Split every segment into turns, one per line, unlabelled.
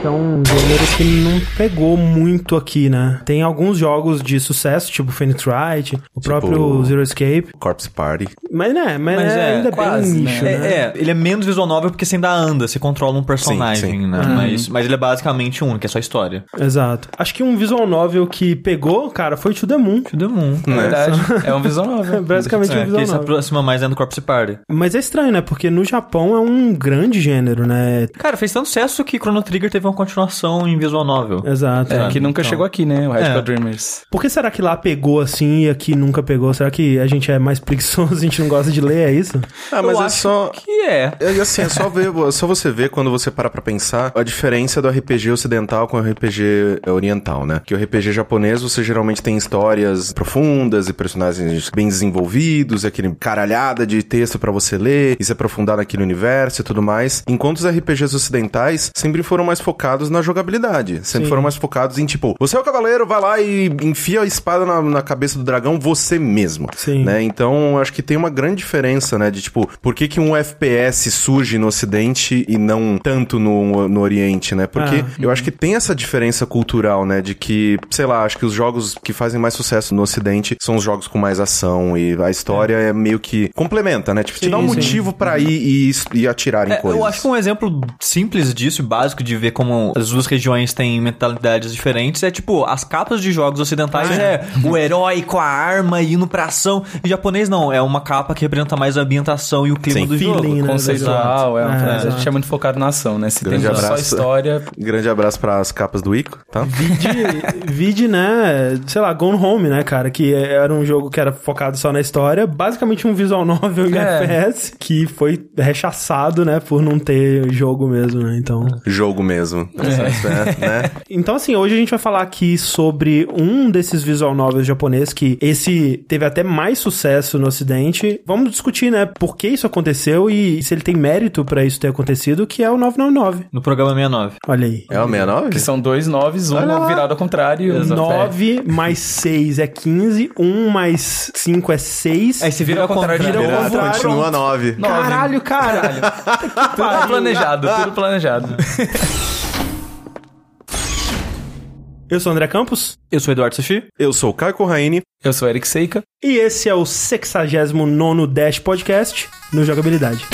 Então, um que não pegou muito aqui, né? Tem alguns jogos de sucesso, tipo Phoenix Wright, o próprio Zero Escape.
Corpse Party.
Mas né, mas,
Mas
é,
é,
ainda
quase,
bem
né?
nicho,
É,
né?
É, ele é menos visual novel porque você ainda anda, você controla um personagem,
sim.
né?
Uhum.
Mas, mas ele é basicamente um, que é só história.
Exato. Acho que um visual novel que pegou, cara, foi To The Moon.
To the Moon.
Na
né?
verdade, é um visual novel.
Basicamente um
É, que
visual
ele se
novel.
aproxima mais né, do Corpse Party.
Mas é estranho, né? Porque no Japão é um grande gênero, né?
Cara, fez tanto sucesso que Chrono Trigger teve uma continuação em visual novel.
Exato.
É, que nunca
Então.
chegou aqui, né? O Hardcore
É.
Dreamers.
Por que será que lá pegou assim e aqui nunca pegou? Será que a gente é mais preguiçoso, a gente não gosta de ler, é isso?
Ah, mas é só.
Que é.
É, assim, é só, ver, é só você ver quando você para pra pensar a diferença do RPG ocidental com o RPG oriental, né? Que o RPG japonês você geralmente tem histórias profundas e personagens bem desenvolvidos, aquele caralhada de texto pra você ler e se aprofundar naquele universo e tudo mais. Enquanto os RPGs ocidentais sempre foram mais focados na jogabilidade, sempre
Sim.
foram mais focados em tipo, você é o cavaleiro, vai lá e enfia a espada na, na cabeça do dragão você mesmo.
Sim.
Né? Então, acho que tem uma grande diferença, né? De tipo, por que, que um FPS surge no Ocidente e não tanto no, no Oriente, né? Porque
Ah,
eu acho que tem essa diferença cultural, né? De que, sei lá, acho que os jogos que fazem mais sucesso no Ocidente são os jogos com mais ação e a história é, meio que complementa, né? Tipo, te
Sim,
dá um
sim. Uhum.
motivo pra ir e, e atirar em
É,
coisas.
eu acho que um exemplo simples disso, e básico, de ver como as duas regiões têm mentalidades diferentes, é tipo, as capas de jogos ocidentais
Ah,
é o herói com a arma e indo pra ação. E japonês não, é uma capa que representa mais a ambientação e o clima
Sim.
do
Feeling,
jogo.
né?
Conceitual, é, uma
Exato.
frase.
É,
A gente é muito focado na ação, né? Se tem
Grande
só
abraço.
história,
Grande abraço para as capas do Ico, tá?
Vide, vide, né? Sei lá, Gone Home, né, cara? Que era um jogo que era focado só na história. Basicamente um visual novel em
É.
FPS que foi rechaçado, né? Por não ter jogo mesmo, né? Então.
Jogo mesmo. É, né?
Então, assim, hoje a gente vai falar aqui sobre um desses visual novels japonês que esse teve até mais sucesso no ocidente. Vamos discutir, né, por que isso aconteceu e se ele tem mérito pra isso ter acontecido, que é o 999.
No programa 69.
Olha aí.
É o 69?
que são dois noves, um
Olha lá.
virado ao contrário. e um pé.
9 mais 6 é 15, 1 mais 5 é 6.
Aí você vira ao contrário.
Vira ao
Vira
Virado,
ao
contrário.
continua 9.
Caralho, cara!
Tudo planejado, tudo planejado.
Eu sou o André Campos
Eu sou o Eduardo Sushi.
Eu sou o Caio Corraine.
Eu sou o Eric Seika.
e esse é o 69 Dash Podcast no Jogabilidade.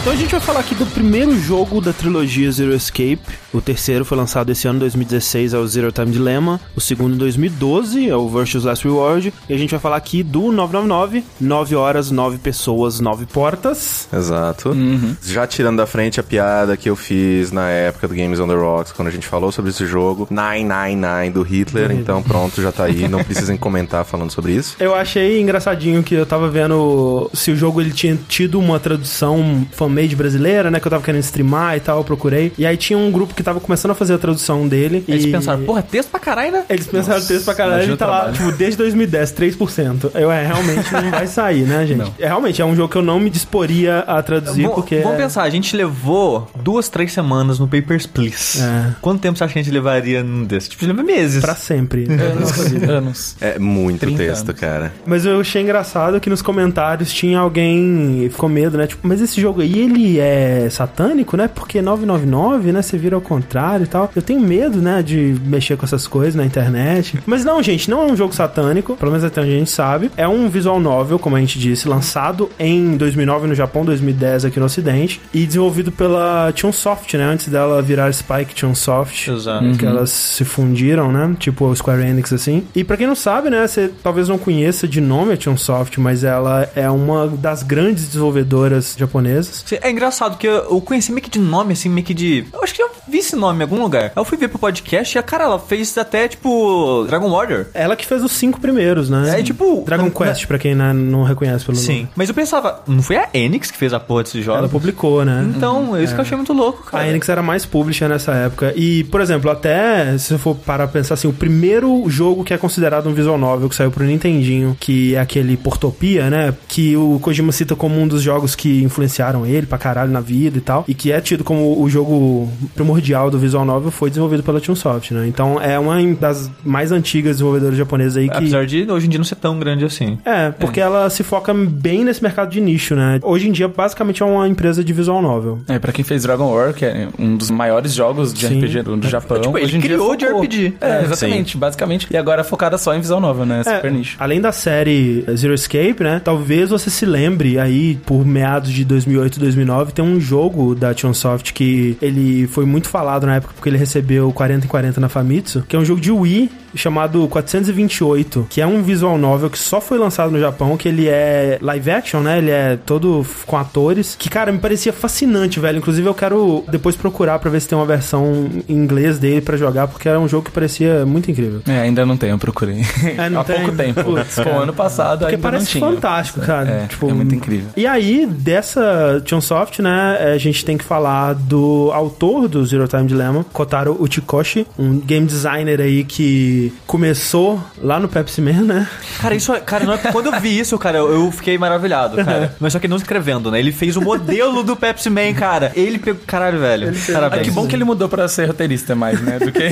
Então a gente vai falar aqui do primeiro jogo da trilogia Zero Escape. O terceiro foi lançado esse ano, 2016, é o Zero Time Dilemma. O segundo, em 2012, é o Virtue's Last Reward. E a gente vai falar aqui do 999, 9 horas, 9 pessoas, 9 portas.
Exato.
Uhum.
Já tirando da frente a piada que eu fiz na época do Games on the Rocks, quando a gente falou sobre esse jogo, 999 do Hitler, então pronto, já tá aí, não precisem comentar falando sobre isso.
Eu achei engraçadinho que eu tava vendo se o jogo ele tinha tido uma tradução fanmade brasileira, né? Que eu tava querendo streamar e tal, eu procurei. E aí tinha um grupo que tava começando a fazer a tradução dele.
Eles
e...
pensaram, porra, texto pra caralho, né?
Eles pensaram
Nossa,
texto pra caralho
imagina
e tá
o
lá,
trabalho.
tipo, desde 2010, 3%. Eu, é, realmente não vai sair, né, gente?
Não.
É, realmente, é um jogo que eu não me disporia a traduzir,
Vamos-
porque...
Vamos
é-
pensar, a gente levou duas, três semanas no Papers, Please.
É.
Quanto tempo você acha que a gente levaria num desse? Tipo, leva meses.
Pra sempre.
Anos. anos.
É muito
30
texto,
anos.
cara.
Mas eu achei engraçado que nos comentários tinha alguém ficou medo, né? Tipo, mas esse jogo aí, ele é satânico, né? Porque 999, né? Você vira ao contrário e tal. Eu tenho medo, né? De mexer com essas coisas na internet. Mas não, gente, não é um jogo satânico. Pelo menos até onde a gente sabe. É um visual novel, como a gente disse, lançado em 2009 no Japão, 2010 aqui no Ocidente. E desenvolvido pela Chunsoft, né? Antes dela virar Spike Chunsoft
Exato.
que elas se fundiram, né? Tipo o Square Enix, assim. E pra quem não sabe, né? Você talvez não conheça de nome a Chunsoft, mas ela é uma das grandes desenvolvedoras japonesas.
Você- É engraçado que eu, eu conheci meio que de nome, assim, meio que de. Eu acho que eu vi esse nome em algum lugar. Aí eu fui ver pro podcast e a cara, ela fez até, tipo, Dragon Warrior.
Ela que fez os cinco primeiros, né?
É, e, tipo,
Dragon
na-
Quest, pra quem né, não reconhece pelo nome.
Sim. Mas eu pensava, não foi a Enix que fez Uhum. a porra desse jogo?
Ela publicou, né?
Então, isso que eu achei muito louco, cara.
A Enix era mais publisher nessa época. E, por exemplo, até se você for parar pra pensar assim, o primeiro jogo que é considerado um visual novel que saiu pro Nintendinho, que é aquele Portopia, né? Que o Kojima cita como um dos jogos que influenciaram ele pra caralho na vida e tal. E que é tido como o jogo primordial do visual novel foi desenvolvido pela Chunsoft, né? Então é uma das mais antigas desenvolvedoras japonesas aí que...
Apesar de hoje em dia não ser tão grande assim.
É, porque ela se foca bem nesse mercado de nicho, né? Hoje em dia, basicamente, é uma empresa de visual novel.
É, pra quem fez Dragon War, que é um dos maiores jogos de
Sim.
RPG do, do Japão.
tipo, ele
hoje em dia
criou de
focou.
RPG.
É, exatamente, basicamente. E agora é focada só em visão nova, né?
É,
Super nicho.
Além da série Zero Escape, né? Talvez você se lembre aí, por meados de 2008, 2009, tem um jogo da Chunsoft que ele foi muito falado na época porque ele recebeu 40 e 40 na Famitsu, que é um jogo de Wii chamado 428, que é um visual novel que só foi lançado no Japão, que ele é live action, né? Ele é todo f- com atores, que cara, me parecia fascinante, velho. Inclusive eu quero depois procurar pra ver se tem uma versão em inglês dele pra jogar, porque era um jogo que parecia muito incrível.
É, ainda não tenho, eu procurei.
É, não
Há pouco
tem?
tempo.
Putz,
Foi
cara.
ano passado,
Porque
ainda não
parece
tinha.
fantástico, cara.
É,
tipo,
é muito incrível.
E aí, dessa Chunsoft, né, a gente tem que falar do autor do Zero Time Dilemma, Kotaro Uchikoshi, um game designer aí que começou lá no Pepsi Man, né?
Cara, isso é- cara, não é- quando eu vi isso, cara, eu eu fiquei maravilhado, cara. Mas só que não escrevendo, né? Ele fez o modelo do Pepsi Man, cara. Ele pegou. Caralho, velho.
Ah,
Parabéns.
que bom que ele mudou pra ser roteirista mais, né? Do que...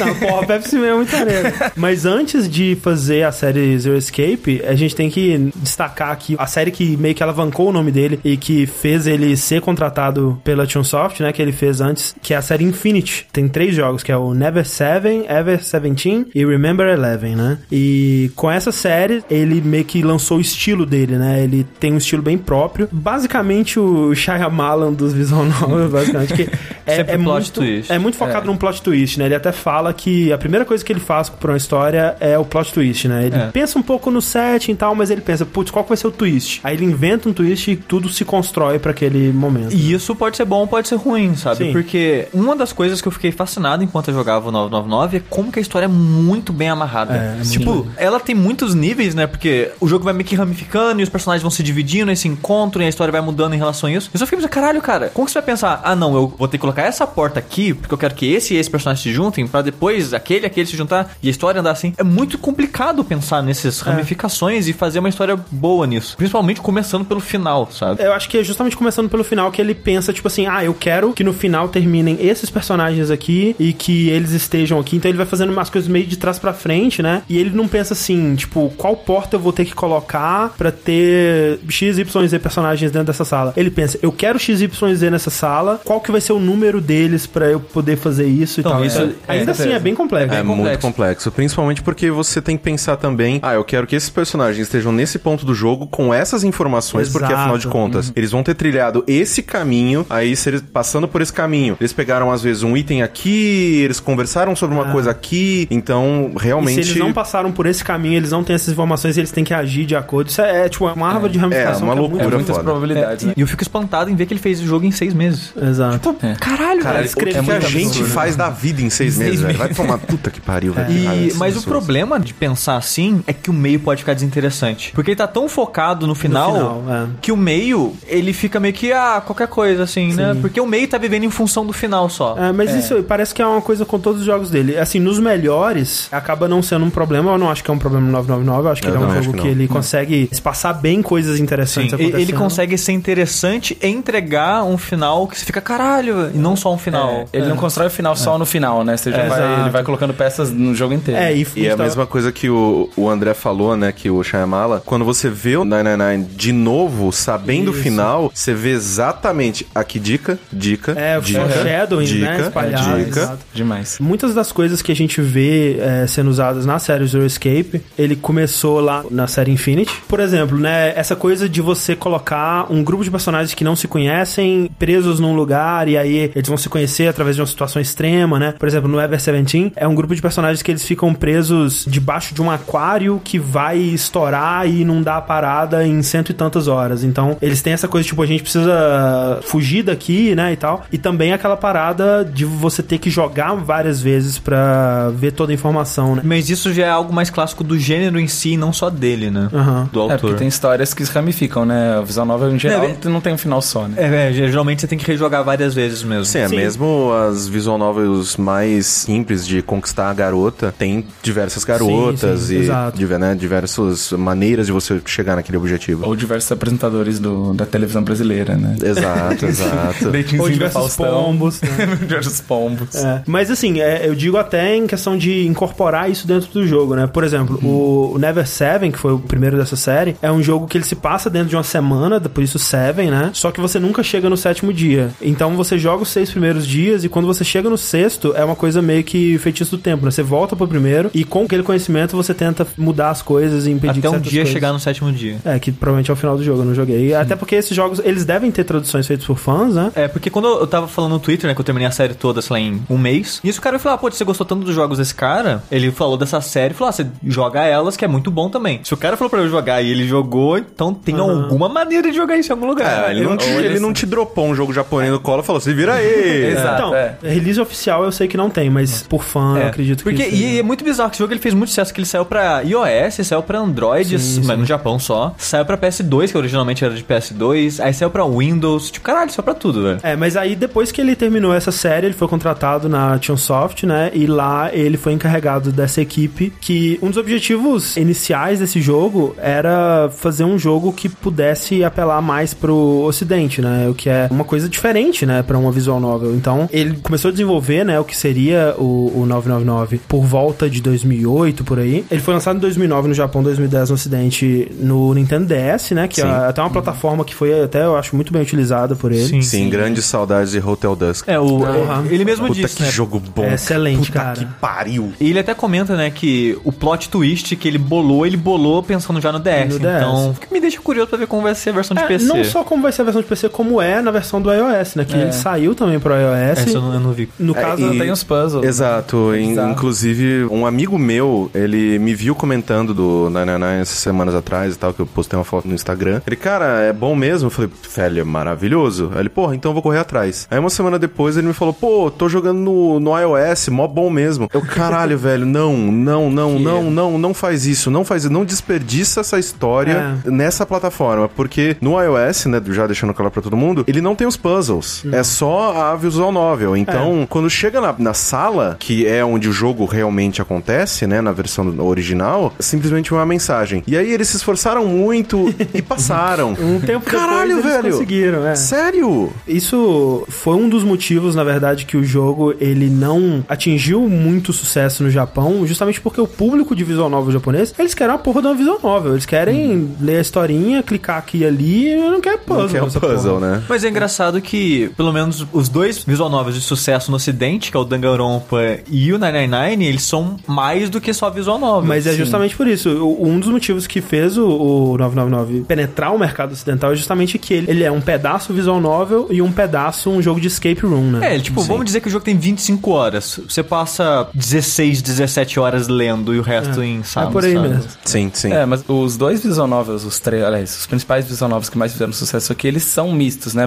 Não, porra, Pepsi Man é muito maneiro. Mas antes de fazer a série Zero Escape, a gente tem que destacar aqui a série que meio que alavancou o nome dele e que fez ele ser contratado pela Chunsoft, né? Que ele fez antes, que é a série Infinity. Tem três jogos, que é o Never Seven, Ever Seventeen e Remember Eleven, né? E com essa série, ele meio que lançou o estilo dele, né? Ele tem um estilo bem próprio. Basicamente, o Shyamalan dos Visual Novels, basicamente. Que é,
Sempre
é
plot
muito,
twist.
é muito focado num plot twist, né? Ele até fala que a primeira coisa que ele faz pra uma história é o plot twist, né? Ele
É.
pensa um pouco no setting e tal, mas ele pensa, putz, qual que vai ser o twist? Aí ele inventa um twist e tudo se constrói pra aquele momento. né?
E isso pode ser bom, pode ser ruim, sabe?
Sim.
Porque uma das coisas que eu fiquei fascinado enquanto eu jogava o 999 é como que a história é muito bem amarrada.
É,
tipo, ela tem muitos níveis, né? Porque o jogo vai meio que ramificando e os personagens vão se dividindo, aí se encontram e a história vai mudando em relação a isso. Eu só fiquei pensando, caralho, cara, como que você vai pensar? Ah, não, eu vou ter que colocar essa porta aqui porque eu quero que esse e esse personagem se juntem pra depois aquele e aquele se juntar e a história andar assim. É muito complicado pensar
É.
nessas ramificações e fazer uma história boa nisso. Principalmente começando pelo final, sabe?
Eu acho que é justamente começando pelo final que ele pensa, tipo assim, ah, eu quero que no final terminem esses personagens aqui e que eles estejam aqui. Então ele vai fazendo umas coisas meio de trás pra frente, né? E ele não pensa assim, tipo, qual porta eu vou ter que colocar pra ter X, Y, Z personagens dentro dessa sala. Ele pensa, eu quero X, Y, Z nessa sala, qual que vai ser o número deles pra eu poder fazer isso
Então,
e tal.
isso-
Então,
é,
ainda assim é bem complexo.
É,
complexo.
muito complexo. Principalmente porque você tem que pensar também, ah, eu quero que esses personagens estejam nesse ponto do jogo com essas informações, porque
Exato. Uhum.
afinal de contas, eles vão ter trilhado esse caminho, aí se eles passando por esse caminho, eles pegaram às vezes um item aqui, eles conversaram sobre uma coisa aqui, então
Ah. E
realmente
se eles não passaram por esse caminho, eles não têm essas informações, eles têm que agir de acordo. Isso é, é, tipo uma árvore de ramificação.
uma
que
loucura.
é
muito-
Pura
muitas
foda.
probabilidades, né?
E eu fico espantado em ver que ele fez o jogo em seis meses.
Exato.
É.
Caralho,
Cara,
velho.
o que,
escrever
que a
é muito
gente
absurdo, né?
faz da vida em seis meses, velho? Vai tomar puta que pariu, velho.
E-
Cara, essas
é
mas o
pessoas.
problema é de pensar assim é que o meio pode ficar desinteressante. Porque ele tá tão focado no final,
final, é.
que o meio, ele fica meio que, ah, qualquer coisa, assim, né? Porque o meio tá vivendo em função do final só.
É, mas isso parece que é uma coisa com todos os jogos dele. Assim, nos melhores, acaba não sendo um problema. Eu não acho que é um problema no 999. Eu acho que
Eu
ele é um
também
jogo
acho
que,
que não.
ele consegue espaçar bem coisas interessantes
E-
acontecendo.
Ele consegue ser interessante e entregar um final que você fica, caralho, velho", e não só um final.
É, ele não constrói o final só no final, né? Você já
É,
vai,
exato.
ele vai colocando peças no jogo inteiro.
É, e,
E é a mesma coisa que o, o André falou, né? Que o Shyamala, quando você vê o 999 de novo, sabendo o final, você vê exatamente aqui dica, dica,
É, o
dica,
foreshadowing, né,
dica, é
espalhado,
dica.
exato.
Demais.
Muitas das coisas que a gente vê foi é, sendo usadas na série Zero Escape. Ele começou lá na série Infinity. Por exemplo, né, essa coisa de você colocar um grupo de personagens que não se conhecem presos num lugar e aí eles vão se conhecer através de uma situação extrema, né? Por exemplo, no Ever Seventeen é um grupo de personagens que eles ficam presos debaixo de um aquário que vai estourar e inundar a parada em cento e tantas horas. Então, eles têm essa coisa tipo a gente precisa fugir daqui, né, e tal. E também aquela parada de você ter que jogar várias vezes pra ver toda a informação, né?
Mas isso já é algo mais clássico do gênero em si, não só dele, né?
Aham.
Do
É, porque
autor.
tem histórias que se ramificam, né? A visão nova, em geral,
É,
não tem um final só, né?
É, é, geralmente você tem que rejogar várias vezes mesmo.
Sim, é mesmo as visual novels mais simples de conquistar a garota, tem diversas garotas
Sim, sim,
e
exato.
diver- né, diversas maneiras de você chegar naquele objetivo.
Ou diversos apresentadores do, da televisão brasileira, né?
Exato, exato.
Deitinho
Ou diversos pombos, né?
diversos pombos.
É, Mas assim, é, eu digo até em questão de incorporar isso dentro do jogo, né? Por exemplo,
Uhum.
o- o Never Seven, que foi o primeiro dessa série, é um jogo que ele se passa dentro de uma semana, por isso Seven, né? Só que você nunca chega no sétimo dia. Então você joga os seis primeiros dias e quando você chega no sexto, é uma coisa meio que feitiço do tempo, né? Você volta pro primeiro e com aquele conhecimento você tenta mudar as coisas e impedir que
Até um
certas
dia
coisas-
chegar no sétimo dia.
É, que provavelmente é o final do jogo, eu não joguei. Até porque esses jogos, eles devem ter traduções feitas por fãs, né?
É, porque quando eu tava falando no Twitter, né, que eu terminei a série toda, sei lá, em um mês, e esse cara falou, ah, pô, você gostou tanto dos jogos desse cara? Ele falou dessa série, falou, ah, você joga elas, que é muito bom também. Se o cara falou pra eu jogar e ele jogou, então tem alguma maneira de jogar isso em algum lugar.
É, ele não, te,
Olha
ele
assim.
não te dropou um jogo japonês no colo e falou, assim, se vira aí.
Exato.
Então,
é.
release oficial eu sei que não tem, mas por fã eu acredito
É. Porque,
que.
e, é muito bizarro que esse jogo ele fez muito sucesso, que ele saiu pra iOS, saiu pra Android, mas no Japão só. Saiu pra PS2, que originalmente era de PS2, aí saiu pra Windows, tipo, caralho, saiu pra tudo, velho.
É, mas aí depois que ele terminou essa série, ele foi contratado na Tionsoft, né? E lá ele foi encarregado dessa equipe que um dos objetivos iniciais desse jogo era fazer um jogo que pudesse apelar mais pro ocidente, né? O que é uma coisa diferente, né, Pra uma visual novel. Então, ele começou a desenvolver, né, o que seria o, o 999 por volta de 2008 por aí. Ele foi lançado em 2009 no Japão, 2010 no ocidente no Nintendo DS, né, que é até uma plataforma que foi até eu acho muito bem utilizada por ele.
Sim, grandes saudades de Hotel Dusk.
Então, É, o,
Aham.
ele mesmo
Puta
disse,
que
né?
jogo bom.
É excelente,
Puta
cara.
que pariu.
E ele até comenta, né, que o plot twist que ele bolou, ele bolou pensando já no DS.
No DS.
então, o que me deixa curioso pra ver como vai ser a versão de
É,
PC.
Não só como vai ser a versão de PC, como é na versão do iOS, né? Que ele saiu também pro
É,
iOS.
isso eu não, eu não vi.
assim, No
É,
caso,
e-
Tem os
né?
puzzles.
Exato. In-
Exato.
Inclusive, um amigo meu, ele me viu comentando do Nananã essas semanas atrás e tal, que eu postei uma foto no Instagram. Ele, cara, é bom mesmo? Eu falei, velho, é maravilhoso. Aí ele, porra, então eu vou correr atrás. Aí uma semana depois ele me falou, pô, tô jogando no, no iOS, mó bom mesmo. Eu, caralho, velho, não, não, não, não, não, não faz isso, não faz isso, não desperdiça essa história nessa plataforma, porque no iOS, né, já deixando claro pra todo mundo, ele não tem os puzzles, é só a visual novel.
É.
Então, quando chega na, na sala, que é onde o jogo realmente acontece, né, na versão original, simplesmente uma mensagem. E aí eles se esforçaram muito e passaram.
um tempo
Caralho,
depois eles
velho.
conseguiram, é.
Sério?
Isso foi um dos motivos, na verdade, que o jogo ele não atingiu muito sucesso no Japão, justamente porque o público de visual novel japonês, eles querem uma porra de uma visual novel. Eles querem ler a historinha, clicar aqui e ali, não quer puzzle.
Não que é um
nessa porra.
puzzle, né?
Mas é engraçado que, pelo menos, os dois visual novels de sucesso no ocidente, que é o Danganronpa e o 999, eles são mais do que só visual novels.
Mas é
Sim.
justamente por isso. O- Um dos motivos que fez o, o 999 penetrar o mercado ocidental é justamente que ele, ele é um pedaço visual novel e um pedaço um jogo de escape room, né?
É, tipo, vamos dizer que o jogo tem 25 horas. Você passa 16, 17 horas lendo e o resto em
É
sala.
por aí
sabe?
mesmo.
Sim, sim.
É, mas os dois visual novels, os três, aliás, os principais visual novels que mais fizeram sucesso aqui, eles são mistos, né?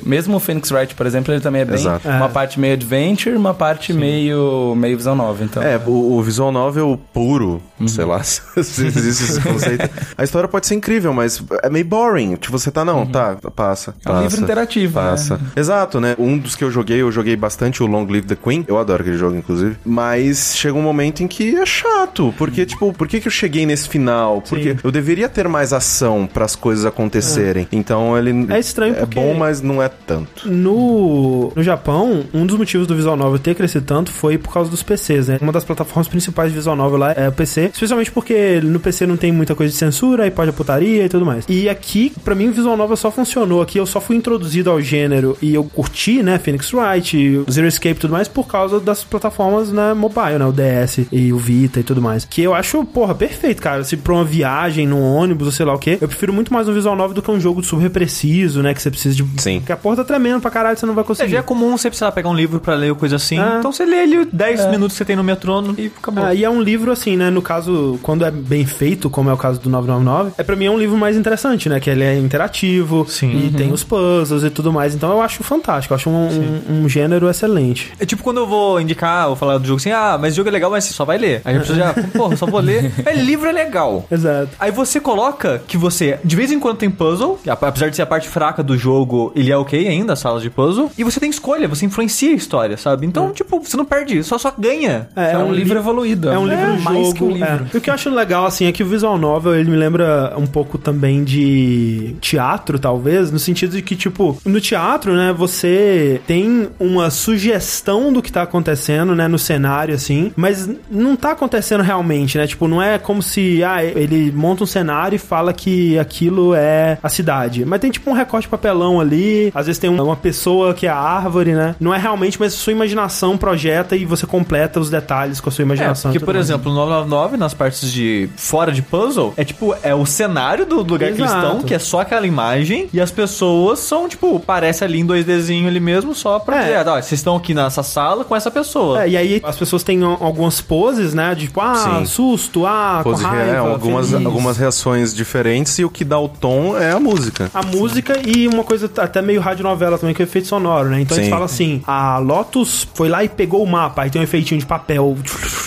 Ah.
mesmo o Phoenix Wright, por exemplo, ele também é bem
Exato.
uma parte meio adventure, uma parte meio meio visual novel, então.
É, o, o visual novel puro,
Uhum.
sei lá, se existe esse conceito. A história pode ser incrível, mas é meio boring. Tipo, você tá, não,
Uhum.
tá, passa.
É um livro
passa,
interativo, né?
Passa. Exato, né? Um dos que eu joguei, eu joguei bastante o Long Live the Queen. Eu adoro aquele jogo, inclusive. Mas chega um momento em que é chato. Porque, tipo, por que, que eu cheguei nesse final? Porque
Uhum. Sim.
eu deveria ter mais ação para as coisas acontecerem. Então ele.
É estranho porque-
É bom, mas não é tanto.
No, no Japão, um dos motivos do Visual Novel ter crescido tanto foi por causa dos PCs, né? Uma das plataformas principais de Visual Novel lá é o PC, especialmente porque no PC não tem muita coisa de censura, aí pode a putaria e tudo mais. E aqui, pra mim, o Visual Novel só funcionou aqui, eu só fui introduzido ao gênero e eu curti, né, Phoenix Wright, Zero Escape e tudo mais, por causa das plataformas, né, mobile, saiu, né? O DS e o Vita e tudo mais. Que eu acho, porra, perfeito, cara. Se pra uma viagem, num ônibus ou sei lá o quê, eu prefiro muito mais um visual novel do que um jogo super preciso, né? Que você precisa de.
Sim.
Que a porra tá tremendo pra caralho, você não vai
É,
conseguir.
já é comum você precisar pegar um livro pra ler ou coisa assim.
É.
Então você lê ali 10 minutos que você tem no metrô e acabou.
Ah, e é um livro assim, né? No caso, quando é bem feito, como é o caso do 999, é pra mim é um livro mais interessante, né? Que ele é interativo
Sim.
e tem os puzzles e tudo mais. Então eu acho fantástico, eu acho um, um- um gênero excelente.
É tipo quando eu vou indicar ou falar do jogo assim, ah, mas o jogo é legal, mas você só vai ler. Aí a pessoa já, porra, só vou ler. Mas livro é legal.
Exato.
Aí você coloca que você, de vez em quando, tem puzzle, que ap- apesar de ser a parte fraca do jogo, ele é ok ainda, as salas de puzzle, e você tem escolha, você influencia a história, sabe? Então, tipo, você não perde, só só ganha.
É,
É um livro evoluído.
É um livro
mais
jogo,
que um livro.
é. E O que eu acho legal, assim, é que o visual novel, ele me lembra um pouco também de teatro, talvez, no sentido de que, tipo, no teatro, né, você tem uma sugestão do que tá acontecendo, né, no cenário, assim, mas não tá acontecendo realmente, né, tipo, não é como se, ah, ele monta um cenário e fala que aquilo é a cidade, mas tem, tipo, um recorte de papelão ali, às vezes tem um- uma pessoa que é a árvore, né, não é realmente, mas sua imaginação projeta e você completa os detalhes com a sua
É,
imaginação.
porque,
e tudo
por
mais.
exemplo, no 999, nas partes de fora de puzzle, é tipo, é o cenário do lugar que eles
Exato.
estão, que é só aquela imagem, e as pessoas são, tipo, parece ali em 2Dzinho ali mesmo, só pra
É.
dizer, ah, vocês estão aqui nessa sala com essa pessoa.
É, e aí as pessoas têm al- algumas poses, né? Tipo, ah,
Sim.
susto, ah,
Pose
com raiva,
real, é, algumas,
feliz.
algumas reações diferentes e o que dá o tom é a música.
A música e uma coisa t- até meio radionovela também, que é o efeito sonoro, né? Então
Sim.
eles falam assim, a Lotus foi lá e pegou o mapa, aí tem um efeitinho de papel.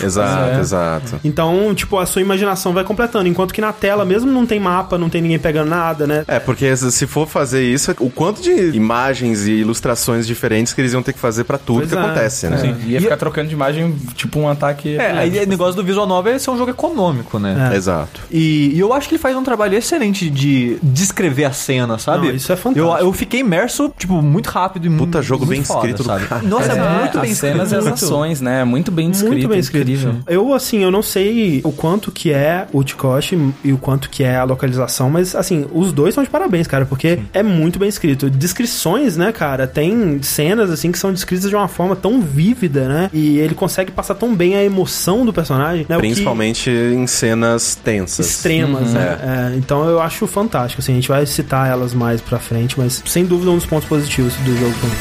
Exato,
é.
exato.
Então, tipo, a sua imaginação vai completando, enquanto que na tela mesmo não tem mapa, não tem ninguém pegando nada, né?
É, porque se for fazer isso, o quanto de imagens e ilustrações diferentes que eles iam ter que fazer pra tudo
Pois
que
é.
acontece, né?
Sim, ia ficar trocando de imagem, tipo um ataque.
É, aí o negócio do Visual Novel é ser um jogo econômico, né?
É.
É.
Exato.
E, e eu acho que ele faz um trabalho excelente de descrever a cena, sabe?
Não, isso é fantástico.
Eu, eu fiquei imerso, tipo, muito rápido e
Puta
mu-
jogo
muito
bem
foda,
escrito do
sabe?
cara.
Nossa, é, muito
as
bem escrito.
cenas e as
é muito.
ações, né? Muito bem descrito.
Muito bem escrito.
Incrível.
Eu, assim, eu não sei o quanto que é o Tikoshi e o quanto que é a localização, mas, assim, os dois são de parabéns, cara, porque é muito bem escrito. Descrições, né, cara? Tem cenas, assim, que são descritas de uma forma tão vívida, né? E ele consegue passar tão bem a emoção do personagem, né? o que-
Principalmente Uhum. em cenas tensas.
extremas, né? É, então eu acho fantástico, assim, a gente vai citar elas mais pra frente, mas sem dúvida um dos pontos positivos do jogo pra mim.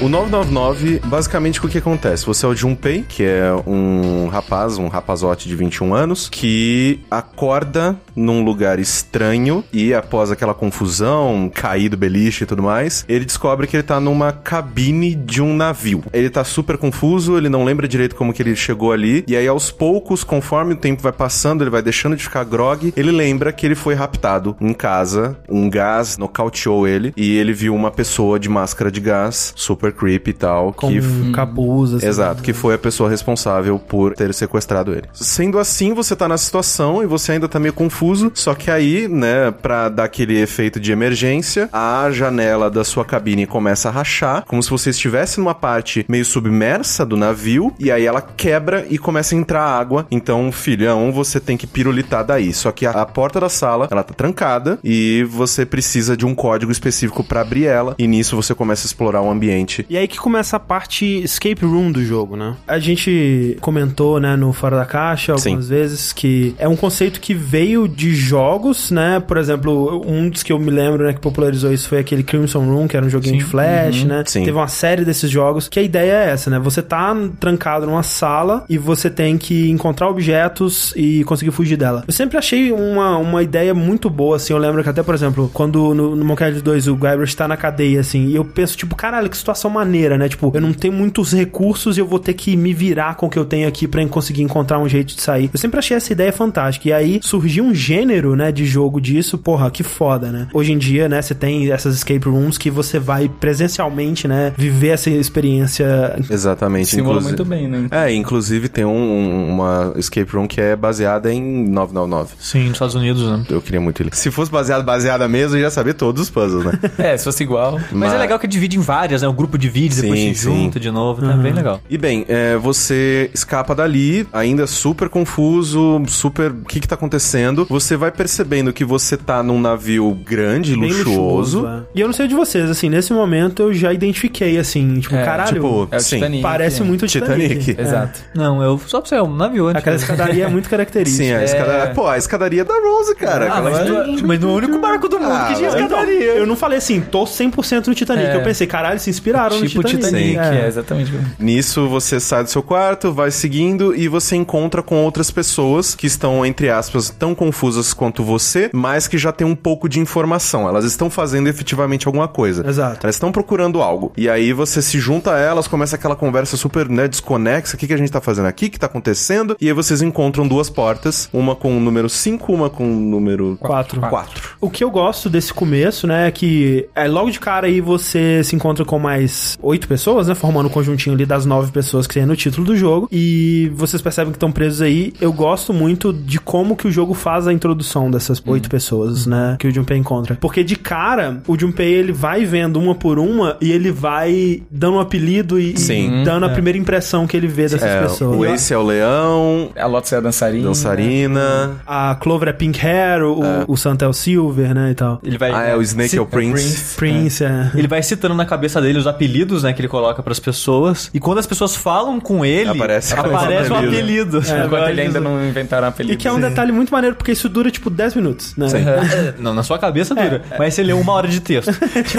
O 999, basicamente, o que acontece? Você é o Junpei, que é um rapaz, um rapazote de 21 anos, que acorda num lugar estranho e, após aquela confusão, cair do beliche e tudo mais, ele descobre que ele tá numa cabine de um navio. Ele tá super confuso, ele não lembra direito como que ele chegou ali, e aí, aos poucos, conforme o tempo vai passando, ele vai deixando de ficar grog, ele lembra que ele foi raptado em casa, um gás nocauteou ele, e ele viu uma pessoa de máscara de gás, super creepy e tal,
Com
que... f-
capuz, assim.
Exato, que foi a pessoa responsável por ter sequestrado ele. Sendo assim, você tá na situação e você ainda tá meio confuso, só que aí, né, pra dar aquele efeito de emergência, a janela da sua cabine começa a rachar, como se você estivesse numa parte meio submersa do navio, e aí ela quebra e começa a entrar água. Então, filhão, você tem que pirulitar daí. Só que a, a porta da sala, ela tá trancada e você precisa de um código específico pra abrir ela, e nisso você começa a explorar o ambiente.
E aí que começa a parte escape room do jogo, né? A gente comentou, né, no Fora da Caixa algumas vezes que é um conceito que veio de jogos, né? Por exemplo, um dos que eu me lembro, né, que popularizou isso foi aquele Crimson Room, que era um joguinho de flash, né?
Sim.
Teve uma série desses jogos que a ideia é essa, né? Você tá trancado numa sala e você tem que encontrar objetos e conseguir fugir dela. Eu sempre achei uma, uma ideia muito boa, assim. Eu lembro que até, por exemplo, quando no, no Monkey Island 2 o Guybrush tá na cadeia, assim, e eu penso, tipo, caralho, que situação situação maneira, né? Tipo, eu não tenho muitos recursos e eu vou ter que me virar com o que eu tenho aqui pra conseguir encontrar um jeito de sair. Eu sempre achei essa ideia fantástica. E aí surgiu um gênero, né, de jogo disso, porra, que foda, né? Hoje em dia, né, você tem essas escape rooms que você vai presencialmente, né, viver essa experiência.
Exatamente.
Simula
inclusive-
muito bem, né?
É, inclusive tem um- um- uma escape room que é baseada em 999.
Sim, nos Estados Unidos, né?
Eu queria muito ele. Se fosse baseado, baseada mesmo, eu já sabia todos os puzzles, né?
É, se fosse igual.
Mas,
Mas-
é legal que divide em várias, né? O grupo divide, depois
Sim,
se
sim.
junta de novo, tá
Uhum.
bem legal.
E bem, é, você escapa dali, ainda super confuso, super. O que que tá acontecendo? Você vai percebendo que você tá num navio grande,
Bem
luxuoso.
é. E eu não sei de vocês, assim, nesse momento eu já identifiquei, assim, tipo,
É,
caralho,
tipo,
É o
sim.
Titanic.
parece muito o Titanic.
Titanic.
É.
Exato.
Não, eu só pra você, é um navio antes.
Aquela escadaria é muito característica.
Sim, a
É.
escadaria. Pô, a escadaria da Rose, cara.
Ah,
Aquela-
Uhum.
mas, não, mas não é o único barco do mundo
Ah,
que tinha
mas-
escada.
Então, eu não falei assim, tô 100% no Titanic.
É.
Eu pensei, caralho, se inspiraram
Tipo
no Titanic.
Titanic,
Sim.
é, exatamente.
Nisso você sai do seu quarto, vai seguindo e você encontra com outras pessoas que estão, entre aspas, tão confusas quanto você, mas que já tem um pouco de informação. Elas estão fazendo efetivamente alguma coisa.
Exato.
Elas estão procurando algo. E aí você se junta a elas, começa aquela conversa super né, desconexa. O que, que a gente tá fazendo aqui? O que tá acontecendo? E aí vocês encontram duas portas, uma com o número 5, uma com o número
Quatro.
4.
O que eu gosto desse começo, né, é que é, logo de cara aí você se encontra com mais oito pessoas, né, formando o conjuntinho ali das nove pessoas que tem no título do jogo, e vocês percebem que estão presos aí. Eu gosto muito de como que o jogo faz a introdução dessas oito pessoas, né, que o Junpei encontra. Porque de cara, o Junpei, ele vai vendo uma por uma e ele vai dando um apelido e, e
Sim.
dando a primeira impressão que ele vê dessas
É,
pessoas.
o Ace é o leão,
A Lotus é a dançarina.
dançarina.
A Clover é Pink Hair, o, o Santa é o Silver, né, e tal.
Ele vai.
Ah, é, o Snake
se-
é o Prince.
Prince é...
Ele vai citando na cabeça dele os apelidos, né, que ele coloca pras pessoas. E quando as pessoas falam com ele,
Aparece-
aparece o apelido.
É,
é-
Enquanto ele ainda não inventaram a
E
apelido.
que é um detalhe muito maneiro, porque isso dura tipo 10 minutos, né?
Sim.
É, Não, na sua cabeça dura. Mas você leu uma hora de texto.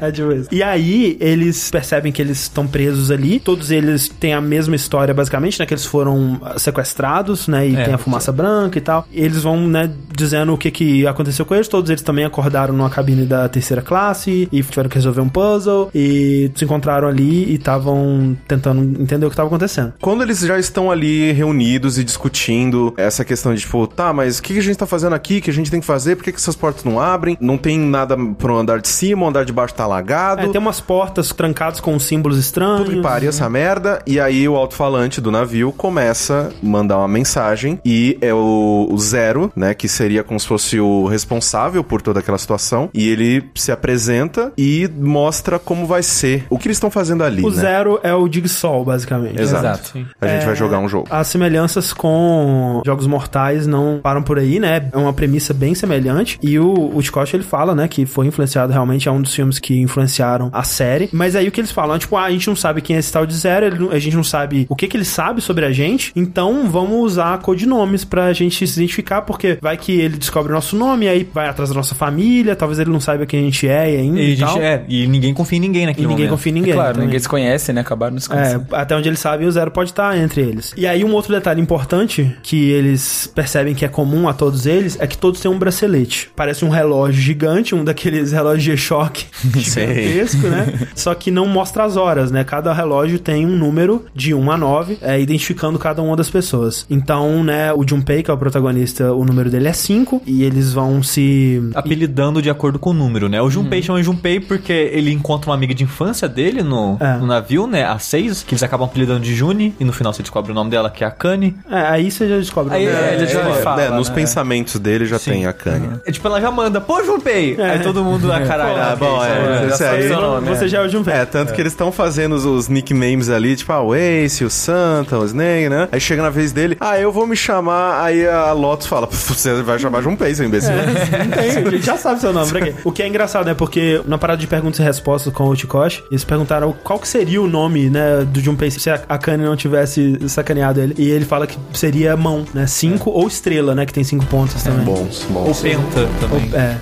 É tipo isso. E aí, eles percebem que eles estão presos ali. Todos eles têm a mesma história, basicamente, né? Que eles foram ah, sequestrados, né? E
É,
tem a fumaça branca e tal. E eles vão, né, dizendo o que, que aconteceu com eles. Todos eles também acordaram numa cabine da terceira classe e tiveram que resolver um puzzle. E se encontraram ali e estavam tentando entender o que estava acontecendo.
Quando eles já estão ali reunidos e discutindo essa questão de tipo, tá, mas o que que a gente tá fazendo aqui? O que a gente tem que fazer? Por que, que essas portas não abrem? Não tem nada pro andar de cima, o andar de baixo tá alagado.
É, tem né? umas portas trancadas com símbolos estranhos.
Puta que pariu essa merda. E aí o alto-falante do navio começa a mandar uma mensagem e é o, o Zero, né, que seria como se fosse o responsável por toda aquela situação. E ele se apresenta e mostra como vai ser, o que eles estão fazendo ali,
O
né?
Zero é o Digsol, basicamente.
Exato.
Exato.
A gente vai jogar um jogo.
As semelhanças com Jogos Mortais não param por aí, né? É uma premissa bem semelhante. E o, o Scott, ele fala, né, que foi influenciado realmente, é um dos filmes que influenciaram a série. Mas aí o que eles falam, é, tipo, ah, a gente não sabe quem é esse tal de Zero, ele não- a gente não sabe o que que ele sabe sobre a gente, então vamos usar codinomes pra gente se identificar, porque vai que ele descobre o nosso nome, aí vai atrás da nossa família, talvez ele não saiba quem a gente é e ainda
E,
e,
a gente,
tal.
é, e ninguém confia em ninguém
E
naquele
ninguém
momento.
confia em ninguém.
É claro,
também.
ninguém se conhece, né? Acabaram nos
É,
conhecendo.
até onde eles sabem, o zero pode estar entre eles. E aí, um outro detalhe importante que eles percebem que é comum a todos eles é que todos têm um bracelete. Parece um relógio gigante, um daqueles relógios G-Shock gigantesco, né? Só que não mostra as horas, né? Cada relógio tem um número de 1 a 9, é, identificando cada uma das pessoas. Então, né, o Junpei, que é o protagonista, o número dele é 5, e eles vão se
Apelidando de acordo com o número, né? O
Uhum.
Junpei chama Junpei porque ele encontra uma amiga de infância dele no,
É.
no navio, né? A seis, que eles acabam apelidando de Juni, e no final você descobre o nome dela, que é a Kani.
É, aí você já descobre.
Aí,
né?
é, ele já
É,
fala,
né, nos
né?
pensamentos dele já
Sim.
tem a Kanye.
É tipo, ela já manda, pô, Junpei! Aí todo mundo, ah, caralho,
Ah,
ok,
bom,
isso
é,
já
esse
sabe
aí-
seu nome,
Você
é.
já é o Junpei.
É, tanto que eles estão fazendo os, os nicknames ali, tipo, ah, o Ace, o Santa, o Snake, né? Aí chega na vez dele, ah, eu vou me chamar, aí a Lotus fala, "Pff, você vai chamar de um seu imbecil.
Não tem, a gente já sabe seu nome, pra quê? O que é engraçado, né? Porque na parada de perguntas e respostas com o Chicoche, eles perguntaram qual que seria o nome, né, do Junpei se a a Kanye não tivesse sacaneado ele. E ele fala que seria mão, né? Cinco ou estrela, né? Que tem cinco pontos também.
Bons,
Ou
bons.
Penta também.
É.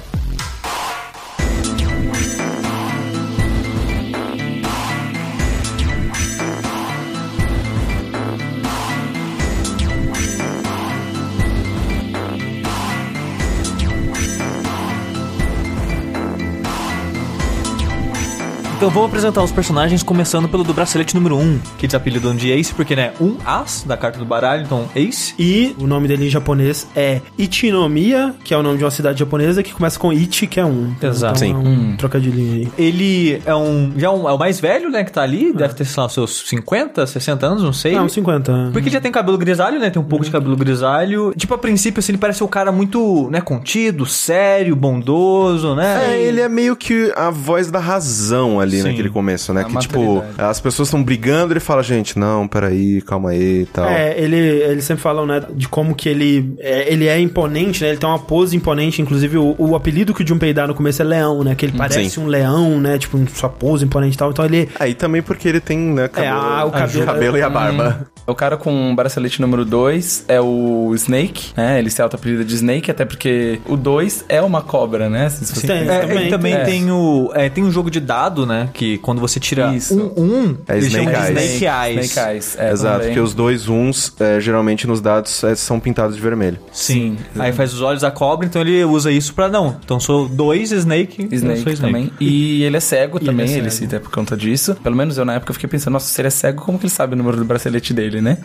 Então vou apresentar os personagens, começando pelo do bracelete número 1, que eles apelidam de Ace, porque, né, um As, da carta do baralho, então Ace.
E o nome dele em japonês é Itinomiya, que é o nome de uma cidade japonesa que começa com Ichi, que é um.
Exato.
Então, é um trocadilhinho aí.
Ele é um. Já é um- é o mais velho, né, que tá ali, deve ter, sei lá, seus 50, 60 anos, não sei.
Não, 50. né?
Porque ele já tem cabelo grisalho, né? Tem um pouco de cabelo grisalho. Tipo, a princípio, assim, ele parece um cara muito, né, contido, sério, bondoso, né?
É, ele é meio que a voz da razão ali naquele começo, né?
A
que tipo,
maturidade.
as pessoas estão brigando, ele fala, gente, não, peraí, calma aí e tal.
É, ele, eles sempre falam, né, de como que ele é, ele é imponente, né, ele tem uma pose imponente, inclusive o, o apelido que o Junpei dá no começo é leão, né, que ele parece um leão, né, tipo, em sua pose imponente e tal, então ele...
Aí Ah, também porque ele tem, né, cabelo,
ah, o
a-
cabelo-
e a barba.
O cara com o bracelete número 2 é o Snake, né? Ele se auto-apelida de Snake, até porque o 2 é uma cobra, né? Se você
Tem.
pensar.
É,
Também,
ele também
é.
tem o. é, tem um jogo de dado, né? Que quando você tira
Isso.
um, um
É
eles chamam
Snake
de
Eyes.
Snake Eyes.
Snake Eyes. É,
Exato,
também.
porque os dois uns, é, geralmente nos dados, é, são pintados de vermelho.
Sim. Aí faz os olhos da cobra, então ele usa isso pra não. Então sou dois Snake. eu
Snake,
sou
também. E ele é cego também,
é
ele,
cego.
cita por conta disso. Pelo menos eu na época fiquei pensando, nossa, se ele é cego, como que ele sabe o número do bracelete dele, né?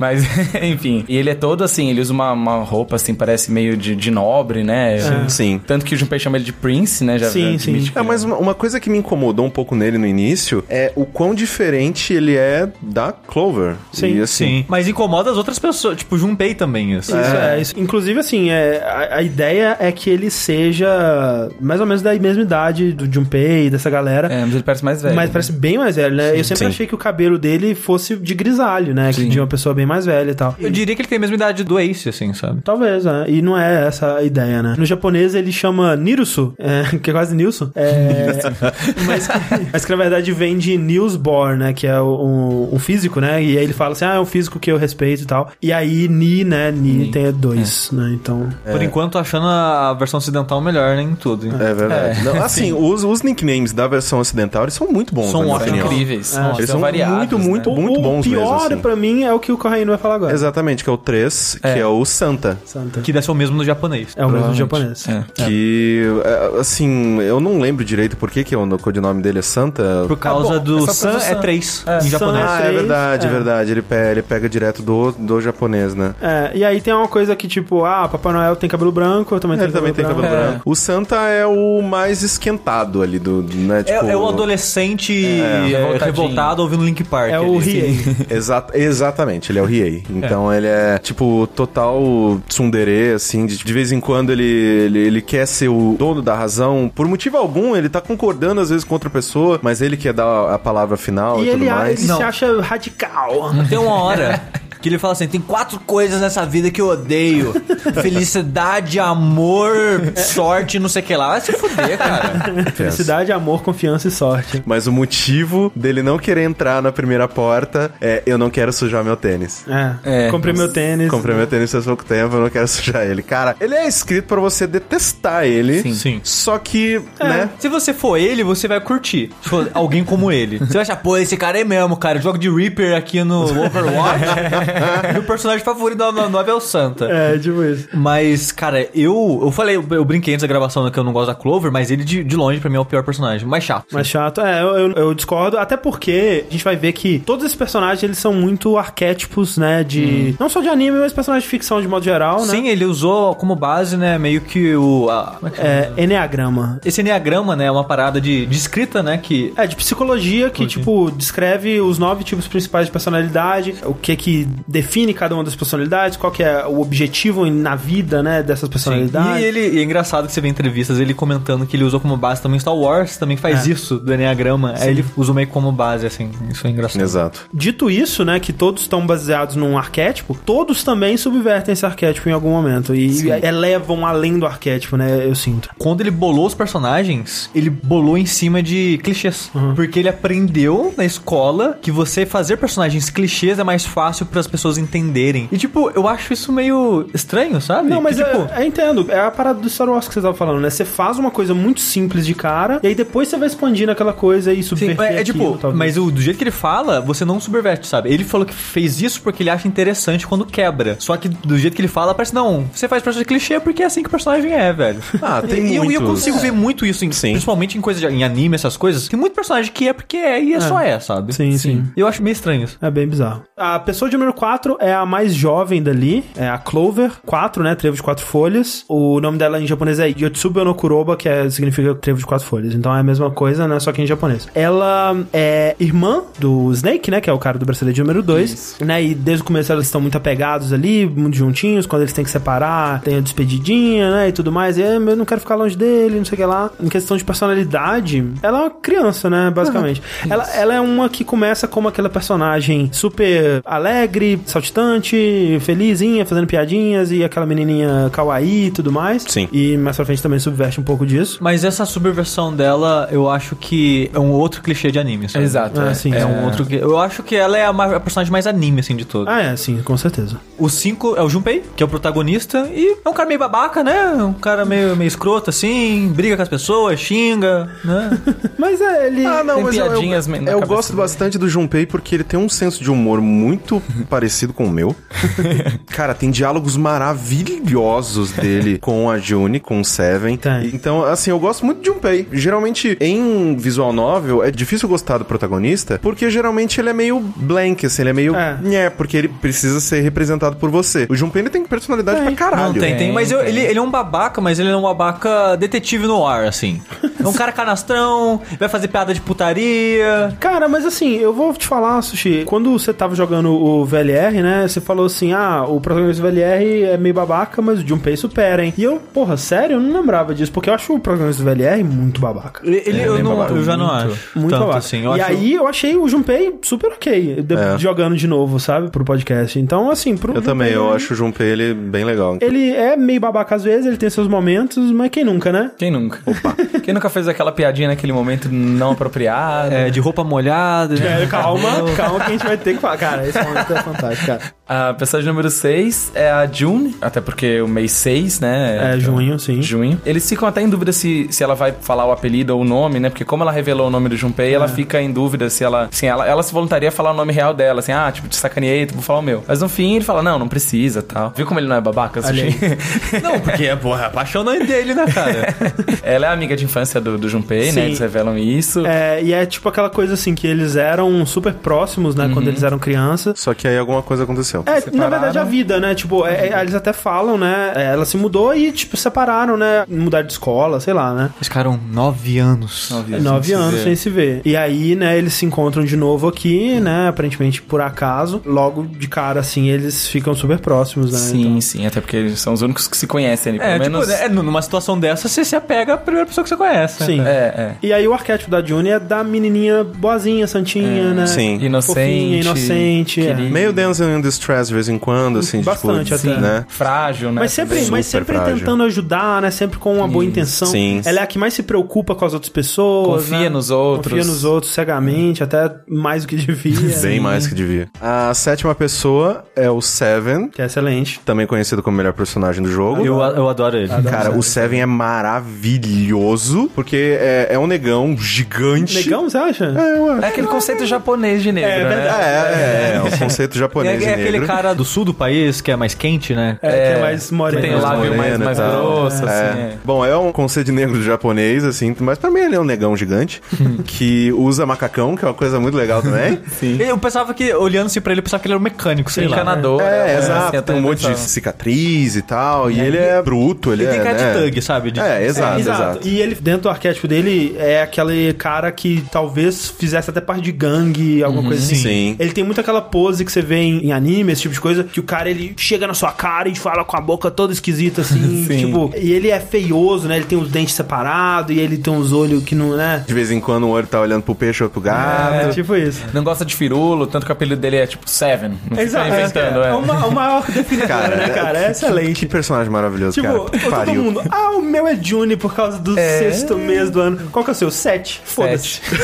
Mas, enfim. E ele é todo assim, ele usa uma, uma roupa assim, parece meio de, de nobre, né?
Sim.
Tanto que o Junpei chama ele de Prince, né? Já,
É. Sim,
já admite
sim.
que-
É, mas uma, uma coisa que me incomodou um pouco nele no início é o quão diferente ele é da Clover.
Sim,
E, assim.
Sim. Mas incomoda as outras pessoas. Tipo, Junpei também, isso.
Isso, é. isso. Inclusive, assim, é, a, a ideia é que ele seja mais ou menos da mesma idade do Junpei, dessa galera.
É, mas ele parece mais velho.
Mas parece bem mais velho, né? eu sempre
Sim.
achei que o cabelo dele fosse de grisalho, né? Que
Sim.
de uma pessoa bem mais velha e tal.
Eu diria que ele tem a mesma idade do Ace, assim, sabe?
Talvez, né? E não é essa a ideia, né? No japonês ele chama Nirusu, é, que é quase Nilson. É, mas, que, mas que na verdade vem de Nilsborn, né? Que é um, um físico, né? E aí ele fala assim: ah, é um físico que eu respeito e tal. E aí Ni, né? Ni,
É.
tem dois, né? Então.
Por enquanto, achando a versão ocidental melhor, né? Em tudo. hein?
É verdade. Não, assim, os, os nicknames da versão ocidental, eles são muito bons,
São
na minha
ótimos.
opinião.
É.
incríveis. Nossa,
Eles são
variados,
muito,
né?
muito, É muito
o
bons
pior
mesmo. assim.
pra mim é o que o Corraine vai falar agora.
Exatamente, que é o 3, que é o Santa.
Santa.
Que deve ser o mesmo no japonês.
É o mesmo japonês.
É.
Que, é, assim, eu não lembro direito por que, que o codinome dele é Santa.
Por causa do San é 3 em
San
japonês.
é
Ah, é
três,
verdade,
é.
é verdade. Ele pega, ele pega direto do, do japonês, né?
É, e aí tem uma coisa que, tipo, ah, Papai Noel tem cabelo branco, eu também
Ele
tenho
também tem cabelo
branco.
branco. O Santa é o mais esquentado ali do, do- né?
É,
Tipo,
é o adolescente eh,
revoltadinho.
revoltado ouvindo Link Park.
É o
ali,
Riei.
assim.
Exa- exatamente, ele é o Riei. Então ele é, tipo, total tsundere, assim, de, de vez em quando ele, ele, ele quer ser o dono da razão. Por motivo algum, ele tá concordando às vezes com outra pessoa, mas ele quer dar a palavra final e,
E ele,
tudo
a-
mais.
ele
Não.
se acha radical.
Tem uma hora que ele fala assim: tem quatro coisas nessa vida que eu odeio: felicidade, amor, sorte, não sei o que lá. Vai se fuder, cara.
Felicidade, amor, confiança e sorte.
Mas o motivo dele não querer entrar na primeira porta é eu não quero sujar meu tênis.
É.
É.
comprei meu tênis.
né?"
Comprei meu tênis faz pouco tempo, eu não quero sujar ele. Cara, ele é escrito pra você detestar ele.
Sim. É. Sim.
Só que, né?
Se você for ele, você vai curtir. Se for alguém como ele. Você vai achar, pô, esse cara é mesmo, cara. Jogo de Reaper aqui no Overwatch. Meu personagem favorito da nova é o Santa.
É, tipo isso.
Mas, cara, eu. Eu falei, eu, eu brinquei antes da gravação né, que eu não gosto da Clover, mas ele de, de longe pra mim é o pior personagem. Mais chato.
Mas chato. É, eu, eu- eu discordo. Até porque a gente vai ver que todos esses personagens, eles são muito arquétipos, né? De... Não só de anime, mas personagens de ficção de modo geral, né?
Sim, ele usou como base, né, meio que o. a- como é que chama?
É, Enneagrama.
Esse enneagrama, né, é uma parada de, de escrita, né, que.
É, de psicologia, que, tipo, descreve os nove tipos principais de personalidade, o que que define cada uma das personalidades, qual que é o objetivo na vida, né, dessas personalidades.
E ele, e é engraçado que você vê em entrevistas ele comentando que ele usou como base também Star Wars, também
É.
faz isso do Enneagrama. Aí ele usou meio como base, assim. Isso é engraçado.
Exato.
Dito isso, né, que todos estão baseados num arquétipo, todos também subvertem esse arquétipo em algum momento e elevam além do arquétipo, né, eu sinto.
Quando ele bolou os personagens, ele bolou em cima de
Uhum.
clichês. Porque ele aprendeu na escola que você fazer personagens clichês é mais fácil para as pessoas entenderem. E, tipo, eu acho isso meio estranho, sabe?
Ah, Não, mas
que, tipo,
eu, eu entendo. É a parada do Star Wars que você tava falando, né? Você faz uma coisa muito simples de cara, e aí depois você vai expandindo aquela coisa e
Sim,
subverter
é, é
aquilo,
tipo,
talvez.
mas o- do jeito que ele fala, você não subverte, sabe? Ele falou que fez isso porque ele acha interessante quando quebra. Só que do jeito que ele fala, parece, não, você faz personagem clichê porque é assim que o personagem é, velho.
Ah, tem
e, eu- e eu
muitos.
consigo ver muito isso, em-
Sim.
principalmente em coisa de- em anime, essas coisas. Tem muito personagem que é porque é e é só é, sabe?
Sim, sim.
Eu acho meio estranho isso.
É bem bizarro. A pessoa de número 4 é a mais jovem dali, é a Clover, 4, né? Trevo de quatro folhas. O nome dela em japonês é Yotsuba no Kuroba, que é- significa trevo de quatro folhas. Então é a mesma coisa, né? Só que em japonês. Ela é irmã do Snake, né? Que é o cara do bracelete número 2, né? E desde o começo elas estão muito apegados ali, muito juntinhos. Quando eles têm que separar, tem a despedidinha, né? E tudo mais. E, "Ah, eu não quero ficar longe dele, não sei o que lá. Em questão de personalidade, ela é uma criança, né? Basicamente. ela, ela é uma que começa como aquela personagem super alegre, saltitante, felizinha, fazendo piadinhas e aquela menininha kawaii e tudo mais.
Sim.
E mais pra frente também subverte um pouco disso.
Mas essa subversão dela, eu acho que é um outro clichê de anime, sabe?
Exato.
Ah, sim.
É, um outro. que- Eu acho que ela é a, ma- a personagem mais anime, assim, de todo.
Ah, é, sim, com certeza.
O 5 é o Junpei, que é o protagonista, e é um cara meio babaca, né? Um cara meio, meio escroto, assim, briga com as pessoas, xinga, né?
Mas é, ele.
Ah, não,
Tem
mas eu-
piadinhas
eu,
na
eu
cabeça
gosto
dele.
bastante do Junpei porque ele tem um senso de humor muito parecido com o meu. Cara, tem diálogos maravilhosos dele com a June, com o Seven.
Tem.
Então, assim, eu gosto muito de Junpei. Geralmente, em visual novel, é difícil gostar do protagonista porque geralmente ele é meio blank, assim, ele é meio...
É.
É, porque ele precisa ser representado por você. O Junpei, ele tem personalidade
Tem.
pra caralho.
Não, tem, tem.
Tem,
Mas eu-
tem.
ele, ele é um babaca, mas ele é um babaca detetive no ar, assim. É um cara canastrão, vai fazer piada de putaria.
Cara, mas assim, eu vou te falar, Sushi, quando você tava jogando o VLR, né, você falou assim, ah, o protagonista do VLR é meio babaca, mas o Junpei supera, hein? E eu, porra, sério, eu não lembrava disso, porque eu acho o protagonista do VLR muito babaca.
Ele, ele-
É,
eu,
bem
não,
babaca.
eu já não
Muito,
acho.
Muito
tanto,
babaca.
assim. Eu
e
acho-
aí eu achei o Junpei super ok, de-
É.
jogando de novo, sabe, pro podcast. Então, assim, pro
Eu também,
Junpei,
eu
ele-
acho o Junpei, ele bem legal.
Ele é meio babaca às vezes, ele tem seus momentos, mas quem nunca, né?
Quem nunca? Quem nunca fez aquela piadinha naquele momento não apropriado?
É, de roupa molhada. né?
É, calma, calma que a gente vai ter que falar. Cara, esse momento é fantástico, cara.
A personagem número 6 é a June, até porque o mês 6, né?
É, junho, sim.
Junho. Eles ficam até em dúvida se, se ela vai falar o apelido ou o nome, né? Porque como ela revelou o nome do Junpei, ela fica em dúvida se ela, assim, ela, ela se voluntaria a falar o nome real dela, assim, ah, tipo, te sacaneei, tu vou falar o meu. Mas no fim ele fala, não, não precisa, tal. Viu como ele não é babaca,
Olha
Sushi?
Não, porque é, porra, é apaixonante dele, né, cara?
ela é amiga de infância do, do Junpei,
Sim.
né? Eles revelam isso.
É, e é tipo aquela coisa assim, que eles eram super próximos, né, quando eles eram crianças.
Só que aí alguma coisa aconteceu.
É, na
Separaram.
verdade, a vida, né? Tipo, é, é, eles até falam, né? é, Ela se mudou e, tipo, separaram, né? Mudar de escola, sei lá, né?
Eles ficaram é um nove anos.
Nove anos.
Nove
se
anos
ver.
sem se ver. E aí, né, eles se encontram de novo aqui, né? Aparentemente por acaso. Logo de cara, assim, eles ficam super próximos, né?
Sim, sim, até porque eles são os únicos que se conhecem ali, pelo
É, tipo,
menos.
né, numa situação dessa, você se apega à primeira pessoa que você conhece. né?
Então, sim.
É, é.
E aí o arquétipo da Juni é da menininha boazinha, santinha, né?
Sim.
Inocente.
Fofinha, inocente, é.
querida.
Meio Denzel in Distress de vez em quando, assim,
Bastante
tipo,
até.
né?
Frágil, né?
Mas sempre,
também.
mas
Super
sempre
frágil.
tentando ajudar, né? Sempre com uma boa intenção.
Sim.
Ela é a que mais se preocupa com as outras pessoas.
Confia
né?
nos outros.
Confia nos outros cegamente, até mais do que devia.
Bem mais que devia. A sétima pessoa é o Seven,
Que é excelente.
também conhecido como o melhor personagem do jogo.
Ah, Eu, eu adoro ele.
Cara, o Seven é maravilhoso, porque é, é um negão gigante.
Negão, você acha?
É aquele conceito japonês de negro,
É
É,
né?
é, é, é um conceito
É,
japonês
é
negro.
aquele cara do sul do país que é mais quente, né?
É, que é mais moreno.
Tem um
Mais
lábio mais,
moreno e
mais
tal.
grosso, assim.
É.
é.
Bom, é um conceito de negro japonês, assim, mas pra mim ele é um negão gigante que usa macacão, que é uma coisa muito legal também. Sim.
Eu pensava que, olhando assim pra ele, eu pensava que ele era um mecânico, sei lá.
Encanador.
É,
né? Assim,
exato.
até
Tem um monte de
pensava.
cicatriz e tal. E ele é bruto, ele,
Ele tem
é.
cara
né?
de thug, assim. sabe? De- tipo,
É, exato,
Exato.
exato.
E ele, dentro do arquétipo dele, é aquele cara que talvez fizesse até parte de gangue, alguma coisa assim.
Sim.
Ele tem muito aquela pose que você vê em, em anime, esse tipo de coisa, que o cara ele chega na sua cara e fala com a boca toda esquisita, assim.
Sim.
Tipo, e ele é feioso, né? Ele tem os dentes separados e ele tem uns olhos que não, né?
De vez em quando um olho tá olhando pro peixe ou pro gato.
É, tipo isso.
Não gosta de firulo, tanto que o apelido dele é tipo Seven. Não fica inventando,
é.
é.
É uma, uma maior definição,
Cara,
né, cara? É excelente.
Que personagem maravilhoso,
Tipo,
cara. Puta que
todo
pariu.
mundo, ah, o meu é Juni por causa do sexto sexto mês do ano. Qual que é o seu? Sete. Foda-se.
Sete.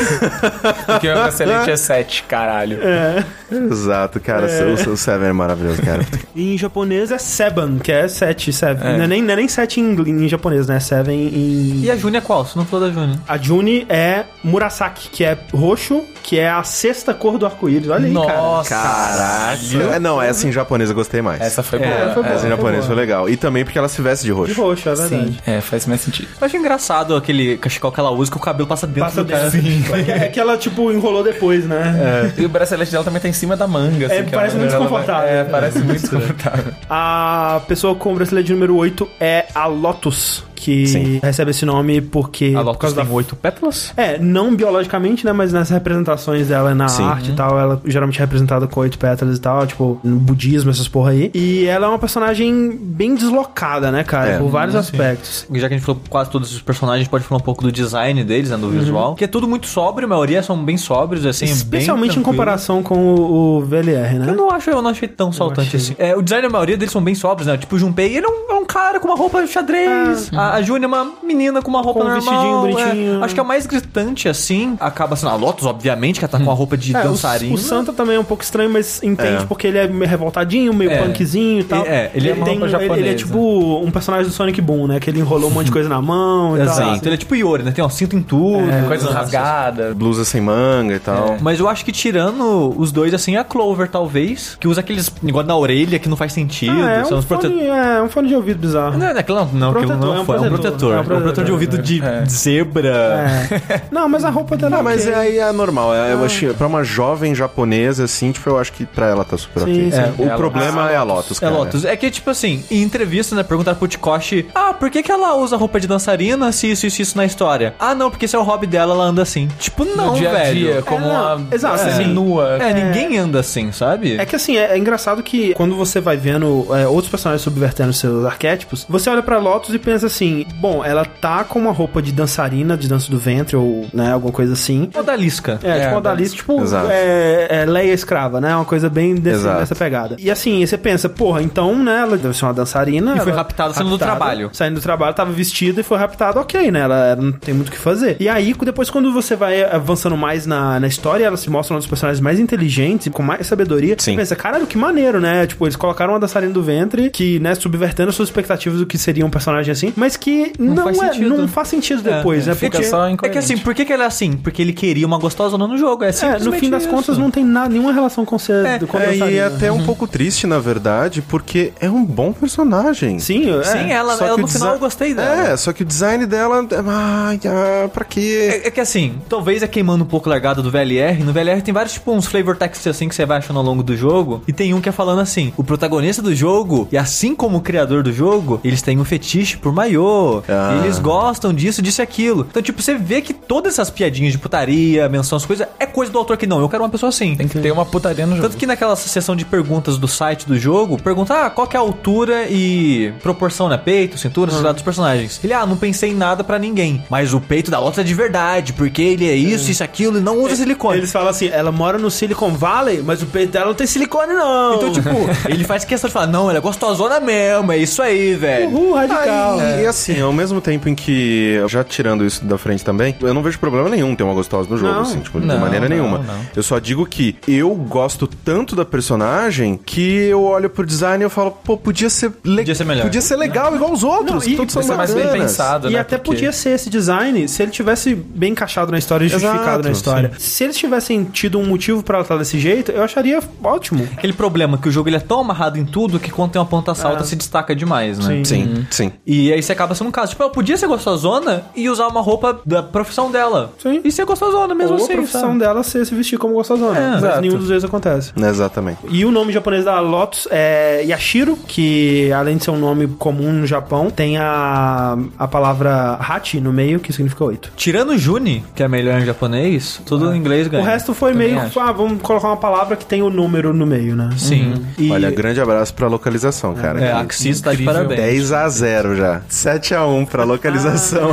Porque o bracelete é 7, caralho.
É.
Exato, cara. O, o Seven é maravilhoso, cara.
Em japonês é Seban, que é sete. Seven. Não, é nem, não é nem sete em, ingl- em japonês, né? Seven em...
E a Júnia é qual? Você não falou da Júnia.
A Juni é Murasaki, que é roxo, que é a sexta cor do arco-íris. Olha aí, cara.
Nossa.
Caralho. É, não, essa em japonês eu gostei mais.
Essa foi boa.
É, foi boa.
Essa em japonês foi legal. E também porque ela se veste de
De
roxo.
roxo, é verdade.
É, é, faz mais sentido.
Eu acho engraçado aquele cachecol que ela usa que o cabelo passa dentro
Passa
do cara.
dentro. É que ela, tipo, enrolou depois,
É.
né?
E o bracelete dela também tá em cima da manga.
assim.
É,
que
parece
ela-
muito
ela vai-
desconfortável.
É, parece muito desconfortável.
A pessoa com o bracelete de número 8 é a Lotus, que
Sim.
recebe esse nome porque...
A
por
Lotus
causa
tem
da-
oito pétalas?
É, não biologicamente, né? Mas nas representações dela na
Sim.
arte e tal, ela geralmente é representada com oito pétalas e tal, tipo, no budismo, essas porra aí. E ela é uma personagem bem deslocada, né, cara?
É.
Por vários aspectos.
Já que a gente falou quase todos os personagens, pode falar um pouco do design deles, né,
Uhum.
do visual. Que é tudo muito sóbrio, a maioria são bem sóbrios, assim, bem
Especialmente em
tranquilo.
comparação com o, o VLR, né?
Eu não acho, eu não achei tão saltante
achei.
assim. É, o design da maioria deles são bem sóbrios, né? Tipo, o Junpei, ele é um, é um cara com uma roupa xadrez. A, a June é uma menina com uma roupa
Ah, Com um
normal.
vestidinho bonitinho.
é. Acho que é o mais gritante, assim. Acaba sendo a Lotus, obviamente, que ela tá com a roupa de
É, o,
dançarina.
o Santa também é um pouco estranho, mas entende
É.
porque ele é meio revoltadinho, meio
É.
punkzinho e tal.
É, ele é uma
tem,
roupa
ele, ele é
japonesa.
tipo um personagem do Sonic Boom, né? Que ele enrolou um monte de coisa na mão e
Exato.
tal.
Ele é tipo Yori, né? Tem um cinto em tudo.
É,
Coisa rasgada.
Blusa sem manga e tal.
Mas eu acho que tirando os dois, assim, a Clover, talvez, que usa aqueles negócio na orelha que não faz sentido.
Ah, é,
são
um
os prote-
fone, é um fone de ouvido bizarro.
Não, não, aquilo não, não, aquilo não
Protetor,
é um,
é um
fone, é um protetor. É um protetor, de ouvido de
É.
zebra.
É. Não, mas a roupa dela
Ah, mas
ok.
é, aí é normal. É, eu achei, pra uma jovem japonesa, assim, tipo, eu acho que pra ela tá super
Sim,
ok.
sim.
O
É,
problema é a Lotus,
É
cara.
Lotus. É que, tipo assim, em entrevista, né, perguntaram pro Tikoshi, ah, por que que ela usa roupa de dançarina se isso, isso, isso na história? Ah, não, porque esse é o hobby dela, ela anda assim. Tipo, não,
no dia a
velho.
dia, como
É, não,
uma
exato,
é.
assim.
nua.
É, ninguém anda assim, sabe?
É que assim, é, é engraçado que quando você vai vendo é, outros personagens subvertendo seus arquétipos, você olha pra Lotus e pensa assim: bom, ela tá com uma roupa de dançarina, de dança do ventre, ou né, alguma coisa assim.
Odalisca.
É,
É,
tipo uma Dalí, tipo
Exato.
é, é, Leia escrava, né? Uma coisa bem desse,
Exato.
dessa pegada. E assim, aí você pensa, porra, então, né? Ela deve ser uma dançarina.
E foi
ela-
raptada saindo do trabalho.
Saindo do trabalho, tava vestida e foi raptada, ok, né? Ela, ela não tem muito o que fazer. E aí, depois, quando você vai avançando mais na, na história, ela se mostra um dos personagens mais inteligentes, com mais sabedoria.
Sim.
Você pensa, caralho, que maneiro, né? Tipo, eles colocaram uma dançarina do ventre que, né, subvertendo as suas expectativas do que seria um personagem assim, mas que não,
faz
é,
sentido.
não faz sentido
É,
depois, né?
Fica só
É que assim,
incoerente.
por que, que ela é assim? Porque ele queria uma gostosona no jogo. É,
É, no
simplesmente
fim das
isso.
contas não tem nada, nenhuma relação com ser
É,
com a
É, e é
dançarina.
até um pouco triste, na verdade, porque é um bom personagem.
Sim, é.
Sim, ela,
Só
ela
que
no
o
final
desi-
eu gostei dela.
É, só que o design dela. é, Ai, ah, pra quê?
É, é que assim, talvez é queimando um pouco a largada do VLR. No VLR tem vários, tipo, uns flavor texts assim que você vai achando ao longo do jogo. E tem um que é falando assim: o protagonista do jogo, e assim como o criador do jogo, eles têm um fetiche por maiô.
Ah.
Eles gostam disso, disso e aquilo. Então, tipo, você vê que todas essas piadinhas de putaria, menção, as coisas, é coisa do autor que não. Eu quero uma pessoa assim.
Tem que ter uma putaria no jogo.
Tanto que naquela sessão de perguntas do site do jogo, pergunta, ah, qual que é a altura e proporção, né? Peito, cintura,
Uhum.
sei lá, dos personagens. Ele, ah, não pensei em nada pra ninguém. Mas o peito da Lotus é de verdade, porque ele é isso, isso, aquilo, e não usa silicone.
Eles falam assim, ela mora no Silicon Valley, mas o peito dela não tem silicone, não.
Então, tipo, ele faz questão de falar, não, ela é gostosona mesmo, é isso aí, velho.
Uhul,
É.
radical.
Ai, E assim, ao mesmo tempo em que, já tirando isso da frente também, eu não vejo problema nenhum ter uma gostosa no jogo,
Não.
assim, tipo,
Não,
de maneira
não,
nenhuma.
não.
Eu só digo que eu gosto tanto da personagem que eu olho pro design e eu falo, pô, podia ser legal.
Podia ser melhor.
Podia ser legal, igual os outros.
Não, e
todos são
Isso é mais bem
bacanas.
pensado,
E
né?
até
porque-
podia ser esse design se ele tivesse bem encaixado na história e
Exato,
justificado na história. Se eles tivessem tido um motivo pra ela estar desse jeito, eu acharia ótimo.
Aquele problema que o jogo ele é tão amarrado em tudo que quando tem uma ponta salta se destaca demais, né?
É. Sim.
Sim, sim.
E aí você acaba sendo um caso. Tipo, ela podia ser gostosona e usar uma roupa da profissão dela.
Sim.
E ser gostosona mesmo
Ou
assim.
a profissão
sabe?
dela ser se vestir como gostosona. mas
exato.
nenhum dos dois acontece.
Exatamente.
E o nome japonês da Lotus é Yashiro, que além de ser um nome comum no Japão, tem a, a palavra Hachi no meio, que significa oito.
Tirando Juni, que é melhor em japonês, tudo em inglês
O
ganha.
resto foi
Também
meio,
acho.
ah, vamos colocar uma palavra que tem o número no meio, né?
Sim. E
Olha, grande abraço pra localização, cara.
é, a Axis tá de
Incrível.
parabéns.
10 a 0 já. 7x1 pra localização.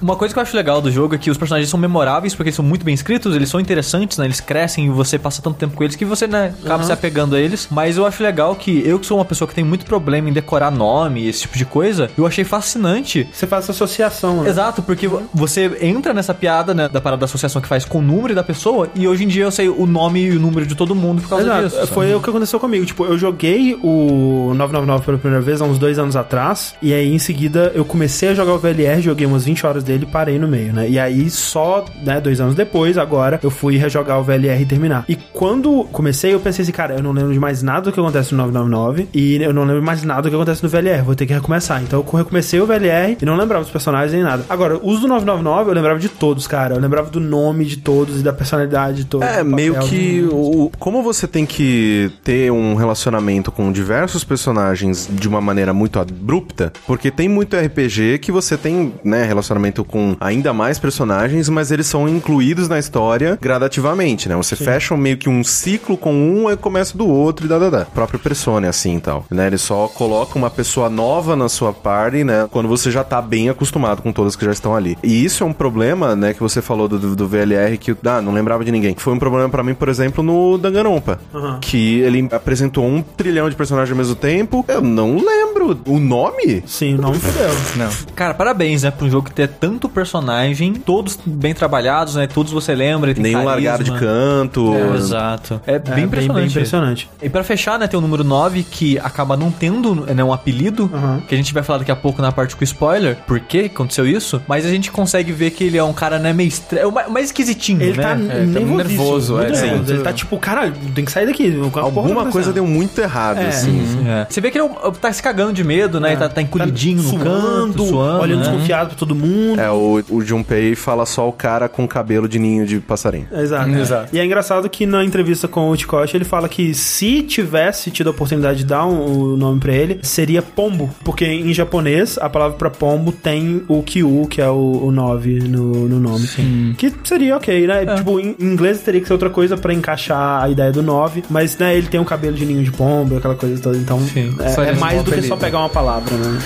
Uma coisa que eu acho legal do jogo é que os personagens são memoráveis porque eles são muito bem escritos, eles são interessantes, né? Eles crescem e você passa tanto tempo com eles que você, né, acaba se apegando a eles. Mas eu acho legal que eu, que sou uma pessoa que tem muito problema em decorar nome e esse tipo de coisa, eu achei fascinante
Você faz essa associação, né?
Exato, porque vo- você entra nessa piada, né, da parada da associação que faz com o número da pessoa, e hoje em dia eu sei o nome e o número de todo mundo por causa
Exato.
disso. sabe?
Foi o que aconteceu comigo. Tipo, eu joguei o 999 pela primeira vez há uns dois anos atrás. E aí, em seguida, eu comecei a jogar o VLR, joguei umas 20 horas dele e parei no meio, né? E aí, só, né, dois anos depois, agora, eu fui rejogar o VLR e terminar. E quando comecei, eu pensei assim, cara, eu não lembro de mais nada do que acontece no 999. E eu não lembro mais nada do que acontece no VLR. Vou ter que recomeçar. Então, eu recomecei o VLR e não lembrava dos personagens nem nada. Agora, os do 999, eu lembrava de todos, cara. Eu lembrava do nome de todos e da personalidade de todos.
É,
do
meio
papel, né?
que.
do-
O, como você tem que ter um relacionamento com diversos personagens de uma maneira muito abrupta, porque tem muito RPG que você tem, né, relacionamento com ainda mais personagens, mas eles são incluídos na história gradativamente, né? Você fecha meio que um ciclo com um e começa do outro e dá, dá, dá. O próprio Persona é assim e tal, né? Ele só coloca uma pessoa nova na sua party, né? Quando você já tá bem acostumado com todas que já estão ali. E isso é um problema, né, que você falou do, do- do VLR que, ah, não lembrava de ninguém. Foi um problema pra mim, por exemplo, no Danganronpa, que ele apresentou um trilhão de personagens ao mesmo tempo. Eu não lembro o nome.
Sim, o nome fudeu.
Não.
Cara, parabéns, né, pra um jogo que tem tanto personagem, todos bem trabalhados, né, todos você lembra, e tem
Nenhum
carisma.
largado de canto.
É, exato. É,
É,
bem impressionante.
Bem, impressionante.
E pra fechar, né, tem o número 9 que acaba não tendo né, um apelido,
Aham.
que a gente vai falar daqui a pouco na parte com spoiler, por que aconteceu isso, mas a gente consegue ver que ele é um cara, né, meio estranho, mais, mais esquisitinho,
Ele
né?
tá
É, tá
nervosíssimo,
nervoso,
muito
é, sim.
nervoso. Ele tá tipo, caralho, tem que sair daqui.
Alguma coisa deu muito errado,
É.
assim.
É. Você vê que ele é um- tá se cagando de medo, né? Ele Tá, tá encolhidinho no canto, suando.
olhando
né?
desconfiado pra todo mundo.
É, o, o Junpei fala só o cara com cabelo de ninho de passarinho.
Exato.
Uhum. Exato.
E é engraçado que na entrevista com o Ticoche, ele fala que se tivesse tido a oportunidade de dar um, um nome pra ele, seria pombo. Porque em japonês, a palavra pra pombo tem o Kyu, que é o, o 9 no, no nome. Que seria ok, né?
É.
Tipo, em em inglês teria que ser outra coisa pra encaixar a ideia do 9, mas né, ele tem um cabelo de ninho de pombo, aquela coisa toda. Então,
Sim,
é-
só
é
eles
mais
vão
do que só
apelido.
pegar uma palavra, né?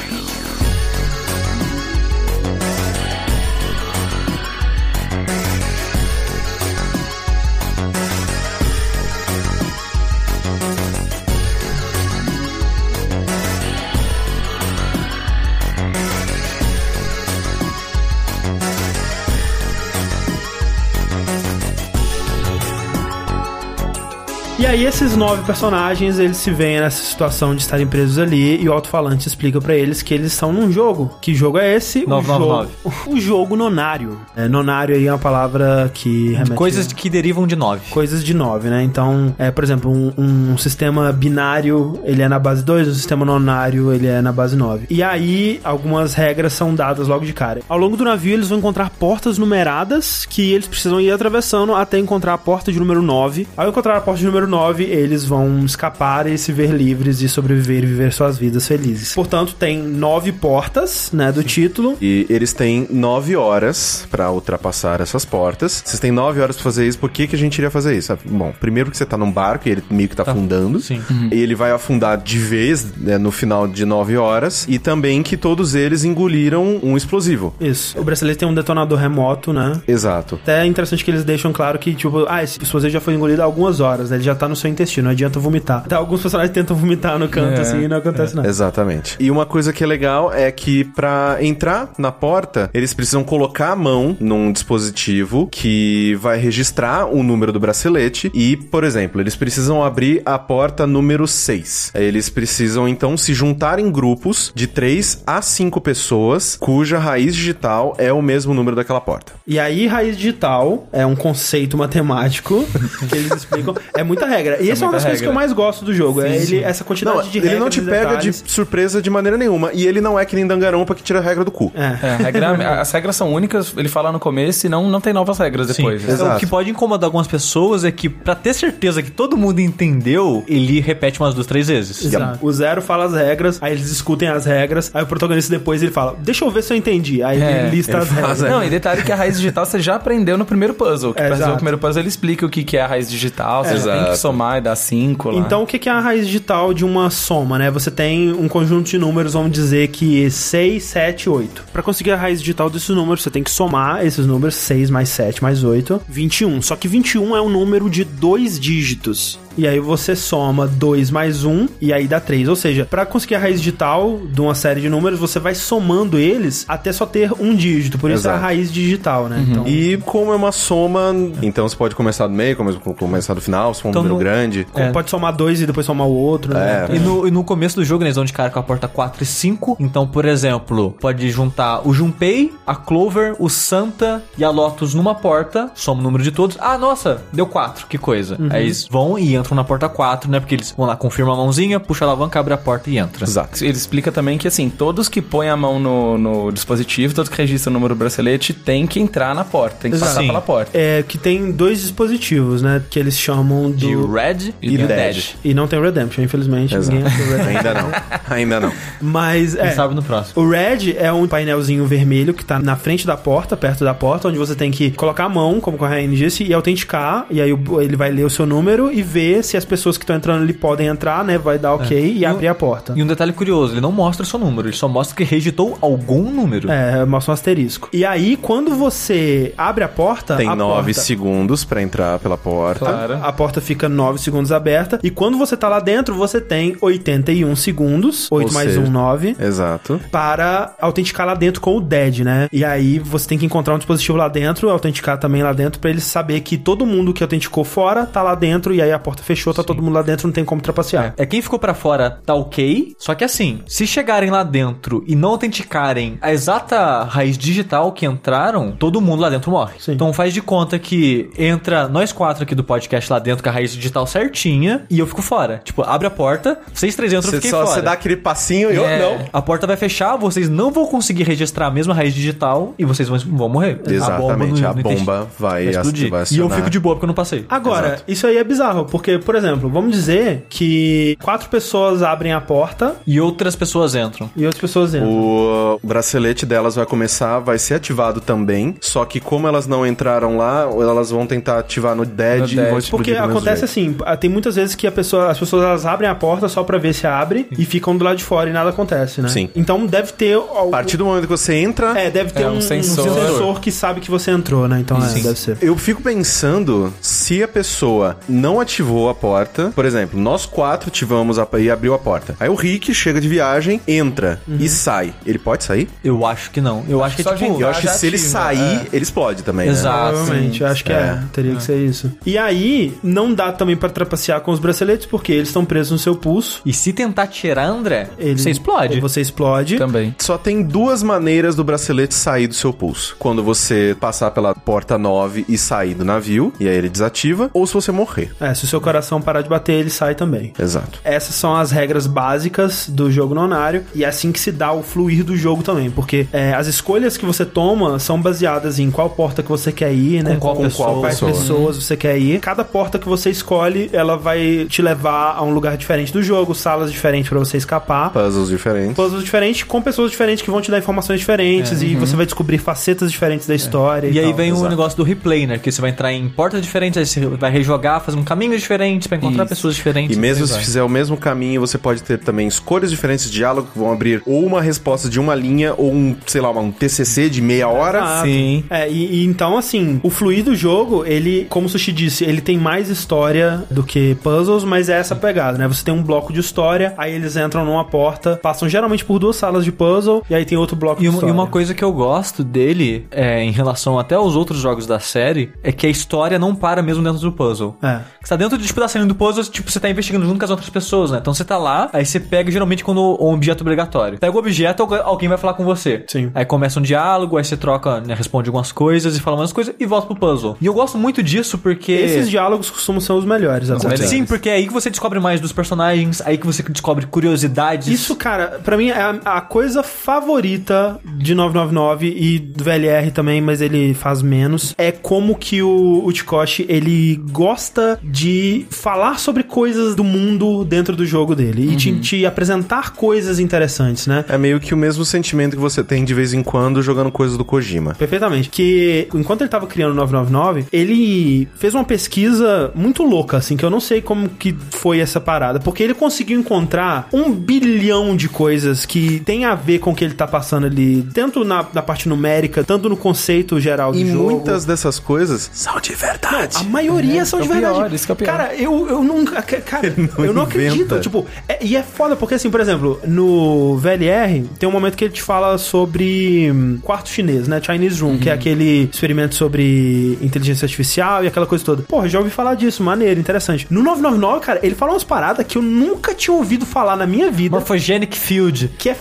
E aí esses nove personagens, eles se veem nessa situação de estarem presos ali e o alto-falante explica pra eles que eles são num jogo. Que jogo é esse? O
999.
jogo- O jogo nonário. É, nonário aí é uma palavra que remete
Coisas que derivam de 9.
coisas de 9, né? Então, é, por exemplo, um, um sistema binário, ele é na base 2, um sistema nonário, ele é na base 9. E aí, algumas regras são dadas logo de cara. Ao longo do navio, eles vão encontrar portas numeradas que eles precisam ir atravessando até encontrar a porta de número 9. Ao encontrar a porta de número 9, eles vão escapar e se ver livres e sobreviver e viver suas vidas felizes. Portanto, tem nove portas, né, do título.
E eles têm nove horas pra ultrapassar essas portas. Vocês têm nove horas pra fazer isso. Por que, que a gente iria fazer isso? Ah, Bom, primeiro que você tá num barco e ele meio que tá, afundando.
sim.
E ele vai afundar de vez né, no final de nove horas. E também que todos eles engoliram um explosivo.
Isso. O bracelete tem um detonador remoto, né?
Exato.
Até é interessante que eles deixam claro que, tipo, ah, esse explosivo já foi engolido há algumas horas, né? Ele já tá no seu intestino, não adianta vomitar. Até alguns personagens tentam vomitar no canto,
É,
assim, e não acontece nada.
Exatamente. E uma coisa que é legal é que pra entrar na porta, eles precisam colocar a mão num dispositivo que vai registrar o número do bracelete e, por exemplo, eles precisam abrir a porta número 6. Eles precisam então se juntar em grupos de 3 a 5 pessoas cuja raiz digital é o mesmo número daquela porta.
E aí, raiz digital é um conceito matemático que eles explicam. É muita regra. E essa é uma
muita
das coisas que
regra.
eu mais gosto do jogo. é ele, essa quantidade
Não,
de regras.
ele não te
e
pega
detalhes.
de surpresa de maneira nenhuma e ele não é que nem Dangarompa que tira a regra do cu.
É.
É, a regra- as regras são únicas, ele fala no começo e não, não tem novas regras depois.
Então,
Exato.
O que pode incomodar algumas pessoas é que, pra ter certeza que todo mundo entendeu, ele repete umas duas, três vezes.
Exato. O Zero fala as regras, aí eles discutem as regras, aí o protagonista depois ele fala, deixa eu ver se eu entendi. Aí
É,
ele lista as regras.
Não, e detalhe que a raiz digital você já aprendeu no primeiro puzzle. Que
É,
pra resolver
exato.
o primeiro puzzle ele explica o que que é a raiz digital, você já tem
Exato.
que de somar e dar 5 lá.
Então, o que que é a raiz digital de uma soma, né? Você tem um conjunto de números, vamos dizer que 6, 7, 8. Para conseguir a raiz digital desses números, você tem que somar esses números, 6 mais 7 mais 8, 21. Só que 21 é um número de dois dígitos. E aí você soma 2 mais 1 e aí dá 3. Ou seja, para conseguir a raiz digital de uma série de números, você vai somando eles até só ter um dígito. Por isso é a
Exato.
raiz digital, né? Então,
E como é uma soma, então você pode começar do meio, come- começar do final, se for um
Então,
número
no-
grande.
com- pode somar dois e depois somar o outro, né?
É,
E no, e no começo do jogo eles vão de cara com a porta 4 e 5. Então, por exemplo, pode juntar o Junpei, a Clover, o Santa e a Lotus numa porta. Soma o número de todos. Ah, nossa, deu 4, que coisa.
Uhum.
Aí eles vão e entram na porta 4, né? Porque eles vão lá, confirma a mãozinha, puxa a alavanca, abre a porta e entra.
Exato.
Ele explica também que, assim, todos que põem a mão no, no dispositivo, todos que registram o número do bracelete, tem que entrar na porta, tem que
Exato.
passar
Sim.
pela porta.
É, que tem dois dispositivos, né? Que eles chamam do...
De Red e,
E
Dead.
Dead.
E não tem Redemption, infelizmente.
Exato.
Ninguém achou o Redemption.
Ainda não. Ainda não.
Mas,
Quem
é...
sabe no próximo.
O Red é um painelzinho vermelho que tá na frente da porta, perto da porta, onde você tem que colocar a mão, como a Ryan disse, e autenticar. E aí o- ele vai ler o seu número e ver se as pessoas que estão entrando ali podem entrar, né? Vai dar ok e, abrir a porta.
É. E um detalhe curioso, ele não mostra o seu número, ele só mostra que regitou algum número.
É, mostra um asterisco. E aí, quando você abre a porta.
Tem
a
nove
porta-
segundos pra entrar pela porta.
Claro.
A porta fica 9 segundos aberta. E quando você tá lá dentro, você tem 81 segundos. 8
Ou
mais
seja,
1, 9.
Exato.
para autenticar lá dentro com o Dead, né? E aí você tem que encontrar um dispositivo lá dentro, autenticar também lá dentro, pra ele saber que todo mundo que autenticou fora tá lá dentro, e aí a porta fechou, tá todo mundo lá dentro, não tem como trapacear.
É quem ficou pra fora tá ok, só que assim, se chegarem lá dentro e não autenticarem a exata raiz digital que entraram, todo mundo lá dentro morre.
Sim.
Então faz de conta que entra nós quatro aqui do podcast lá dentro com a raiz digital certinha e eu fico fora. Tipo, abre a porta, vocês três entram, eu
Você
fiquei
só
fora.
você dá aquele passinho e eu
É.
não.
A porta vai fechar, vocês não vão conseguir registrar a mesma raiz digital e vocês vão, vão morrer.
Exatamente, a bomba vai
vai explodir.
vai
e eu
acionar.
fico de boa porque eu não passei.
Agora,
Exato.
isso aí é bizarro, porque, por exemplo, vamos dizer que quatro pessoas abrem a porta
E outras pessoas entram.
e outras pessoas entram.
O bracelete delas vai começar, vai ser ativado também. Só que como elas não entraram lá, elas vão tentar ativar no dead
No
e vão
dead.
explodir
Porque
do mesmo
acontece
jeito.
assim, ah, tem muitas vezes que a pessoa, as pessoas elas abrem a porta só pra ver se abre e ficam do lado de fora e nada acontece, né?
Sim.
Então deve ter
A
algum...
partir do momento que você entra,
É, deve ter
É,
um,
um
um sensor.
sensor.
que sabe que você entrou, né? Então, é, deve ser.
Eu fico pensando se a pessoa não ativou a porta. Por exemplo, nós quatro ativamos a, e abriu a porta. Aí o Rick chega de viagem, entra e sai. Ele pode sair?
Eu acho que não. Eu acho que é
Só
tipo.
gente-
Eu
Ah,
acho que
já
se ele
ativa,
sair, ele explode também. né?
Exato.
É, Provavelmente, eu acho que é.
É.
Teria que ser isso. E aí, não dá também pra trapacear com os braceletes, porque eles estão presos no seu pulso.
E se tentar tirar, André,
Ele-
você explode.
Você explode.
Também.
Só tem duas maneiras do bracelete sair do seu pulso. Quando você passar pela porta 9 e sair do navio, e aí ele desativa, ou se você morrer.
É, se o seu coração parar de bater, ele sai também.
Exato.
Essas são as regras básicas do jogo nonário e é assim que se dá o fluir do jogo também, porque é, as escolhas que você toma são baseadas em qual porta que você quer ir, né?
Com qual pessoa.
quais
Uhum.
pessoas você quer ir. Cada porta que você escolhe, ela vai te levar a um lugar diferente do jogo, salas diferentes pra você escapar.
Puzzles diferentes.
Puzzles diferentes com pessoas diferentes que vão te dar informações diferentes e você vai descobrir facetas diferentes da história.
É. E aí
tal.
vem um o
exato.
negócio do replay, né? Que você vai entrar em portas diferentes, aí você vai rejogar, fazer um caminho diferente pra encontrar
Isso.
pessoas
E
diferentes.
mesmo
assim
se
vai.
fizer o mesmo caminho, você pode ter também escolhas diferentes de diálogo que vão abrir ou uma resposta de uma linha ou um, sei lá, um TCC de meia hora.
Exato.
Sim.
É, e, e então, assim, o fluir do jogo, ele, como o Sushi disse, ele tem mais história do que puzzles, mas é essa pegada, né? Você tem um bloco de história, aí eles entram numa porta, passam geralmente por duas salas de puzzle, e aí tem outro bloco
E
de
uma, e
história.
uma coisa que eu gosto dele, é, em relação até aos outros jogos da série, é que a história não para mesmo dentro do puzzle.
É.
Você tá dentro de, tipo, da cena do puzzle, tipo, você tá investigando junto com as outras pessoas, né? Então você tá lá, aí você pega geralmente quando um objeto obrigatório. Pega o objeto, algu- alguém vai falar com você.
Sim.
Aí começa um diálogo, aí você troca, né, responde algumas coisas e fala umas coisas e volta pro puzzle. E eu gosto muito disso porque.
Esses diálogos costumam ser os melhores, até.
melhores.
Sim, porque é aí que você descobre mais dos personagens, aí que você descobre curiosidades.
Isso, cara, pra mim é a, a coisa favorita de 999 e do VLR também, mas ele faz menos. É como que o, o Tikoshi, ele ele gosta de falar sobre coisas do mundo dentro do jogo dele e te, te apresentar coisas interessantes, né?
É meio que o mesmo sentimento que você tem de vez em quando jogando coisas do Kojima.
Perfeitamente. Que enquanto ele tava criando o 999, ele fez uma pesquisa muito louca, assim, que eu não sei como que foi essa parada. Porque ele conseguiu encontrar um bilhão de coisas que tem a ver com o que ele tá passando ali, tanto na, na parte numérica, tanto no conceito geral do
E
jogo.
muitas dessas coisas são de verdade.
A maioria são de
isso que é o
verdade.
pior, isso que é o pior.
Cara, eu, eu nunca. ca- Cara,
não
eu não
inventa.
acredito. Tipo, é- e é foda, porque assim, por exemplo, no VLR tem um momento que ele te fala sobre hum, quarto chinês, né? Chinese Room,
Uhum.
que é aquele experimento sobre inteligência artificial e aquela coisa toda. Porra, já ouvi falar disso, maneiro, interessante. No 999, cara, ele fala umas paradas que eu nunca tinha ouvido falar na minha vida,
Morphogenic Field.
que é,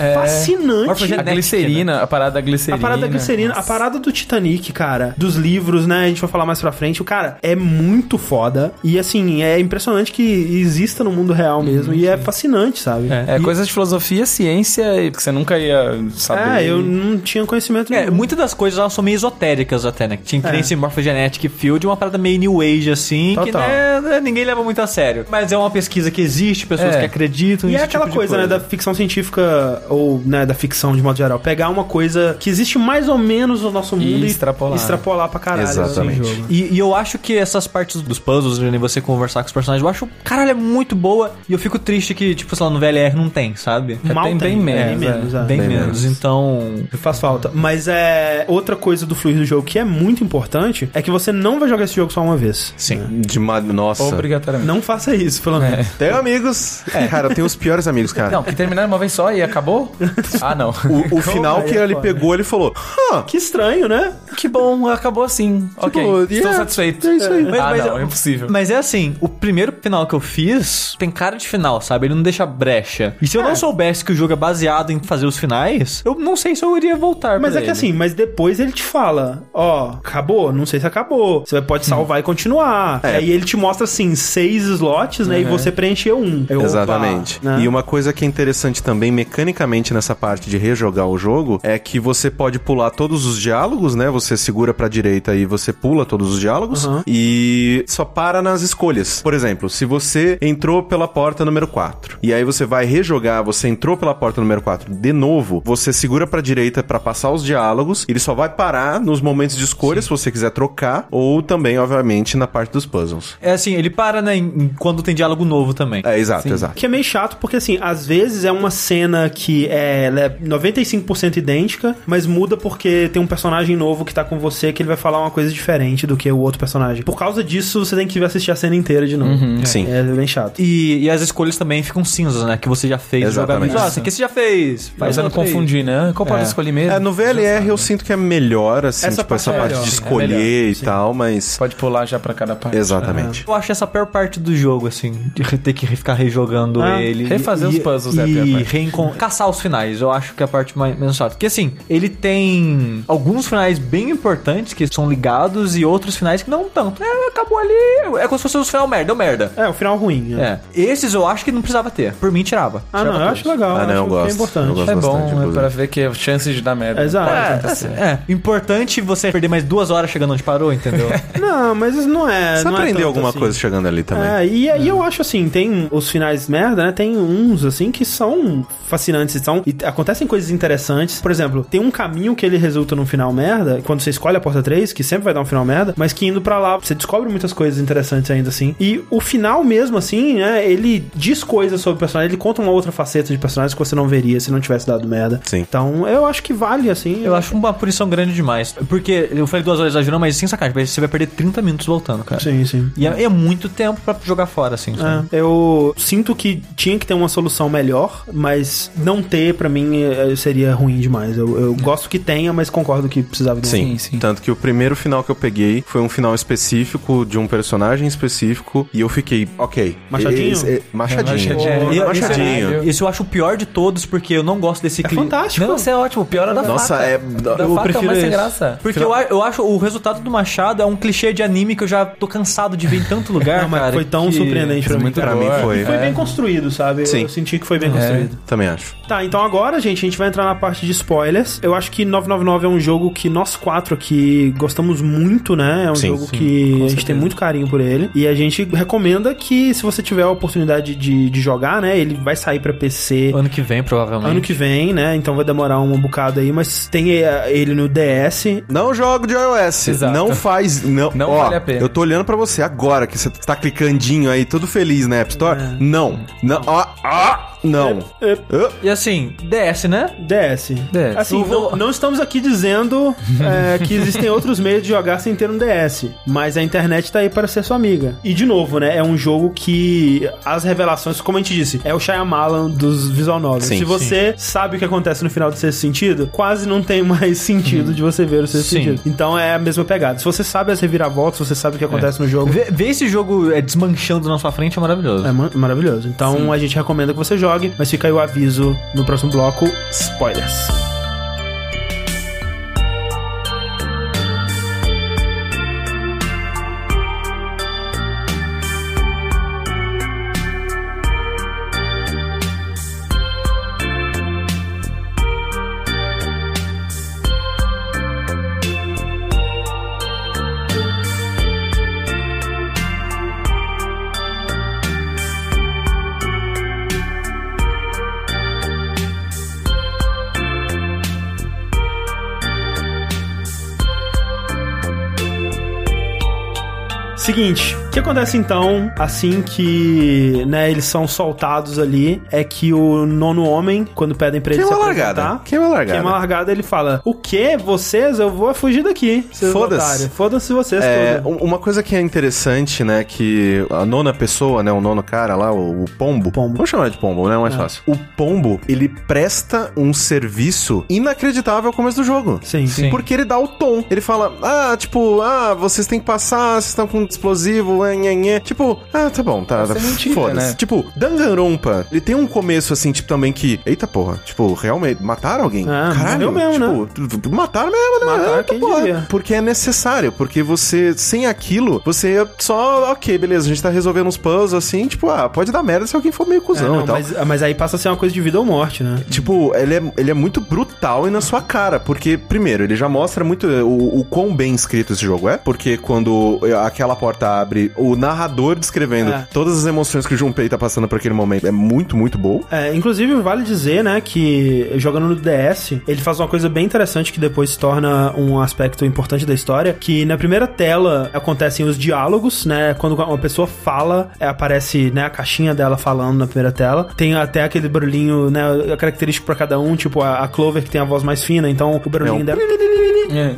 fascinante.
Morphogenic
A
né?
glicerina, a parada da glicerina.
A parada da glicerina, a parada do Titanic, cara, dos livros, né? A gente vai falar mais pra frente. O cara é muito foda. E assim, é impressionante que exista no mundo real mesmo. e é fascinante, sabe?
Uhum, É,
E-
coisas de filosofia, ciência, e que você nunca ia saber.
É, eu não tinha conhecimento
É,
nenhum.
muitas das coisas elas são meio esotéricas até, né? Que Tinha que
É.
nem esse Morphogenetic Field, uma parada meio New Age, assim, que
Total.
né, ninguém leva muito a sério. Mas é uma pesquisa que existe, pessoas
É.
que acreditam
E é
nesse
aquela
tipo de
coisa, né, da ficção científica, ou, né, da ficção de modo geral, pegar uma coisa que existe mais ou menos no nosso mundo e
extrapolar.
extrapolar pra caralho. assim,
Exatamente.
o jogo.
E, e eu acho que essas partes dos puzzles, né, você conversar com os personagens, eu acho, caralho, é muito boa. E eu fico triste que, tipo, sei lá, no VLR não tem, sabe?
É,
Mal
tem bem
tem,
menos,
bem
é.
menos, é.
Bem,
bem
menos.
menos.
Então.
Faz falta. Mas é. Outra coisa do fluir do jogo que é muito importante é que você não vai jogar esse jogo só uma vez.
Sim.
De ma... Nossa.
Obrigatoriamente.
Não faça isso, pelo menos.
É.
Tenho amigos. É, Cara, eu tenho os piores amigos, cara.
Não, que terminaram uma vez só e acabou? Ah, não.
O, o final que ele pegou, ele falou: Hã,
Que estranho, né?
Que bom, acabou assim. ok, estou
yeah,
satisfeito.
é isso aí.
Ah,
Mas- mas
não,
eu-
é impossível.
Mas é assim, o primeiro final que eu fiz tem cara de final, sabe? Ele não deixa brecha. E se eu não soubesse que o jogo é baseado em fazer os finais, eu não sei se eu iria voltar.
Mas
pra
é que
ele.
assim, mas depois ele te fala, ó, acabou, não sei se acabou. Você pode salvar e continuar.
É.
Aí ele te mostra, assim, seis slots,
Uhum.
né? E você preencheu um. Eu, opa,
É, Exatamente.
né?
E uma coisa que é interessante também, mecanicamente, nessa parte de rejogar o jogo, é que você pode pular todos os diálogos, né? Você segura pra direita e você pula todos os diálogos. E só para nas escolhas. Por exemplo, se você entrou pela porta número 4, e aí você vai rejogar, você entrou pela porta número 4 de novo, você segura pra direita pra passar os diálogos, ele só vai parar nos momentos de escolha, se você quiser trocar, ou também, obviamente, na parte dos puzzles.
É assim, ele para, né, em- em- quando tem diálogo novo também.
É, exato, exato.
Que é meio chato, porque assim, às vezes é uma cena que é, ela é 95% idêntica, mas muda porque tem um personagem novo que tá com você que ele vai falar uma coisa diferente do que o outro personagem. Por causa disso, você tem que assistir a cena inteira de novo.
Uhum.
Sim.
É bem chato.
E, e as escolhas também ficam cinzas, né? Que você já fez
Exatamente.
jogando. Ah, isso aqui você já fez.
Pra você
é
não
outra aí.
confundir, né? Qual parte eu escolhi mesmo?
É, no VLR eu sinto que é melhor, assim,
Essa
tipo, essa
parte é
parte
melhor,
de
sim, é
escolher
melhor,
e tal, mas.
Pode pular já pra cada parte.
Exatamente.
Eu acho essa a pior parte do jogo, assim, de re- ter que re- ficar rejogando
Ah,
ele.
refazer
e,
os puzzles
e
é a pior parte.
reencon- Caçar os finais, eu acho que é a parte mais, menos chata. Porque, assim, ele tem alguns finais bem importantes que são ligados e outros finais que não tanto. É, acabou ali, é como se fosse os final merda, deu merda.
É, o final ruim. né?
É. Esses eu acho que não precisava ter. Por mim, tirava.
Ah,
Tirava
não, eu
todos.
acho legal.
Ah, não,
acho
eu
que
gosto.
É importante.
Eu gosto.
É bom,
bastante,
é
inclusive.
pra ver que chances de dar merda.
Exato.
Pode
É,
acontecer.
é, importante você perder mais duas horas chegando onde parou, entendeu?
Não, mas isso não é.
Você
não é
aprendeu
tanto
alguma
assim.
coisa chegando ali também.
É, e aí eu acho assim, tem os finais merda, né? Tem uns assim que são fascinantes, são e acontecem coisas interessantes. Por exemplo, tem um caminho que ele resulta num final merda, quando você escolhe a porta 3, que sempre vai dar um final merda, mas que indo pra lá você descobre muitas coisas interessantes ainda assim. E o final mesmo assim, né, ele diz coisas sobre o personagem, ele conta uma outra faceta de personagens que você não veria se não tivesse dado merda.
Sim.
Então, eu acho que vale assim.
Eu acho uma punição grande demais. Porque eu falei duas horas exagerando, mas sem sacanagem, você vai perder 30 minutos voltando, cara.
Sim, sim.
E é, é muito tempo pra jogar fora, assim. sabe?
É, eu sinto que tinha que ter uma solução melhor, mas não ter, pra mim, eh, seria ruim demais. Eu, eu gosto que tenha, mas concordo que precisava de um.
Sim.
Sim, sim.
Tanto que o primeiro final que eu peguei foi um final específico de um personagem específico e eu fiquei, ok.
Machadinho?
Esse- é- machadinho.
Machadinho.
É,
Eu- esse-
machadinho.
Esse, eu acho o pior de todos, porque eu não gosto desse clima.
fantástico.
Não, isso é ótimo. O pior é da
Nossa,
faca.
é.
Da
Eu
faca
prefiro
é o mais sem
esse.
graça.
Porque eu, a- eu acho o resultado do Machado é um clichê de anime que eu já tô cansado de ver em tanto lugar,
Não, mas
cara,
foi tão
que-
surpreendente pra mim.
é muito
Pra
boa.
mim foi.
E foi bem construído, sabe? Eu-
Sim.
Eu senti que foi bem construído.
Também acho.
Tá, então agora, gente, a gente vai entrar na parte de spoilers. Eu acho que 999 é um jogo que nós quatro aqui gostamos muito, né? É um
Sim,
jogo
sim.
que que a gente
certeza.
tem muito carinho por ele. E a gente recomenda que, se você tiver a oportunidade de, de jogar, né? Ele vai sair pra PC
Ano que vem, provavelmente.
ano que vem, né? Então vai demorar um bocado aí, mas tem eh, ele no DS.
Não jogo de iOS.
Exato.
Não faz. Não,
Não
Ó,
vale a pena.
Eu tô olhando pra você agora, que você tá clicandinho aí, todo feliz na App Store.
É.
Não. Não. Ó, ó, não. Hã?
E assim, DS, né?
DS.
DS.
Assim, não, não estamos aqui dizendo eh, que existem outros meios de jogar sem ter um DS, mas a internet tá aí para ser sua amiga. E de novo, né, é um jogo que as revelações, como a gente disse, é o Shyamalan dos visual novels.
Sim,
Se você sabe o que acontece no final do sexto sentido, quase não tem mais sentido de você ver o sexto
Sim.
sentido. Então é a mesma pegada. Se você sabe as reviravoltas, se você sabe o que acontece no jogo,
Ver, ver esse jogo é, desmanchando na sua frente é maravilhoso.
É ma- maravilhoso. Então a gente recomenda que você jogue, mas fica aí o aviso no próximo bloco: spoilers. Seguinte, o que acontece então, assim que né, eles são soltados ali, é que o nono homem, quando pedem pra ele
Queima a
se
largada.
apresentar,
Queima a largada.
queima a largada, ele fala: O que? Vocês? Eu vou fugir daqui. seus
Foda-se.
otários. Foda-se vocês
É,
todos.
um- uma coisa que é interessante, né, que a nona pessoa, né, o nono cara lá, o, o pombo,
Pombo. É.
Vamos chamar de pombo, né, mais fácil. O pombo, ele presta um serviço inacreditável ao começo do jogo.
Sim, sim.
Sim.
Porque ele dá o tom. Ele fala, ah, tipo, ah, vocês têm que passar, vocês estão com um explosivo, é, é, é. Tipo, ah, tá bom, tá.
Essa
tá
é mentira,
Foda-se.
né?
Tipo, Danganronpa, ele tem um começo, assim, tipo, também que, eita porra, tipo, realmente, mataram alguém?
Ah,
Caralho,
morreu mesmo,
tipo, tu- tu- mataram mesmo, né?
Mataram
Eita
quem
porra.
devia.
Porque é necessário, porque você, sem aquilo, você é só, ok, beleza, a gente tá resolvendo uns puzzles, assim, tipo, ah, pode dar merda se alguém for meio
É,
cuzão
não,
e tal.
mas, mas aí passa a ser uma coisa de vida ou morte, né?
Tipo, ele é, ele é muito brutal e na sua cara, porque, primeiro, ele já mostra muito eh, o, o quão bem escrito esse jogo é, porque quando aquela porta abre, o narrador descrevendo
É.
todas as emoções que o Junpei tá passando por aquele momento é muito, muito bom.
É, inclusive, vale dizer, né, que jogando no DS, ele faz uma coisa bem interessante que depois se torna um aspecto importante da história, que na primeira tela acontecem os diálogos, né, quando uma pessoa fala, é, aparece, né, a caixinha dela falando na primeira tela, tem até aquele barulhinho, né, característico pra cada um, tipo a, a Clover que tem a voz mais fina, então o barulhinho
É um
dela...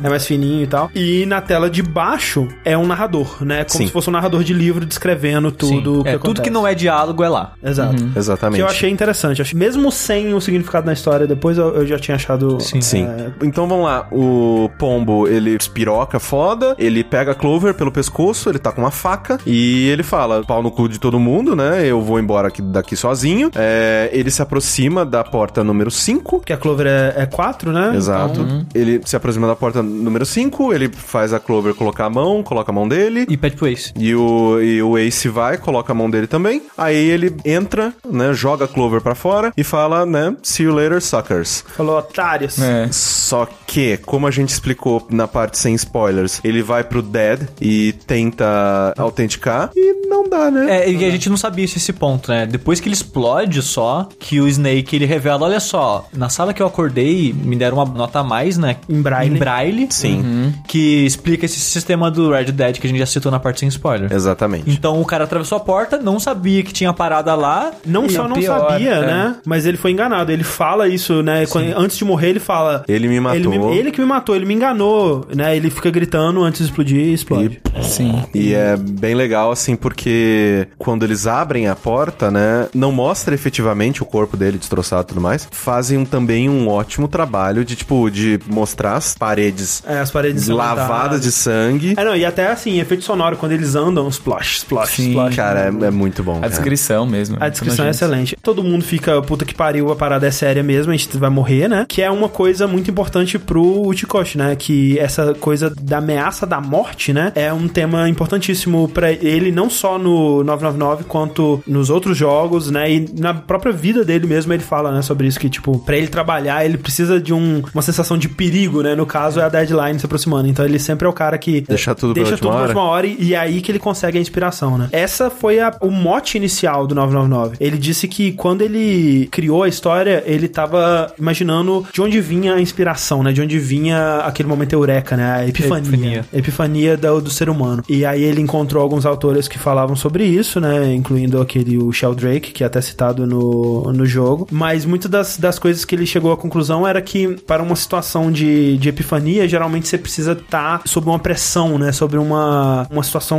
É mais fininho e tal. E na tela de baixo é um narrador, né? Como
Sim.
se fosse um narrador de livro descrevendo tudo
Sim.
o que
é,
acontece.
tudo que não é diálogo é lá.
Exato.
Exatamente.
Que eu achei interessante. Acho- Mesmo sem o significado na história, depois eu, eu já tinha achado.
Sim.
Sim.
É.
Então vamos lá. O pombo, ele espiroca foda, ele pega a Clover pelo pescoço, ele tá com uma faca e ele fala: pau no cu de todo mundo, né? Eu vou embora aqui- daqui sozinho. É, ele se aproxima da porta número 5.
Porque a Clover é 4, né?
Exato. Ele se aproxima da porta número 5, ele faz a Clover colocar a mão, coloca a mão dele.
E Pet Place.
E o, e o Ace vai, coloca a mão dele também. Aí ele entra, né? Joga a Clover pra fora e fala, né? See you later, suckers.
Falou, otários.
É.
Só que, como a gente explicou na parte sem spoilers, ele vai pro Dead e tenta autenticar e não dá, né?
É, e a gente não sabia esse, esse ponto, né? Depois que ele explode só, que o Snake ele revela, olha só, na sala que eu acordei, me deram uma nota a mais, né?
Em braille. Uhum.
Em braille.
Sim.
Que explica esse sistema do Red Dead que a gente já citou na parte sem spoiler.
Exatamente.
Então o cara atravessou a porta, não sabia que tinha parada lá.
Não
E
só
o
não
pior,
sabia,
é.
né? Mas ele foi enganado. Ele fala isso, né? Quando- antes de morrer, ele fala.
Ele me matou.
Ele, ele que me matou, ele me enganou, né? Ele fica gritando antes de explodir e explode.
Sim.
E é bem legal, assim, porque quando eles abrem a porta, né? Não mostra efetivamente o corpo dele destroçado e tudo mais. Fazem um- também um ótimo trabalho de, tipo, de mostrar as paredes
É, as paredes
lavadas de sangue.
É, não, e até assim, efeito sonoro, quando eles andam, splosh, splosh,
Sim.
splosh.
Cara, é, é muito bom.
A
cara.
descrição mesmo. né?
A descrição é
Nojento.
excelente. Todo mundo fica, puta que pariu, a parada é séria mesmo, a gente vai morrer, né? Que é uma coisa muito importante pro Uchikoshi, né? Que essa coisa da ameaça da morte, né? É um tema importantíssimo pra ele, não só no 999, quanto nos outros jogos, né? E na própria vida dele mesmo, ele fala, né? Sobre isso, que, tipo, pra ele trabalhar, ele precisa de um- uma sensação de perigo, né? No caso, caso, é a deadline se aproximando. Então ele sempre é o cara que
Deixar tudo pra
deixa
última
tudo pra
hora.
última hora e, e aí que ele consegue a inspiração, né? Essa foi a- o mote inicial do 999. Ele disse que quando ele criou a história, ele tava imaginando de onde vinha a inspiração, né? De onde vinha aquele momento eureka, né? A epifania.
Epifania.
Epifania, do, do ser humano. E aí ele encontrou alguns autores que falavam sobre isso, né? Incluindo aquele o Sheldrake, que é até citado no, no jogo. Mas muitas das, das coisas que ele chegou à conclusão era que para uma situação de, de epifania, geralmente você precisa estar sob uma pressão, né? Sobre uma, uma situação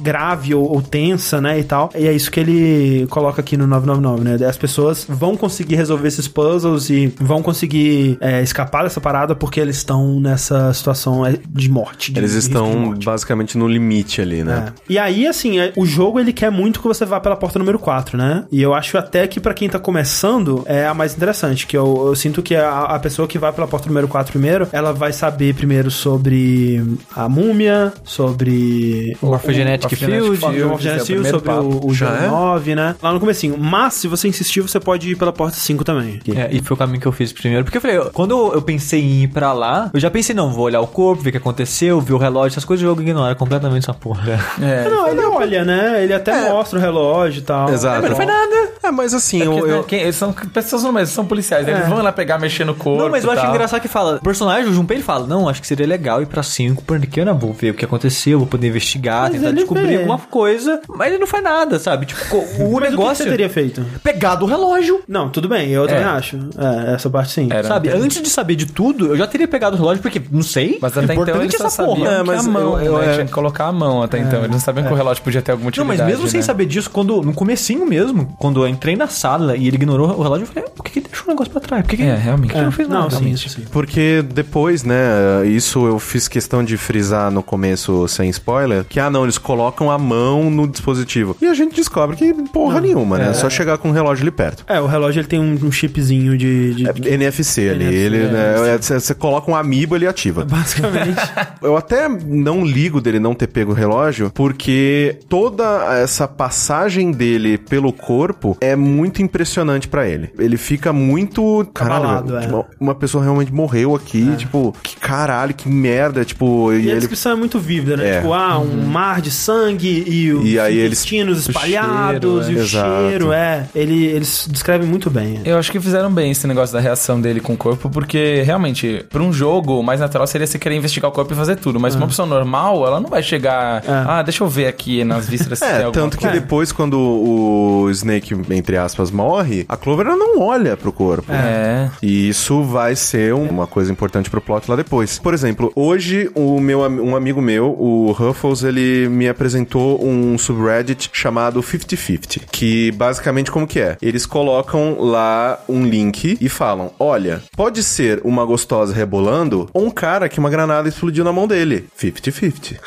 grave ou, ou tensa, né? E tal. E é isso que ele coloca aqui no 999, né? As pessoas vão conseguir resolver esses puzzles e vão conseguir é, escapar dessa parada porque eles estão nessa situação é, de morte. de
Eles
risco de
estão
morte.
basicamente no limite ali, né?
É. E aí, assim, é, o jogo ele quer muito que você vá pela porta número 4, né? E eu acho até que pra quem tá começando é a mais interessante, que eu, eu sinto que a, a pessoa que vai pela porta número 4 primeiro, ela vai saber primeiro sobre a múmia, sobre
O Morphogenetic
Field,
Field.
o
é o
Genesis,
primeiro
sobre
papo.
o, o
Já
jogo
é?
9, né? Lá no comecinho. Mas, se você insistir, você pode ir pela porta 5 também.
É, e foi o caminho que eu fiz primeiro. Porque eu falei, quando eu, eu pensei em ir pra lá, eu já pensei, não, vou olhar o corpo, ver o que aconteceu, ver o relógio, essas coisas, o jogo ignora completamente essa porra.
É.
Não, ele olha, né? Ele até mostra o relógio e tal.
Exato.
É, mas não foi nada.
nada. É, mas assim,
Porque,
eu,
né,
eu-
quem- eles são pessoas normais, são policiais. né? Eles vão lá pegar, mexer no corpo.
Não, mas eu
e
acho
tal.
engraçado que fala. O personagem, o Junpei, ele fala: Não, acho que seria legal ir pra 5, porque eu não vou ver o que aconteceu, vou poder investigar,
Mas
tentar
ele
descobrir
vê.
alguma coisa. Mas ele não faz nada, sabe? Tipo, co-
Mas o
o
que que
negócio.
você teria feito?
Pegado o relógio.
Não, tudo bem, eu também acho. É, essa parte sim.
Era.
Sabe, antes de saber de tudo, eu já teria pegado o relógio, porque não sei.
Mas até então eles só sabiam
É,
que
mas
a mão,
eu- eu-
né?
é.
Tinha que colocar a mão até então. Eles não sabiam que o relógio podia ter alguma
Não,
utilidade,
mas mesmo sem
né?
saber disso, quando no comecinho mesmo, quando eu entrei na sala e ele ignorou o relógio, eu falei, por que, que ele deixou o negócio pra trás? Por que, que
É,
ele-
realmente.
por que ele não fez nada?
Não, sim,
realmente?"
isso sim.
Porque depois, né, isso eu fiz questão de frisar no começo, sem spoiler, que, ah, não, eles colocam a mão no dispositivo. E a gente descobre que porra nenhuma, né? É só chegar com o relógio ali perto.
É, o relógio ele tem um, um chipzinho de. de-
É NFC ali,
NFC,
ele, né, você você coloca um amiibo, ele ativa.
Basicamente.
Eu até não ligo dele não ter pego o relógio, porque toda essa passagem dele pelo corpo é muito impressionante pra ele. Ele fica muito. Caralho,
Abalado,
meu,
é.
tipo, uma pessoa realmente morreu aqui, tipo, que caralho, que merda, tipo, e,
e a
ele.
descrição é muito vívida, né?
É.
Tipo, ah, um mar de sangue e os
E aí eles-
intestinos
o
espalhados
cheiro, é.
e o
Exato.
cheiro, é. Ele, eles descrevem muito bem. é.
Eu acho que fizeram bem esse negócio da reação dele com o corpo, porque realmente, pra um jogo, o mais natural seria você querer investigar o corpo e fazer tudo.
É.
Mas uma pessoa normal, ela não vai chegar. Ah, deixa eu ver aqui nas vísceras se tem
É,
alguma
tanto que
coisa."
depois, quando o Snake, entre aspas, morre, a Clover ela não olha pro corpo.
É.
E isso vai ser um- uma coisa importante pro plot lá depois. Por exemplo, hoje o meu am- um amigo meu, o Ruffles, ele me apresentou um subreddit chamado 5050, que basicamente como que é? Eles colocam lá um link e falam: "Olha, pode ser uma gostosa rebolando ou um cara que uma granada explodiu na mão dele. 50-50.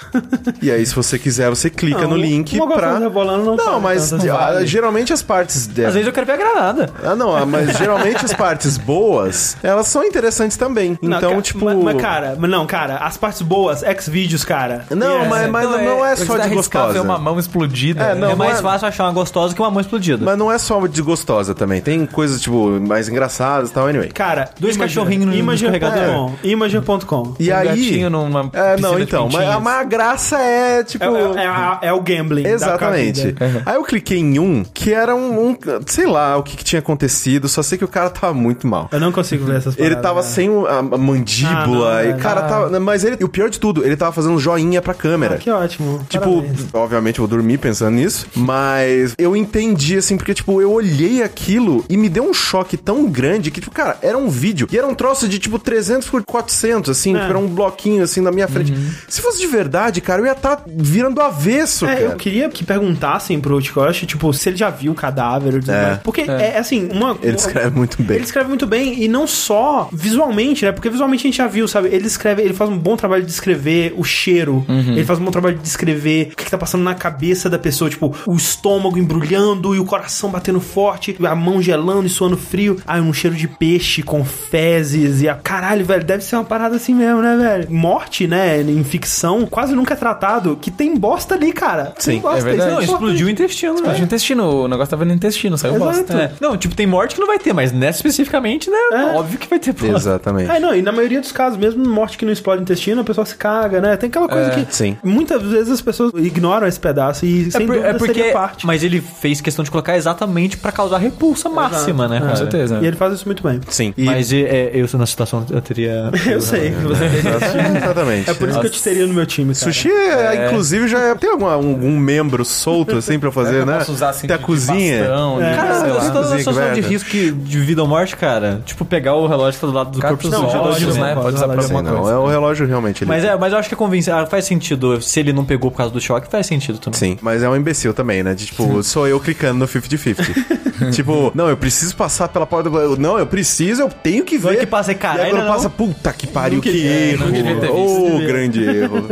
e aí se você quiser, você clica
Não,
no link
uma gostosa
pra
rebolando não
Não,
vale
mas
tanto,
ah,
vale.
geralmente as partes dela.
Às vezes eu quero ver a granada.
Ah, não, ah, mas geralmente as partes boas, elas são interessantes também.
Não,
então,
ca-
tipo.
Mas, mas, cara, mas não, cara, as partes boas, ex-vídeos, cara.
não,
É.
mas, mas não, é,
Você
só
tá
de
arriscado ver
gostosa.
uma mão explodida.
É, Não,
é mais
mas-
fácil achar uma gostosa que uma mão explodida.
Mas não é só de gostosa também. Tem coisas, tipo, mais engraçadas e tal, anyway.
Cara,
Dois cachorrinhos no
Imager.com. Imager.com.
E
um
aí.
gatinho numa
é,
piscina
não,
de
então. Mas,
pintinhas.
mas a graça é, tipo.
É, é- é a- é o gambling. da
Exatamente.
vida. né?
Aí eu cliquei em um que era um, um- sei lá o que, que tinha acontecido, só sei que o cara tava muito mal.
Eu não consigo ver essas
Ele
paradas,
tava
né?
sem o- a, a mandíbula
Ah, não,
e cara
ah.
tava, mas ele, e o pior de tudo, ele tava fazendo joinha pra câmera.
Ah, que ótimo.
Tipo,
Parabéns.
obviamente eu vou dormir pensando nisso, mas eu entendi, assim, porque, tipo, eu olhei aquilo e me deu um choque tão grande que, tipo, cara, era um vídeo e era um troço de, tipo, 300 por 400, assim,
É.
tipo, era um bloquinho, assim, na minha frente.
Uhum.
Se fosse de verdade, cara, eu ia estar virando avesso,
É,
cara.
eu queria que perguntassem pro Utkosh, tipo, se ele já viu o cadáver ou tudo
É.
mais. Porque, é. assim, uma...
Ele escreve muito bem.
Ele escreve muito bem, e não só visualmente, né? Porque visualmente a gente já viu, sabe? Ele escreve, ele faz um bom trabalho de descrever o cheiro, ele faz um bom trabalho de descrever o que, que tá passando na cabeça da pessoa, tipo, o estômago embrulhando e o coração batendo forte, a mão gelando e suando frio. Aí um cheiro de peixe com fezes e a. Caralho, velho, deve ser uma parada assim mesmo, né, velho? Morte, né, em ficção, quase nunca é tratado, que tem bosta ali, cara.
Sim,
tem bosta,
é verdade.
isso
Não,
é
explodiu o intestino, É.
Mas o
né?
intestino, o negócio tava no intestino, saiu
Exato.
bosta.
É. Não, tipo, tem morte que não vai ter, mas nessa especificamente, né? Óbvio que vai ter. pô.
Exatamente.
Ah, não, e na maioria dos muitos casos, mesmo morte que não explode o intestino, a pessoa se caga, né? Tem aquela coisa
É,
que
sim. É
muitas vezes as pessoas ignoram esse pedaço e sem
É por-
dúvida seria parte.
Mas ele fez questão de colocar exatamente pra causar repulsa máxima, né?
Com
É.
certeza.
E ele faz isso muito bem.
Sim. E-
Mas e- é, eu sou na situação, eu teria.
Eu sei que você
Exatamente.
É por isso que eu te teria no meu time, cara.
Sushi, é, inclusive, já é- tem algum, algum membro solto assim pra fazer, né?
Posso usar assim
tem a
de- de
cozinha. É.
bastão, né? de-
Cara,
sei
eu
lá,
estou
cozinha
na
que
situação de
merda.
risco que- de vida ou morte, cara. Tipo, pegar o relógio que tá do lado do
Cara,
corpo
não,
dos
relógios,
outros,
relógio,
né?
relógio,
Pode usar pra
relógio.
Sim,
alguma
não,
coisa.
é o relógio realmente. ele-
Mas é, mas eu acho que é convencer. ah, faz sentido. Se ele não pegou por causa do choque, faz sentido também.
Sim, mas é um imbecil também, né? De, tipo, sou eu clicando no 50-50. tipo, não, eu preciso passar pela porta. eu- Não, eu preciso, eu tenho que
Olha
ver.
é que passa, caralho,
E aí quando
não.
passa, puta que pariu, que
não queria ter
erro.
visto.
Ô, grande erro.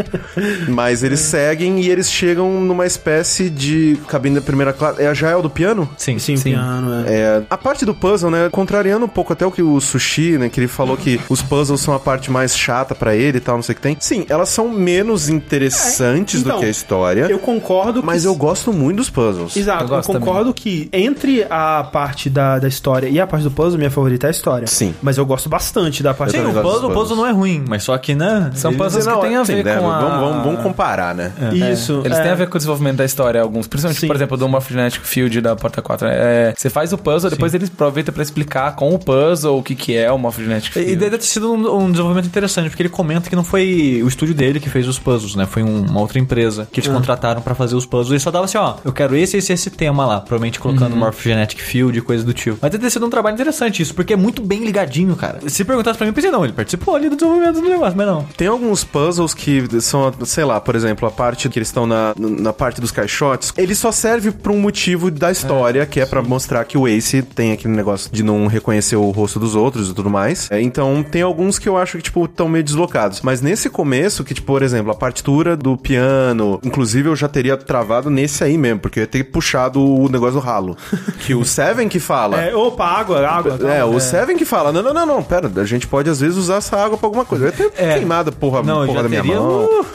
Mas eles seguem e eles chegam numa espécie de cabine da primeira classe. É a Jael do piano?
Sim,
Sim, piano, é.
É, a parte do puzzle, né, contrariando um pouco até o que o Sushi, né, que ele falou que os puzzles são a parte mais chata pra ele e tal, não sei o que tem. Sim, elas são menos interessantes
É, então,
do que a história,
Eu concordo que
mas eu gosto muito dos puzzles.
Exato,
Eu
eu,
gosto
concordo que entre a parte da, da história e a parte do puzzle, minha favorita é a história.
Sim.
Mas eu gosto bastante da parte
Eu
da
Sim, o
também gosto
puzzle, o
dos
puzzle não é ruim, mas só que, né?
São
ele-
puzzles
Não,
que tem a
assim,
ver
né,
com a...
vamos, vamos, vamos comparar, né?
Isso.
Eles
é.
têm a ver com o desenvolvimento da história, alguns. Principalmente,
Sim.
por exemplo, do Morphogenetic Field da Porta 4. É, você faz o puzzle, depois eles aproveitam pra explicar com o puzzle o que, que é o Morphogenetic
E
Field.
e deve ter sido um, um desenvolvimento interessante, porque ele comenta que não foi o estúdio dele que fez os puzzles, né? Foi um- uma outra empresa
Ah.
que eles contrataram pra fazer os puzzles. E só dava assim, ó, eu quero esse, esse, esse tema lá. Provavelmente colocando
Uhum.
Morphogenetic Field e coisa do tipo. Mas deve ter sido um trabalho interessante isso, porque é muito bem ligadinho, cara. Se perguntasse pra mim, eu pensei, não, ele participou ali do desenvolvimento do negócio, mas não.
Tem alguns puzzles que são, sei lá, por exemplo, a parte que eles estão na, na parte dos caixotes, ele só serve pra um motivo da história, que é pra mostrar que o Ace tem aquele negócio de não reconhecer o rosto dos outros e tudo mais. É, então, tem alguns que eu acho que, tipo, estão meio deslocados. Mas nesse começo, que, tipo, por exemplo, a partitura do piano, inclusive eu já teria travado nesse aí mesmo, porque eu ia ter puxado o negócio do ralo. que o Seven que fala.
É, opa, água, água.
É,
calma.
o Seven que fala, não, não, não, não, pera, a gente pode às vezes usar essa água pra alguma coisa. Eu ia ter
É.
queimado a porra,
Não, eu
porra
já
da minha
teria- um, uh,
mão.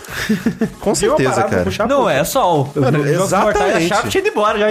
Deu
Com
a
certeza,
um- parada, vou
cara.
puxar a
não,
porta.
é sol. Eu
Mano,
eu jogo com o portal e a chave
exatamente.
tinha ido embora já.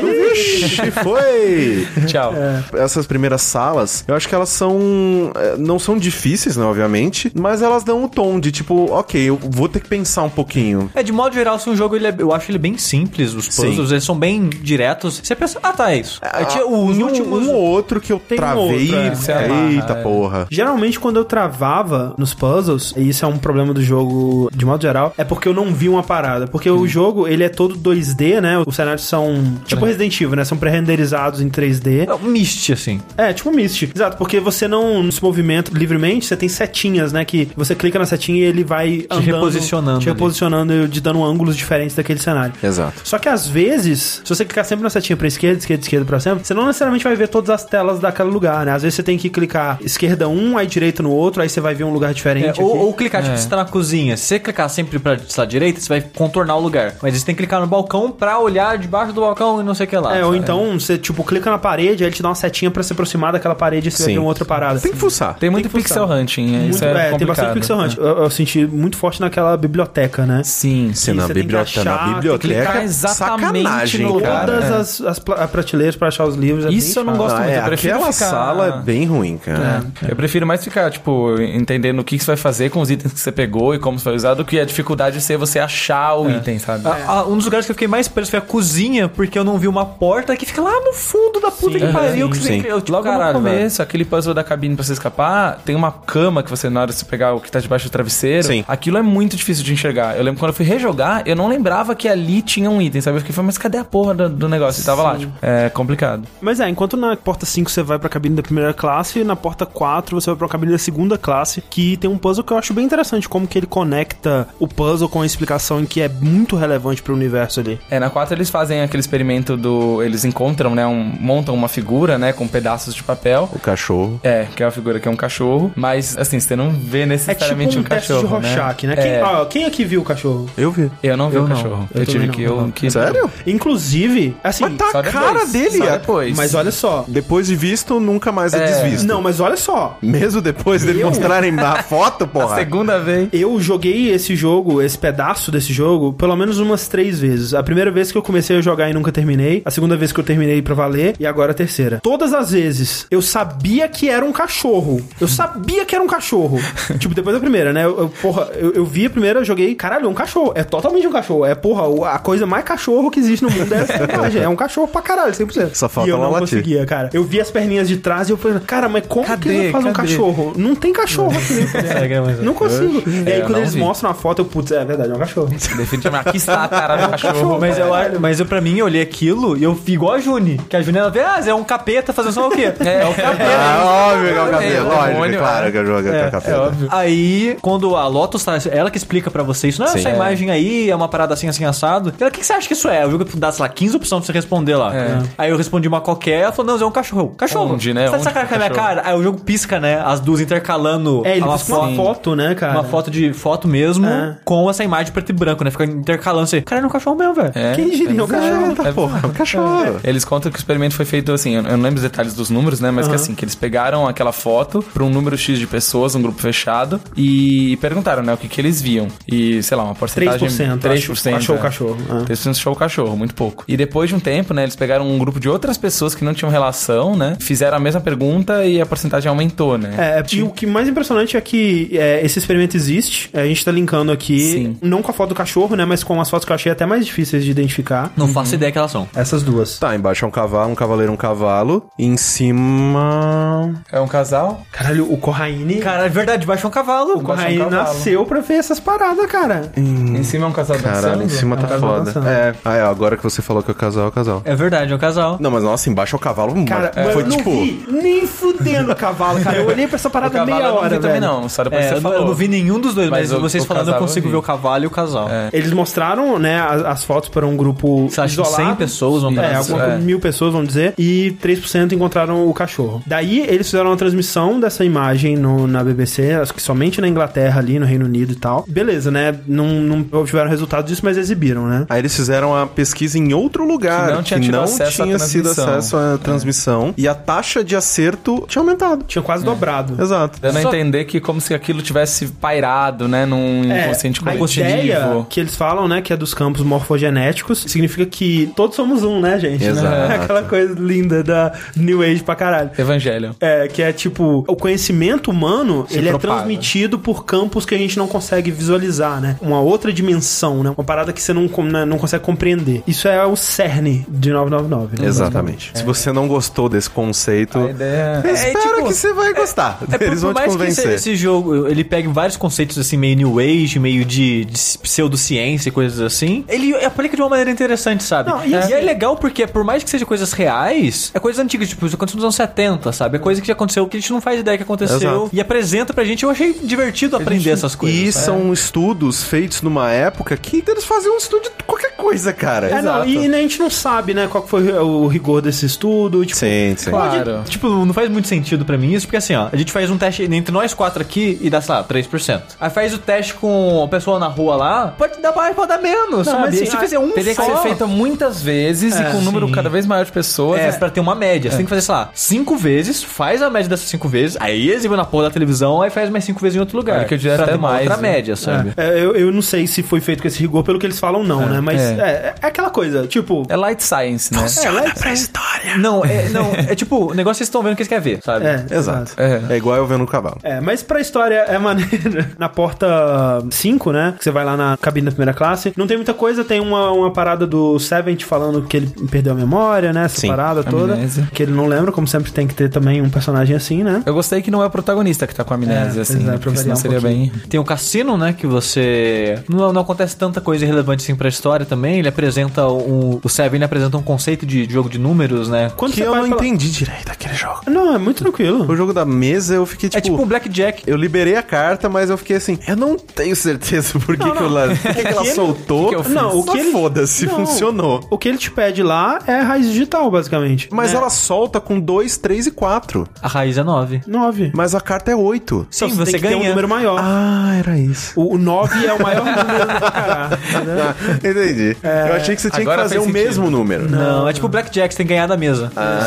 Ixi, foi!
Tchau.
Essas primeiras salas, eu acho que elas são. eh, Não são difíceis, né, obviamente, mas elas dão o tom de tipo, ok, eu vou ter que pensar um pouquinho.
É, de modo geral, se um jogo, ele é- eu acho ele bem simples, os
Sim.
puzzles, eles são bem diretos. Você pensa, ah, tá, é isso. Aí tinha os
um,
últimos-
um ou outro que eu
um
travei.
outro, é.
Você amarra,
Eita
é.
porra.
Geralmente, quando eu travava nos puzzles, e isso é um problema do jogo de modo geral, é porque eu não vi uma parada. Porque o jogo, ele é todo 2D, né? Os cenários são tipo Resident Evil, né? São pré-renderizados em 3D.
É um mist, assim.
É, tipo Mist. Exato, porque você não se movimenta livremente, você tem setinhas, né? Que você clica na setinha e ele vai andando,
reposicionando
Te
ali.
reposicionando e te dando ângulos diferentes daquele cenário.
Exato.
Só que às vezes, se você clicar sempre na setinha pra esquerda, esquerda, esquerda pra sempre, você não necessariamente vai ver todas as telas daquele lugar, né? Às vezes você tem que clicar esquerda um, aí direita no outro, aí você vai ver um lugar diferente.
É,
aqui.
ou, ou clicar, tipo, você tá na cozinha. Se você clicar sempre pra sei lá, direita, você vai contornar o lugar. Mas você tem que clicar no balcão pra olhar debaixo do balcão e não sei o que lá.
É, ou
sabe?
então você, tipo, clica na parede, aí ele te dá uma setinha pra se aproximar daquela parede e você vai
Sim.
ver uma outra parada. assim.
Tem que fuçar.
Tem muito pixel hunting, é,
Muito-
isso é,
é,
complicado.
tem bastante pixel hunt. Eu, eu senti muito forte naquela biblioteca, né?
Sim, sim.
Sim, na
você tem que
biblioteca,
achar,
na
tem que
biblioteca, é
clicar exatamente
sacanagem,
no-
cara.
Todas
é.
as, as pla- prateleiras pra achar os livros. é bem
Isso eu não
chato.
gosto
Ah,
muito,
é,
eu prefiro
aquela
ficar- É.
sala é bem ruim, cara.
Eu prefiro mais ficar, tipo, entendendo o que, que você vai fazer com os itens que você pegou e como você vai usar, do que a dificuldade ser você achar o item, sabe?
A- a- um dos lugares que eu fiquei mais preso foi a cozinha, porque eu não vi uma porta que fica lá no fundo da puta que pariu. que você
sim.
eu, tipo,
Logo
caralho,
no
velho.
começo, aquele puzzle da cabine pra você escapar, tem uma cama que você, na hora de você pegar o que tá debaixo do travesseiro,
Sim.
aquilo é muito difícil de enxergar. Eu lembro quando eu fui rejogar, eu não lembrava que ali tinha um item, sabe? Eu fiquei, falando, mas cadê a porra do, do negócio? E tava lá, tipo, é complicado.
Mas é, enquanto na porta 5 você vai pra cabine da primeira classe, na porta 4 você vai pra cabine da segunda classe, que tem um puzzle que eu acho bem interessante, como que ele conecta o puzzle com a explicação que é muito relevante pro universo ali.
É, na 4 eles fazem aquele experimento do... Eles encontram, né, um, montam uma figura, né, com pedaços de papel.
O cachorro.
É, que é uma figura que é um cachorro, mas, assim, você não vê
É tipo um,
necessariamente um,
teste
cachorro,
de Rorschach, né? Quem,
É.
ó, quem aqui viu o cachorro?
Eu vi.
Eu não vi
Eu
o
não,
cachorro.
eu
Eu, tive
também
que...
não,
Eu, que...
Sério?
Inclusive, assim...
Mas tá
Só
a
depois,
cara dele.
só
a-
depois.
Mas olha só.
Depois de visto, nunca mais é,
É.
desvisto.
Não, mas olha só.
Mesmo depois de mostrarem a foto,
A
porra.
segunda vez...
Eu joguei esse jogo, esse pedaço desse jogo, pelo menos umas três vezes. A primeira vez que eu comecei a jogar e nunca terminei, a segunda vez que eu terminei pra valer, e agora a terceira. Todas as vezes eu sabia que era um cachorro. Eu sabia que era um cachorro. tipo, depois da primeira, né? Eu, eu, porra, eu, eu vi a primeira, eu joguei, caralho, é um cachorro. É totalmente um cachorro. É, porra, o- a coisa mais cachorro que existe no mundo é essa imagem. É um cachorro pra caralho, 100%.
Só falta
e eu
ela
não
latir.
conseguia, cara. Eu vi as perninhas de trás e eu falei, cara, mas como que
Cadê?
eles fazem um
Cadê?
cachorro? Não tem cachorro aqui dentro. né?
É,
Não consigo. E aí,
É,
quando
não
eles
vi.
mostram a foto, eu, putz, é verdade, é um cachorro.
Definitivamente. Aqui está a cara do cachorro.
Mas eu, acho- mas eu, pra mim, eu olhei aquilo e eu fui igual a Juni. Que a Juni, ela vê, ah, é um capeta fazendo só o quê?
É, o cabelo.
Ah, óbvio que é o
É,
café.
o
Lógico, é
demônio,
claro que eu jogo é o café.
Aí, quando a Lotus tá, ela que explica pra você isso, não, essa
É.
imagem aí é uma parada assim, assim, assado. Ela, o que, que você acha que isso é? Eu vi que dá, sei lá, 15 opções pra você responder lá.
É.
Aí eu respondi uma qualquer, ela falou, não, Zé, é um cachorro. Cachorro.
Onde,
Você
né?
tá de
Onde
sacanagem
que
com
é
a minha
cachorro?
cara? Aí o jogo pisca, né? As duas intercalando
É, ele
uma,
fez com
assim,
uma
foto,
foto, né, cara?
uma foto de foto mesmo
É.
com essa imagem preto e branco, né? Fica intercalando assim, cara, é um cachorro mesmo, velho.
É,
Quem diria,
é
um cachorro?
bizarro, é
Porra, é um cachorro.
Eles contam que o experimento foi feito assim, eu eu não lembro os detalhes dos números, né? Mas que assim, que eles pegaram aquela foto pra um número X de pessoas, um grupo fechado, e perguntaram, né, o que, que eles viam. E, sei lá, uma porcentagem.
3%,
3%.
achou o
é.
cachorro, é.
3% achou o cachorro, muito pouco. E depois de um tempo, né, eles pegaram um grupo de outras pessoas que não tinham relação, né? Fizeram a mesma pergunta e a porcentagem aumentou, né?
É, e o que mais impressionante é que é, esse experimento existe. A gente tá linkando aqui,
Sim.
não com a foto do cachorro, né? Mas com as fotos que eu achei até mais difíceis de identificar.
Não faço ideia que elas são.
Essas duas.
Tá, embaixo é um cavalo, um cavaleiro, um cavalo. E em cima.
É, um casal?
Caralho, o Corraine.
Cara, é verdade, baixou um cavalo.
o
gosto de um
Corraine
cavalo.
nasceu pra ver essas paradas, cara.
Em cima é um casal
Hum. Caralho,
dançando?
em cima
É um
tá
casal
foda.
dançando.
É. Ah, é, agora que você falou que é o casal, é o casal.
É verdade, é um casal.
Não, mas nossa, embaixo é o cavalo. mano.
Cara, mas
foi
eu não
tipo.
vi nem fudendo o cavalo, cara. Eu olhei pra essa
O
parada
cavalo
meia
eu não vi
hora,
também
velho.
não, só depois
É,
que
eu,
você
não,
falou.
eu não vi nenhum dos dois, mas,
Mas o-
vocês
o
falando eu
casal eu
consigo
vi.
ver o cavalo e o casal. É.
Eles mostraram, né, as, as fotos para um grupo
Você acha que
isolado.
100 pessoas vão
É,
parar
alguma,
É.
mil pessoas, vamos dizer, e 3% encontraram o cachorro. Daí eles fizeram uma transmissão dessa imagem no- na BBC, acho que somente na Inglaterra ali, no Reino Unido e tal. Beleza, né? Não, não obtiveram resultado disso, mas exibiram, né?
Aí eles fizeram a pesquisa em outro lugar
Que não tinha tido acesso à
tinha sido
transmissão.
acesso à transmissão e a taxa de acerto tinha aumentado.
Tinha
É.
quase dobrado.
Exato.
Dando a
Só-
entender que como se aquilo tivesse pairado, né, num inconsciente
É, a
coletivo.
ideia que eles falam, né, que é dos campos morfogenéticos, significa que todos somos um, né, gente?
Exato.
É Aquela coisa linda da New Age pra caralho.
Evangelho.
É, que é tipo, o conhecimento humano,
Se
ele é
propaga.
transmitido por campos que a gente não consegue visualizar, né? Uma outra dimensão, né? Uma parada que você não, com- né, não consegue compreender. Isso é o cerne de 999, né?
Exatamente. Se você não gostou desse conceito,
A ideia
eu
É, é
espero
tipo-
que você vai gostar.
É por-
Eles vão
por
te
mais que esse, tipo
convencer.
esse jogo ele pegue vários conceitos assim, meio new age, meio de, de pseudociência e coisas assim, ele aplica de uma maneira interessante, sabe?
Não, e
e,
assim-
é legal porque, por mais que seja coisas reais, é coisas antigas, tipo, isso aconteceu nos anos 70, sabe? É coisa que já aconteceu que a gente não faz ideia que aconteceu
Exato.
e apresenta pra gente. Eu achei divertido aprender essas coisas.
E
sabe?
são estudos feitos numa época que eles faziam um estudo de qualquer coisa, cara.
É, não, e, e a gente não sabe, né, qual que foi o rigor desse estudo, tipo...
Sim, sim.
Claro.
Claro.
Tipo, não faz muito sentido pra mim isso, porque assim, ó, a gente faz um teste entre nós quatro aqui e dá, sei lá, 3%. Aí faz o teste com o pessoal na rua lá, pode dar mais, pode dar menos, sabe?
mas, assim,
se
ah,
fizer um
Teria que
só,
ser feita muitas vezes e com um número
sim.
cada vez maior de pessoas.
É, pra ter uma média. Você tem que fazer, sei lá, cinco vezes, faz a média dessas cinco vezes, aí exibe na porra da televisão, aí faz mais cinco vezes em outro lugar.
Olha que eu diria
pra
até
ter uma
mais,
outra
né?
média, sabe?
É, eu, eu não sei se foi feito com esse rigor, pelo que eles falam, não, né? Mas
É.
é, é aquela coisa, tipo...
É light science, né?
lá-
história.
Não, é, não, é tipo, o negócio que vocês estão vendo que eles querem ver, sabe?
É,
Exato.
É.
É. igual eu vendo o cavalo.
É, mas pra história é maneira. Na porta 5, né? Que você vai lá na cabine da primeira classe. Não tem muita coisa, tem uma, uma parada do Seventh falando que ele perdeu a memória, né? Essa
Sim.
parada toda.
Amnésia.
Que ele não lembra, como sempre tem que ter também um personagem assim, né?
Eu gostei que não é o protagonista que tá com a amnésia,
É,
assim.
pois é,
né?
pra
porque senão
variar um
seria
pouquinho.
bem.
Tem o cassino, né? Que você. Não, não acontece tanta coisa irrelevante assim pra história também. Ele apresenta um. O Seven ele apresenta um conceito de jogo de números, né?
Quando
Que
você
eu
vai
não
falar-
entendi direito aquele jogo.
Não, é muito tranquilo.
O jogo da mesa eu fiquei tipo.
é tipo um blackjack.
Eu liberei a carta, mas eu fiquei assim, eu não tenho certeza por que, que, eu lan- por que que ela
ele-
soltou.
que que eu fiz? Não, o
Só
que ele-
foda-se,
Não.
funcionou.
O que ele te pede lá é raiz digital, basicamente. É
Mas ela solta com 2, 3 e 4.
A raiz é 9.
9.
Mas a carta é 8.
Sim,
Então,
você
tem que ter
ganha.
um número maior.
Ah, era isso.
O 9 é o maior número do caralho.
Ah, entendi, entendi. Eu achei que você tinha
Agora
que fazer o
faz sentido.
mesmo número.
Não, é tipo Blackjack, você tem que ganhar da mesa.
Ah,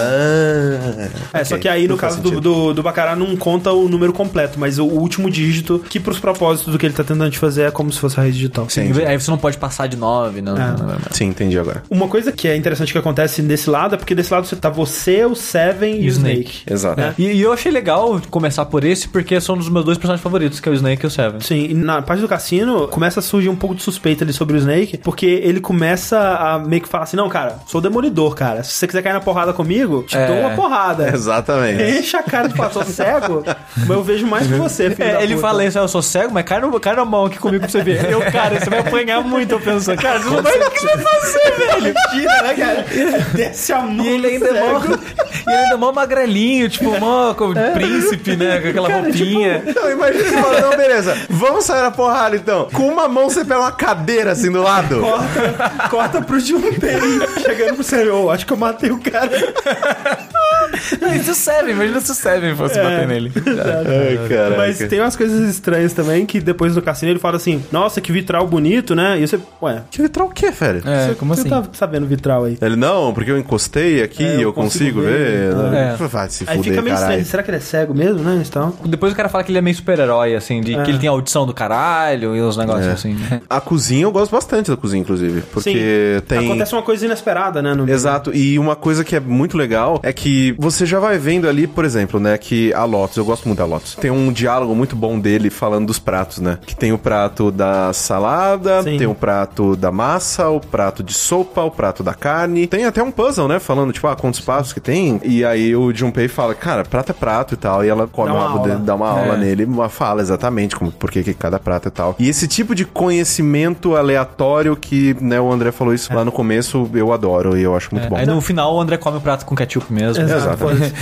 É, só que aí no caso do, do, do Bacará não conta o número completo, mas o último dígito, que pros propósitos do que ele tá tentando te fazer é como se fosse a raiz digital.
Sim,
Aí você não pode passar de 9, não.
Ah.
não, não, não.
sim, entendi agora.
Uma coisa que é interessante que acontece desse lado é porque desse lado você tá você, o Seven e, o Snake.
Exato.
É.
E, e eu achei legal começar por esse, porque são um dos meus dois personagens favoritos, que é o Snake e o Seven.
Sim, e na parte do cassino começa a surgir um pouco de suspeita ali sobre o Snake, porque ele começa a meio que falar assim: não, cara, sou demolidor, cara. Se você quiser cair na porrada comigo, te
É.
dou uma porrada.
Exatamente.
Enche a cara de falar, sou cego, mas eu vejo mais que você, filho da
É, ele
puta.
fala isso, eu sou cego, mas cai, no, cai na mão aqui comigo pra você ver. Eu, cara, você vai apanhar muito, eu penso. Cara, você não vai o que você vai fazer, velho.
Tira, né, cara? Desce a mão.
E ele ainda é mó, e ele ainda é mó magrelinho, tipo, mó co-
É.
príncipe, né? Com aquela
tipo,
roupinha.
Não, imagina ele falando, não, beleza, vamos sair na porrada então. Com uma mão você pega uma cadeira assim do lado.
Corta, corta pro Junpei, chegando pro Sérgio. Acho que eu matei o cara.
Não, isso serve, imagina se o Seven fosse bater nele.
Ai, caraca.
Mas tem umas coisas estranhas também, que depois do cassino ele fala assim, nossa, que vitral bonito, né? E você, ué,
Que vitral o quê, velho?
É,
você,
como
você
assim?
tá sabendo vitral aí?
Ele, não, porque eu encostei aqui,
É,
eu,
eu consigo
consigo, ver.
ver.
né?
É.
Vai se
Aí
fuder,
fica meio
caralho.
estranho, será que ele é cego mesmo, né? Então...
Depois o cara fala que ele é meio super-herói, assim, de que ele tem audição do caralho e uns negócios
É.
assim.
A cozinha eu gosto bastante da cozinha, inclusive. Porque
Sim,
tem.
Acontece uma coisa inesperada, né? No...
Exato, e uma coisa que é muito legal é que você já vai vendo ali, por exemplo, né, que a Lotus, eu gosto muito da Lotus, tem um diálogo muito bom dele falando dos pratos, né? Que tem o prato da salada,
Sim.
tem o prato da massa, o prato de sopa, o prato da carne. Tem até um puzzle, né, falando, tipo, ah, quantos passos que tem? E aí o Junpei fala, cara, prato é prato e tal, e ela come
Dá uma
uma,
aula.
dele, dá uma
É.
aula nele, uma fala exatamente como por que que cada prato e tal. E esse tipo de conhecimento aleatório que, né, o André falou
É.
isso lá no começo, eu adoro e eu acho muito bom.
Aí no final o André come o prato com ketchup mesmo.
Exato.
foda-se.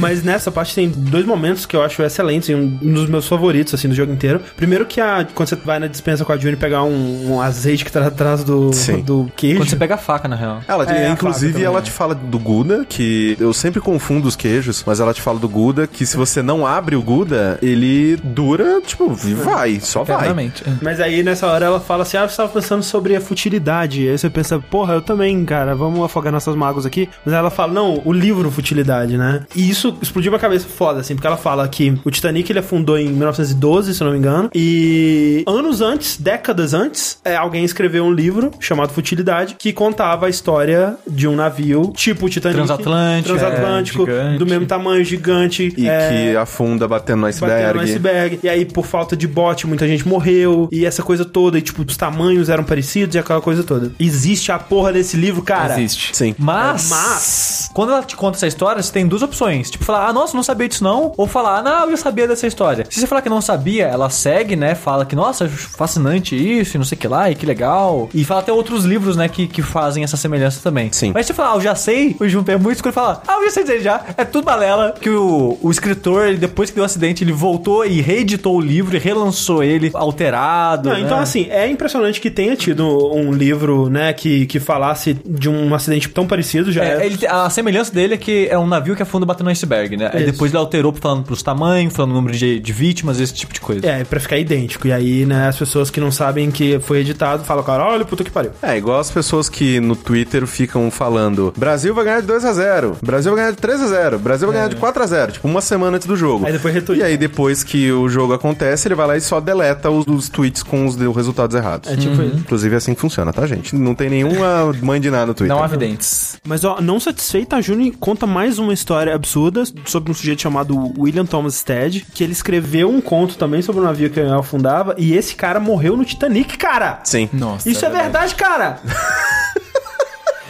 Mas nessa parte tem dois momentos que eu acho excelentes e um um dos meus favoritos, assim, do jogo inteiro. Primeiro que a, quando você vai na dispensa com a Juni pegar um, um azeite que tá atrás do,
Sim.
do queijo.
Quando você pega a faca, na real.
Ela,
É, a
inclusive,
Fábio
ela
também.
te fala do Gouda, que eu sempre confundo os queijos, mas ela te fala do Gouda, que se você não abre o Gouda, ele dura, tipo, e vai, só vai.
Eternamente. é.
Mas aí nessa hora ela fala assim: Ah, você tava pensando sobre a futilidade. Aí você pensa, porra, eu também, cara, vamos afogar nossas mágoas aqui. Mas aí ela fala, não, o livro Futilidade, né? E isso explodiu minha cabeça foda, assim, porque ela fala que o Titanic ele afundou em 1912, se eu não me engano, e anos antes, décadas antes, é, alguém escreveu um livro chamado Futilidade que contava a história de um navio tipo o Titanic.
Transatlântico,
transatlântico,
é, gigante.
do mesmo tamanho, gigante.
E
é,
que afunda batendo no iceberg.
Bateram no iceberg. E aí, por falta de bote, muita gente morreu. E essa coisa toda. E, tipo, os tamanhos eram parecidos e aquela coisa toda. Existe a porra desse livro, cara.
Existe.
Sim.
Mas,
É, Mas-
quando ela te conta essa história, você tem duas opções. Tipo, falar, ah, nossa, não sabia disso não. Ou falar, ah, não, eu já sabia dessa história. Se você falar que não sabia, ela segue, né? Fala que, nossa, fascinante isso e não sei o que lá, e que legal. E fala até outros livros, né, que, que fazem essa semelhança também.
Sim.
Mas se você falar, ah, eu já sei, o Junpei é muito escuro e fala, ah, eu já sei dizer já. É tudo balela. Que o, o escritor, ele, depois que deu o acidente, ele voltou e reeditou o livro e relançou ele alterado.
Não,
né?
então assim, é impressionante que tenha tido um livro, né, que, que falasse de um acidente tão parecido já.
É,
é-
ele- a semelhança dele é que é um navio que afunda batendo no iceberg, né? Aí
Isso.
depois ele alterou falando pros tamanhos, falando o número de, de vítimas, esse tipo de coisa.
É, pra ficar idêntico. E aí, né, as pessoas que não sabem que foi editado falam, cara, olha, puta que pariu.
É, igual as pessoas que no Twitter ficam falando: Brasil vai ganhar de 2x0, Brasil vai ganhar de 3x0, Brasil vai ganhar de 4x0, tipo uma semana antes do jogo.
Aí depois retuita.
E aí depois que o jogo acontece, ele vai lá e só deleta os, os tweets com os, os resultados errados.
É tipo isso.
Inclusive é assim que funciona, tá, gente? Não tem nenhuma mãe de nada no Twitter.
Não há videntes.
Mas ó, não satisfeita, a Juni conta mais uma história absurda sobre um sujeito chamado William Thomas Stead, que ele escreveu um conto também sobre o navio que afundava, e esse cara morreu no Titanic, cara!
Sim.
Nossa.
Isso é
né?
verdade, cara!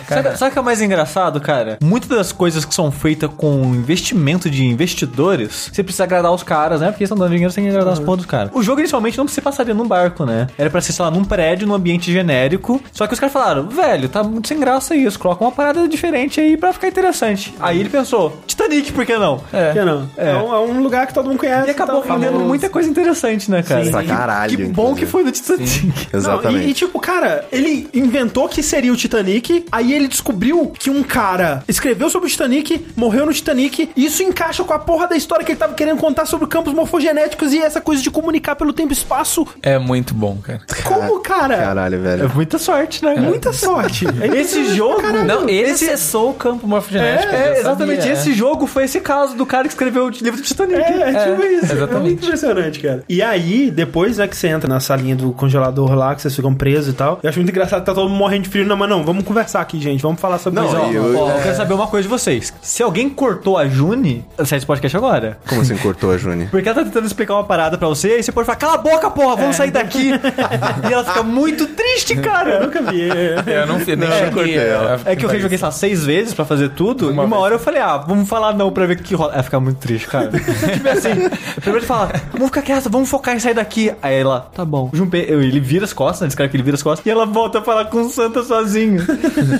Sabe, sabe o que é mais engraçado, cara? Muitas das coisas que são feitas com investimento de investidores, você precisa agradar os caras, né? Porque eles estão dando dinheiro, você tem que agradar os
Uhum.
pontos dos caras. O jogo inicialmente não se passaria num barco, né? Era pra ser, sei lá, num prédio, num ambiente genérico. Só que os caras falaram, velho, tá muito sem graça isso, coloca uma parada diferente aí pra ficar interessante. Aí ele pensou, Titanic, por que não?
Por que não? É. um, é um lugar que todo mundo conhece.
E acabou
tá
vendendo
famoso.
muita coisa interessante, né, cara?
Sim.
Pra caralho,
Que bom
inclusive.
que foi do Titanic.
Não,
Exatamente.
e, e tipo, cara, ele inventou que seria o Titanic, aí ele descobriu que um cara escreveu sobre o Titanic, morreu no Titanic, e isso encaixa com a porra da história que ele tava querendo contar sobre campos morfogenéticos e essa coisa de comunicar pelo tempo e espaço.
É muito bom, cara.
Como, cara?
Caralho,
É
velho.
muita sorte, né?
Muita sorte. É
Esse
impressionante
jogo-
pra caralho.
Não, ele acessou o campo morfogenético. eu
É,
já
exatamente.
sabia,
Esse jogo foi esse caso do cara que escreveu o livro do Titanic.
É, é tipo
É,
isso. É
exatamente.
muito impressionante, cara. E aí, depois, né, que você entra na salinha do congelador lá, que vocês ficam presos e tal. Eu acho muito engraçado que tá todo mundo morrendo de frio. Não, mas não, vamos conversar aqui, gente. Vamos falar sobre
Não,
isso.
Ó,
e eu-
ó, eu quero saber uma coisa de vocês. Se alguém cortou a June, sai desse podcast agora.
Como assim cortou a Juni?
Porque ela tá tentando explicar uma parada pra você, e você pode falar, cala a boca, porra, vamos sair daqui. e ela fica muito triste,
Eu
cara.
nunca vi.
é. Eu não fiz, nem cheguei.
cortei ela.
É que eu rejoguei, sei lá, seis vezes pra fazer tudo, e uma hora eu falei, ah, vamos falar não pra ver o que rola. Ela fica muito triste, cara. tipo assim, primeiro ele fala, vamos ficar quieta, vamos focar em sair daqui. Aí ela, tá bom. Junpei, eu- ele vira as costas, né, descarga que ele vira as costas, e ela volta a falar com o Santa sozinho.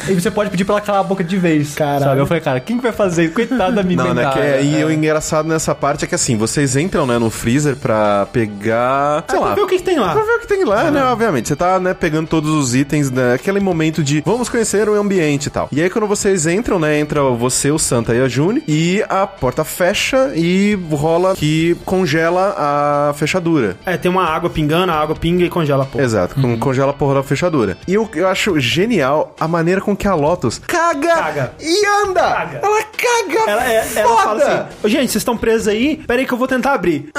e você pode pedir pra ela calar a boca de vez,
Caralho.
sabe? Eu falei, cara, quem que vai fazer? Coitada da menina.
Não, né?
Inventar,
Que é, e
é.
o engraçado nessa parte é que assim, vocês entram, né, no freezer pra pegar. Sei lá.
Vamos ver o que, que tem lá.
Pra ver o que tem
Ah.
lá, né? Obviamente. Você tá, né, pegando todos os itens, né? Aquele momento de vamos conhecer o ambiente e tal. E aí, quando vocês entram, né? Entra você, o Santa e a June. E a porta fecha e rola que congela a fechadura.
É, tem uma água pingando, a água pinga e congela, pô.
Exato,
Uhum.
con- congela a porra da fechadura. E eu, eu acho genial a maneira com que a Lotus caga,
Caga.
e anda!
Caga.
Ela caga!
Ela, é, ela fala assim: "Ô, gente, vocês estão presos aí? Pera aí que eu vou tentar abrir.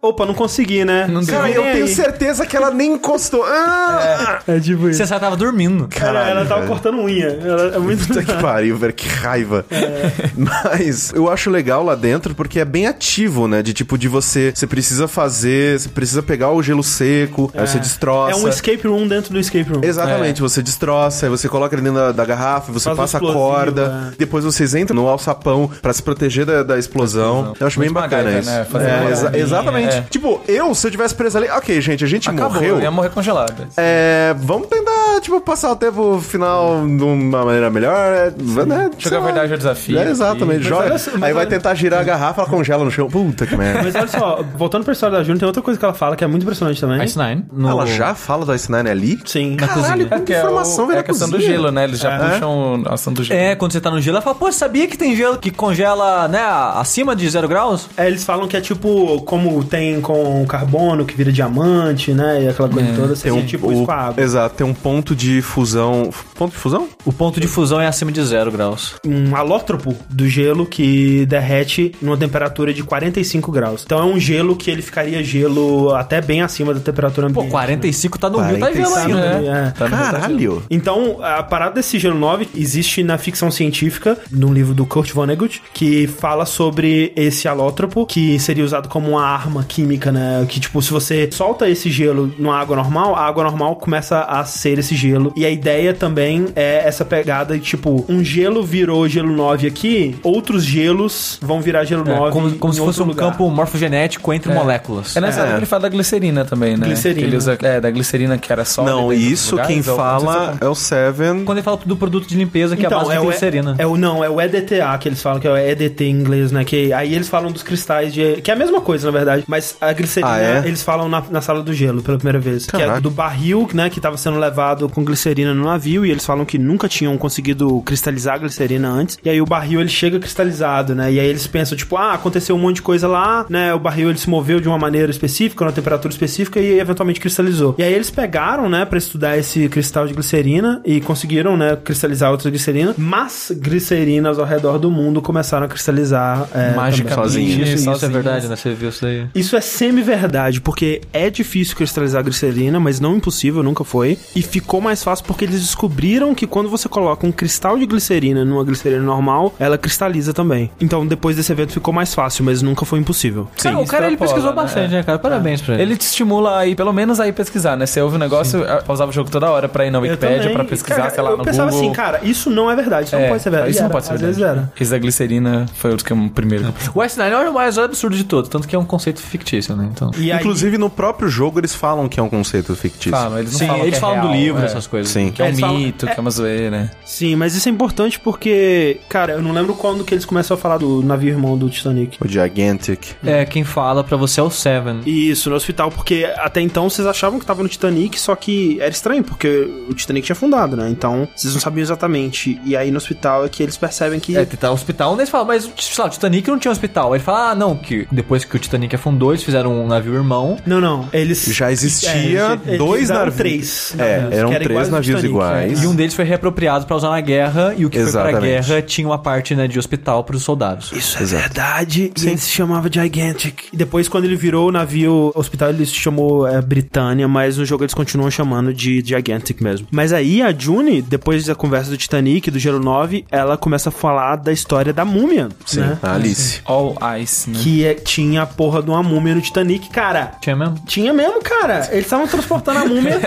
Opa, não consegui, né? Não
Ah. Cara, eu tenho certeza que ela nem encostou. Ah!
É tipo isso.
Você só tava dormindo.
Ela, ela tava
velho.
cortando unha. Ela é muito.
Puta que pariu, velho, que raiva.
É.
Mas eu acho legal lá dentro porque é bem ativo, né? De tipo, de você. Você precisa fazer, você precisa pegar o gelo seco, aí você destroça.
É um escape room dentro do escape room.
É.
Exatamente, você destroça, aí você coloca ele dentro da, da garrafa, você
Faz um
passa a
explosivo,
corda,
né?
é.
depois vocês entram no alçapão pra se proteger da, da explosão. Eu acho bem
Muito
bacana
MacGyver,
isso.
né? Fazer
É,
uma
exa-
bombinha,
exatamente.
é.
Tipo, eu, se eu tivesse preso ali, ok, gente, a gente
Acabou,
morreu.
eu ia morrer congelada.
É, vamos tentar, tipo, passar o tempo final de uma maneira melhor, né? né? Sei
Jogar a
lá.
verdade é o desafio.
É, exatamente,
Mas
joga.
olha só, mas
Aí vai
olha-
tentar girar a garrafa, ela congela no chão. Puta que merda.
Mas olha só, voltando pra história da Júnior, tem outra coisa que ela fala que é muito impressionante também.
Ice Nine.
Ah,
é, né? no-
Ela já fala da Snine ali?
Sim.
Caralho,
É
quanta
que é,
informação
o,
vem
é
da
a questão do
cozinha.
gelo, né? Eles já puxam a ação do gelo.
É, quando você tá no gelo, ela fala, pô, você sabia que tem gelo que congela, né, acima de zero graus?
É, eles falam que é tipo, como tem com carbono, que vira diamante, né? E aquela coisa toda, você
Tem um,
sente tipo
o-
isso com a água.
Exato, tem um ponto de fusão. f- Ponto de fusão?
O ponto de fusão é acima de zero graus.
Um alótropo do gelo que derrete numa temperatura de 45 graus. Então é um gelo que ele ficaria gelo até bem acima da temperatura
Pô,
ambiente.
45 tá no Rio, tá
45,
gelo ainda, né?
né?
Tá no
Caralho!
Então, a parada desse gelo 9 existe na ficção científica, num livro do Kurt Vonnegut, que fala sobre esse alótropo, que seria usado como uma arma química, né? Que, tipo, se você solta esse gelo numa água normal, a água normal começa a ser esse gelo. E a ideia também é essa pegada de, tipo, um gelo virou gelo 9 aqui, outros gelos vão virar gelo 9
É, como como
em
se fosse
outro
um
lugar.
campo morfogenético entre moléculas.
É nessa época que ele fala da glicerina também, né?
Glicerina.
Que ele usa, é, da glicerina que era só.
Não, isso quem
então,
fala é o Seven.
Quando ele fala do produto de limpeza, que é a base
é
de
o-
glicerina.
É, o, não, é o EDTA que eles falam, que é o EDT em inglês, né? Que aí eles falam dos cristais de. Que é a mesma coisa, na verdade. Mas a glicerina,
Ah, é?
eles falam na, na sala do gelo pela primeira vez. Que é
Caraca.
do barril, né? Que tava sendo levado com glicerina no navio. E eles falam que nunca tinham conseguido cristalizar a glicerina antes. E aí o barril ele chega cristalizado, né? E aí eles pensam, tipo, ah, aconteceu um monte de coisa lá, né? O barril ele se moveu de uma maneira específica, numa temperatura específica, e eventualmente cristalizou. E aí eles pegaram, né, pra estudar esse cristal de glicerina e conseguiram, né, cristalizar outra glicerina, mas glicerinas ao redor do mundo começaram a cristalizar é,
Mágica
também.
sozinho.
Isso, isso é
sozinho.
verdade, né? Você viu isso daí.
Isso é semi-verdade, porque é difícil cristalizar a glicerina, mas não impossível, nunca foi. E ficou mais fácil porque eles descobriram que quando você coloca um cristal de glicerina numa glicerina normal, ela cristaliza também. Então depois desse evento ficou mais fácil, mas nunca foi impossível.
cara, o cara ele
extrapola,
pesquisou
né?
bastante, né, cara? Parabéns pra ele.
Ele te estimula aí, pelo menos aí pesquisar, né? Você ouve o negócio, eu pausava o jogo toda hora pra ir na Wikipédia, pra pesquisar,
cara,
sei lá,
Eu
no
pensava
Google.
assim, cara, isso não é verdade, isso não
É,
pode ser verdade. E
Isso não
era,
pode ser
Às vezes
verdade.
era.
Esse da glicerina foi outro que é o primeiro.
O S9 é o mais absurdo de todo, tanto que é um conceito fictício, né? Então...
E aí-
Inclusive, no próprio jogo, eles falam que é um conceito fictício.
Falam, eles não
Sim,
falam que
eles
é
falam do
real,
livro, sobre essas coisas.
Sim.
Que é um
Eles falam-
mito, que é uma zoeira.
Sim, mas isso é importante porque, cara, eu não lembro quando que eles começam a falar do navio irmão do Titanic.
O Gigantic.
É, quem fala pra você é o Seven.
Isso, no hospital, porque até então vocês achavam que tava no Titanic, só que era estranho, porque o Titanic tinha afundado, né? Então vocês não sabiam exatamente. E aí no hospital é que eles percebem que.
É, tá hospital, né? Eles falam, mas sei lá, o Titanic não tinha hospital. Aí Ele fala, ah, não, que depois que o Titanic afundou, eles fizeram um navio irmão.
Não, não. Eles.
Já
É,
existia
eles-
dois
eles eram
navios.
três
É,
navios,
eram
que era
três
iguais ao
navios
Titanic,
iguais.
E um deles foi reapropriado pra usar na guerra, e o que foi pra
Exatamente.
guerra tinha uma parte né, de hospital pros soldados.
Isso é verdade. E ele se chamava Gigantic. E depois, quando ele virou o navio hospital, ele se chamou é, Britânia, mas no jogo eles continuam chamando de Gigantic mesmo. Mas aí a June, depois da conversa do Titanic, do Gelo 9, ela começa a falar da história da múmia,
Sim,
né?
a Alice.
All Ice, né?
Que é- tinha a porra de uma múmia no Titanic, cara.
Tinha mesmo?
Tinha mesmo, cara. Eles estavam transportando a múmia.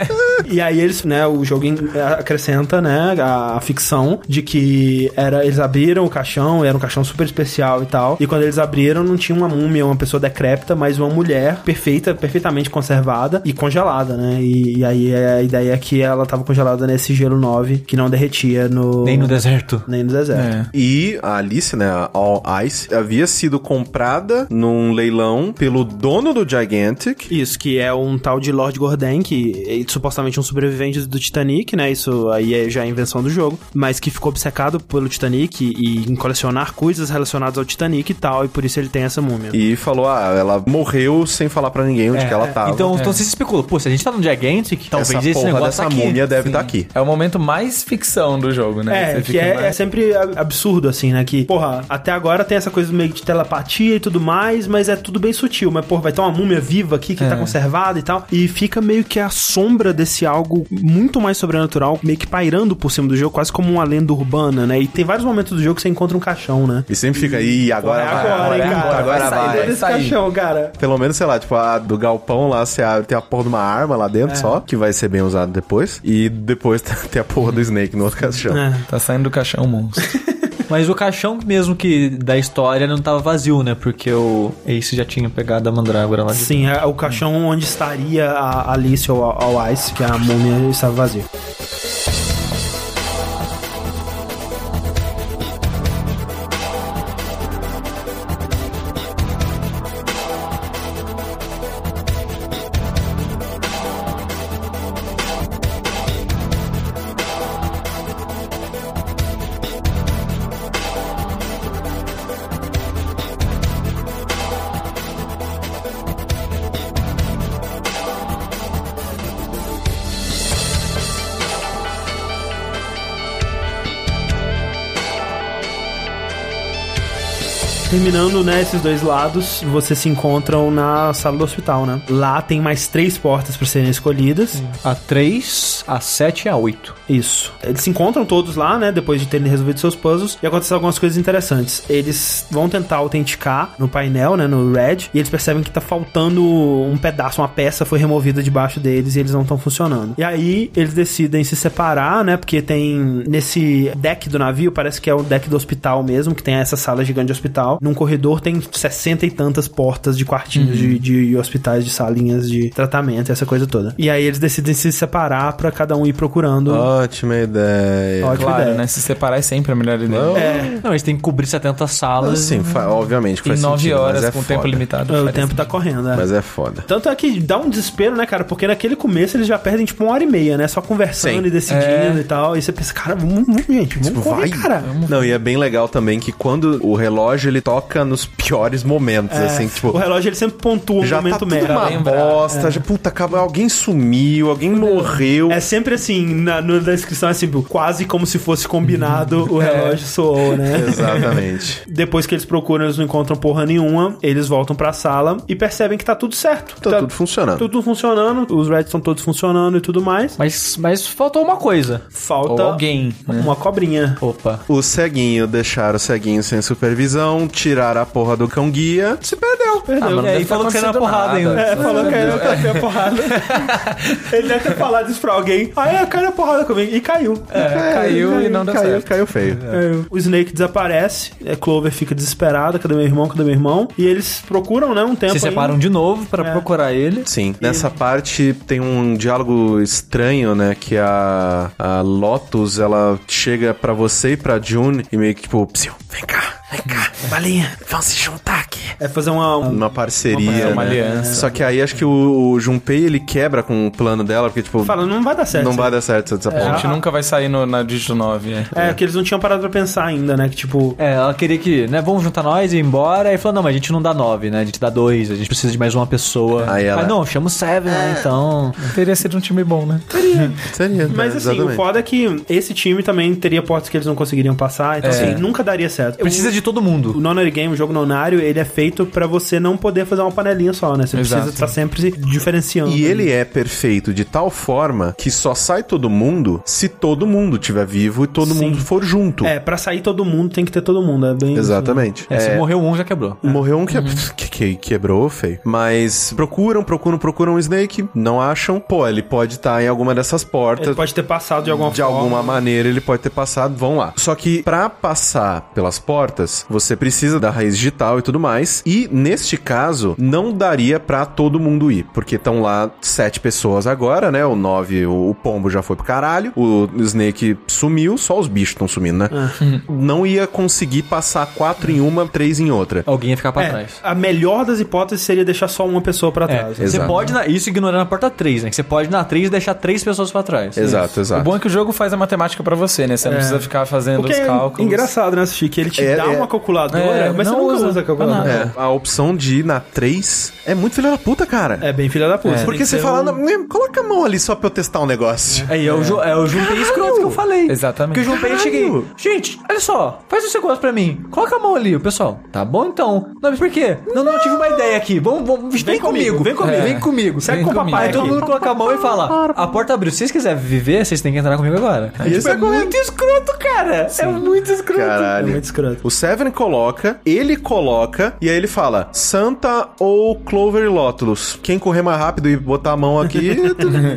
e aí eles, né, o jogo in- acrescenta, né, a, a ficção de que era, eles abriram o caixão, era um caixão super especial e tal. E quando eles abriram, não tinha uma múmia, uma pessoa decrépita, mas uma mulher perfeita, perfeitamente conservada e congelada, né? E, e aí a ideia é que ela tava congelada nesse gelo 9 que não derretia no...
Nem no deserto.
Nem no deserto.
É.
E a Alice, né, a All Ice, havia sido comprada num leilão pelo dono do Gigantic.
Isso, que é um tal de Lord Gordon, que é supostamente um sobrevivente do Titanic, né? Isso aí é já a invenção do jogo, mas que ficou obcecado pelo Titanic e em colecionar coisas relacionadas ao Titanic e tal, e por isso ele tem essa múmia.
E falou, ah, ela morreu sem falar pra ninguém onde que ela tava.
Então, então você se especula, pô, se a gente tá no Gigantic, talvez
Ah, é. essa
esse
porra
negócio
dessa
tá aqui.
múmia deve estar aqui.
É o momento mais ficção do jogo,
É,
né? Você
que
fica
é,
mais-
é sempre a- absurdo, assim, né? Que, porra, até agora tem essa coisa meio de telepatia e tudo mais, mas é tudo bem sutil. Mas, porra, vai ter uma múmia viva aqui que
É.
tá conservada e tal. E fica meio que a sombra desse algo muito mais sobrenatural, meio que pairando por cima do jogo, quase como uma lenda urbana, né? E tem vários momentos do jogo que você encontra um caixão, né?
E sempre fica, ih, agora
é
vai,
agora,
agora,
hein,
puta,
cara.
agora
Vai sair
vai.
Cadê esse
sai.
caixão, cara?
Pelo menos, sei lá, tipo, a do galpão lá, você abre, tem a porra de uma arma lá dentro só, que vai ser bem usada depois. E depois tem a porra do Snake no outro caixão.
É.
Tá saindo do caixão, monstro.
Mas o caixão mesmo que da história não tava vazio, né? Porque o Ace já tinha pegado a mandrágora lá de
Sim, é o caixão onde estaria a Alice ou a, a Ice, que é a múmia estava vazia. Terminando, né, esses dois lados, vocês se encontram na sala do hospital, né? Lá tem mais três portas para serem escolhidas.
A 3, a 7 e a 8.
Isso. Eles se encontram todos lá, né? Depois de terem resolvido seus puzzles. E acontecem algumas coisas interessantes. Eles vão tentar autenticar no painel, né? No Red. E eles percebem que tá faltando um pedaço, uma peça foi removida debaixo deles e eles não estão funcionando. E aí eles decidem se separar, né? Porque tem nesse deck do navio, parece que é o deck do hospital mesmo, que tem essa sala gigante de hospital. Num corredor tem 60 e tantas portas de quartinhos de, de hospitais, de salinhas de tratamento, essa coisa toda. E aí eles decidem se separar pra cada um ir procurando.
Ótima ideia.
Ótima
Claro,
ideia.
né? Se separar é sempre a melhor ideia.
Não,
É.
Não, eles têm que cobrir 70 salas.
Sim, assim, fa- obviamente que
Em
faz
nove
sentido, mas
horas,
é
com
foda.
tempo limitado.
O
parece.
tempo tá correndo, é.
Mas é foda.
Tanto é que dá um desespero, né, cara? Porque naquele começo eles já perdem, tipo, uma hora e meia, né? Só conversando
Sim. Tipo,
e
É.
decidindo e tal. E você pensa, cara, vamos, vamos, gente, vamos correr, cara.
Não, e é bem legal também que quando o relógio ele toca nos piores momentos,
É,
assim,
o
tipo.
relógio ele sempre pontua um
Já tá
momento
tudo
merda.
uma
lembrar,
bosta, já, puta, acaba, alguém sumiu, alguém morreu.
É sempre assim, na, na descrição é sempre quase como se fosse combinado,
É.
o relógio soou,
É.
né?
Exatamente.
Depois que eles procuram, eles não encontram porra nenhuma, eles voltam pra sala e percebem que tá tudo certo.
Tá tudo funcionando.
Tudo funcionando, os reds estão todos funcionando e tudo mais.
Mas, mas faltou uma coisa.
Falta
Ou alguém. né?
uma cobrinha.
Opa.
O ceguinho deixaram o ceguinho sem supervisão, tiraram a porra do cão guia, se perdeu.
Perdeu, perdeu.
Ah, mano,
É,
deve
e
tá
falou que caiu na
acontecendo
porrada
nada.
ainda.
É, falou que ele caiu na porrada. ele deve ter falado isso pra alguém. Aí ah, caiu na porrada comigo. E caiu.
É, caiu e não deu
caiu,
certo.
Caiu feio.
É, O Snake desaparece, é, Clover fica desesperada, cadê meu irmão, cadê meu irmão? E eles procuram, né, um tempo
Se separam
ainda.
de novo pra procurar ele.
Sim. Nessa parte tem um diálogo estranho, né? Que a, a Lotus, ela chega pra você e pra June e meio que tipo, psiu, vem cá, vem cá, balinha, vamos se juntar aqui.
É fazer uma... um-
Uma parceria,
É, uma
né?
aliança.
Só que aí acho que o, o Junpei, ele quebra com o plano dela, porque tipo...
Fala, não vai dar certo. É.
não
isso
vai dar certo essa
A
ponte.
gente nunca vai sair no, na Digital 9, é.
É, que eles não tinham parado pra pensar ainda, né? Que tipo.
É, ela queria que, né, vamos juntar nós e ir embora. E falou, não, mas a gente não dá nove, né? A gente dá dois, a gente precisa de mais uma pessoa.
Aí ela-
Ah, não, chama o Seven, né, então...
Teria sido um time bom, né?
Seria, né?
Mas assim, o
Exatamente.
foda é que esse time também teria portas que eles não conseguiriam passar, então assim, nunca daria certo.
Precisa de todo
O
mundo.
Nonary Game, o jogo nonário, ele é feito pra você não poder fazer uma panelinha só, né? Você precisa
Exato.
estar sempre se diferenciando.
E ele é perfeito de tal forma que só sai todo mundo se todo mundo estiver vivo e todo
Sim.
mundo for junto.
É, pra sair todo mundo tem que ter todo mundo, é bem. isso, né?
Exatamente.
É, se morreu um, já quebrou.
Morreu um que,
Uhum.
que- que quebrou, feio. Mas procuram, procuram, procuram o Snake, não acham. Pô, ele pode estar em alguma dessas portas.
Ele pode ter passado de alguma
De
forma.
alguma maneira ele pode ter passado, vão lá. Só que pra passar pelas portas, você precisa da raiz digital e tudo mais. E neste caso, não daria pra todo mundo ir, porque estão lá sete pessoas agora, né? O nove, o, o pombo já foi pro caralho, o Snake sumiu, só os bichos estão sumindo, né?
Ah.
Não ia conseguir passar quatro em uma, três em outra.
Alguém ia ficar pra
É,
trás.
a melhor das hipóteses seria deixar só uma pessoa pra
É,
trás. né?
você
exato.
pode, na- isso ignorando a porta 3, né? Que você pode na 3 deixar três pessoas pra trás.
Exato,
O
exato.
bom é que o jogo faz a matemática pra você, né? Você não precisa ficar fazendo
O que
os
é
cálculos.
engraçado, né, assistir? Que ele te
É,
dá
é.
uma calculadora,
É,
mas
não
você nunca
usa.
usa a calculadora.
É, a opção de ir na 3 é muito filha da puta, cara.
É bem filha da puta. Tem
Porque
que
você
ser
fala,
um-
"Não, coloca a mão ali só pra eu testar um negócio.
Aí é, o, Ju- é o Junpei escroto que eu falei.
Exatamente.
Porque o Junpei
Caralho!
cheguei. Gente, olha só, faz esse negócio pra mim. Coloca a mão ali, o pessoal. Tá bom então. Não, mas por quê? Não, não, eu tive uma ideia aqui. Vamos, vamos- vem, comigo, Vem comigo,
É.
vem comigo.
Segue
Vem
com o
comigo.
papai
Aí todo
aqui.
mundo coloca a mão e fala: a porta abriu. Se vocês quiserem viver, vocês têm que entrar comigo agora.
E
Tipo,
esse
é
agora-
muito escroto, cara. É muito escroto.
É
Caralho.
muito escroto.
O Seven coloca, ele coloca, e aí ele fala: Santa ou Clover e Lótulos? Quem correr mais rápido e botar a mão aqui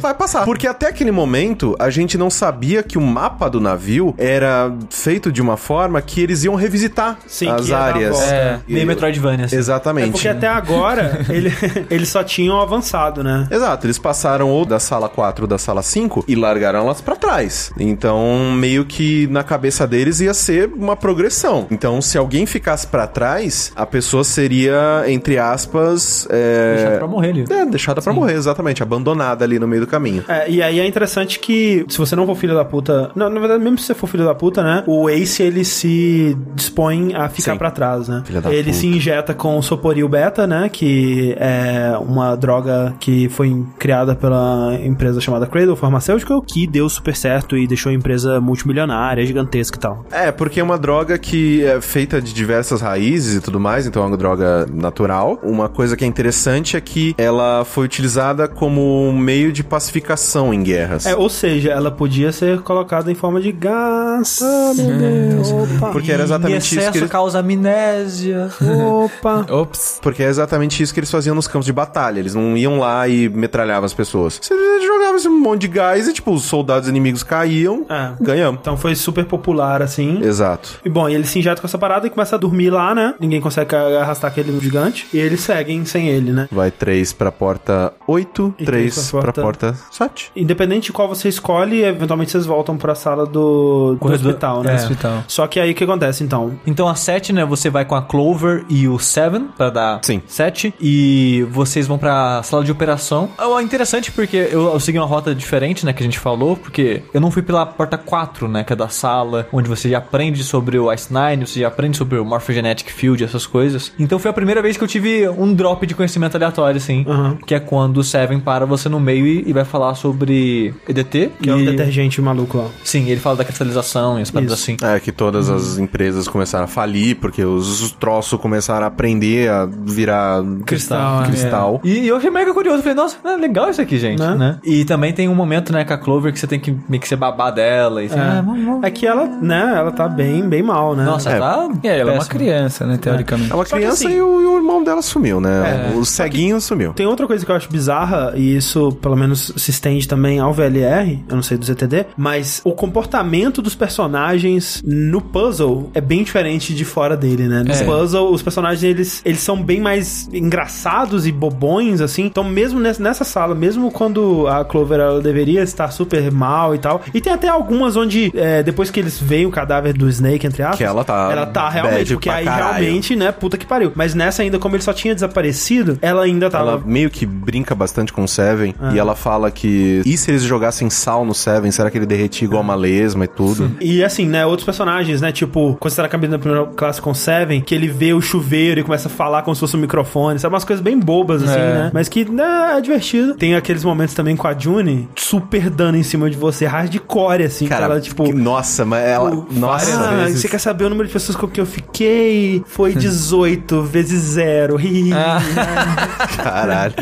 vai passar. Porque até aquele momento a gente não sabia que o mapa do navio era feito de uma forma que eles iam revisitar
Sim,
as
que ia dar a
áreas.
volta.
É.
E-
Meio Metroidvania. assim.
Exatamente.
É porque até agora ele- eles só tinham avançado, né?
Exato, eles passaram ou da sala 4 ou da sala 5 e largaram elas pra trás. Então, meio que na cabeça deles ia ser uma progressão. Então, se alguém ficasse pra trás, a pessoa seria, entre aspas, é...
Deixado pra morrer ali.
É, deixada pra morrer, exatamente, abandonada ali no meio do caminho.
É, e aí é interessante que, se você não for filho da puta. Não, na verdade, mesmo se você for filho da puta, né? O Ace ele se dispõe a ficar
Sim.
pra trás, né?
Filha da
ele
puta.
se injeta com o Soporil Beta, né? Que é uma droga que foi criada pela empresa chamada Cradle Pharmaceutical, que deu super certo e deixou a empresa multimilionária, gigantesca e tal.
É, porque é uma droga que é feita de diversas raízes e tudo mais, então é uma droga natural. Uma coisa que é interessante é que ela foi utilizada como um meio de pacificação em guerras.
É, ou seja, ela podia ser colocada em forma de gás. Ah, meu Deus. Opa.
Porque era exatamente
em
isso
excesso
que eles...
causa amnésia.
Opa.
Ops.
Porque é exatamente isso que eles faziam nos campos de batalha. Eles não iam lá e metralhavam as pessoas. Você jogava esse monte de gás e, tipo, os soldados inimigos caíam,
É.
ganhamos.
Então foi super popular, assim.
Exato.
E bom, ele se injeta com essa parada e começa a dormir lá, né? Ninguém consegue arrastar aquele gigante. E eles seguem sem ele, né?
Vai três pra porta 8,
E
três
três pra
pra porta 7.
Independente de qual você escolhe, eventualmente vocês voltam pra sala do, do
Corredor-
hospital, né?
é.
Hospital.
Só que aí o que acontece, então?
Então a 7, né? Você vai com a Clover e o Seven pra dar
Sim.
7. E vocês vão pra sala de operação. É interessante porque eu, eu segui uma rota diferente, né? Que a gente falou. Porque eu não fui pela porta 4, né? Que é da sala, onde você já aprende sobre o Ice Nine, você já aprende sobre o Morphogenetic Field, essas coisas. Então foi a primeira vez que eu tive um drop de conhecimento aleatório, assim.
Uhum.
Que é quando o Seven para você no meio e, e vai falar sobre EDT.
Que é um
e-
detergente maluco lá.
Sim, ele fala da cristalização e as paradas
Isso.
assim.
É que todas as empresas começaram a falir, porque os troços começaram a aprender a virar
Cristal,
é.
cristal.
E eu achei mega curioso. Falei, nossa, é legal isso aqui, gente.
Né?
Né? E também tem um momento, né, com a Clover que você tem que meio que ser babá dela. E assim, ah, vamos, vamos.
É que ela, né? Ela tá bem, bem mal, né?
Nossa,
É.
tá.
E aí, ela é uma
péssimo.
criança, né,
É
teoricamente.
uma
Só que
criança
assim-
e, o, e o irmão dela sumiu, né? O ceguinho sumiu.
Tem outra coisa que eu acho bizarra, e isso pelo menos se estende também ao VLR, eu não sei do ZTD, mas o comportamento dos personagens no puzzle é bem diferente de fora dele, né? No
É.
puzzle, os personagens eles, eles são bem mais engraçados e bobões, assim. Então, mesmo nessa nessa sala, mesmo quando a Clover ela deveria estar super mal e tal, e tem até algumas onde é, depois que eles veem o cadáver do Snake, entre aspas,
Que ela tá
ela tá realmente,
bad
porque
pra
aí
caralho.
realmente, né, puta que pariu. Mas nessa ainda, como ele só tinha desaparecido, ela ainda tava.
Ela meio que brinca bastante com o Seven
Ah.
e ela fala que. E se eles jogassem sal no Seven, será que ele derretia igual uma lesma e tudo?
E assim, né, outros personagens, né, tipo, quando você tá na cabine da primeira classe com o Seven, que ele vê o chuveiro e começa a falar como se fosse um microfone, sabe, umas coisas bem bobas, assim,
É.
né, mas que, né, é divertido. Tem aqueles momentos também com a June, super dando em cima de você, hardcore, assim, que ela, tipo...
que- nossa, mas ela. Nossa.
ah,
vezes.
você quer saber o número de pessoas com que eu fiquei? Foi 18 vezes zero. Ri.
Ah.
Caralho.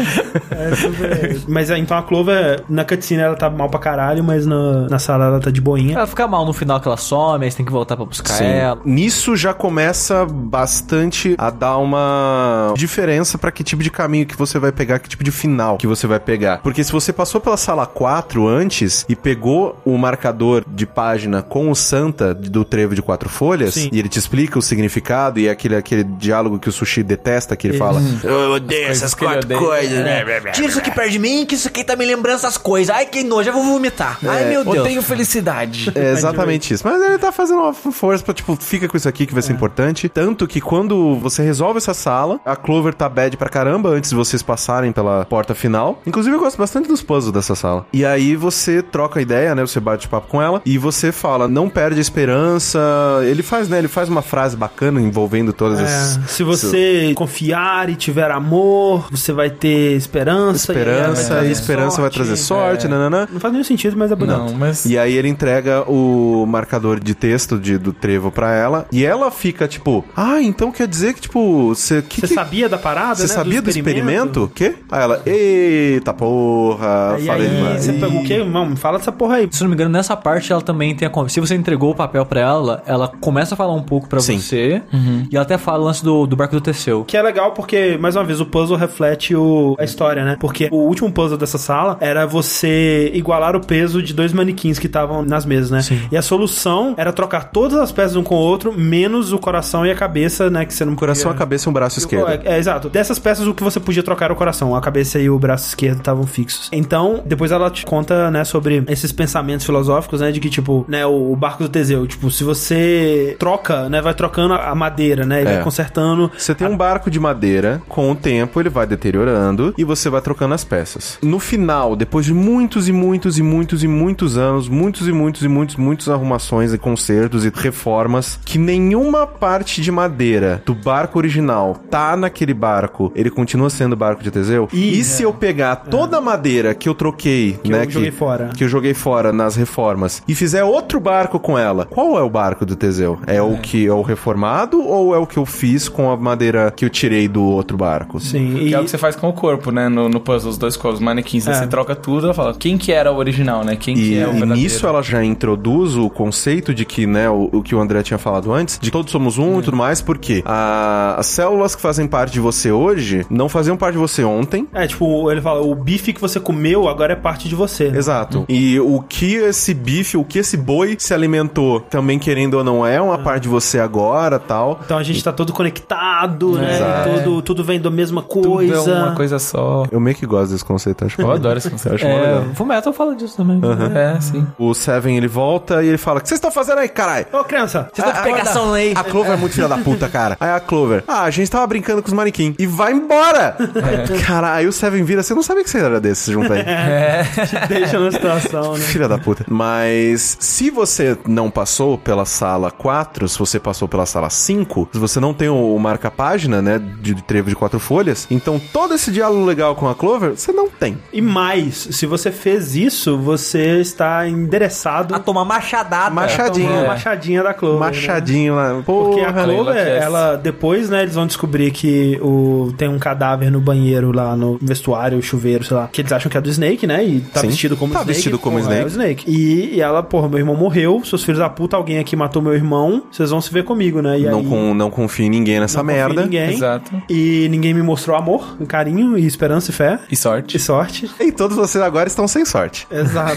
Mas é, então a Clover, na cutscene ela tá mal pra caralho, mas na, na sala ela tá de boinha.
Ela fica mal no final que ela some, aí você tem que voltar pra buscar ela.
Nisso já começa bastante a dar uma diferença pra que tipo de caminho que você vai pegar, que tipo de final que você vai pegar. Porque se você passou pela sala 4 antes e pegou o marcador de página com o Santa do trevo de quatro folhas,
Sim.
e ele te explica o significado e é aquele, aquele diálogo que o Sushi detesta, que ele fala... Eu odeio essas
que ele
quatro
odeia.
coisas, né?
Tira isso aqui perto de mim, que isso aqui tá me lembrando essas coisas. Ai, que nojo, eu vou vomitar. Ai, meu
Eu
Deus.
tenho felicidade.
É exatamente isso. Mas ele tá fazendo uma força pra, tipo, fica com isso aqui que vai ser importante. Tanto que quando você resolve essa sala, a Clover tá bad pra caramba antes de vocês passarem pela porta final. Inclusive, eu gosto bastante dos puzzles dessa sala. E aí você troca ideia, né? Você bate papo com ela e você fala, não perde a esperança. Ele faz, né? Ele faz uma frase bacana envolvendo
É.
todas essas.
Se você confiar e tiver amor, você vai ter esperança. e aí vai
Esperança,
trazer
e esperança vai
sorte.
trazer sorte, nananã.
Não faz nenhum sentido, mas é bonito.
Não, mas.
E aí ele entrega o marcador de texto de, do trevo pra ela. E ela fica tipo, ah, então quer dizer que, tipo, você. que-
Você
que-
sabia da parada,
Você
né?
sabia do experimento? O quê? Aí ela, eita porra,
E
falei
aí,
demais.
você pegou o quê? Vamos, fala dessa porra aí.
Se não me engano, nessa parte ela também tem a. con- Se você entregou o papel pra ela, ela começa a falar um pouco pra
Sim.
você. E ela até fala o lance do, do barco do Teseu.
Que é legal porque, mais uma vez, o puzzle reflete o- a história, né? Porque o último puzzle dessa sala era você igualar o peso de dois manequins que estavam nas mesas, né? E a solução era trocar todas as peças um com o outro, menos o coração e a cabeça, né? Que você não
O coração, a cabeça e um braço esquerdo.
É, é, exato. Dessas peças, o que você podia trocar era o coração. A cabeça e o braço esquerdo estavam fixos. Então, depois ela te conta, né, sobre esses pensamentos filosóficos, né, de que, tipo, né, o, o barco do Teseu, tipo, se você troca, né, vai trocando a a madeira, né, e
É.
vai consertando.
Você tem um barco de madeira, com o tempo ele vai deteriorando e você vai trocando as peças. No final, depois de muitos e muitos e muitos e muitos anos, muitos e muitos e muitos, muitos arrumações e consertos e reformas, que nenhuma parte de madeira do barco original tá naquele barco, ele continua sendo barco de Teseu. E, se eu pegar toda a madeira que eu troquei,
é. Que
né,
eu joguei fora.
que eu joguei fora nas reformas e fizer outro barco com ela, qual é o barco do Teseu? É, o que é o reformado ou é o que eu fiz com a madeira que eu tirei do outro barco?
Sim, e...
Que é o que você faz com o corpo, né? No, no puzzle, os dois corpos, os manequins. né?
É.
Você troca tudo, ela fala quem que era o original, né? Quem
E,
que é
e
o verdadeiro.
nisso ela já introduz o conceito de que, né, o, o que o André tinha falado antes, de todos somos um e tudo mais, porque a- as células que fazem parte de você hoje não faziam parte de você ontem.
É, tipo, ele fala, o bife que você comeu agora é parte de você. né?
Exato. E o que esse bife, o que esse boi se alimentou, também querendo ou não, é uma parte de você agora, tal.
Então a gente tá todo conectado, né?
Exato.
Tudo, tudo vem da mesma
Tudo
coisa.
é uma coisa só.
Eu meio que gosto desse conceito, acho.
Eu adoro esse conceito.
mó
É,
legal.
Full Metal fala disso também.
É, sim.
O Seven ele volta e ele fala: O que vocês estão fazendo aí, caralho?
Ô, criança, você
Vocês
tá...
estão de pegação aí.
A Clover é muito filha da puta, cara. Aí a Clover, ah, a gente tava brincando com os manequim. E vai embora!
É.
Caralho, aí o Seven vira, você não sabia que você era desse junto aí.
deixa na situação, né?
Filha da puta. Mas se você não passou pela sala 4, se você passou pela sala 5, se você não tem o, o marca-página, né, de, de trevo de quatro folhas, então todo esse diálogo legal com a Clover, você não tem.
E mais, se você fez isso, você está endereçado
A tomar
tá.
machadada.
Machadinho.
tomar uma
É.
machadinha da Clover. né?
Machadinho lá.
Porque
Porra.
a Clover,
Leila Chess.
ela depois, né, eles vão descobrir que o, tem um cadáver no banheiro lá, no vestuário, chuveiro, sei lá, que eles acham que é do Snake, né, e tá
Sim.
vestido como
Tá
Snake.
vestido como
pô,
Snake.
É o Snake. E, e ela, porra, meu irmão morreu, seus filhos da puta, alguém aqui matou meu irmão, vocês vão se ver comigo, né, e
não,
aí...
con- não confia em ninguém, ninguém nessa
Não confio em
merda.
ninguém.
Exato.
E ninguém me mostrou amor, carinho, e esperança e fé.
E sorte.
E sorte.
E todos vocês agora estão sem sorte.
Exato.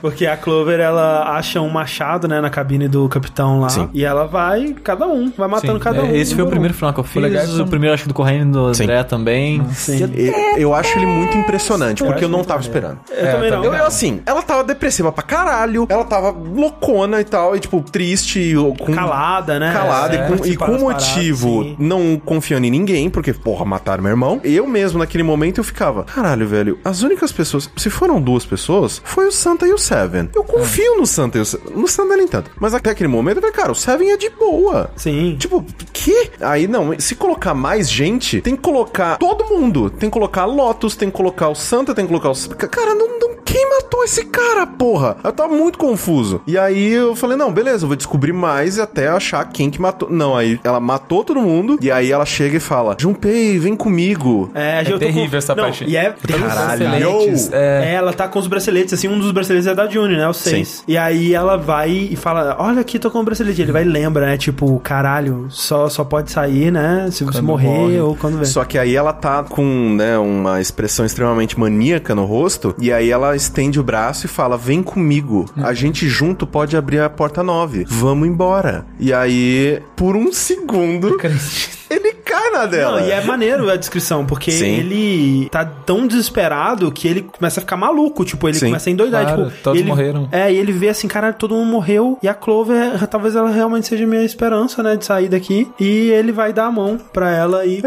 Porque a Clover, ela acha um machado, né, na cabine do capitão lá.
Sim.
E ela vai, cada um, vai matando
Sim,
cada
é,
um.
Esse foi o
por um.
primeiro final que eu fiz.
legal é que-
o primeiro, acho que do Correio e do
Sim.
André também.
Sim.
E- eu acho ele muito impressionante, porque
acho
eu não
muito
tava
maneiro.
esperando.
Eu também não.
Eu, eu, assim, ela tava depressiva pra caralho, ela tava loucona e tal, e tipo, triste, e com...
Calada, né? É,
Calada e com, e
participar
com
das paradas,
motivo
sim.
não confiando em ninguém, porque, porra, mataram meu irmão. Eu mesmo, naquele momento, eu ficava, caralho, velho, as únicas pessoas, se foram duas pessoas, foi o Santa e o Seven. Eu confio no Santa e o Seven. No Santa nem tanto. Mas até aquele momento, eu falei, cara, o Seven é de boa.
Sim.
Tipo, que? Aí não, se colocar mais gente, tem que colocar todo mundo. Tem que colocar a Lotus, tem que colocar o Santa, tem que colocar os. Cara, não, não- quem matou esse cara, porra? Eu tava muito confuso. E aí eu falei, não, beleza, eu vou descobrir mais e até achar quem que matou. Não, aí ela matou todo mundo e aí ela chega e fala: Junpei, vem comigo.
É, eu tô
terrível
com...
essa
não,
parte.
E é
Caralho,
terrível.
Excelentes,
yo!
é.
É, Ela tá com os braceletes, assim, um dos braceletes é da June, né? Os seis. E aí ela vai e fala: Olha aqui, tô com um bracelete. Ele vai e lembra, né? Tipo, caralho, só, só pode sair, né? Se você morrer
morre.
ou quando vem.
Só que aí ela tá com, né, uma expressão extremamente maníaca no rosto, e aí ela estende o braço e fala: "Vem comigo.
Uhum.
A gente junto pode abrir a porta 9. Vamos embora". E aí, por um segundo, ele cai na dela.
Não, e é maneiro a descrição, porque
Sim.
ele tá tão desesperado que ele começa a ficar maluco, tipo, ele
Sim.
começa a endoidar,
Claro,
tipo,
todos
ele,
morreram.
É, e ele vê assim, cara, todo mundo morreu, e a Clover, talvez ela realmente seja minha esperança, né, de sair daqui, e ele vai dar a mão pra ela e...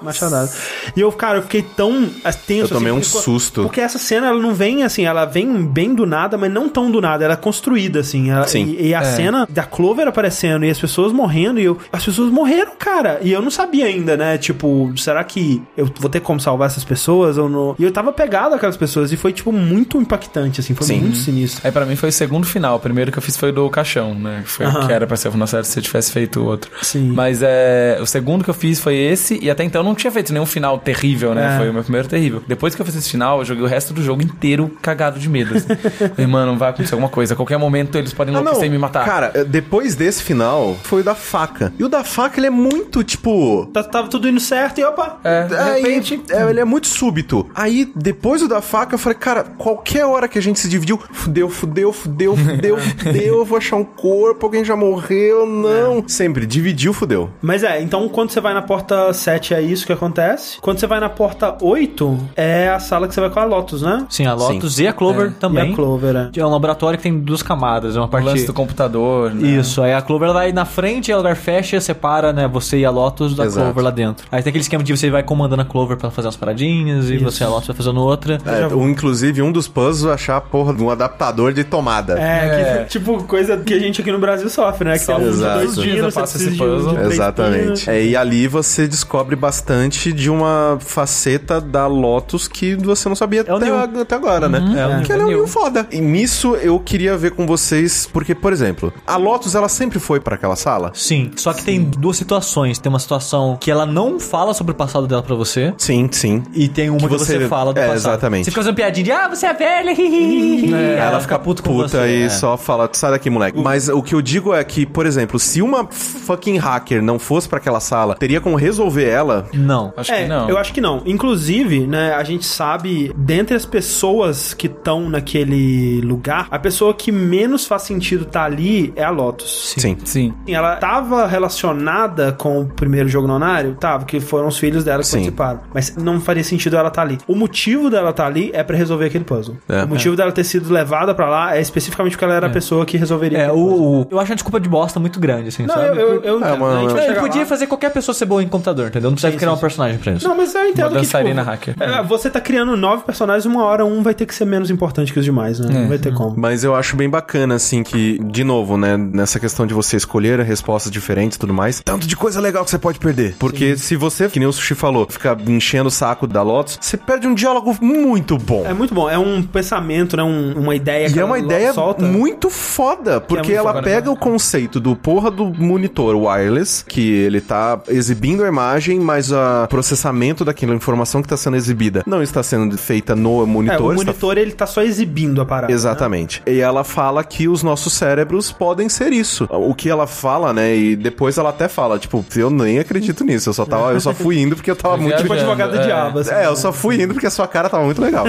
Machadado. E eu, cara, eu fiquei tão ah, tenso.
Eu tomei
assim,
um
porque-
susto.
Porque essa cena, ela não vem assim, ela vem bem do nada, mas não tão do nada, ela é construída assim. ela-
Sim.
E, e a cena da Clover aparecendo e as pessoas morrendo, e eu. As pessoas morreram, cara. E eu não sabia ainda, né? Tipo, será que eu vou ter como salvar essas pessoas ou não? E eu tava pegado aquelas pessoas e foi, tipo, muito impactante, assim. Foi
Sim.
muito sinistro.
Aí pra mim foi o segundo final. O primeiro que eu fiz foi o do caixão, né? Foi o que era pra ser o final certo se eu tivesse feito o outro.
Sim.
Mas é, o segundo que eu fiz foi esse, e até então eu não tinha feito nenhum final terrível, né?
É.
Foi o meu primeiro terrível. Depois que eu fiz esse final, eu joguei o resto do jogo inteiro cagado de medo. Assim. Falei, mano, vai acontecer alguma coisa. A qualquer momento eles podem
Ah,
enlouquecer e me matar.
Cara, depois desse final, foi o da faca. E o da faca, ele é muito, tipo,
Tá- Tava tudo indo certo e opa.
é, de
Aí,
repente.
é, ele é muito súbito. Aí, depois do da faca, eu falei, cara, qualquer hora que a gente se dividiu, fudeu, fudeu, fudeu, fudeu, fudeu, eu vou achar um corpo, alguém já morreu, não. Sempre, dividiu, fudeu.
Mas é, então quando você vai na porta 7 é isso que acontece. Quando você vai na porta 8, é a sala que você vai com a Lotus, né?
Sim, a Lotus e a Clover também.
E a Clover, é.
É um laboratório que tem duas camadas, é uma
O
parte...
Um lance do computador, né?
Isso, aí a Clover ela vai na frente, ela vai fecha, separa, né, você e a Lotus da
Exato.
Clover lá dentro. Aí tem aquele esquema de você vai comandando a Clover pra fazer umas paradinhas, e você e a Lotus vai fazendo outra.
É, um, inclusive, um dos puzzles é achar a porra de um adaptador de tomada.
É, que, tipo, coisa que a gente aqui no Brasil sofre, né? Que tem
Sofre.
uns
Exato.
dois
Eu
dias, você
faço esse
precisa de, um- de
puzzle.
três
Exatamente.
dias.
É, e ali você descobre bastante de uma faceta da Lotus que você não sabia
É o
até,
Neo.
até agora, né?
é o
Porque
Neo.
ela é um
Neo.
Neo foda. E nisso eu queria ver com vocês, porque, por exemplo, a Lotus ela sempre foi pra aquela sala?
Sim, só que tem duas situações. Tem uma situação que ela não fala sobre o passado dela pra você,
Sim, sim.
e tem uma que você,
você-
fala do
é,
passado. É,
exatamente.
Você fica fazendo piadinha de, ah, você é velha, hihihi. Aí
Ela fica puta,
com você,
e
é.
só fala, sai daqui, moleque. Mas o que eu digo é que, por exemplo, se uma fucking hacker não fosse pra aquela sala, teria como resolver ela?
Não.
Acho
É,
que não.
eu acho que não. Inclusive, né, a gente sabe, dentre as pessoas que estão naquele lugar, a pessoa que menos faz sentido tá ali é a Lotus.
Sim.
Sim.
Assim, Ela tava relacionada com o primeiro jogo nonário? Tava, que foram os filhos dela que
Sim.
participaram. Mas não faria sentido ela tá ali. O motivo dela tá ali é pra resolver aquele puzzle.
É.
o motivo dela ter sido levada pra lá é especificamente porque ela era a pessoa que resolveria
É,
aquele puzzle.
o, o- Eu acho uma desculpa de bosta muito grande, assim,
Não,
sabe?
eu, eu, eu entendo.
mano,
a gente vai
eu-
Não, ele
chegar
podia
lá.
fazer qualquer pessoa ser boa em computador, entendeu? Não precisa criar um personagem pra isso.
Não, mas eu entendo
Uma
que, tipo,
dançarina hacker.
é, você tá criando nove personagens, uma hora um vai ter que ser menos importante que os demais, né? Não vai ter como.
Mas eu acho bem bacana, assim, que, de novo, né, nessa questão de você escolher respostas diferentes e tudo mais, tanto de coisa legal que você pode perder. Porque se você, que nem o Sushi falou, ficar enchendo o saco da Lotus, você perde um diálogo muito bom.
É muito bom, é um pensamento, né? Um- uma ideia
E
que
é
ela
uma
lo-
ideia
solta.
muito foda, porque
muito
ela
foda, né?
pega o conceito do porra do monitor wireless, que ele tá exibindo a imagem, mas a processamento daquela informação que está sendo exibida não está sendo feita no
É,
monitor.
o
está-
monitor ele tá só exibindo a parada.
Exatamente. E ela fala que os nossos cérebros podem ser isso. O que ela fala, né? E depois ela até fala, tipo, eu nem acredito nisso. Eu só tava, eu só fui indo porque eu tava
Eu
Né?
muito
Tipo
Viajando,
advogado de
é.
abas.
é, eu só fui indo porque a sua cara tava muito legal.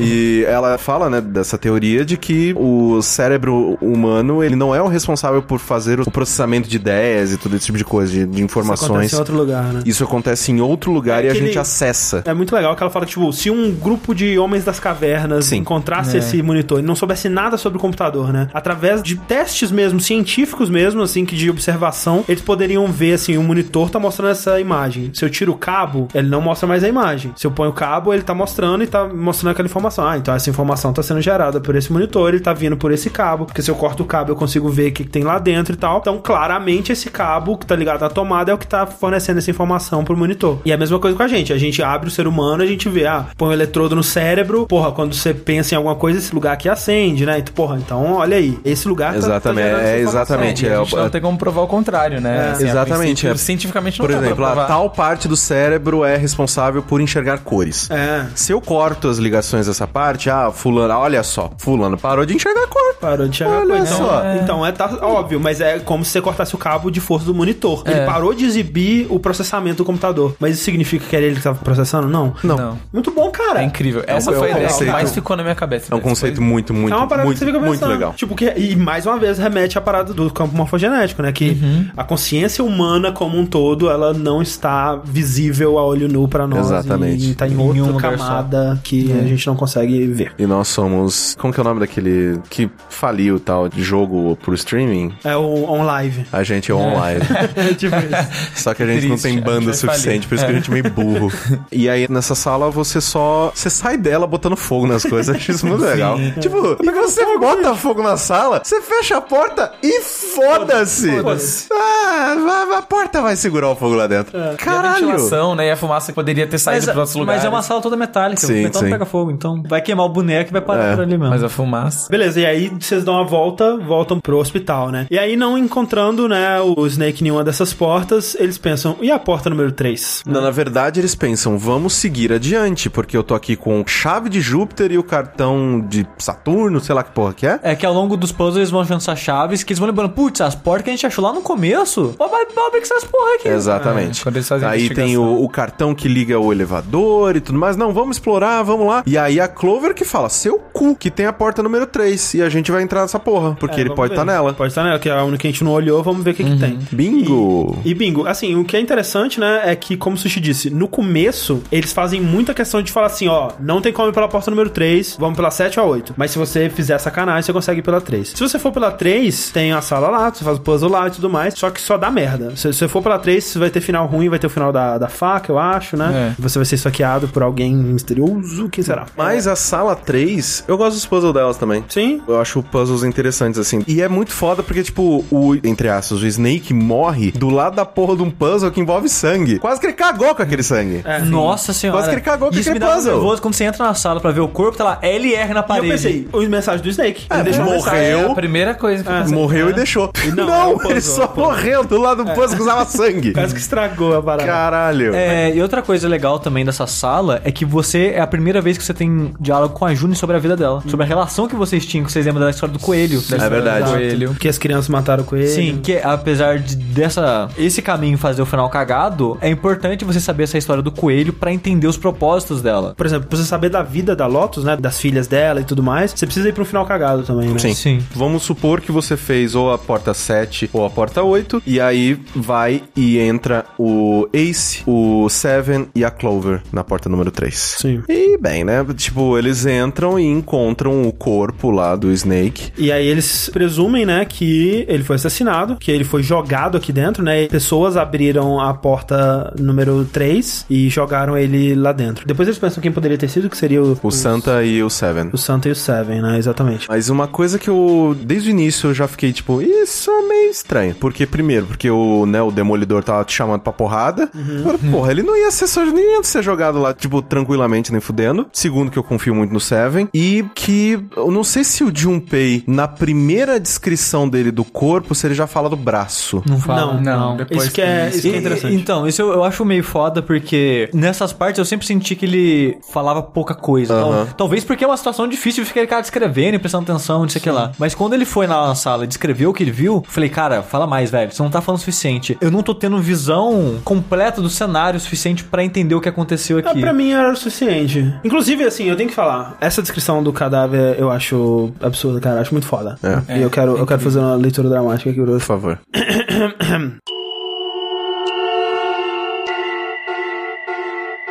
e ela fala, né, dessa teoria de que o cérebro humano, ele não é o responsável por fazer o processamento de ideias e todo esse tipo de coisa, de, de
Isso acontece
informações.
em outro lugar, né?
Isso acontece em outro lugar
É
e a
aquele-
gente acessa.
É muito legal que ela fala que, tipo, se um grupo de homens das cavernas
Sim.
encontrasse esse monitor e não soubesse nada sobre o computador, né? Através de testes mesmo, científicos mesmo, assim, que de observação, eles poderiam ver, assim, o monitor tá mostrando essa imagem. Se eu tiro o cabo, ele não mostra mais a imagem. Se eu ponho o cabo, ele tá mostrando e tá mostrando aquela informação. Ah, então essa informação tá sendo gerada por esse monitor, ele tá vindo por esse cabo, porque se eu corto o cabo, eu consigo ver o que que tem lá dentro e tal. Então, claramente, esse cabo que tá ligado na tomada é o que tá fornecendo essa informação pro monitor. E é a mesma coisa com a gente. A gente abre o ser humano, a gente vê, ah, põe o eletrodo no cérebro, porra, quando você pensa em alguma coisa, esse lugar aqui acende, né? Então, porra, então olha aí, esse lugar tá-
Exatamente,
tá gerando essa
é
informação.
exatamente.
É, e
é,
a gente não
é-
tem como provar o contrário, né? Assim, a
Exatamente,
princípio,
é.
Cientificamente não
por
dá pra
exemplo, a
provar.
tal parte do cérebro é responsável por enxergar cores.
É,
Se eu corto as ligações dessa parte, ah, fulano, olha só, fulano parou de enxergar cor.
parou de chegar
Olha
coisa.
só.
Então, então é tá, óbvio, mas é como se você cortasse o cabo de força do monitor. Ele
É.
parou de exibir o processamento do computador. Mas isso significa que era ele que tava processando? Não.
Não.
Muito bom, cara.
É incrível. Essa
é um
foi a ideia que
conceito-
mais ficou na minha cabeça.
É um
tipo,
Foi-
conceito muito, muito,
é uma parada
muito,
que você fica
muito
pensando.
legal.
Tipo, que, e mais uma vez remete à parada do campo morfogenético, né? Que
Uhum.
a consciência humana como um todo, ela não está visível a olho nu pra nós.
Exatamente.
E tá em
Em
outra
um lugar
camada que a gente não consegue ver.
E nós somos. Como que é o nome daquele que faliu e tal de jogo pro streaming?
É o on live.
A gente é online.
É tipo isso.
Só que é. a gente não
Triste,
tem
a
banda
gente vai
suficiente,
falir.
por isso que a gente é meio burro. e aí, nessa sala, você só. Você sai dela botando fogo nas coisas. Acho isso muito legal. Tipo, e você bota fogo na sala, você fecha a porta e foda-se!
Foda-se. É.
Ah, a, a porta vai segurar o fogo lá dentro.
A
Caralho!
ventilação, né? E a fumaça que poderia ter saído
Mas,
para outros lugares.
mas é uma sala toda metálica,
Sim,
o metal
sim. É.
não pega fogo, então vai queimar o boneco e vai parar por ali mesmo.
Mas a fumaça.
Tá Beleza, e aí vocês dão a volta, voltam pro hospital, né? E aí, não encontrando, né, o Snake em nenhuma dessas portas, eles pensam, e a porta número 3?
Não, na verdade, eles pensam, vamos seguir adiante, porque eu tô aqui com chave de Júpiter e o cartão de Saturno, sei lá que porra que é.
É que ao longo dos puzzles eles vão achando essas chaves que eles vão lembrando, putz, as portas que a gente achou lá no começo, ó, vai vai abrir com essas porra aqui.
Exatamente.
É, quando eles fazem a
aí tem
investigação.
o, o cartão que liga o elevador e tudo mais. Não, vamos explorar, vamos lá. E aí a Clover que fala, seu cu, que tem a porta número 3. E a gente vai entrar nessa porra, porque
É,
ele
vamos
pode
ver.
estar nela.
Pode estar nela, que é a única que a gente não olhou, vamos ver o que, que tem.
Bingo!
E bingo, assim, o que é interessante, né, é que, como o Sushi disse, no começo, eles fazem muita questão de falar assim, ó, não tem como ir pela porta número 3, vamos pela 7 a 8. Mas se você fizer sacanagem, você consegue ir pela 3. Se você for pela 3, tem a sala lá, você faz o puzzle lá e tudo mais, só que só dá merda. Se se você for pela 3, você vai ter final ruim, vai ter o final da, da faca, eu acho, né? Você vai ser saqueado por alguém misterioso, quem será?
Mas a sala 3, eu gosto dos puzzles delas também.
Sim.
Eu acho puzzles interessantes, assim. E é muito foda porque, tipo, o, entre aspas, o Snake morre do lado da porra de um puzzle que envolve sangue. Quase que ele cagou com aquele sangue.
É.
Nossa senhora.
Quase que ele cagou com
Isso me
aquele
dá um
puzzle.
nervoso quando você entra na sala pra ver o corpo, tá lá LR na
E eu
parede.
pensei, o mensagem do Snake. ele deixou uma
É a
morreu.
primeira coisa
Ah.
que eu pensei.
Morreu e deixou.
não,
Não,
é um puzzle,
ele
é
só
um puzzle.
morreu do lado do puzzle que usava sangue.
Parece que estragou a parada.
Caralho.
É, e outra coisa legal também dessa sala é que você é a primeira vez que você tem diálogo com a Juni sobre a vida dela, sobre a relação que vocês tinham, que vocês lembram da história do coelho.
Da
Hum.
história
É verdade.
do Coelho.
Que as crianças mataram com ele.
Sim, que apesar de dessa esse caminho fazer o final cagado, é importante você saber essa história do coelho pra entender os propósitos dela.
Por exemplo, pra você saber da vida da Lotus, né? Das filhas dela e tudo mais, você precisa ir pra um final cagado também, né?
Sim.
Sim.
Vamos supor que você fez ou a porta 7 ou a porta 8, e aí vai e entra o Ace, o Seven e a Clover na porta número 3.
Sim.
E bem, né? Tipo, eles entram e encontram o corpo lá do Snake.
E aí eles presumem, né, que ele foi assassinado, que ele foi jogado aqui dentro, né? E pessoas abriram a porta número 3 e jogaram ele lá dentro. Depois eles pensam quem poderia ter sido, que seria o,
O Santa e o Seven.
o Santa e o Seven, né? Exatamente.
Mas uma coisa que eu, desde o início, eu já fiquei tipo, isso é meio estranho. Porque, primeiro, porque o, né, o Demolidor tava te chamando pra porrada.
Uhum.
Agora, porra, ele não ia ser só, nem ia ser jogado lá, tipo, tranquilamente, nem fudendo. Segundo, que eu confio muito no Seven. E que, eu não sei se o de um Junpei, na primeira descrição dele do corpo, se ele já fala do braço.
Não
Não,
Não, depois
isso que é,
tem
isso que é
E-
interessante.
Então, isso eu, eu acho meio foda, porque nessas partes eu sempre senti que ele falava pouca coisa. Tal-
Aham.
talvez porque é uma situação difícil de ficar ele, cara descrevendo e prestando atenção, não sei o que lá. Mas quando ele foi na sala e descreveu o que ele viu, eu falei, cara, fala mais, velho. Você não tá falando o suficiente. Eu não tô tendo visão completa do cenário suficiente pra entender o que aconteceu
Ah,
aqui.
pra mim era o suficiente. Inclusive, assim, eu tenho que falar. Essa descrição do cadáver eu acho absurda, cara. Acho muito foda.
É.
E eu quero, eu quero fazer uma leitura dramática aqui pra
Por favor.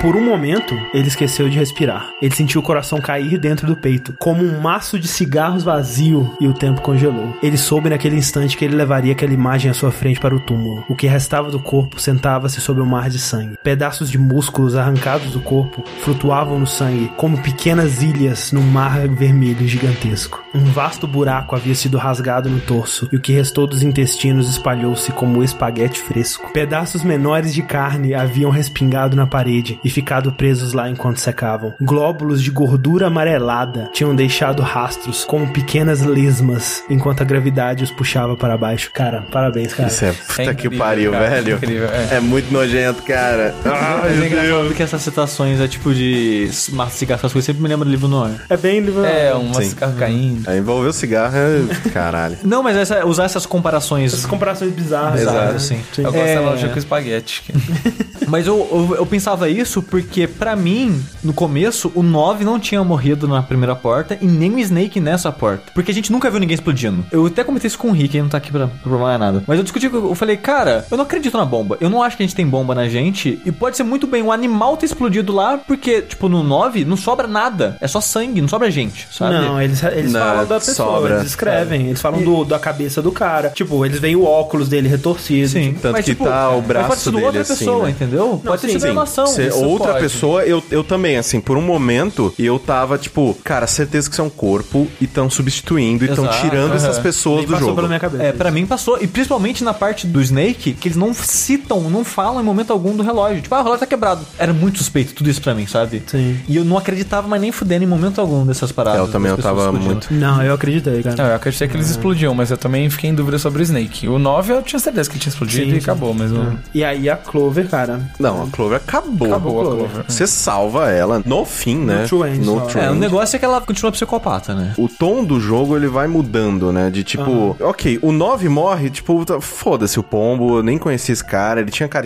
Por um momento, ele esqueceu de respirar. Ele sentiu o coração cair dentro do peito, como um maço de cigarros vazio, e o tempo congelou. Ele soube naquele instante que ele levaria aquela imagem à sua frente para o túmulo. O que restava do corpo sentava-se sobre o mar de sangue. Pedaços de músculos arrancados do corpo flutuavam no sangue, como pequenas ilhas num mar vermelho gigantesco. Um vasto buraco havia sido rasgado no torso, e o que restou dos intestinos espalhou-se como espaguete fresco. Pedaços menores de carne haviam respingado na parede e ficado presos lá enquanto secavam. Glóbulos de gordura amarelada tinham deixado rastros, como pequenas lesmas, enquanto a gravidade os puxava para baixo. Cara, parabéns, cara.
Isso é puta que
incrível,
pariu,
cara.
velho.
Incrível, é.
é. muito nojento, cara. Ai,
Mas
meu
é
Deus.
engraçado que essas citações é tipo de massa de cigarro, essas coisas sempre me lembra do livro Noir.
É bem livro.
É, uma
Sim.
cigarro caindo.
Aí envolveu cigarro, é- caralho.
Não, mas essa- usar essas comparações.
Essas comparações bizarras. né?
Exato,
cara.
sim.
Eu gosto
É.
da loja com espaguete. que-
Mas eu, eu, eu pensava isso porque, pra mim, no começo, o 9 não tinha morrido na primeira porta e nem o Snake nessa porta. Porque a gente nunca viu ninguém explodindo. Eu até comentei isso com o Rick, ele não tá aqui pra pra provar nada. Mas eu discuti, com- eu falei, cara, eu não acredito na bomba. Eu não acho que a gente tem bomba na gente. E pode ser muito bem um animal ter explodido lá, porque, tipo, no 9 não sobra nada. É só sangue, não sobra gente, sabe?
Não, eles, eles
Não, é
falam da pessoa,
sobra,
eles escrevem, eles falam do, da cabeça do cara. Tipo, eles veem o óculos dele retorcido.
Sim,
tipo,
Tanto que tá o
mas
braço
pode ser do
dele
outra
assim,
pessoa,
né?
entendeu? pode ter
sim,
sido
sim.
relação.
Cê-
isso
outra
pode.
pessoa, eu, eu também, assim, por um momento, eu tava tipo, cara, certeza que isso é um corpo e estão substituindo e estão
Exato,
tirando essas
aham.
pessoas
nem
do
passou
jogo.
pela minha cabeça.
É, pra mim passou. E principalmente na parte do Snake, que eles não citam, não falam em momento algum do relógio. Tipo, ah, o relógio tá quebrado. Era muito suspeito tudo isso pra mim, sabe?
Sim.
E eu não acreditava, mas nem fudendo em momento algum dessas paradas.
É, Eu também,
das
eu
pessoas
tava
explodindo.
muito-
Não, eu acreditei, cara.
Não, eu acreditei que eles explodiam, mas eu também fiquei em dúvida sobre o Snake. O 9 eu tinha certeza que ele tinha explodido
Sim,
e
sim.
acabou, mas o...
É.
E aí a Clover, cara.
Não, a Clover acabou.
acabou a Clover.
Você salva ela no fim, né?
true end, só.
true
É, o
end.
negócio é que ela continua psicopata, né?
O tom do jogo ele vai mudando, né? De tipo, ok, o 9 morre, tipo, tá- foda-se o pombo, eu nem conheci esse cara, ele tinha cara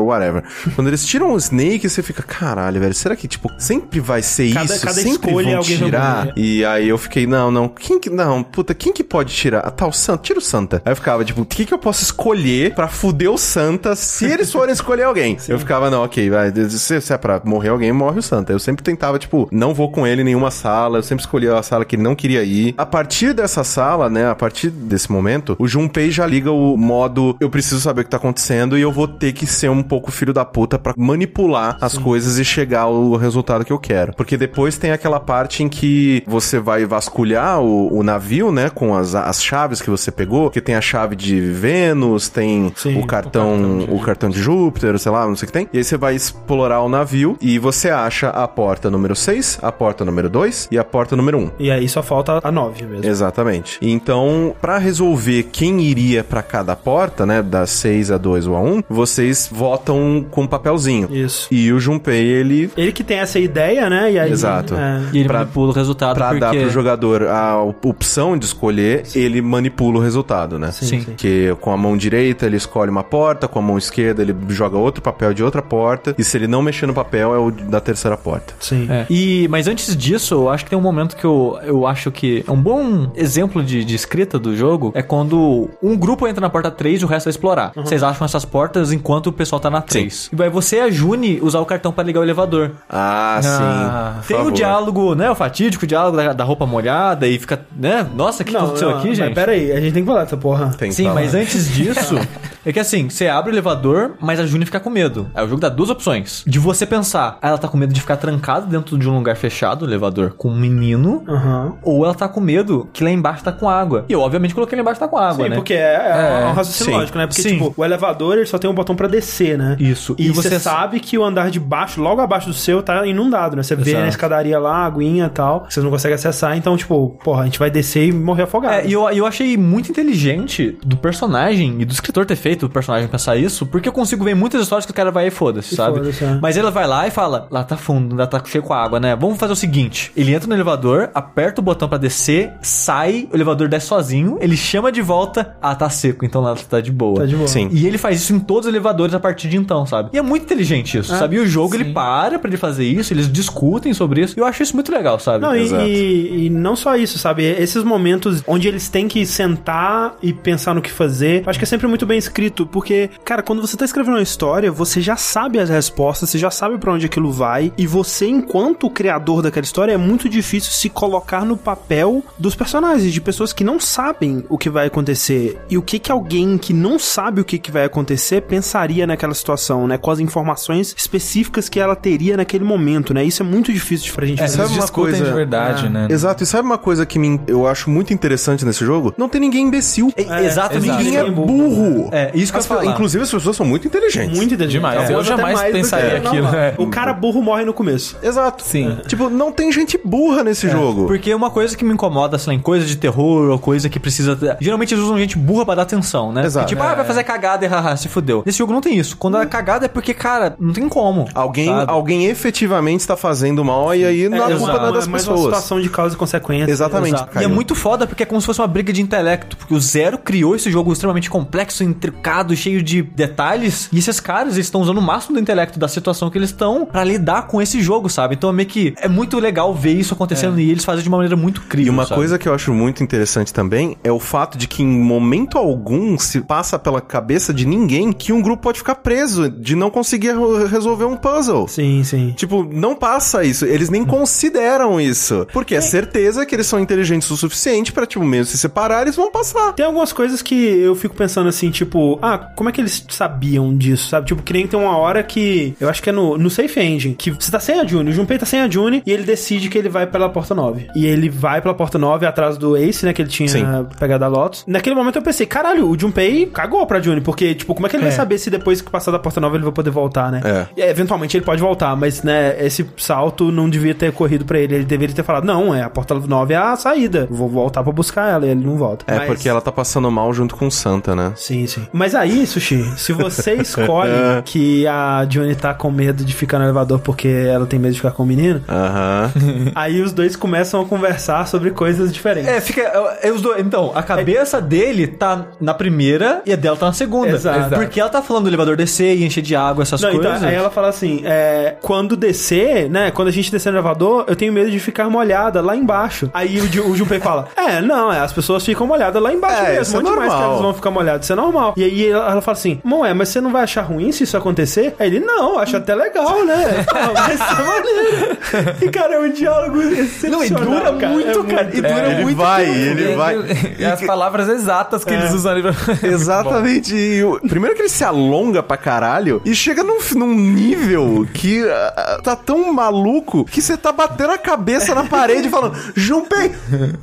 whatever. Quando eles tiram o Snake, você fica, caralho, velho, será que, tipo, sempre vai ser
Cada-
isso?
cada
sempre
escolha é
vão
alguém né? vai
tirar?
morrer.
E aí eu fiquei, não, não, quem que, não, puta, quem que pode tirar? Ah, tá, o Santa, tira o Santa. Aí eu ficava, tipo, o que que eu posso escolher pra fuder o Santa se eles forem escolher alguém? Eu ficava, não, ok, vai, se, se é pra morrer alguém, morre o Santa. Eu sempre tentava, tipo, não vou com ele em nenhuma sala, eu sempre escolhia a sala que ele não queria ir. A partir dessa sala, né, a partir desse momento, o Junpei já liga o modo, eu preciso saber o que tá acontecendo e eu vou ter que ser um pouco filho da puta pra manipular as coisas e chegar ao resultado que eu quero. Porque depois tem aquela parte em que você vai vasculhar o, o navio, né? Com as, as chaves que você pegou. Que tem a chave de Vênus, tem
Sim,
o cartão, o cartão de Júpiter, sei lá, não sei o que tem. E aí você vai explorar o navio e você acha a porta número 6, a porta número 2 e a porta número 1.
E aí só falta a 9 mesmo.
Exatamente. Então, pra resolver quem iria pra cada porta, né, da 6 a 2 ou a 1, vocês votam com um papelzinho.
Isso.
E o Junpei, ele
Ele que tem essa ideia, né? E aí,
Exato.
É.
E ele
Pra-
manipula o resultado
pra
porque...
dar pro jogador a op- opção de escolher, ele manipula o resultado, né?
Sim, sim.
Que com a mão direita ele escolhe uma porta, com a mão esquerda ele joga outro papel de outra porta, e se ele não mexer no papel é o da terceira porta.
Sim.
É. E, mas antes disso, eu acho que tem um momento que eu, eu acho que é um bom exemplo de, de escrita do jogo. É quando um grupo entra na porta 3 e o resto vai explorar. Vocês acham essas portas enquanto o pessoal tá na 3. E aí você e a Juni usar o cartão pra ligar o elevador.
Ah,
Ah,
sim.
Tem o diálogo, né? O fatídico diálogo da, da roupa molhada e fica, né? Nossa, o que aconteceu aqui,
mas
gente?
pera aí, a gente tem que falar dessa porra.
Tem
Sim, mas antes disso, É que assim, você abre o elevador, mas a Juni fica com medo. Aí o jogo dá duas opções. De você pensar, ah, ela tá com medo de ficar trancada dentro de um lugar fechado, o elevador, com um menino,
Aham.
ou ela tá com medo que lá embaixo tá com água. E eu, obviamente, coloquei lá embaixo tá com água,
Sim,
né?
porque é, é, um raciocínio
sim.
lógico, né? Porque,
Sim.
tipo, o elevador ele só tem um botão pra descer, né?
Isso.
E,
E
você
você-
sabe que o andar de baixo, logo abaixo do seu, tá inundado, né? Você vê
Exato.
na escadaria lá, a aguinha e tal, que você não consegue acessar, então, tipo, porra, a gente vai descer e morrer afogado.
É, e eu, eu achei muito inteligente do personagem e do escritor ter feito o personagem pensar isso, porque eu consigo ver muitas histórias que o cara vai e foda-se,
E
sabe?
foda-se, é.
Mas ela vai lá e fala: lá tá fundo, lá tá cheio com água, né? Vamos fazer o seguinte: ele entra no elevador, aperta o botão pra descer, sai, o elevador desce sozinho, ele chama de volta, ah, tá seco, então lá tá de boa.
Tá de boa.
Sim.
E ele faz isso em todos os elevadores a partir de então, sabe? E é muito inteligente isso, sabe? E o jogo ele para pra ele fazer isso, eles discutem sobre isso, e eu acho isso muito legal, sabe?
Não, e,
Exato.
e- e não só isso, sabe? Esses momentos onde eles têm que sentar e pensar no que fazer, acho que é sempre muito bem escrito, porque, cara, quando você tá escrevendo uma história, você já sabe as respostas, você já sabe pra onde aquilo vai, e você, enquanto criador daquela história, é muito difícil se colocar no papel dos personagens, de pessoas que não sabem o que vai acontecer. E o que que alguém que não sabe o que, que vai acontecer pensaria naquela situação, né? Com as informações específicas que ela teria naquele momento, né? Isso é muito difícil pra gente
É,
Sabe
eles
uma
discutem
coisa-
de verdade, né?
Exato, e sabe uma coisa que me- eu acho muito interessante nesse jogo? Não tem ninguém imbecil.
É, exatamente.
exato.
Ninguém é burro.
É, isso que
As
eu ia
pe-
falar.
Inclusive, as pessoas são muito inteligentes.
Muito inteligente.
Demais.
Talvez
Eu
até
jamais
mais do
pensaria
que-
aquilo, é.
O cara burro morre no começo.
Exato.
Sim.
Tipo, não tem gente burra nesse jogo.
É, Porque uma coisa que me incomoda, sei lá, em coisa de terror ou coisa que precisa. Geralmente eles usam gente burra pra dar atenção, né?
Exato. É.
Que tipo, ah, vai fazer cagada e haha, se fudeu. Nesse jogo não tem isso. Quando é cagada é porque, cara, não tem como.
Alguém,
sabe?
alguém efetivamente está fazendo mal e aí não é, culpa
exato.
não é das
É mais uma
pessoas.
situação de causa e consequência.
Exatamente.
Exato. E é muito foda porque é como se fosse uma briga de intelecto. Porque o Zero criou esse jogo extremamente complexo, intricado, cheio de detalhes. E esses caras eles estão usando o máximo do intelecto da situação que eles estão pra lidar com esse jogo, sabe? Então é meio que é muito legal ver isso acontecendo e eles fazem de uma maneira muito crível.
É. E uma
sabe?
coisa que eu acho muito interessante também é o fato de que em momento algum se passa pela cabeça de ninguém que um grupo pode ficar preso de não conseguir re- resolver um puzzle.
Sim, sim.
Tipo, não passa isso. Eles nem consideram isso. Porque é certeza que eles são inteligentes o suficiente pra, tipo, mesmo se separar, eles vão passar.
Tem algumas coisas que eu fico pensando assim, tipo, ah, como é que eles sabiam disso, sabe? Tipo, que nem tem uma hora que, eu acho que é no, no Safe Engine, que você tá sem a Juni, o Junpei tá sem a Juni, e ele decide que ele vai pela porta 9. E ele vai pela porta 9 atrás do Ace, né, que ele tinha
Sim.
pegado a Lotus. Naquele momento eu pensei, caralho, o Junpei cagou pra Juni, porque, tipo, como é que ele vai saber se depois que passar da porta 9 ele vai poder voltar, né?
É.
E, eventualmente ele pode voltar, mas, né, esse salto não devia ter corrido pra ele. Ele deveria ter falado, não, é a porta 9 é a saída. Vou voltar pra buscar ela, e ele não volta.
É
Mas-
porque ela tá passando mal junto com Santa, né?
Sim, sim. Mas aí, Sushi, se você escolhe que a Johnny tá com medo de ficar no elevador porque ela tem medo de ficar com o menino,
Aham.
aí os dois começam a conversar sobre coisas diferentes.
É, fica. é, é os dois. Então, a cabeça dele tá na primeira e a dela tá na segunda.
Exato.
Porque ela tá falando do elevador descer e encher de água, essas
Não,
coisas.
então, aí ela fala assim, é, quando descer, né, quando a gente descer no elevador, eu tenho medo de ficar molhada lá embaixo. Aí o, Ju- o Junpei fala, é, não, é, as pessoas ficam molhadas lá embaixo
É,
mesmo,
isso é
onde mais que
normal.
elas vão ficar molhadas, isso é normal. E aí ela, ela fala assim, ué, mas você não vai achar ruim se isso acontecer? Aí ele, não, acho até legal, né, Ah, vai ser maneiro. E, cara, é um diálogo excepcional,
Não, e dura
cara.
muito,
É
cara. E dura
ele
muito.
vai,
E-
ele
e-
vai.
e as palavras exatas que eles usam ali. pra-
Exatamente. E o- Primeiro que ele se alonga pra caralho e chega num, num nível que ah, ah, tá tão maluco que você tá batendo a cabeça na parede e falando: Junpei,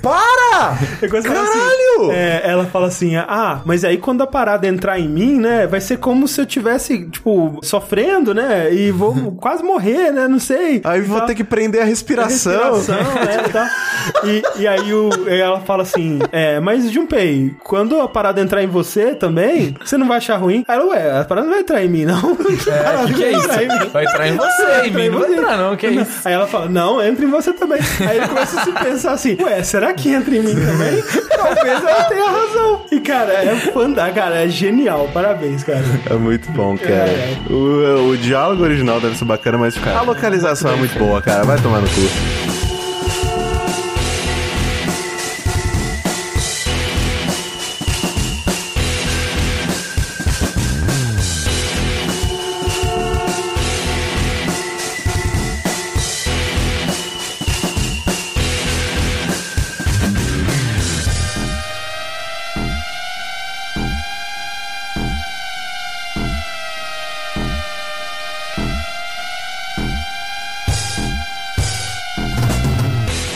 para!
Eu gosto dela assim,
Caralho!
é, ela fala assim, ah, mas aí quando a parada entrar em mim, né, vai ser como se eu tivesse, tipo, sofrendo, né, e vou quase morrer, né, não sei.
Aí vou ter que prender a respiração.
né, tá? e, e aí o, ela fala assim, é, mas Junpei, quando a parada entrar em você também, você não vai achar ruim? Aí ela, ué, a parada não vai entrar em mim, não. É,
Ah, que que é isso? Vai entrar em você, em mim. Não vai entrar, não. Que é isso?
Aí ela fala, não, entra em você também. Aí ele começa a se pensar assim, ué, será que entra em mim também? Talvez ela tenha razão. E, cara, é fandá, cara, é genial. Parabéns, cara.
É muito bom, cara.
É,
O, o diálogo original deve ser bacana, mas cara, a localização é muito boa, cara. Vai tomar no cu.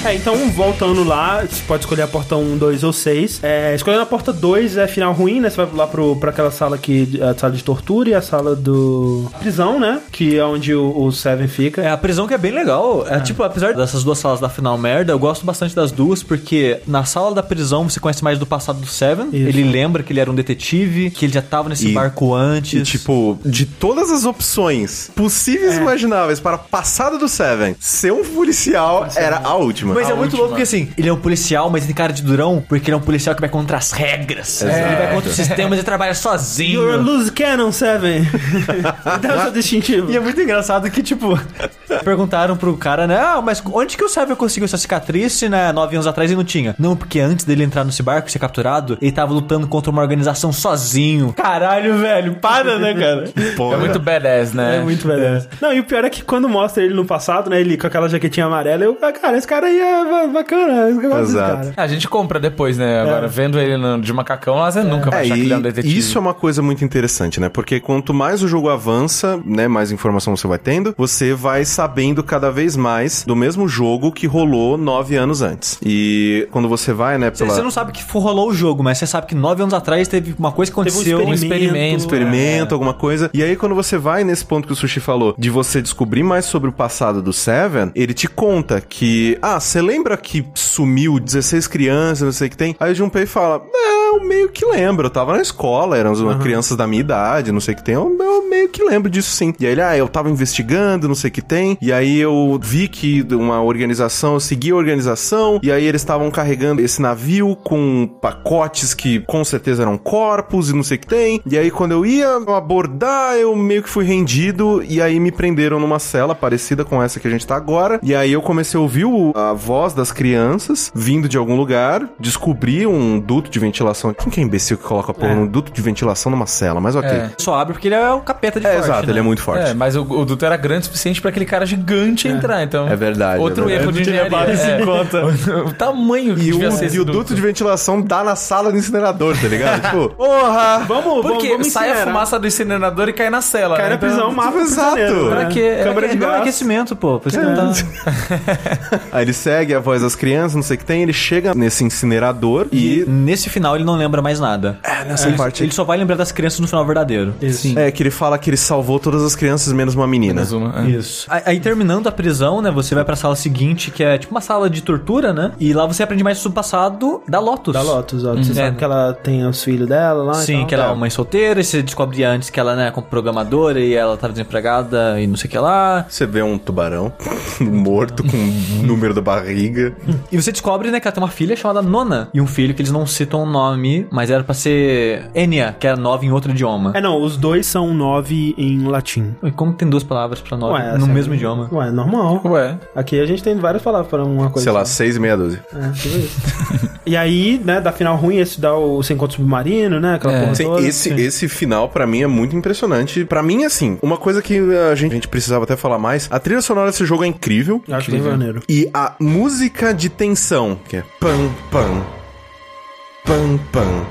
É, então voltando lá, você pode escolher a porta 1, 2 ou 6. É, escolhendo a porta 2 é final ruim, né? Você vai lá pro, pra aquela sala que a sala de tortura e a sala do. prisão, né? Que é onde o, o Seven fica.
É, a prisão que é bem legal.
Ah.
É, tipo, apesar dessas duas salas da final merda, eu gosto bastante das duas, porque na sala da prisão você conhece mais do passado do Seven.
Isso.
Ele lembra que ele era um detetive, que ele já tava nesse
E-
barco antes.
E, tipo, de todas as opções possíveis e imagináveis para a passada do Seven, ser um policial era a última. Ah,
Mas
A
é muito louco porque assim, ele é um policial, mas ele tem cara de durão, porque ele é um policial que vai contra as regras. Ele vai contra o sistema e trabalha sozinho.
You're a loose cannon, Seven! Dá o seu distintivo.
E é muito engraçado que, tipo, perguntaram pro cara, né? Ah, mas onde que o Cyber conseguiu essa cicatriz se, né, nove anos atrás ele não tinha? Não, porque antes dele entrar nesse barco e ser capturado, ele tava lutando contra uma organização sozinho. Caralho, velho, para, né, cara?
porra.
É muito badass, né?
É muito badass. Não, e o pior é que quando mostra ele no passado, né? Ele com aquela jaquetinha amarela, eu, ah, cara, esse cara aí é ba- bacana. Eu gosto desse
Exato.
cara.
Ah, A gente compra depois, né? Agora, vendo ele no- de macacão lá, você nunca vai
É,
achar que ele é um detetive.
e isso é uma coisa muito interessante, né? Porque quanto mais o jogo avança, né, mais informação você vai tendo, você vai sabendo cada vez mais do mesmo jogo que rolou nove anos antes. E quando você vai, né,
Você
pela...
você não sabe que rolou o jogo, mas você sabe que nove anos atrás teve uma coisa que
Teve
aconteceu.
um experimento.
experimento.
experimento, alguma coisa. E aí, quando você vai nesse ponto que o Sushi falou, de você descobrir mais sobre o passado do Seven, ele te conta que, ah, você lembra que sumiu 16 crianças, não sei o que tem? Aí o Junpei fala, é, eu meio que lembro, eu tava na escola, eram umas crianças da minha idade, não sei o que tem, eu, eu meio que lembro disso sim. E aí ele, ah, eu tava investigando, não sei o que tem, e aí eu vi que uma organização, eu segui a organização, e aí eles estavam carregando esse navio com pacotes que com certeza eram corpos e não sei o que tem. E aí quando eu ia abordar, eu meio que fui rendido e aí me prenderam numa cela parecida com essa que a gente tá agora. E aí eu comecei a ouvir o- a voz das crianças vindo de algum lugar, descobri um duto de ventilação. Quem que é imbecil que coloca porra num duto de ventilação numa cela? Mas ok.
É.
É,
Só abre porque ele é um capeta de forte,
exato,
né?
ele é muito forte.
É, mas o, o Duto era grande o suficiente pra aquele cara gigante entrar, então...
É verdade,
Outro
é verdade.
erro de
Eu não tinha
engenharia. É.
levado isso em
conta. o tamanho que
E o,
devia ser esse
e o duto de ventilação dá na sala do incinerador, tá ligado? tipo, porra!
Vamos, vamos,
Porque
vamos
sai a
incinerar.
fumaça do incinerador e cai na cela,
Cai
né?
na prisão, mata o
Exato.
prisioneiro,
Pra
né?
quê? É
Câmara
É,
de
não, é
gás.
aquecimento, pô. Por isso que não tá...
Aí ele segue a voz das crianças, não sei o que tem, ele chega nesse incinerador
E
e.
nesse final ele não lembra mais nada.
É, nessa parte.
Ele só vai lembrar das crianças no final verdadeiro.
Sim.
É, que ele fala que ele salvou todas as crianças, menos uma menina.
Mais uma, é.
Isso.
A- Aí terminando a prisão, né? Você vai pra sala seguinte, que é tipo uma sala de tortura, né? E lá você aprende mais sobre o passado da Lotus.
Da Lotus, ó. Você
Hum.
sabe
É.
que ela tem os filhos dela lá. e
Sim,
tal.
que ela é uma mãe solteira, e você descobre antes que ela né, é como programadora e ela tava desempregada e não sei o que lá.
Você vê um tubarão morto com o número da barriga.
E você descobre, né, que ela tem uma filha chamada Nona e um filho que eles não citam o nome, mas era pra ser Enya, que era nova em outro idioma.
É, não, os dois são nove em latim.
E como tem duas palavras pra nove
Ué,
no
essa-
mesmo idioma?
Ué, é normal.
Ué.
Aqui a gente tem várias palavras para uma coisa. assim.
sei lá,
só.
seis e meia dúzia.
É, tudo isso. e aí, né, da final ruim, esse dá o Sem Conto Submarino, né? Aquela
É.
porra
Sim,
toda.
esse, esse final pra mim é muito impressionante. Pra mim, assim, uma coisa que a gente, a gente precisava até falar mais: a trilha sonora desse jogo é incrível.
Eu acho bem maneiro.
E a música de tensão, que é pam, pam, pam, pam,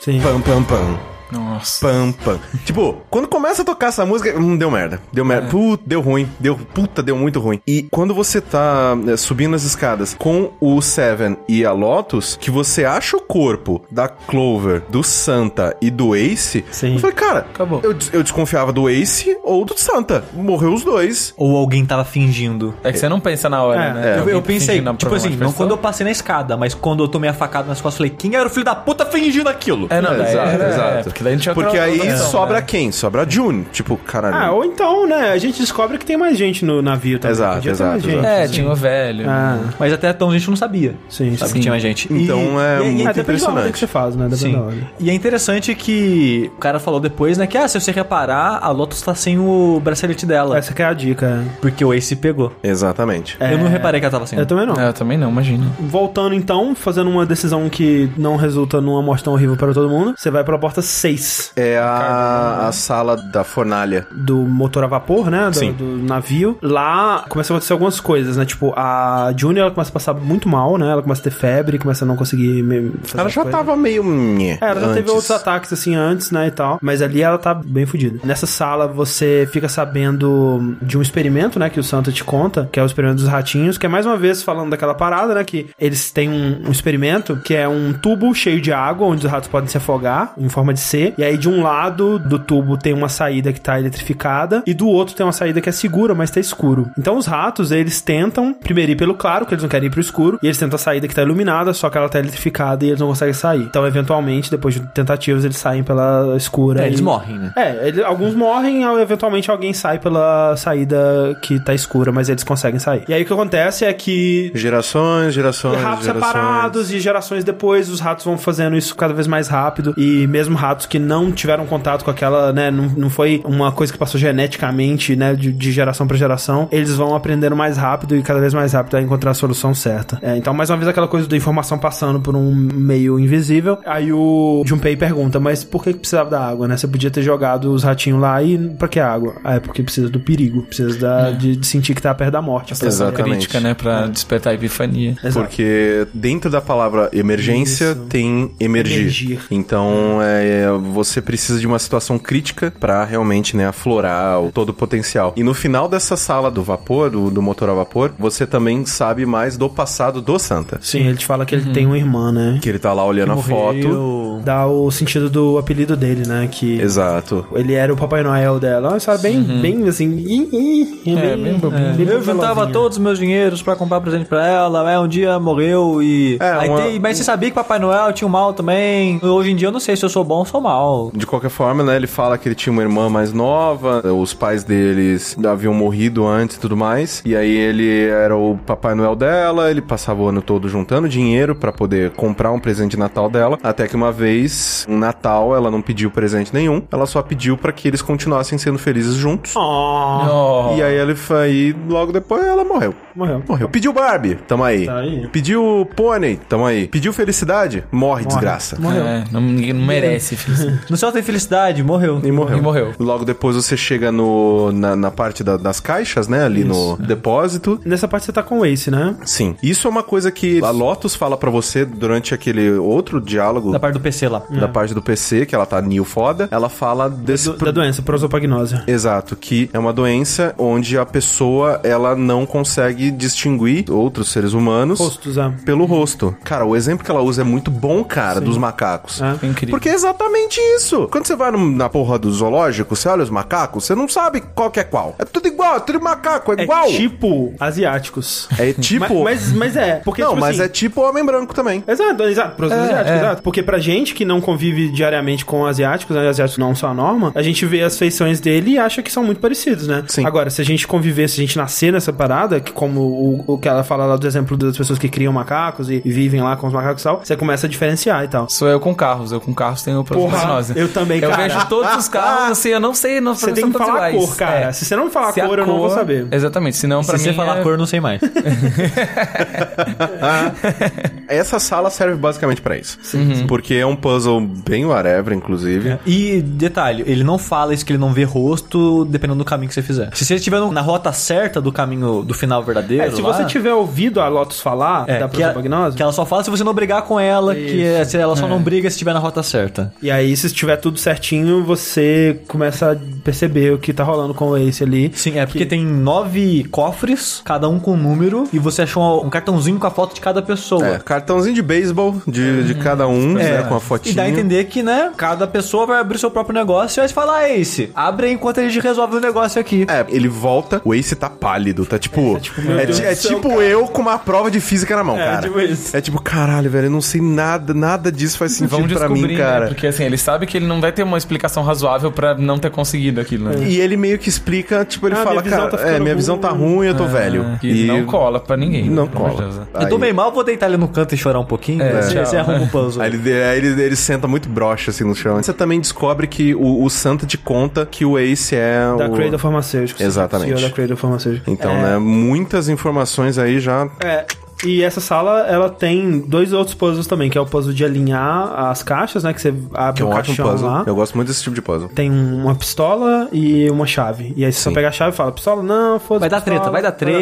Sim.
pam, pam, pam.
Nossa.
Pam, pam. tipo, quando começa a tocar essa música, hum, deu merda. Deu
É.
merda. Puta, deu ruim. Deu, puta, deu muito ruim. E quando você tá né, subindo as escadas com o Seven e a Lotus, que você acha o corpo da Clover, do Santa e do Ace,
Sim.
eu falei, cara,
Acabou.
Eu, des- eu desconfiava do Ace ou do Santa. Morreu os dois.
Ou alguém tava fingindo?
É que você não pensa na hora,
É,
né?
é.
Eu,
Alguém
eu pensei,
fingindo a
tipo assim, não
manifestação.
quando eu passei na escada, mas quando eu tomei a facada nas costas, eu falei, quem era o filho da puta fingindo aquilo?
É, não,
É,
daí-
exato,
é,
exato.
é, porque daí não tinha
Porque
outra-
aí
outra opção,
sobra
né?
quem? Sobra a June. Tipo, caralho.
Ah, ou então, né, a gente descobre que tem mais gente no navio também.
Exato,
Podia ter mais
exato,
gente. assim.
É, tinha o velho.
Ah,
Mas até então a gente não sabia.
sim,
Sabe
sim.
que tinha mais gente. E-
Então é
e- e-
muito
Ah, depende da ordem
impressionante.
que você faz, né? Depende
Sim.
da ordem.
E é interessante que o cara falou depois, né? Que ah, se você reparar, a Lotus tá sem o bracelete dela.
Essa que é a dica.
Porque o Ace pegou.
Exatamente.
É.
Eu não reparei que ela tava sem.
Eu também não.
É, eu também não, imagina.
Voltando então, fazendo uma decisão que não resulta numa morte tão horrível para todo mundo, você vai pra porta 6. 3.
É
né?
a, a sala da fornalha.
do motor a vapor, né? Do,
Sim.
do navio. Lá começa a acontecer algumas coisas, né? Tipo, a June ela começa a passar muito mal, né? Ela começa a ter febre, começa a não conseguir me- fazer
Ela
as
já
coisas.
tava meio. nhé,
É, ela já teve
antes.
outros ataques assim antes, né, e tal. Mas ali ela tá bem fodida. Nessa sala você fica sabendo de um experimento, né, que o Santa te conta, que é o experimento dos ratinhos, que é mais uma vez falando daquela parada, né, que eles têm um, um experimento que é um tubo cheio de água onde os ratos podem se afogar em forma de C. E aí de um lado do tubo tem uma saída que tá eletrificada e do outro tem uma saída que é segura, mas tá escuro. Então os ratos, eles tentam primeiro ir pelo claro, que eles não querem ir pro escuro, e eles tentam a saída que tá iluminada, só que ela tá eletrificada e eles não conseguem sair. Então, eventualmente, depois de tentativas, eles saem pela escura.
É, eles
e-
morrem, né?
É, ele- alguns morrem, ou eventualmente alguém sai pela saída que tá escura, mas eles conseguem sair. E aí o que acontece é que
Gerações, gerações.
ratos
gerações.
separados e gerações depois, os ratos vão fazendo isso cada vez mais rápido. E mesmo ratos que não tiveram contato com aquela, né? Não, não foi uma coisa que passou geneticamente, né? De, de geração pra geração, eles vão aprendendo mais rápido e cada vez mais rápido a encontrar a solução certa. É, então, mais uma vez, aquela coisa da informação passando por um meio invisível. Aí o Junpei pergunta: Mas por que, que precisava da água, né? Você podia ter jogado os ratinhos lá e pra que água? Ah, é porque precisa do perigo, precisa da- de, de sentir que tá perto da morte. é pra-
Exatamente. É.
Crítica, né? Pra despertar a epifania.
Exato.
Porque dentro da palavra emergência tem emergir.
Emergir.
Então é, você precisa de uma situação crítica pra realmente né, aflorar o- todo o potencial. E no final dessa sala do vapor, do, do motor a vapor, você também sabe mais do passado do Santa.
Sim, ele te fala que ele tem uma irmã, né?
Que ele tá lá olhando a foto.
Dá o sentido do apelido dele, né? Que
Exato.
ele era o Papai Noel dela. Uma história bem, bem assim. ih, ih,
É, bem bobinho.
Eu juntava
velozinha.
todos os meus dinheiros pra comprar presente pra ela, é, um dia morreu e.
É,
Aí
uma-
tem- Mas você sabia que Papai Noel tinha um mal também. Hoje em dia eu não sei se eu sou bom ou sou mal.
De qualquer forma, né, ele fala que ele tinha uma irmã mais nova, os pais deles haviam morrido antes e tudo mais, e aí ele era o Papai Noel dela, ele passava o ano todo juntando dinheiro pra poder comprar um presente de Natal dela, até que uma vez, um Natal, ela não pediu presente nenhum, ela só pediu pra que eles continuassem sendo felizes juntos.
Oh,
Oh.
E aí ele foi, e logo depois ela morreu.
morreu.
Morreu. Pediu Barbie, tamo aí.
Tá aí.
Pediu pônei, tamo aí. Pediu felicidade, morre, desgraça.
Morreu.
É, não, ninguém não merece, filho.
No céu tem felicidade, morreu.
E morreu.
E morreu.
Logo depois você chega no, na, na parte da- das caixas, né? Ali no depósito.
Nessa parte você tá com o Ace, né?
Sim. Isso é uma coisa que a Lotus fala pra você durante aquele outro diálogo
Da
da,
parte do PC lá.
parte do PC, que ela tá new foda. Ela fala desse.
Do- da doença, prosopagnose.
Exato, que é uma doença onde a pessoa ela não consegue distinguir outros seres humanos
Rostos, é.
pelo rosto. Cara, o exemplo que ela usa é muito bom, cara, dos macacos.
É.
Incrível.
Porque é exatamente isso. Quando você vai no- na porra do zoológico, você olha os macacos, você não sabe qual que é qual. É tudo igual, é tudo macaco, é,
É
igual.
tipo asiáticos.
É tipo.
Mas, mas, mas é. Porque,
não,
tipo
mas
assim,
é tipo homem branco também.
Exato, exato, pros asiáticos, exato. Porque pra gente que não convive diariamente com asiáticos, né, asiáticos não são a norma, a gente vê as feições dele e acha que são muito parecidos, né?
Sim.
Agora, se a gente conviver, se a gente nascer nessa parada, que como o, o que ela fala lá do exemplo das pessoas que criam macacos e, e vivem lá com os macacos e tal, você começa a diferenciar e tal.
Sou eu com carros, eu com carros tenho prognose.
eu também,
Eu
cara.
vejo todos os
Ah.
carros, assim, eu não sei, É, não
Você tem que falar a cor, cara. Se você não falar a cor, eu não vou saber.
Exatamente, senão pra
Se você
mim
falar
é-
cor, eu não sei mais.
Ah.
Essa sala serve basicamente pra isso. Porque é um puzzle bem whatever, inclusive.
É.
E detalhe, ele não fala isso que ele não vê rosto dependendo do caminho que você fizer. Se você estiver no- na rota certa do caminho do final verdadeiro.
É, se
lá,
você tiver ouvido a Lotus falar
é,
da
que, ela,
prosopagnose,
que ela só fala se você não brigar com ela, que é- se ela só não briga se estiver na rota certa.
E aí, se estiver tudo certinho, você começa a perceber o que tá rolando com o Ace ali.
Sim, é porque tem nove cofres, cada um com um número, e você achou um cartãozinho com a foto de cada pessoa.
É, cartãozinho de beisebol de,
Hum.
de cada um,
É.
né? Com a fotinha.
E dá a entender que, né, cada pessoa vai abrir seu próprio negócio e vai falar, ah, Ace, abre enquanto a gente resolve o negócio aqui.
É, ele volta, o Ace tá pálido, tá tipo. É, tipo,
meu Deus do céu,
tipo eu com uma prova de física na mão, cara.
tipo isso.
É tipo, caralho, velho, eu não sei nada, nada disso faz sentido
Vamos
pra
descobrir,
mim, cara.
né? Porque assim, ele sabe que ele não vai ter uma explicação razoável pra não ter conseguido aquilo, né?
E ele meio que explica, tipo, ele
Ah,
fala,
minha visão
cara,
tá
é,
ficando
minha
ruim."
visão tá ruim, eu tô velho.
É, E, Ah, não cola pra ninguém.
Não
pelo amor de
cola.
Deus. né?
Eu
É,
tô
Aí-
bem mal, vou deitar ali no canto e chorar um pouquinho.
É,
você,
tchau.
você arruma o puzzle.
Aí ele, aí ele, ele senta muito broxa assim no chão. Você também descobre que o, o Santa te conta que o Ace é
Da
o...
Cradle né? É. Farmacêuticos.
Exatamente.
CEO da Cradle Farmacêuticos.
Então, né, muitas informações aí já...
É. E essa sala, ela tem dois outros puzzles também, que é o puzzle de alinhar as caixas, né? Que você abre
Que é
o
um ótimo
caixão
puzzle.
lá.
Eu gosto muito desse tipo de puzzle.
Tem um, uma pistola e uma chave. E aí você só pega a chave e fala, pistola não, foda-se.
Vai dar treta,
pistola,
vai dar treta.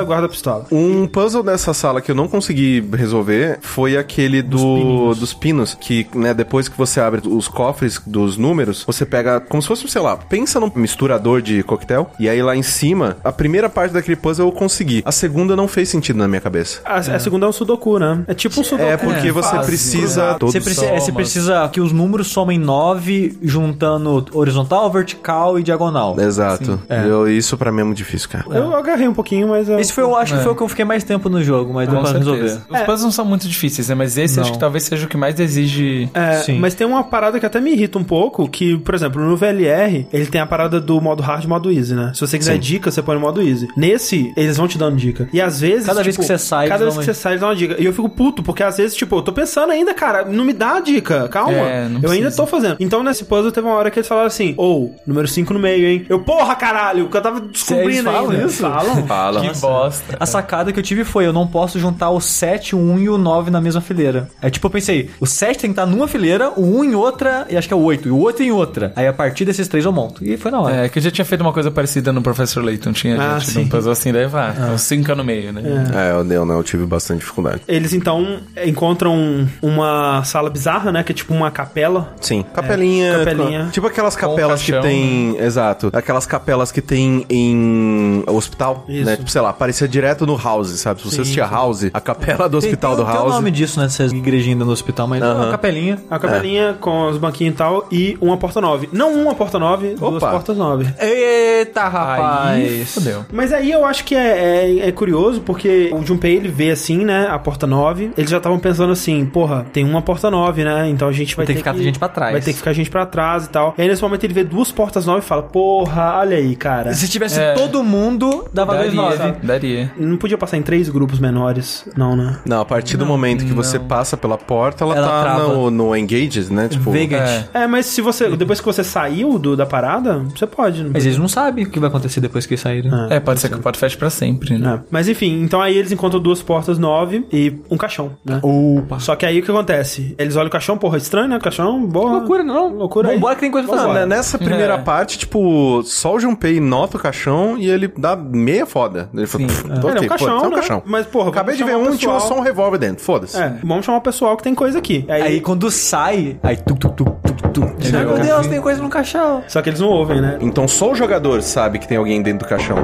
é.
guarda a pistola.
Um puzzle dessa sala que eu não consegui resolver foi aquele do, dos pinos, que, né, depois que você abre os cofres dos números, você pega como se fosse, sei lá, pensa num misturador de coquetel, e aí lá em cima, a primeira parte daquele puzzle eu consegui. A segunda não fez sentido na minha cabeça.
A, a segunda é um sudoku, né? É tipo um sudoku.
É porque você
fase,
precisa.
cruzado.
Todos
Você precisa, é,
somam.
você precisa que os números somem 9, juntando horizontal, vertical e diagonal.
É. Exato. Eu- isso pra mim é muito difícil, cara.
Eu agarrei um pouquinho, mas... Eu...
Esse foi, eu acho que foi o que eu fiquei mais tempo no jogo, mas deu
É. Com
pra
certeza.
resolver.
É.
Os puzzles não são muito difíceis, né? Mas esse acho que talvez seja o que mais exige.
É,
Sim.
mas tem uma parada que até me irrita um pouco, que, por exemplo, no VLR, ele tem a parada do modo hard e modo easy, né? Se você quiser dica, você põe no modo easy. Nesse, eles vão te dando dica. E às vezes, tipo,
Cada vez que você sai,
cada vez
eles dão
que
uma-
você sai, eles dão uma dica. E eu fico puto, porque às vezes, tipo, eu tô pensando ainda, cara, não me dá a dica, calma.
É, não
eu ainda
precisa.
tô fazendo. Então, nesse puzzle, teve uma hora que eles falaram assim, ou, número 5 no meio, hein? Eu, porra, caralho, que eu tava descobrindo
falam
ainda.
isso?
Falam.
Fala.
que bosta.
A sacada que eu tive foi, eu não posso juntar o 7, o 1 e o 9 na mesma fileira. É tipo, eu pensei, o 7 tem que estar numa fileira, o 1 em outra, e acho que é o 8, e o 8 em outra. Aí a partir desses três eu monto. E foi na hora.
É, que eu já tinha feito uma coisa parecida no Professor Layton. Tinha
Ah,
gente
sim.
num puzzle assim, daí vá.
Ah.
Uns cinco no meio, né?
É, eu, eu, não, eu tive bastante dificuldade.
Eles, então, encontram um, uma sala bizarra, né? Que é tipo uma capela.
Sim. É. Capelinha.
capelinha.
tipo- Tipo aquelas
um
capelas
caixão,
que tem.
né?
Exato. Aquelas capelas que tem em hospital.
Isso.
Né? Tipo, sei lá, parecia direto no House, sabe? Se você assistia House, a capela do hospital
tem,
do
tem o
House.
nome disso, né? Essas igrejinhas no hospital, mas não, é uma capelinha.
A capelinha
É.
com os banquinhos e tal e uma porta 9. Não uma porta 9, duas
Opa.
portas 9.
Eita,
Aí
rapaz!
fodeu.
Mas aí eu acho que é, é- é curioso, porque o Junpei ele vê assim, né, a porta 9. Eles já estavam pensando assim, porra, tem uma porta 9, né? Então a gente vai
Tem
ter
que ficar gente pra trás.
Vai ter que ficar gente pra trás e tal. E aí nesse momento ele vê duas portas 9 e fala, porra, olha aí, cara.
Se tivesse
É.
todo mundo, dava 2,9.
Daria.
Não podia passar em três grupos menores, não, né?
Não, a partir do momento que você passa pela porta, ela,
Ela
tá
trava.
no, no Engage, né? Tipo,
Vegant.
É.
É, mas se você. Depois que você saiu do, da parada, você pode. né? Não
Mas eles não sabem o que vai acontecer depois que eles saírem.
É, pode ser que o pote feche pra sempre, né?
É, Mas enfim, então aí eles encontram duas portas nove e um caixão, né?
Opa!
Só que aí o que acontece? Eles olham o caixão, porra, estranho, né? O caixão, boa.
Loucura, não?
Loucura aí.
Vambora que tem coisa pra
Não,
fazer.
né, nessa primeira
É.
parte, tipo, só o Junpei nota o caixão e ele dá meia foda. Ele fala, "Pff, tô
É,
ok,
é um caixão,
foda-se, é um
né?
caixão.
Mas, porra,
acabei de
vamos
ver
chamar
um
o
e tinha
pessoal.
só um revólver dentro, foda-se.
É, vamos chamar o pessoal que tem coisa aqui. Aí,
Aí quando sai, aí tu, tu, tu, tu, tu. Ai, meu Deus, tem coisa no caixão.
Só que eles não ouvem, né?
Então só o jogador sabe que tem alguém dentro do caixão.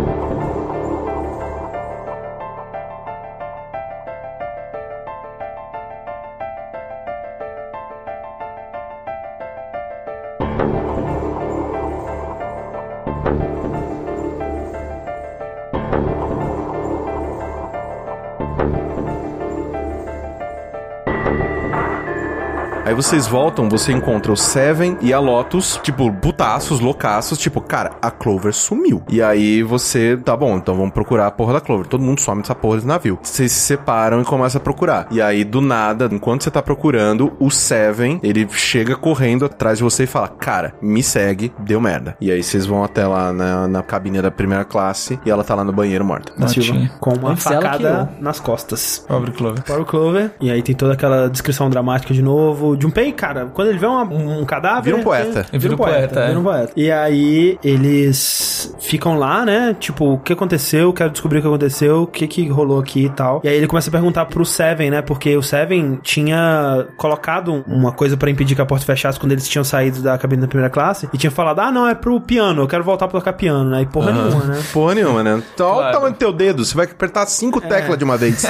Aí vocês voltam, você encontra o Seven e a Lotus, tipo, putaços, loucaços, tipo, cara, a Clover sumiu. E aí você, tá bom, então vamos procurar a porra da Clover. Todo mundo some dessa porra desse navio. Vocês se separam e começam a procurar. E aí, do nada, enquanto você tá procurando, o Seven, ele chega correndo atrás de você e fala, cara, me segue, deu merda. E aí vocês vão até lá na, na cabine da primeira classe e ela tá lá no banheiro morta.
É,
Não tinha.
Com uma
Antes ela
facada nas costas.
Pobre Clover.
Para o Clover. E aí tem toda aquela descrição dramática de novo. Junpei, cara, quando ele vê uma- um cadáver.
Vira um poeta.
ele- Vira um poeta.
é.
Vira um poeta. E aí eles ficam lá, né? Tipo, o que aconteceu? Quero descobrir o que aconteceu. O que que rolou aqui e tal. E aí ele começa a perguntar pro Seven, né? Porque o Seven tinha colocado um, uma coisa pra impedir que a porta fechasse quando eles tinham saído da cabine da primeira classe. E tinha falado, ah, não, é pro piano. Eu quero voltar pra tocar piano, né? E porra nenhuma, né?
Porra nenhuma, né? Então, olha o
Claro.
tamanho do teu dedo, você vai apertar cinco
É.
teclas de uma vez.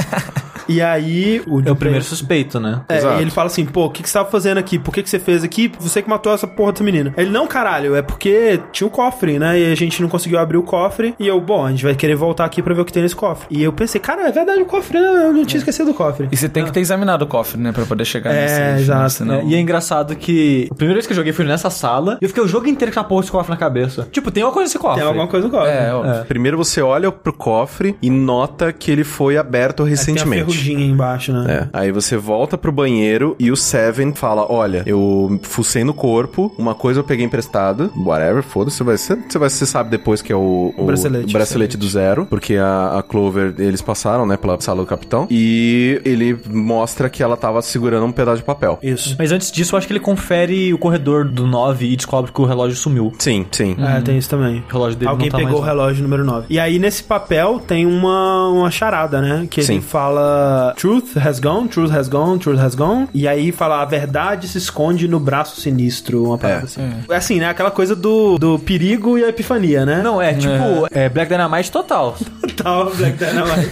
E aí...
É o primeiro suspeito, né?
É,
Exato.
e ele fala assim, pô, o que, que você tava fazendo aqui? Por que, que você fez aqui? Você que matou essa porra dessa menina. Ele, não, caralho, é porque tinha o cofre, né? E a gente não conseguiu abrir o cofre. E eu, bom, a gente vai querer voltar aqui pra ver o que tem nesse cofre. E eu pensei, cara, é verdade o cofre, né? Eu não tinha esquecido do cofre.
E você tem que ter examinado o cofre, né? Pra poder chegar
É,
nesse. nesse-
exato,
senão-
É, e é engraçado que a primeira vez que eu joguei foi nessa sala e eu fiquei o jogo inteiro com a porra desse cofre na cabeça. Tipo, tem uma coisa nesse cofre.
Tem alguma coisa no cofre.
É, ó.
Primeiro você olha pro cofre e nota que ele foi aberto
Tem a
recentemente.
redondinha embaixo, né?
É. Aí você volta pro banheiro e o Seven fala: Olha, eu fucei no corpo, uma coisa eu peguei emprestada, whatever, foda-se, vai ser- você, vai, você sabe depois que é o, o
Bracelete.
bracelete do zero, porque a, a Clover, eles passaram, né, pela sala do capitão, e ele mostra que ela tava segurando um pedaço de papel.
Isso.
Mas antes disso, eu acho que ele confere o corredor do 9 e descobre que o relógio sumiu.
Sim, sim.
É, tem isso também.
O relógio dele
Alguém
não tá
pegou
mais
o
lá.
relógio número 9. E aí, nesse papel, tem uma, uma charada, né? Que
Sim.
ele fala: Truth has gone, truth has gone, truth has gone. E aí fala: A verdade se esconde no braço sinistro. Uma parada
É.
assim. É assim, né? Aquela coisa do, do perigo e a epifania, né?
Não, é tipo é Black Dynamite total.
tal, Black Dynamite.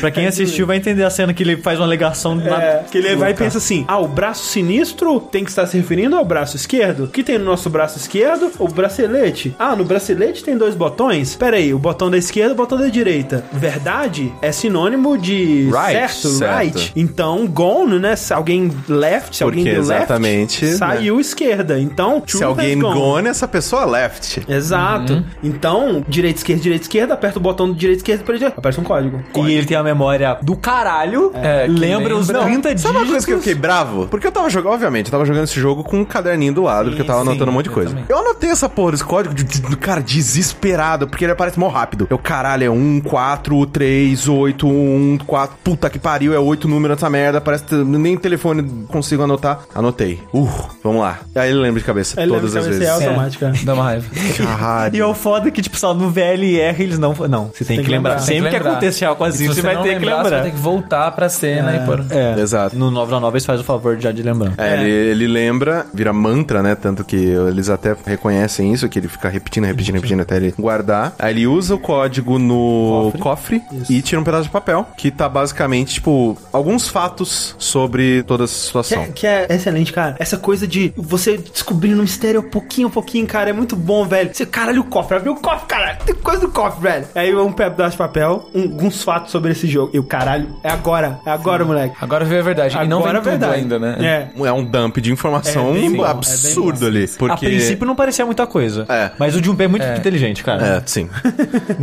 pra quem assistiu, vai entender a cena que ele faz uma alegação na-
É, que ele vai e pensa assim: ah, o braço sinistro tem que estar se referindo ao braço esquerdo. O que tem no nosso braço esquerdo? O bracelete. Ah, no bracelete tem dois botões? Pera aí, o botão da esquerda e o botão da direita. Verdade é sinônimo de
Right,
certo,
certo.
right. Então, gone, né? Se alguém left, se alguém
Porque
deu
exatamente, né?
left, saiu esquerda. Então,
Se
truth
alguém
has
gone, essa pessoa é left.
Exato. Então, direita, esquerda, direita, esquerda, aperta o botão do direita, esquerda, para direita. Aparece um código.
E ele tem a memória do caralho.
É, que
lembra os
lembra.
30 dias.
Sabe uma coisa que eu fiquei bravo? Porque eu tava jogando, obviamente, eu tava jogando esse jogo com um caderninho do lado, porque eu tava anotando um monte de coisa. Eu anotei essa porra, esse código, de, de- do cara, desesperado, porque ele aparece mó rápido. Eu, caralho, é 1, 4, 3, 8, 1, 4, um, puta que pariu, é 8 número dessa merda, parece que nem telefone consigo anotar. Anotei. Uh, vamos lá. Aí ele lembra de cabeça,
Ele
todas
lembra
as
que é
vezes.
automática.
Dá uma raiva.
E
Caralho.
é o foda que, tipo, só no VLR eles não. Não, você tem, que, lembrar. Sempre que,
lembrar.
acontecer algo
E se
assim, você vai
não
ter que
lembrar, Você
lembrar.
vai ter que voltar pra cena e pôr.
É.
Exato.
No 999 eles fazem o favor já de lembrar.
É, Ele, ele lembra, vira mantra, né? Tanto que eles até reconhecem isso, que ele fica repetindo, repetindo, repetindo até ele guardar. Aí ele usa o código no cofre, e tira um pedaço de papel, que tá basicamente, tipo, alguns fatos sobre toda a
Que
situação.
é, que é excelente, cara. Essa coisa de você descobrindo um mistério pouquinho a pouquinho, cara, é muito bom, velho. Você, caralho, o cofre, abriu o cofre, caralho. Tem coisa do cofre, velho. Aí um pedaço de papel, um- alguns fatos sobre esse jogo. E o caralho, é agora, é agora, moleque.
Agora veio a verdade. e não vem
agora é
tudo
verdade.
ainda, né?
É.
É um dump de informação
É bem bom, é bem
absurdo
bom.
ali. Porque...
A princípio não parecia muita coisa.
É.
Mas o Junpei é muito inteligente, cara.
É, sim.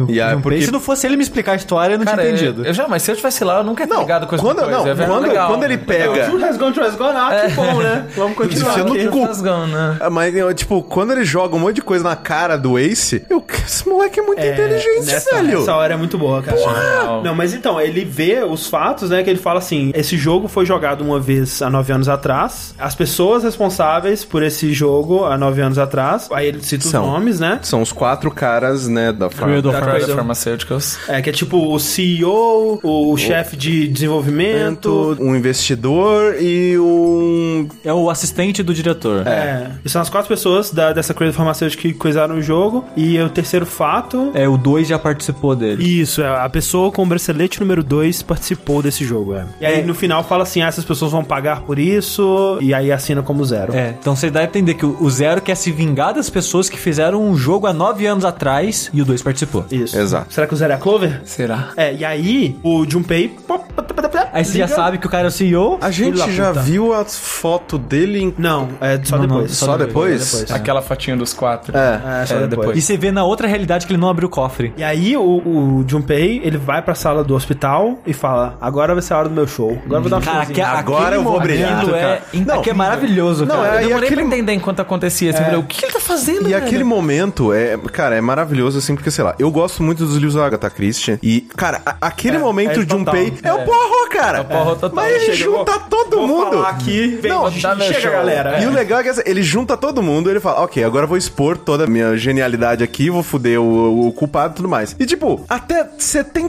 e aí,
Junpei,
porque
se não fosse ele me explicar a história, eu não
Cara,
tinha
eu,
entendido.
eu já, mas se eu tivesse lá, eu nunca tinha
Não,
ligado com essa
quando-
coisa.
não,
é verdade,
quando-
legal,
quando ele
né?
pega-
Legal.
True has gone, true has gone.
É.
Ah, que bom, né? Vamos continuar.
Enfiando
aqui.
no cu.
Rasgão, né?
Ah, Mas, eu, tipo, quando ele joga um monte de coisa na cara do Ace, eu... esse moleque é muito inteligente,
nessa,
velho.
Essa hora é muito boa, cara. Não, mas então, ele vê os fatos, né? Que ele fala assim: esse jogo foi jogado uma vez há nove anos atrás. As pessoas responsáveis por esse jogo há nove anos atrás. Aí ele cita
São.
os nomes, né?
São os quatro caras, né, da farm.
Credo.
Da
coisa-
Crowder Pharmaceuticals.
É, que é tipo o CEO, o, chefe de desenvolvimento.
um investidor e um.
É o assistente do diretor.
É. E são as quatro pessoas da, dessa coisa farmacêutica que coisaram o jogo. E o terceiro fato.
É, o 2 já participou dele.
Isso, é, a pessoa com o bracelete número 2 participou desse jogo, é. E aí no final fala assim: ah, essas pessoas vão pagar por isso, e aí assina como zero.
É, então você dá a entender que o o Zero quer se vingar das pessoas que fizeram um jogo há nove anos atrás e o 2 participou.
Isso.
Exato.
Será que o zero é a Clover?
Será?
É, e aí o Junpei.
Aí você já
liga-
sabe que o cara é o CEO.
A gente
Filho da
já
puta.
viu a foto dele em.
Não, é só
Não, não,
depois.
só
depois?
É.
Aquela fotinha dos quatro.
É.
É, só
É,
depois.
depois.
E você vê na outra realidade que ele não abriu o cofre.
E aí o, o Junpei, ele vai pra sala do hospital e fala: agora vai ser a hora do meu show. Agora eu vou dar um
Cara,
showzinho.
que-
Agora
aquele
eu vou brilhar.
momento É,
Cara.
não, é maravilhoso,
Não,
cara.
é- e
Eu demorei
aquele- É.
pra entender enquanto acontecia. Assim, eu falei, o que ele tá fazendo,
E
velho?
aquele momento é, cara, é maravilhoso assim, porque sei lá, eu gosto muito dos livros da Agatha Christie e, cara, a- aquele momento
é
de um
total.
pei é, o Poirot, cara.
É o Poirot total.
Mas ele
Chega,
junta todo
Vou
mundo.
falar aqui, vem,
Não,
tá
chega,
meu show.
galera.
E o legal é que assim, ele junta todo mundo, ele fala, ok, agora eu vou expor toda a minha genialidade aqui, vou foder o, o culpado e tudo mais. E tipo, até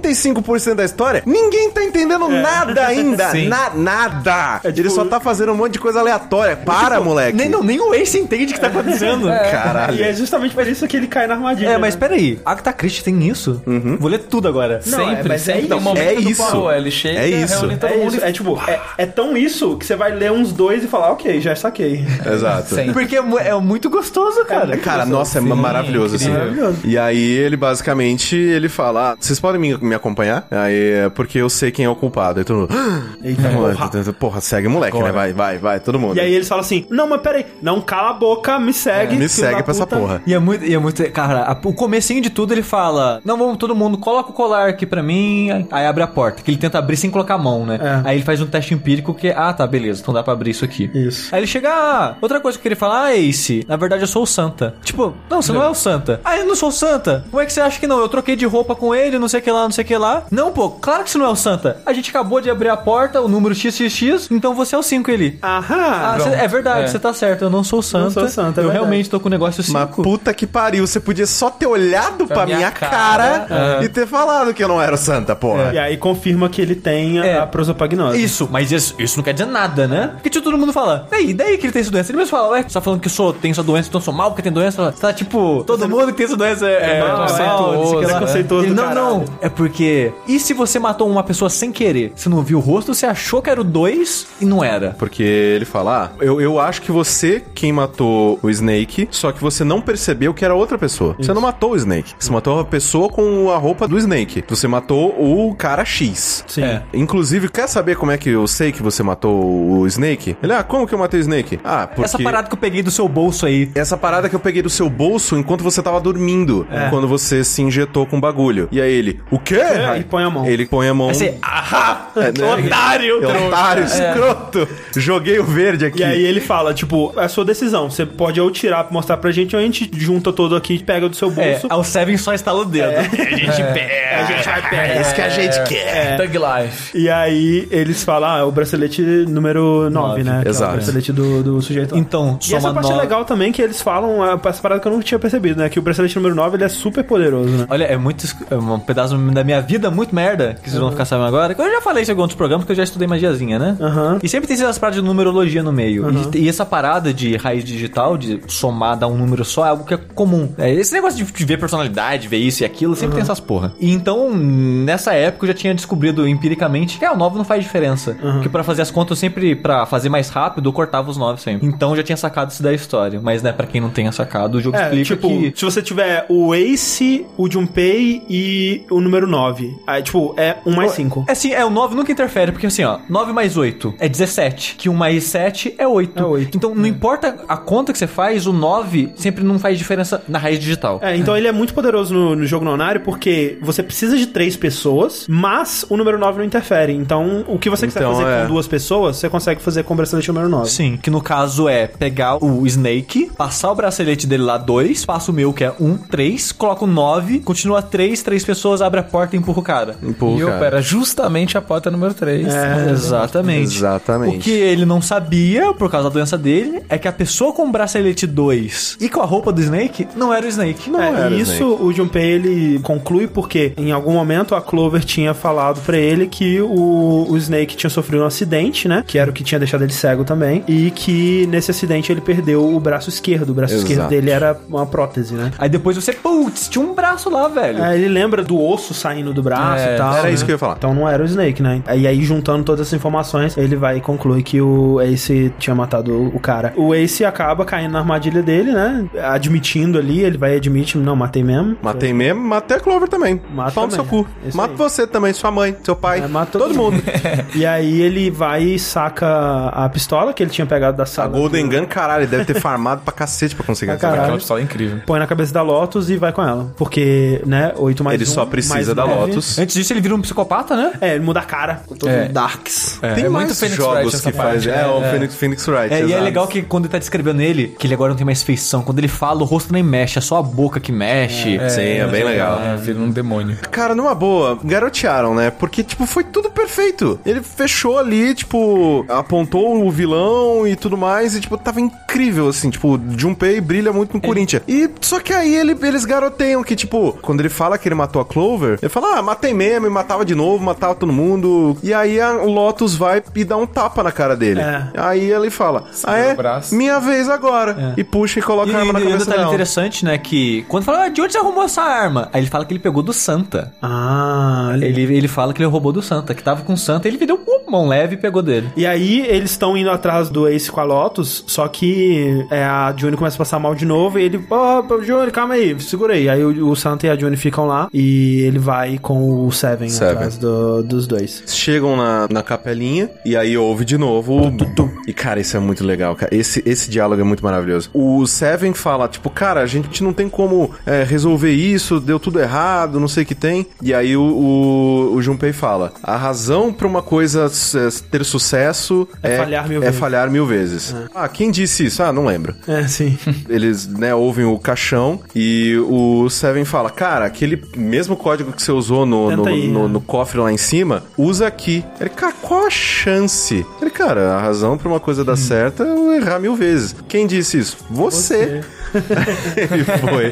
75% da história, ninguém tá entendendo nada ainda.
Sim.
Na- nada. ele só tá fazendo um monte de coisa aleatória. Para, moleque. É.
Nem, não, nem o Ace entende o que tá acontecendo.
E é
Caralho.
justamente por isso que ele cai na armadilha.
É, mas
né?
peraí, Agatha Christie tem isso?
Uhum.
Vou ler tudo agora. Então,
Não, é,
Sempre,
mas é
sempre. tem um
isso.
momento
É
do
isso.
Poirot, Ele chega,
É isso.
reúne todo
É,
mundo
isso,
e...
é tipo, é, é tão isso que você vai ler uns dois e falar, ok, já saquei.
Exato.
Sempre.
Porque é, mu- é muito gostoso, cara.
Cara, nossa, é
Sim,
maravilhoso, assim.
incrível.
Maravilhoso.
E aí ele basicamente ele fala: ah, vocês podem me, me acompanhar? Aí é porque eu sei quem é o culpado. Aí todo mundo. "Ah,
Eita, porra.
Porra, porra, segue o moleque, né? Vai, vai, vai, todo mundo.
E aí eles falam assim, não, mas peraí, não cala a boca, me segue.
É, me
filho da
segue pra essa
puta."
porra.
E é muito, e é muito cara, a- o comecinho de tudo ele fala, não, vamos todo mundo, coloca o colar aqui pra mim, aí abre a porta, que ele tenta abrir sem colocar a mão, né?
É.
Aí ele faz um teste empírico que, ah, tá, beleza, então dá pra abrir isso aqui.
Isso.
Aí ele chega, ah, outra coisa que eu queria falar, ah, Ace, na verdade eu sou o Santa. Tipo, não, você não é o Santa. Ah, eu não sou o Santa? Como é que você acha que não? Eu troquei de roupa com ele, não sei o que lá, não sei o que lá. Não, pô, claro que você não é o Santa. A gente acabou de abrir a porta, o número XXX, então você é o 5 ele. Ah,
Aham.
cê- é verdade,
É.
você tá certo, eu não sou o Santa.
sou o Santa, é
eu
verdade.
realmente tô com o negócio 5.
Mas puta que pariu, você podia só ter olhado pra, minha,
minha
cara,
cara,
e ter falado que eu não era o santa, porra.
E aí confirma que ele tem a-
É.
a prosopagnose.
Isso, mas isso, isso não quer dizer nada, né? Porque tipo, todo mundo fala, e aí, daí que ele tem essa doença? Ele mesmo fala, ué, você tá falando que eu sou, tenho essa doença, então eu sou mal porque tem doença? Você tá tipo, todo mundo que tem essa doença é, é mal, não sei o que lá.
Preconceituoso
Ele,
do
não, não,
caralho.
é porque. E se você matou uma pessoa sem querer? Você não viu o rosto, você achou que era o 2 e não era.
Porque ele fala, ah, eu, eu acho que você quem matou o Snake, só que você não percebeu que era outra pessoa. Você não matou o Snake. Você matou a pessoa com a roupa do Snake. Você matou o cara X.
Sim.
É.
Inclusive, quer saber como é que eu sei que você matou o Snake? Ele, ah, como que eu matei o Snake? Ah, porque...
Essa parada que eu peguei do seu bolso aí.
Essa parada que eu peguei do seu bolso enquanto você tava dormindo.
É.
Quando você se injetou com o bagulho. E aí ele, o quê?
É, e põe a mão.
Ele põe a mão.
Aí você,
ah,
né? otário,
É um
É.
Otário, escroto! Joguei o verde aqui.
E aí ele fala, tipo, é a sua decisão. Você pode ou tirar pra mostrar pra gente, ou a gente junta todo aqui, pega do seu
É,
bolso.
aí o Seven só estala o dedo.
É isso que a gente quer.
Thug Life.
E aí eles falam, ah, é o bracelete número 9, né? Que é
exato.
o bracelete do, do sujeito. lá.
Então,
E essa
soma
parte é
nó-
legal também, que eles falam ah, essa parada que eu não tinha percebido, né? Que o bracelete número 9, ele é super poderoso, né?
Olha, é muito. esc- É um pedaço da minha vida muito merda que vocês
Uhum.
vão ficar sabendo agora. Eu já falei isso em alguns programas que eu já estudei magiazinha, né?
Aham.
E sempre tem essas paradas de numerologia no meio.
Uhum.
E, e essa parada de raiz digital, de somar, dar um número só, é algo que é comum. É, esse negócio de, de ver personalidade, ver isso e aquilo, sempre tem
Uhum.
essas porra. E então, nessa época, eu já tinha descobrido empiricamente que ah, o 9 não faz diferença.
Uhum.
Porque pra fazer as contas, eu sempre, pra fazer mais rápido, eu cortava os 9 sempre. Então, eu já tinha sacado isso da história. Mas, né, pra quem não tenha sacado, o jogo
É,
explica
tipo,
que...
se você tiver o Ace, o Junpei e o número 9. Aí, tipo, é 1 mais 5.
É assim, é, o 9 nunca interfere, porque assim, ó, 9 mais 8 é 17, que 1 mais 7 é 8.
É oito.
Então, não importa a conta que você faz, o 9 sempre não faz diferença na raiz digital.
É, então ele é muito poderoso no, no jogo nonário porque você precisa de três pessoas, mas o número 9 não interfere. Então, o que você quiser
Então,
fazer
é.
com duas pessoas, você consegue fazer com o bracelete número 9.
Sim, que no caso é pegar o Snake, passar o bracelete dele lá 2, passa o meu que é 1, um, 3, coloca o 9, continua 3, 3 pessoas, abre a porta e empurra o cara. É,
Empurra,
e eu,
cara. É.
pera, justamente a porta número 3.
exatamente.
Exatamente.
O que ele não sabia, por causa da doença dele, é que a pessoa com o bracelete 2 e com a roupa do Snake não era o Snake. Não
É,
era.
e
era,
isso o Junpei ele conclui porque em algum momento a Clover tinha falado pra ele que o, o Snake tinha sofrido um acidente, né? Que era o que tinha deixado ele cego também. E que nesse acidente ele perdeu o braço esquerdo. O braço
Exato.
esquerdo dele era uma prótese, né?
Aí depois você, putz, tinha um braço lá, velho.
É, ele lembra do osso saindo do braço
É,
e tal.
Era
né?
isso que eu ia falar.
Então não era o Snake, né? E aí, juntando todas essas informações, ele vai e conclui que o Ace tinha matado o cara. O Ace acaba caindo na armadilha dele, né? Admitindo ali, ele vai e admite, não, matei mesmo.
Matei mesmo, matei a Clover também.
Mata
Toma
também.
seu cu.
Isso
Mata
aí.
você também, sua mãe, seu pai.
É, mata
todo mundo.
e aí ele vai e saca a pistola que ele tinha pegado da
a
sala.
Tá Golden Gun, caralho, deve ter farmado pra cacete pra conseguir
Pra
essa
Ah, caralho.
Aquela pistola é incrível.
Põe na cabeça da Lotus e vai com ela. Porque, né, 8 mais
Ele
um,
só precisa
mais
da
nove.
Lotus.
Antes disso, ele vira um psicopata, né?
É, ele muda a cara. Todo
É.
Darks.
É,
Tem
é
mais
Phoenix Wright
jogos
essa
que fazem.
parte,
É,
né?
o Phoenix, Phoenix Wright.
É, e é
exato.
legal que quando ele tá descrevendo ele, que ele agora não tem mais feição. Quando ele fala, o rosto nem mexe, é só a boca que mexe.
Sim, é bem legal.
É, vira um demônio.
Cara, numa boa, garotearam, né? Porque, tipo, foi tudo perfeito. Ele fechou ali, tipo, apontou o vilão e tudo mais, e, tipo, tava incrível, assim, tipo, Junpei brilha muito no Corinthians. E só que aí ele- eles garoteiam que, tipo, quando ele fala que ele matou a Clover, ele fala, ah, matei mesmo, e matava de novo, matava todo mundo. E aí a Lotus vai e dá um tapa na cara dele.
É.
Aí ele fala, ah,
o
é?
braço.
Minha vez agora. E puxa e coloca
E,
a arma na
e um
cabeça
detalhe
dela.
interessante, né? Que quando fala, ah, de onde você arrumou essa arma? Aí ele fala que ele pegou do Santa.
Ah, ele...
Ele, ele fala que ele roubou do Santa, que tava com o Santa, ele me deu uma mão leve e pegou dele.
E aí eles estão indo atrás do Ace com a Lotus, só que é, a Juni começa a passar mal de novo e ele, ó, Juni, calma aí, segura aí. Aí o, o Santa e a Juni ficam lá e ele vai com o Seven,
Seven.
atrás do- dos dois.
Chegam na, na capelinha e aí ouve de novo. o tum, tum. E cara, isso é muito legal, cara. Esse, esse diálogo é muito maravilhoso. O Seven fala, tipo, cara, a gente não tem como é, resolver isso, deu tudo errado, não sei o que tem. E aí o, o, o Junpei fala: a razão pra uma coisa s- é, ter sucesso
É falhar mil
é
vezes."
falhar mil vezes. Ah, quem disse isso? Ah, não lembro
É, sim.
eles, né, ouvem o caixão e o Seven fala, cara, aquele mesmo código que você usou no,
Tenta
no,
aí,
no-
né?"
no cofre lá em cima, usa aqui. Ele, cara, qual a chance? Ele, cara, a razão pra uma coisa dar certo é eu errar mil vezes. Quem disse isso? Você. Ele foi.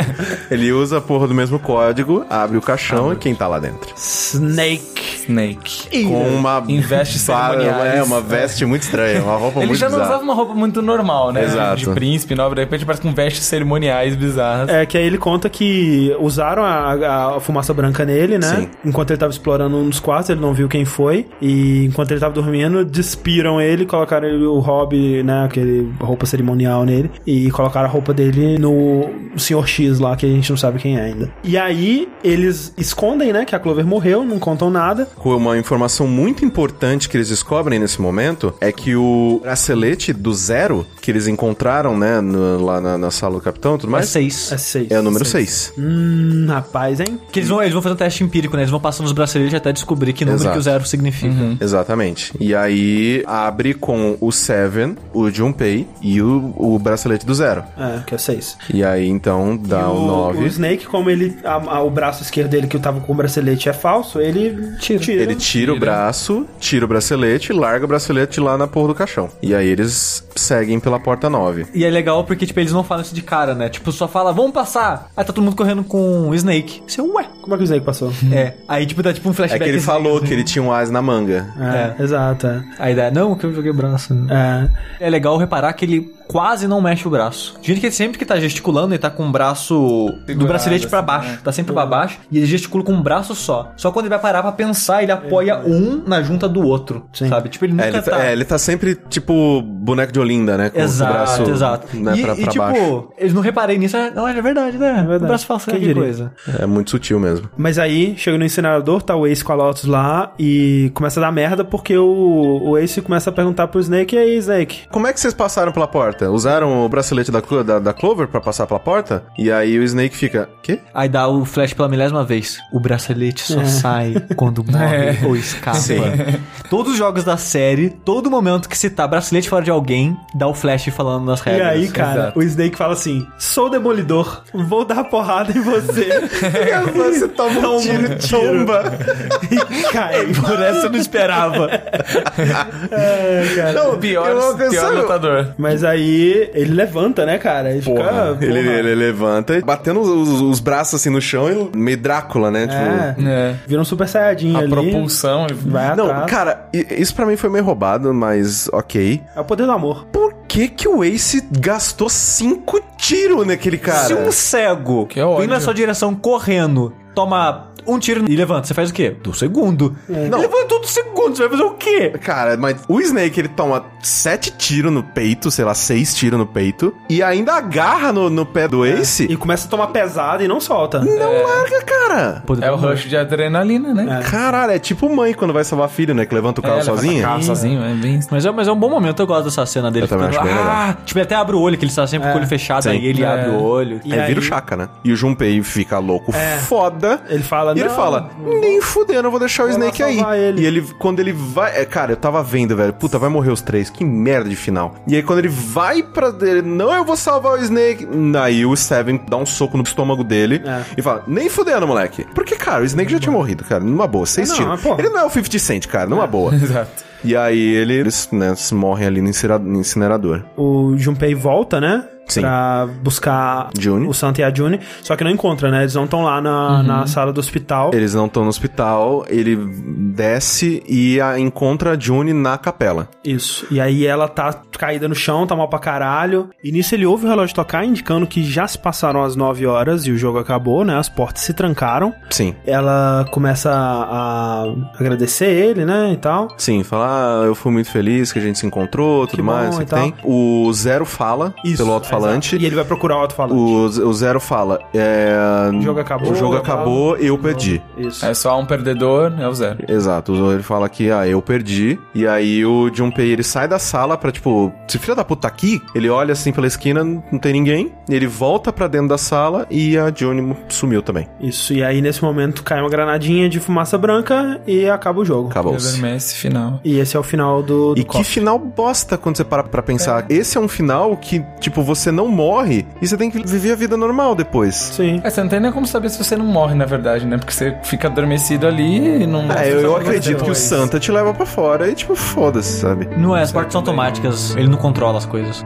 Ele usa a porra do mesmo código, abre o caixão e quem tá lá dentro?
Snake.
Snake.
Com uma...
Em vestes
ba-
cerimoniais.
É, uma veste muito estranha, uma roupa
Ele
muito
já não
bizarra.
usava uma roupa muito normal, né?
Exato.
De príncipe, nobre, de repente parece com vestes cerimoniais bizarras.
É, que aí ele conta que usaram a, a fumaça branca nele, né?
Sim.
Enquanto ele tava explorando um dos quartos, ele não viu quem foi. E enquanto ele tava dormindo, despiram ele, colocaram ele- o hobby, né? Aquele roupa cerimonial nele. E colocaram a roupa dele no Sr. X lá, que a gente não sabe quem é ainda. E aí eles escondem, né? Que a Clover morreu, não contam nada.
Uma informação muito importante que eles descobrem nesse momento é que o bracelete do zero que eles encontraram, né, no- lá na, na sala do capitão e tudo
Mas
mais,
seis.
É seis.
é o número 6.
Hum, rapaz, hein?
Que eles vão, eles vão fazer um teste empírico, né? Eles vão passando os braceletes até descobrir que número
Exato. Uhum.
que o zero significa.
Exatamente. E aí abre com o Seven, o Junpei e o, o bracelete do zero.
É, que é seis.
E aí então dá
E
o
O
9.
Snake, como ele. a- a- o braço esquerdo dele que tava com o bracelete é falso, ele tira.
Ele tira o braço, tira o bracelete, larga o bracelete lá na porra do caixão. E aí eles seguem pela porta 9.
E é legal porque, tipo, eles não falam isso de cara, né? Tipo, só fala, vamos passar. Aí tá todo mundo correndo com o Snake. Você, ué.
Como é que o Snake passou?
É. Aí, tipo, dá tipo
Hum.
um
É
flashback.
que ele
assim,
falou
assim.
que ele tinha um as na manga.
É, exato. é.
Aí dá, não, que eu joguei o braço. né?
É.
É legal reparar que ele quase não mexe o braço. Gente que sempre que tá gesticulando, ele tá com o braço do
Segurado,
bracelete pra
assim,
baixo.
né?
Tá sempre pra baixo. E ele gesticula com um braço só. Só quando ele vai parar pra pensar, ele apoia um na junta do outro.
Sim.
Sabe? Tipo, ele nunca
É ele,
tá.
tá, é, ele tá sempre tipo boneco de Olinda, né? Com
Exato,
o braço
exato.
Né,
e,
pra,
e,
pra
tipo,
baixo.
eles não reparei nisso. é, Não, é verdade, né?
verdade.
O braço falso é
Quem
que
diria?
coisa.
É muito sutil mesmo.
Mas aí, chega no incinerador, tá o Ace com a Lotus lá e começa a dar merda porque o, o Ace começa a perguntar pro Snake: e aí, Snake?
Como é que vocês passaram pela porta? Usaram o bracelete da, Clo- da, da Clover pra passar pela porta? E aí o Snake fica. Quê?
Aí dá o flash pela milésima vez. O bracelete só
É.
sai quando morre ou escapa.
Sim.
Todos os jogos da série, todo momento que citar bracelete fora de alguém, dá o flash falando nas
E
regras.
aí, cara,
exato.
o Snake fala assim: sou demolidor, vou dar porrada em você.
Você toma um tiro, tomba.
e cai.
Por essa eu não esperava.
É, cara.
Não,
Pior,
eu não
pior
pensava-
lutador.
Mas aí ele levanta, né, cara? Ele
Porra,
fica.
ele,
porra.
ele é, tipo, levanta, batendo os, os- os braços assim no chão e meio Drácula, né?
É.
Tipo,
É.
Vira um super saiyajin
A
ali.
propulsão.
Vai atrás.
Não,
tá.
cara, i- isso pra mim foi meio roubado, mas ok.
É o poder do amor.
Por que que o Ace gastou cinco tiros naquele cara?
Se um cego
Que ódio.
vem na sua direção correndo, toma um tiro e levanta, você faz o quê? Do segundo.
Não.
Levantou do segundo, você vai fazer o quê?
Cara, mas o Snake ele toma sete tiros no peito, sei lá, seis tiros no peito, e ainda agarra no, no pé do Ace
E começa a tomar pesada e não solta.
e não larga, cara.
Poder
É o rush de adrenalina, né?
Caralho, é tipo mãe quando vai salvar filho, né? Que levanta o carro
É,
sozinha.
Carro sozinho, é bem...
Mas é, mas é um bom momento, eu gosto dessa cena dele.
Eu também
ficando,
acho bem
ah, tipo, ele até abre o olho, que ele está sempre com o olho fechado,
Sim.
aí ele
É.
abre o olho.
E
Aí vira o
aí-
Chaka, né? E o Junpei fica louco, foda.
Ele fala,
E ele
"Não,
fala, nem fudendo, eu vou deixar o
Vou lá
Snake aí.
salvar ele.
E ele, quando ele vai. é, cara, eu tava vendo, velho. Puta, vai morrer os três. Que merda de final. E aí, quando ele vai pra. Ele, não, eu vou salvar o Snake. Aí o Seven dá um soco no estômago dele
É.
e fala, nem fudendo, moleque. Porque, cara, o Snake já tinha morrido, cara. Numa boa, seis
não,
tiros.
mas porra.
Ele não é o 50 Cent, cara, numa boa.
Exato.
E aí ele, eles, né, se morrem ali no incinera- no incinerador.
O Junpei volta, né?
Sim.
pra buscar
Juni.
o Santa e a June. Só que não encontra, né? Eles não estão lá na,
Uhum.
na sala do hospital.
Eles não estão no hospital, ele desce e a- encontra a June na capela.
Isso. E aí ela tá caída no chão, tá mal pra caralho. E nisso ele ouve o relógio tocar, indicando que já se passaram as 9 horas e o jogo acabou, né? As portas se trancaram.
Sim.
Ela começa a agradecer ele, né? E tal.
Sim, fala, ah, eu fui muito feliz que a gente se encontrou, tudo
Que bom
mais,
e
que
tal.
tem. O Zero fala pelo alto-falante.
Exato. E ele vai procurar o alto-falante.
O, o Zero fala, é,
O jogo acabou.
o jogo
blá,
acabou, eu perdi.
Isso.
É só há um perdedor, é o zero.
Exato, o Zoro, ele fala que, ah, eu perdi. E aí o Junpei, ele sai da sala pra, tipo, se filho da puta tá aqui, ele olha assim pela esquina, não tem ninguém. Ele volta pra dentro da sala e a Johnny sumiu também.
Isso. E aí nesse momento cai uma granadinha de fumaça branca e acaba o jogo.
Acabou-se.
Revermece final.
E esse é o final do, do
E que
cofre.
final bosta quando você para pra pensar. Esse é um final que, tipo, você não morre e você tem que viver a vida normal depois.
Sim.
É, você não tem nem como saber se você não morre, na verdade, né? Porque você fica adormecido ali e não.
É, eu, eu
não
acredito que o
depois.
Santa te leva pra fora e, tipo, foda-se, sabe?
Não é, as partes são automáticas. Ele não controla as coisas.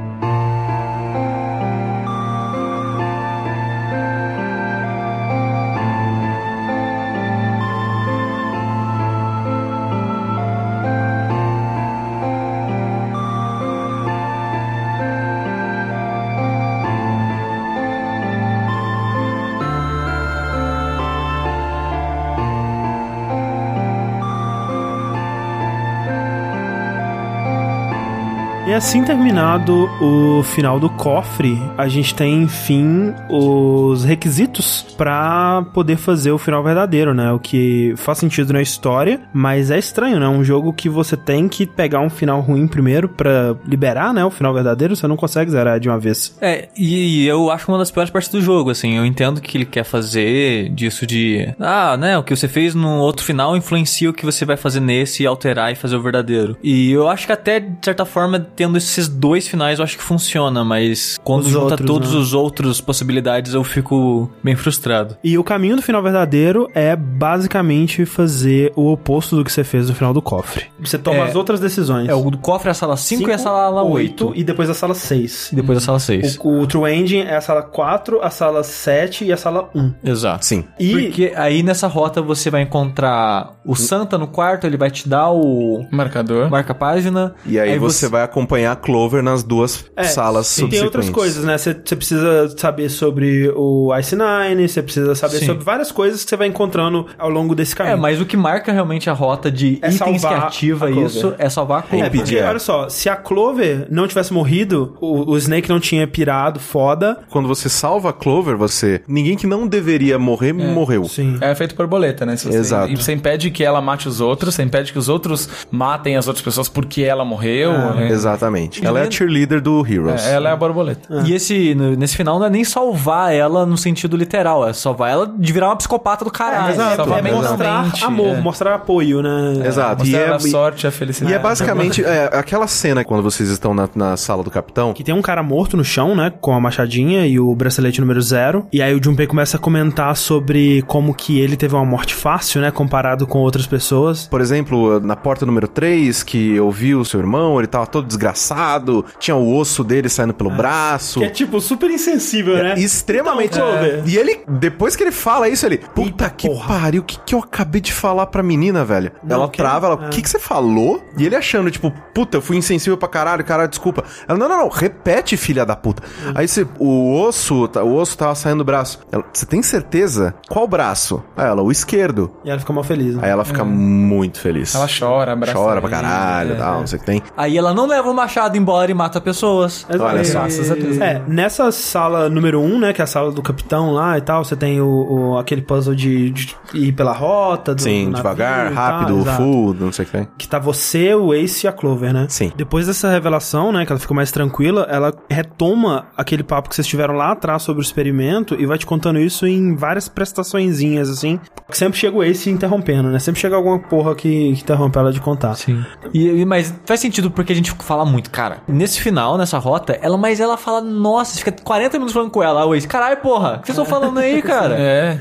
E assim terminado o final do cofre, a gente tem, enfim, os requisitos pra poder fazer o final verdadeiro, né? O que faz sentido na história, mas é estranho, né? Um jogo que você tem que pegar um final ruim primeiro pra liberar, né? O final verdadeiro, você não consegue zerar de uma vez.
É, e, e eu acho uma das piores partes do jogo, assim. Eu entendo que ele quer fazer disso de. Ah, né? O que você fez no outro final influencia o que você vai fazer nesse e alterar e fazer o verdadeiro. E eu acho que até, de certa forma, tendo esses dois finais, eu acho que funciona, mas quando
Os
junta
outros,
todos
né?
os outros possibilidades, eu fico bem frustrado.
E o caminho do final verdadeiro é basicamente fazer o oposto do que você fez no final do cofre. Você toma
É.
as outras decisões.
É, o do cofre é a sala 5 e a
Cinco,
sala 8.
oito, e depois a sala 6.
E depois a sala 6.
O, o True Ending é a sala 4, a sala 7 e a sala 1.
Exato.
Sim.
E
Porque aí nessa rota você vai encontrar o Santa no quarto, ele vai te dar o
Marcador.
marca-página.
E aí, você vai acompanhar a Clover nas duas
é,
salas
e tem
subsequentes.
outras coisas, né? Você você precisa saber sobre o Ice Nine, você precisa saber
Sim.
sobre várias coisas que você vai encontrando ao longo desse
É,
caminho.
mas o que marca realmente a rota de
É
itens que
salvar a
ativa
Clover.
isso é salvar a
É,
Clover.
Impedir
porque,
ela.
olha só, se a Clover não tivesse morrido, o, o Snake não tinha pirado, foda.
Quando você salva a Clover, você. Ninguém que não deveria morrer, morreu.
Sim.
É feito por boleta, né? Se você-
Exato.
E você impede que ela mate os outros, você impede que os outros matem as outras pessoas porque ela morreu.
Ah,
né?
Exatamente. Ela é a cheerleader do Heroes.
É, ela é a borboleta.
Ah.
E esse, no- nesse final não é nem salvar ela no sentido literal, é salvar ela de virar uma psicopata do caralho.
exato.
Salvar
É
Exatamente.
mostrar amor,
É.
mostrar apoio, né?
Exato.
Mostrar
e é,
a sorte, a felicidade.
e é basicamente é, aquela cena quando vocês estão na, na sala do capitão.
Que tem um cara morto no chão, né? Com a machadinha e o bracelete número zero. E aí o Junpei começa a comentar sobre como que ele teve uma morte fácil, né? Comparado com outras pessoas.
Por exemplo, na porta número 3, que eu vi o seu irmão, ele tava todo desgraçado, tinha o osso dele saindo pelo
Ah,
braço.
tipo super insensível,
né? Extremamente.
né? Então, Clover.
E ele, depois que ele fala isso, ele. Puta
Eita,
que
porra.
pariu, o que, que eu acabei de falar pra menina, velho?
Não,
ela
que-
trava, ela. O
é.
que, que você falou? E ele achando, tipo, puta, eu fui insensível pra caralho, caralho, desculpa. Ela, não, não, não, repete, filha da puta.
Hum.
Aí você. O osso, tá- o osso tava saindo do braço. Ela, Você tem certeza? Qual braço? Aí ela, o esquerdo.
E ela fica mal feliz. Né?
Aí ela fica muito feliz.
Ela chora, abraça.
Chora pra
ele,
caralho tá?
é.
e tal, não sei o que tem.
Aí ela não leva o machado embora e mata pessoas.
Mas
É, Olha
aí-
só.
Graças a Deus.
É, nessa sala número um, né? Que é a sala do capitão lá e tal, você tem o, o- aquele puzzle de, de ir pela rota. Do
Sim,
navio
devagar,
e tal,
rápido,
exato.
full, não sei o que tem.
Que tá você, o Ace e a Clover, né?
Sim.
Depois dessa revelação, né, que ela ficou mais tranquila, ela retoma aquele papo que vocês tiveram lá atrás sobre o experimento e vai te contando isso em várias prestaçõezinhas, assim. Que sempre chega o Ace interrompendo, né? Sempre chega alguma porra que, que interrompe ela de contar.
Sim. E, e- mas faz sentido porque a gente fala muito, cara. Nesse final, nessa rota, ela, mas ela fala, nossa, você fica 40 minutos falando com ela. A Waze, caralho, porra, o que vocês estão falando aí, cara?
É.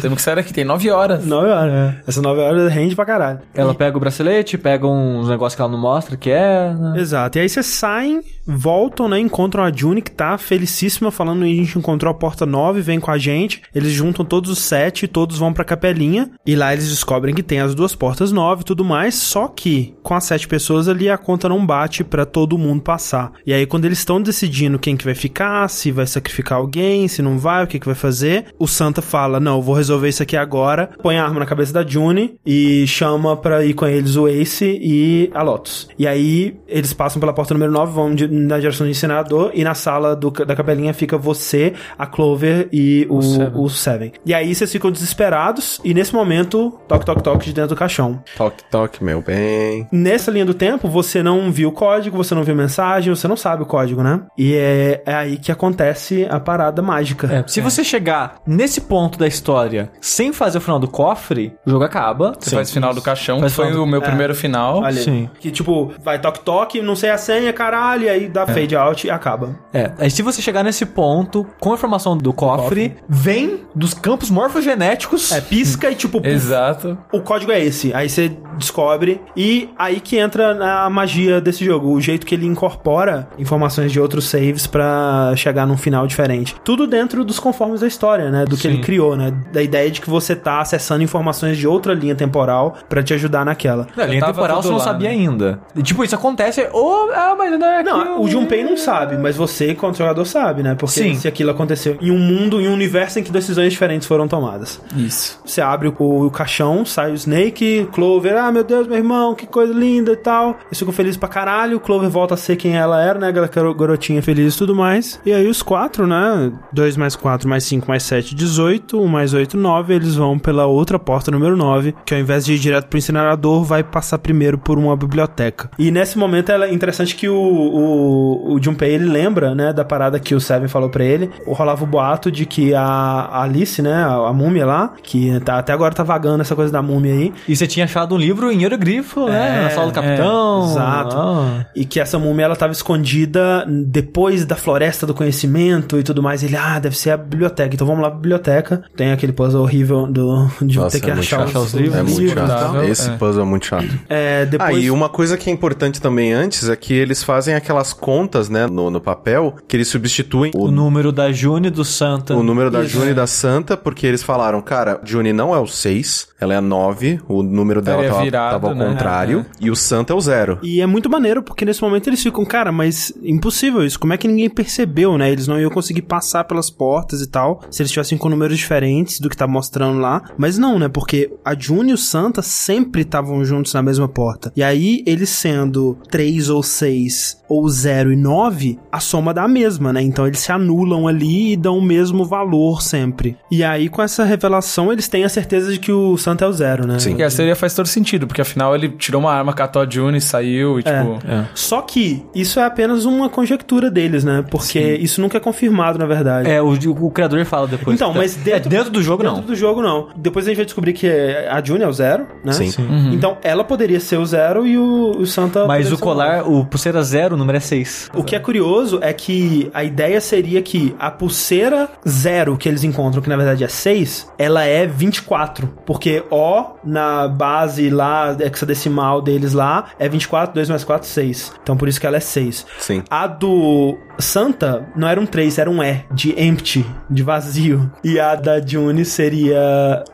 Temos que sair daqui, tem nove horas.
Nove horas, né? Essa nove horas rende pra caralho.
Ela pega o bracelete, pega uns negócios que ela não mostra, que é. né?
Exato. E aí vocês saem, voltam, né? Encontram a June, que tá felicíssima, falando: a gente encontrou a porta 9, vem com a gente. Eles juntam todos os sete, todos vão pra capelinha. E lá eles descobrem que tem as duas portas 9 e tudo mais. Só que com as sete pessoas ali, a conta não bate pra todo mundo passar. E aí, quando eles estão decidindo quem que vai ficar, se vai sacrificar alguém, se não vai, o que que vai fazer, o Santa fala: não, eu vou resolver isso aqui agora. Põe a arma na cabeça da June e chama pra ir com eles o Ace e a Lotus. E aí, eles passam pela porta número 9, vão de- na direção do ensinador e na sala do ca- da capelinha fica você, a Clover e o, o, Seven. E aí vocês ficam desesperados e nesse momento, toque, toque, toque de dentro do caixão.
Toque, toque, meu bem.
Nessa linha do tempo, você não viu o código, você não viu mensagem, você não sabe o código, né? E é, é aí que acontece a parada mágica.
É, se você chegar nesse ponto da história sem fazer o final do cofre, o jogo acaba.
Você faz o final do caixão,
Faz
que foi
final do- É.
o meu primeiro final.
Olha,
Sim.
que tipo, vai toque toque, não sei a senha, caralho, e aí dá fade out e acaba.
É, aí se você chegar nesse ponto, com a informação do cofre, vem dos campos morfogenéticos.
É, pisca e tipo, puf,
Exato.
o código é esse. Aí você descobre e aí que entra na magia desse jogo, o jeito que ele incorpora informações de outros saves pra chegar num final diferente. Tudo dentro dos conformes da história, né, do que ele criou, né, da ideia de que você tá acessando informações de outra linha temporal pra te ajudar naquela.
Na linha
tava
temporal
tudo
você não
lá,
sabia
né?
ainda. E, tipo, isso acontece. Ou. Ah, mas não é.
Não,
aquilo,
o
um
Junpei
né?
não sabe, mas você, controlador, sabe, né? Porque
Sim.
se aquilo aconteceu em um mundo, em um universo em que decisões diferentes foram tomadas.
Isso.
Você abre o, o caixão, sai o Snake, Clover, ah, meu Deus, meu irmão, que coisa linda e tal. Eles ficam felizes pra caralho, Clover volta a ser quem ela era, né? Aquela garo- garotinha feliz e tudo mais. E aí os quatro, né? 2 mais 4 mais 5 mais 7, 18. 1 mais 8, 9. Eles vão pela outra porta, número 9, que ao invés de ir direto pro incinerador, vai passar primeiro por uma biblioteca. E nesse momento é interessante que o, o, o Junpei, ele lembra, né? Da parada que o Seven falou pra ele. Rolava o boato de que a a Alice, né? A, a múmia lá, que tá, até agora tá vagando essa coisa da múmia aí.
E você tinha achado um livro em hierogrifo, né?
É,
Na sala do
é,
capitão.
exato.
É.
Ah.
E que essa múmia ela tava escondida depois da floresta do conhecimento e tudo mais. Ele, ah, deve ser a biblioteca. Então vamos lá pra biblioteca. Tem aquele puzzle horrível do, de ter que
é muito
achar,
chato.
os,
É muito
livros e tal.
chato.
tal.
Esse
É.
puzzle é muito chato.
É, depois.
Ah, e uma coisa que é importante também antes é que eles fazem aquelas contas, né, no, no papel, que eles substituem
O
o,
número da June do Santa.
o número da
Isso.
June e da Santa, porque eles falaram, cara, June não é o 6, ela é a 9, o número dela
Estaria
tava,
virado,
tava ao
né?
contrário, e o Santa é o zero.
E é muito maneiro, porque nesse momento eles ficam, cara, mas impossível isso. Como é que ninguém percebeu, né? Eles não iam conseguir passar pelas portas e tal, se eles tivessem com números diferentes do que tá mostrando lá. Mas não, né? Porque a June e o Santa sempre estavam juntos na mesma porta. E aí, eles sendo 3 ou 6 ou 0 e 9, a soma dá a mesma, né? Então eles se anulam ali e dão o mesmo valor sempre. E aí, com essa revelação, eles têm a certeza de que o Santa é o zero, né?
Sim.
E a teoria faz todo sentido, porque afinal ele tirou uma arma, catou a June,
É.
saiu e tipo.
Só que isso é apenas uma conjectura deles, né? Porque isso nunca é confirmado, na verdade.
É, o, o criador fala depois.
Então, mas dentro,
É, dentro do jogo,
dentro
não.
do jogo, não. Depois a gente vai descobrir que a June é o zero, né?
Sim. Sim.
Então ela poderia ser o zero e o, o Santa.
Uhum. Mas
poderia
o
ser nove.
colar, o pulseira zero, o número é 6.
O que é curioso é que a ideia seria que a pulseira zero que eles encontram, que na verdade é 6, ela é 24. Porque O na base lá, hexadecimal deles lá, é 24, 2 mais 4, 6. Então por isso que ela é 6.
Sim.
A do Santa não era um 3, era um E, de empty, de vazio. E a da June seria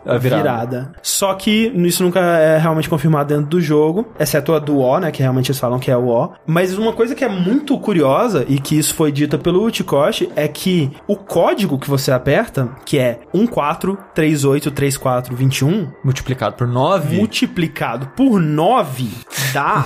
A
a
virada.
virada. Só que isso nunca é realmente confirmado dentro do jogo, exceto a do O, né, que realmente eles falam que é o O. Mas uma coisa que é muito curiosa, e que isso foi dita pelo Utikoshi, é que o código que você aperta, que é 14383421,
Multiplicado por 9.
multiplicado por 9 dá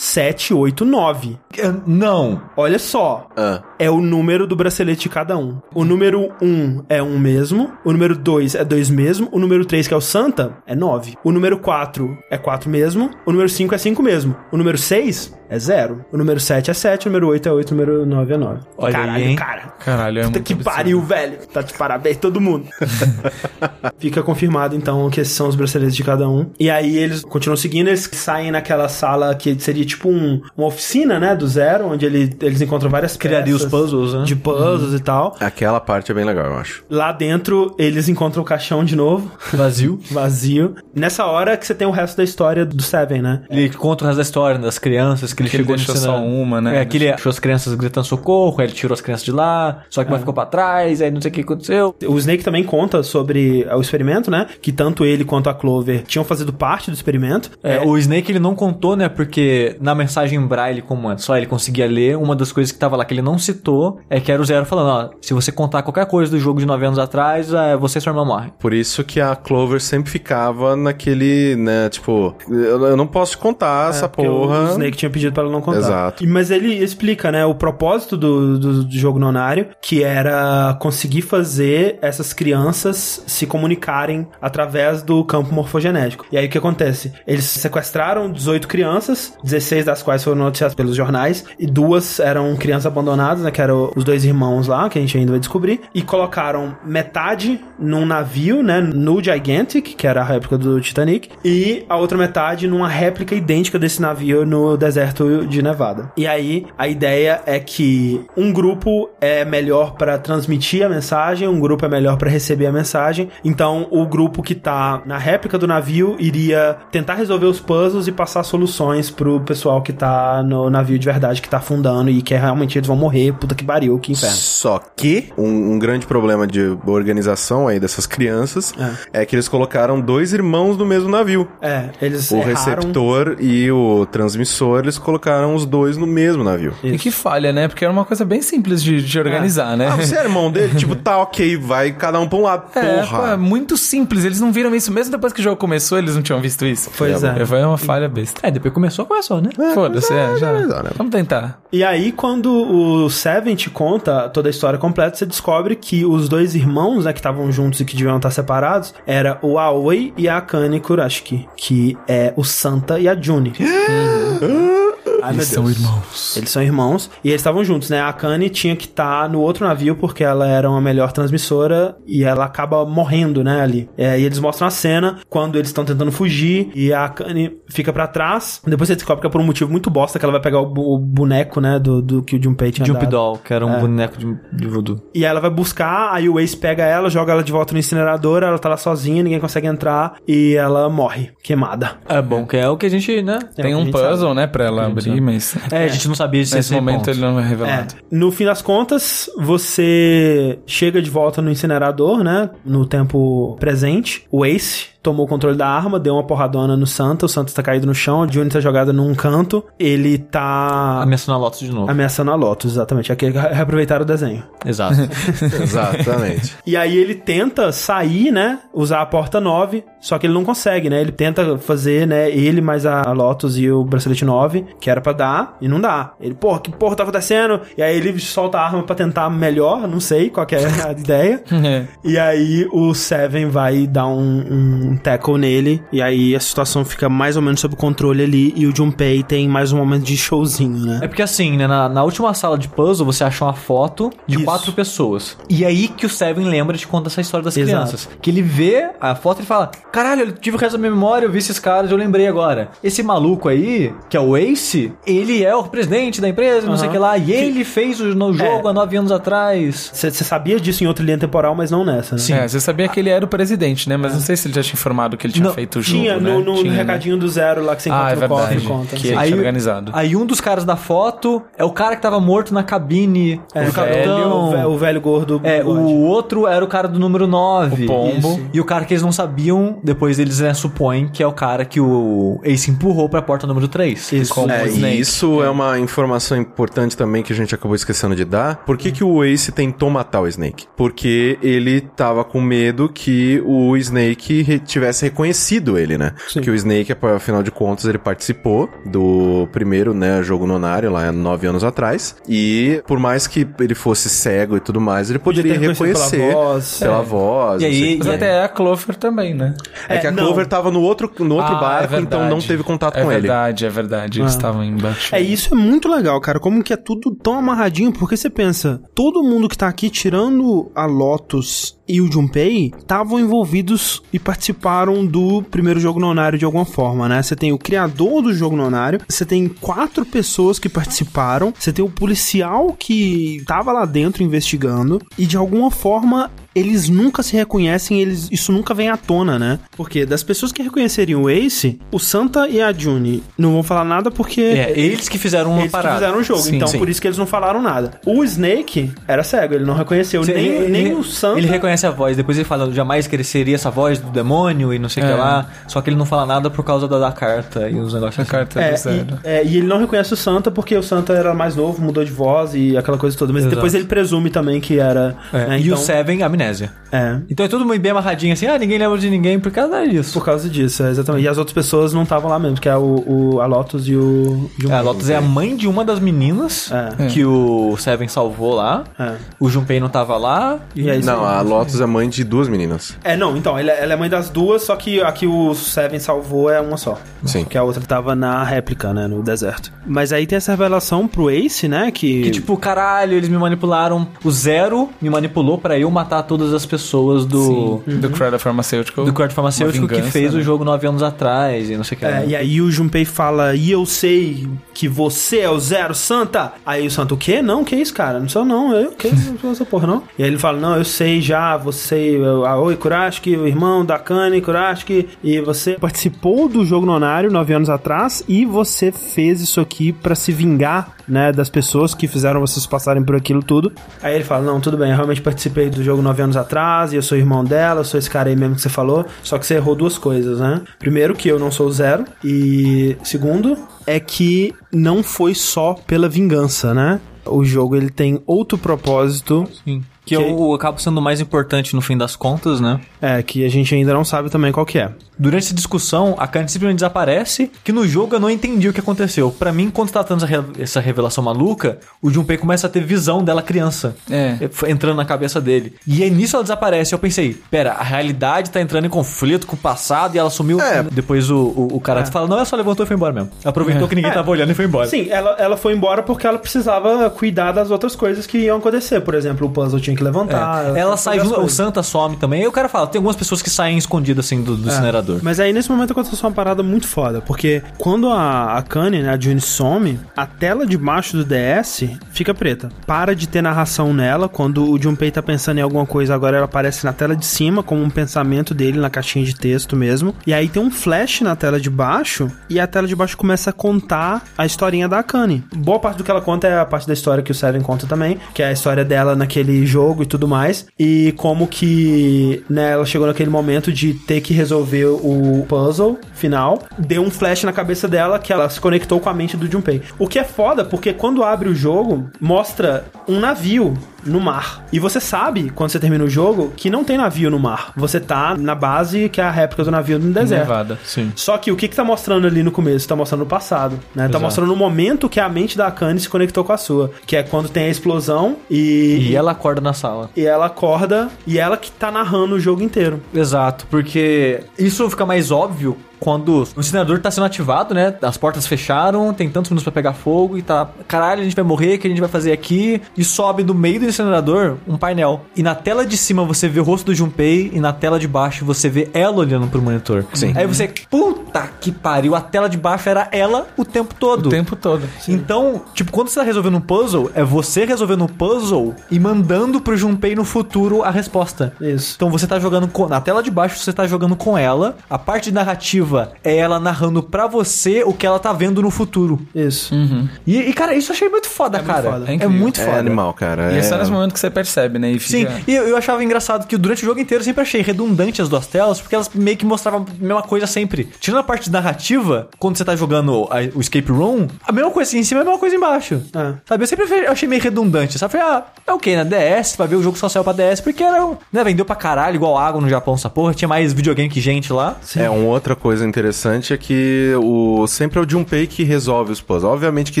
129450789.
Não.
Olha só,
Ah.
é o número do bracelete de cada um. O número 1 é 1 mesmo, o número 2 é 2 mesmo, o número 3, que é o Santa, é 9. O número 4 é 4 mesmo, o número 5 é 5 mesmo. O número 6 é 0. O número 7 é 7, o número 8 é 8, o número 9 é 9.
Olha
Caralho,
aí, hein?
cara.
Caralho, é
Puta
muito
que
absurdo.
pariu, velho. Tá de parabéns todo mundo. Fica confirmado, então, que esses são os braceletes de cada um. E aí eles continuam seguindo, eles saem naquela sala que seria tipo um- uma oficina, né, do zero, onde ele- eles encontram várias
Criaria os
peças
puzzles, né?
De puzzles e tal.
Aquela parte é bem legal, eu acho.
Lá dentro, eles encontram o caixão de novo,
Vazio.
vazio. Nessa hora que você tem o resto da história do Seven, né?
Ele conta o resto da história das crianças, que ele
Que ele
chegou no
deixou só
cenário.
uma, né?
É, que ele achou as crianças gritando socorro, aí ele tirou as crianças de lá, só que
É.
uma ficou pra trás, aí não sei o que aconteceu.
O Snake também conta sobre o experimento, né? Que tanto ele quanto a Clover tinham fazido parte do experimento.
É, o Snake ele não contou, né? Porque na mensagem em braille, como antes, só ele conseguia ler, uma das coisas que tava lá que ele não citou é que era o Zero falando: ó, se você contar qualquer coisa do jogo de 9 anos atrás, é, você e sua irmã morrem.
Por isso que a Clover sempre ficava naquele, né, tipo, eu, eu não posso contar essa
Porque
porra.
O Snake tinha pedido pra ela não contar.
Exato.
E- Mas ele explica, né, o propósito do, do, do jogo nonário, que era conseguir fazer essas crianças se comunicarem através do campo morfogenético. E aí o que acontece? Eles sequestraram 18 crianças, 16 das quais foram noticiadas pelos jornais, e duas eram crianças abandonadas, né, que eram os dois irmãos lá, que a gente ainda vai descobrir, e colocaram metade num navio, né, no Gigantic, que era a réplica do Titanic, e a outra metade numa réplica idêntica desse navio no deserto de Nevada. E aí a ideia é que um grupo é melhor para transmitir a mensagem, um grupo é melhor para receber a mensagem. Então o grupo que tá na réplica do navio iria tentar resolver os puzzles e passar soluções pro pessoal que tá no navio de verdade que tá afundando e que realmente eles vão morrer, puta que pariu, que inferno.
Só que um, um grande problema de organização aí dessas crianças é. que eles colocaram dois irmãos no mesmo navio.
É, eles
O
erraram.
receptor e o transmissor, eles colocaram os dois no mesmo navio.
E que falha, né? Porque era uma coisa bem simples de, de organizar, né?
Ah, você é irmão dele? tipo, tá ok, vai cada um pra um lado.
É, pô, é
Porra.
muito simples. Eles não viram isso. Mesmo depois que o jogo começou, eles não tinham visto isso.
Pois é.
Foi uma falha besta.
É, depois começou, começou, né?
Foda-se, é, já.
já, já, né?
Vamos tentar.
E aí, quando o Seven te conta toda a história completa, você descobre que os dois irmãos, né, que estavam juntos e que deviam estar separados, era o Aoi e a Akane Kurashiki, que é o Santa e a Juni. Ai, Ah, meu Deus.
irmãos.
Eles são irmãos e eles estavam juntos, né? A Akane tinha que estar no outro navio porque ela era uma melhor transmissora e ela acaba morrendo, né? Ali. É, e eles mostram a cena quando eles estão tentando fugir e a Akane fica pra trás. Depois você descobre que é por um motivo muito bosta que ela vai pegar o, bu- o boneco, né? Do, do que o Junpei tinha
Jump
dado.
Doll, que era um boneco de, de voodoo.
E ela vai buscar, aí o Ace pega ela, joga ela de volta no incinerador, ela tá lá sozinha, ninguém consegue entrar e ela morre, queimada.
É bom, que é o que a gente, né?
É,
Tem
a
um
gente
puzzle, né, pra ela abrir, mas.
É, a gente não sabia se
Nesse momento ele não é
É,
revelado.
no fim das contas, você chega de volta no incinerador, né? No tempo presente. O Ace tomou o controle da arma, deu uma porradona no Santa. O Santa tá caído no chão. A Juni tá jogada num canto. Ele tá.
Ameaçando a Lotus de novo.
Ameaçando a Lotus, exatamente. Aqui reaproveitaram o desenho.
Exato.
Exatamente.
E aí ele tenta sair, né? Usar a porta 9, só que ele não consegue, né? Ele tenta fazer, né? Ele mais a Lotus e o bracelete 9, que era pra dar, e não dá. Ele, porra, que porra tá acontecendo? E aí ele solta a arma pra tentar melhor, não sei qual que é a ideia.
É.
E aí o Seven vai dar um, um tackle nele, e aí a situação fica mais ou menos sob controle ali, e o Junpei tem mais um momento de showzinho, né?
É porque assim, né, na, na última sala de puzzle você achou uma foto de
Isso.
quatro pessoas. E aí que o Seven lembra de conta essa história das
Exato.
crianças. Que ele vê a foto e fala: Caralho, eu tive o resto da minha memória, eu vi esses caras, eu lembrei agora. Esse maluco aí, que é o Ace, ele é o presidente da empresa, não sei o que lá, e ele fez o no jogo
É.
há nove anos atrás.
Você sabia disso em outra linha temporal, mas não nessa, né? Sim. É.
É, você sabia que ele era o presidente, né? Mas não sei se ele já tinha informado que ele tinha
Não,
feito o jogo.
Tinha,
né?
no, no- no
né?
recadinho do zero lá que você encontra
Ah, é
no cofre
verdade.
e conta.
Que ele
Aí-
tinha organizado.
Aí um dos caras da foto é o cara que tava morto na cabine
É,
do
o velho,
capitão.
o ve- o velho gordo.
É, o
bigode.
outro era o cara do número 9.
O pombo. Isso.
E o cara que eles não sabiam, depois eles né, supõem que é o cara que o Ace empurrou pra porta número 3.
Isso.
Como
É,
o Snake.
e isso é uma informação importante também que a gente acabou esquecendo de dar. Por que, que o Ace tentou matar o Snake? Porque ele tava com medo que o Snake re- tivesse reconhecido ele, né?
Sim.
Que o Snake, afinal de contas, ele participou do primeiro, né, jogo nonário lá nove anos atrás. E por mais que ele fosse cego e tudo mais, ele poderia
ter reconhecido pela
reconhecer
voz,
pela
é.
voz,
E
não
aí-
sei o
e
Mas
quê.
até a Clover também, né?
É, que a
É, não.
Clover tava no outro, no outro
Ah, é
barco, então
verdade.
não teve contato com
é
ele.
verdade, É verdade, eles estavam embaixo.
Ah. É, isso é muito legal, cara. Como que é tudo tão amarradinho, porque você pensa, todo mundo que tá aqui, tirando a Lotus e o Junpei, estavam envolvidos e participaram do primeiro jogo nonário de alguma forma, né? Você tem o criador do jogo nonário, você tem quatro pessoas que participaram, você tem o policial que tava lá dentro investigando, e de alguma forma eles nunca se reconhecem, eles isso nunca vem à tona, né? Porque das pessoas que reconheceriam o Ace, o Santa e a Juni não vão falar nada porque
É, eles que fizeram uma
eles que
parada.
fizeram o jogo,
Sim,
então
sim.
por isso que eles não falaram nada. O Snake era cego, ele não reconheceu
Sim,
nem,
ele-
nem
ele-
o Santa.
Ele reconhece a voz, depois ele fala, jamais cresceria essa voz do demônio e não sei o
É.
que lá. Só que ele não fala nada por causa da, da carta e os negócios.
A
assim.
carta
é,
do zero.
e, é, e ele não reconhece o Santa porque o Santa era mais novo, mudou de voz e aquela coisa toda. Mas
Exato.
depois ele presume também que era.
É,
né,
E
então,
o Seven, amnésia.
é,
Então é tudo muito bem amarradinho assim, ah, ninguém lembra de ninguém por causa disso.
por causa disso, é, exatamente. E as outras pessoas não estavam lá mesmo, que é o, o- a Lotus e o. e o
É, a Lotus é a mãe de uma das meninas
É.
que o Seven salvou lá.
É.
O Junpei não tava lá.
E é isso
Não,
aí.
a Lotus é mãe de duas meninas.
É, não, então, ele- ela é mãe das duas, só que a que o Seven salvou é uma só.
Sim.
Porque a outra tava na réplica, né, no deserto. Mas aí tem essa revelação pro Ace, né, que...
Que tipo, caralho, eles me manipularam. O Zero me manipulou pra eu matar todas as pessoas do.
Sim, Uhum. Do Credit Pharmaceutical.
Do quarto farmacêutico
Uma vingança,
que fez
né?
o jogo nove anos atrás e não sei o que. lá.
É, e aí o Junpei fala, e eu sei que você é o Zero Santa. Aí o Santa, o quê? Não, que isso, cara? Não sou não, eu, que isso, não sou essa porra não. E aí ele fala, não, eu sei já, você, eu- a Oi Kurashiki, o irmão da Kane Kurashiki, e você participou do jogo nonário nove anos atrás e você fez isso aqui pra se vingar, né, das pessoas que fizeram vocês passarem por aquilo tudo. Aí ele fala, não, tudo bem, eu realmente participei do jogo nove anos atrás e eu sou irmão dela, eu sou esse cara aí mesmo que você falou, só que você errou duas coisas, né? Primeiro, que eu não sou o zero, e segundo, é que não foi só pela vingança, né? O jogo ele tem outro propósito,
Sim. Que, eu, eu acabo sendo mais importante no fim das contas, né?
é que a gente ainda não sabe também qual que é.
Durante essa discussão, a Karen simplesmente desaparece, que no jogo eu não entendi o que aconteceu. Pra mim, quando tá tendo essa re- essa revelação maluca, o Junpei começa a ter visão dela criança. eh,
É.
F- Entrando na cabeça dele. E aí nisso ela desaparece. Eu pensei, pera, a realidade tá entrando em conflito com o passado e ela sumiu.
É.
Depois o, o, o cara fala, não, ela só levantou e foi embora mesmo. Aproveitou que ninguém tava olhando e foi embora.
Sim, ela, ela foi embora porque ela precisava cuidar das outras coisas que iam acontecer. Por exemplo, o puzzle tinha que levantar.
É. ela sai
fazer as
junto, o
coisas.
Santa some também. Aí o cara fala, tem algumas pessoas que saem escondidas assim do, do incinerador.
É. Mas aí nesse momento aconteceu uma parada muito foda, porque quando a, a Kanye, né, a June some, a tela de baixo do DS fica preta. Para de ter narração nela, quando o Junpei tá pensando em alguma coisa, agora ela aparece na tela de cima, como um pensamento dele na caixinha de texto mesmo. E aí tem um flash na tela de baixo, e a tela de baixo começa a contar a historinha da Kanye. Boa parte do que ela conta é a parte da história que o Seven conta também, que é a história dela naquele jogo e tudo mais, e como que né, ela chegou naquele momento de ter que resolver o puzzle final, deu um flash na cabeça dela que ela se conectou com a mente do Junpei. O que é foda, porque quando abre o jogo, mostra um navio no mar. E você sabe, quando você termina o jogo, que não tem navio no mar. Você tá na base, que é a réplica do navio no deserto.
Nevada. Sim.
Só que o que, que tá mostrando ali no começo? Tá mostrando o passado, né? Tá
Exato.
mostrando o momento que a mente da Akane se conectou com a sua. Que é quando tem a explosão e...
E ela acorda na sala.
e ela acorda e ela que tá narrando o jogo inteiro.
Exato, porque isso fica mais óbvio quando o incinerador tá sendo ativado, né? As portas fecharam, tem tantos minutos pra pegar fogo e tá. Caralho, a gente vai morrer, o que a gente vai fazer aqui? E sobe do meio do incinerador um painel. E na tela de cima você vê o rosto do Junpei e na tela de baixo você vê ela olhando pro monitor.
Sim.
Aí você, puta que pariu, a tela de baixo era ela o tempo todo.
O tempo todo.
Então, tipo, quando você tá resolvendo um puzzle, é você resolvendo o puzzle e mandando pro Junpei no futuro a resposta.
Isso.
Então você tá jogando com, na tela de baixo, você tá jogando com ela. A parte narrativa narrativa é ela narrando pra você o que ela tá vendo no futuro.
Isso.
Uhum.
E, e, cara, isso eu achei muito foda,
muito
cara.
foda.
É
É
incrível.
muito
É
foda.
animal, cara.
E é
é...
só nesse momento que você percebe, né? E
Sim,
fica...
e eu, eu achava engraçado que durante o jogo inteiro eu sempre achei redundante as duas telas, porque elas meio que mostravam a mesma coisa sempre. Tirando a parte de narrativa, quando você tá jogando a- o escape room, a mesma coisa assim, em cima é a mesma coisa embaixo.
É.
Sabe? Eu sempre fe- achei meio redundante. Sabe? Falei, ah, é ok, na DS, vai ver o jogo só saiu pra DS, porque era um. Né, vendeu pra caralho, igual água no Japão, essa porra. Tinha mais videogame que gente lá.
É, uma outra coisa interessante é que o sempre é o Junpei que resolve os puzzles. Obviamente que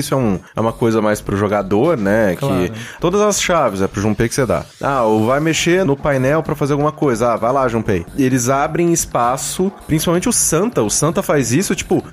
isso é, um, é uma coisa mais pro jogador, né? Que todas as chaves é pro Junpei que você dá. Ah, ou vai mexer no painel pra fazer alguma coisa. Ah, vai lá, Junpei. Eles abrem espaço, principalmente o Santa. O Santa faz isso, tipo,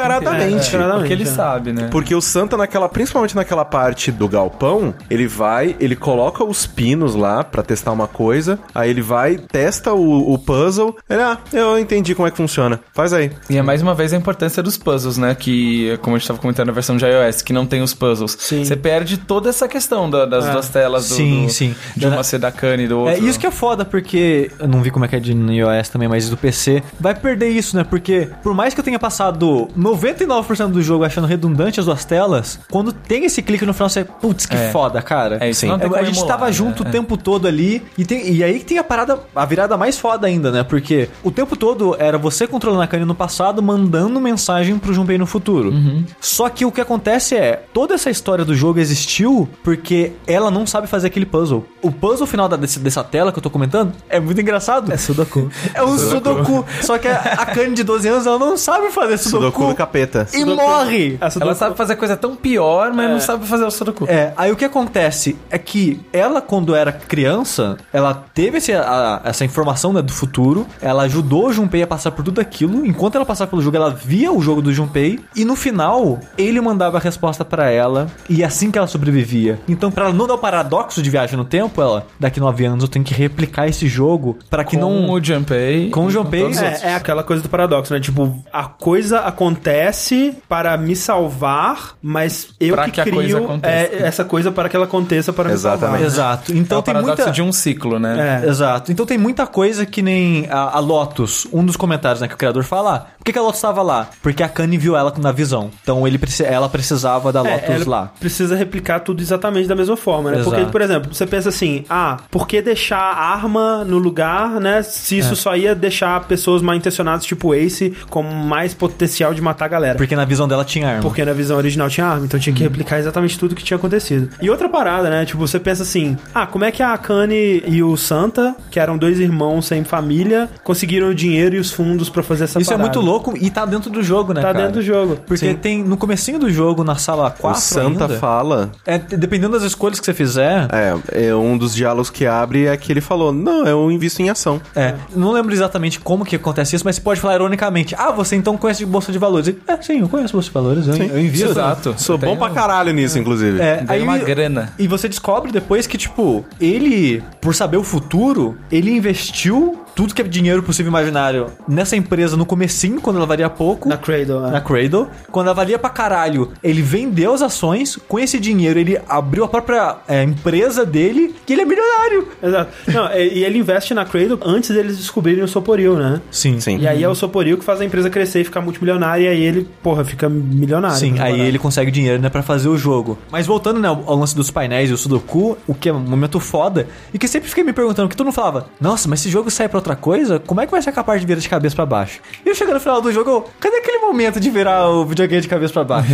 descaradamente.
É, é.
Porque ele
Exatamente,
sabe, né?
Porque o Santa, naquela, principalmente naquela parte do galpão, ele vai, ele coloca os pinos lá pra testar uma coisa, aí ele vai, testa o, o puzzle, ele, ah, eu entendi como é que funciona, faz aí.
E é mais uma vez a importância dos puzzles, né? Que, como a gente tava comentando na versão de iOS, que não tem os puzzles.
Sim.
Você perde toda essa questão da- das duas telas do,
Sim,
do-
sim.
de uma
Da-
ser da Khan e do outro.
É isso que é foda, porque eu não vi como é que é de no iOS também, mas do PC vai perder isso, né? Porque por mais que eu tenha passado 99% do jogo achando redundante as duas telas, quando tem esse clique no final você, putz, que
É.
foda, cara.
É, isso
Sim.
não tem
a
como
gente
emular,
tava
né?
junto o
É.
tempo todo ali e, tem- e aí que tem a parada, a virada mais foda ainda, né? Porque o tempo todo era você controlando a Kanye no passado, mandando mensagem pro Junpei no futuro. Só que o que acontece é, toda essa história do jogo existiu porque ela não sabe fazer aquele puzzle. O puzzle final da- desse- dessa tela que eu tô comentando é muito engraçado. É sudoku. É um sudoku. Só que a, a Kanye de 12 anos, ela não sabe fazer sudoku.
Sudoku do capeta.
E morre!
Então, Essa
Ela
do-
sabe fazer coisa tão pior, mas não sabe fazer o Sudoku.
É, aí o que acontece é que ela, quando era criança, ela teve esse- a- essa informação né, do futuro, ela ajudou o Junpei a passar por tudo aquilo, enquanto ela passava pelo jogo, ela via o jogo do Junpei, e no final, ele mandava a resposta pra ela, e é assim que ela sobrevivia. Então, pra ela não dar o paradoxo de viagem no tempo, ela, daqui nove anos eu tenho que replicar esse jogo pra que
com
não...
o Junpei.
Com o
e
Junpei,
todos os
é,
outros.
É, é aquela coisa do paradoxo, né? Tipo, a coisa acontece para me salvar, mas eu
Pra
que,
que a
crio
coisa aconteça.
é, essa coisa para que ela aconteça para
Exatamente.
me salvar.
Exato.
É
Então
o
tem
paradoxo
muita...
de um ciclo, né?
É.
Exato. Então tem muita coisa que nem a, a Lotus, um dos comentários né, que o criador fala. ah, Por que, que a Lotus estava lá? Porque a Kanye viu ela na visão. Então ele, preci- ela precisava da Lotus
É, ela
lá.
precisa replicar tudo exatamente da mesma forma, né? Porque,
Exato.
por exemplo, você pensa assim, ah, por que deixar a arma no lugar, né? Se
É.
isso só ia deixar pessoas mal intencionadas, tipo Ace, com mais potencial de matar a galera.
Porque na visão dela tinha arma.
Porque na visão original tinha arma, então tinha
Uhum.
que replicar exatamente tudo que tinha acontecido. E outra parada, né? Tipo, você pensa assim: ah, como é que a Kanye e o Santa, que eram dois irmãos sem família, conseguiram o dinheiro e os fundos pra fazer essa
Isso é
parada?
muito louco e tá dentro do jogo, né,
Tá
cara?
dentro do jogo.
Porque
Sim. tá
tem no comecinho do jogo, na sala 4
o Santa
ainda,
fala.
é, t- dependendo das escolhas que você fizer...
É, é, um dos diálogos que abre é que ele falou: Não, eu invisto em ação.
É, não lembro exatamente como que acontece isso, mas você pode falar ironicamente. Ah, você então conhece de bolsa de valores. E, É, sim, eu conheço bolsa de valores. Eu, eu né? invisto.
Exato. um-
Sou
Eu
bom
tenho-
pra caralho nisso, inclusive.
um- É,
Ganha uma grana.
E você descobre depois que, tipo, ele, por saber o futuro, ele investiu tudo que é dinheiro possível e imaginário nessa empresa no comecinho, quando ela valia pouco.
Na Cradle,
na
né?
Cradle, quando ela valia pra caralho, ele vendeu as ações, com esse dinheiro ele abriu a própria é, empresa dele, que ele é milionário.
Exato. Não, e e ele investe na Cradle antes deles descobrirem o Soporil, né?
Sim,
Sim.
E aí é o Soporil que faz a empresa crescer e ficar multimilionária, e aí ele, porra, fica milionário.
Sim,
Essa
aí
parada.
ele consegue dinheiro, né, pra fazer o jogo. Mas voltando, né, ao ao lance dos painéis e o Sudoku, o que é um momento foda, e que eu sempre fiquei me perguntando, que tu não falava, nossa, mas se o jogo sair pra outra coisa, como é que vai ser capaz de virar de cabeça pra baixo? E eu chegando no final do jogo, eu, cadê aquele momento de virar o videogame de cabeça pra baixo?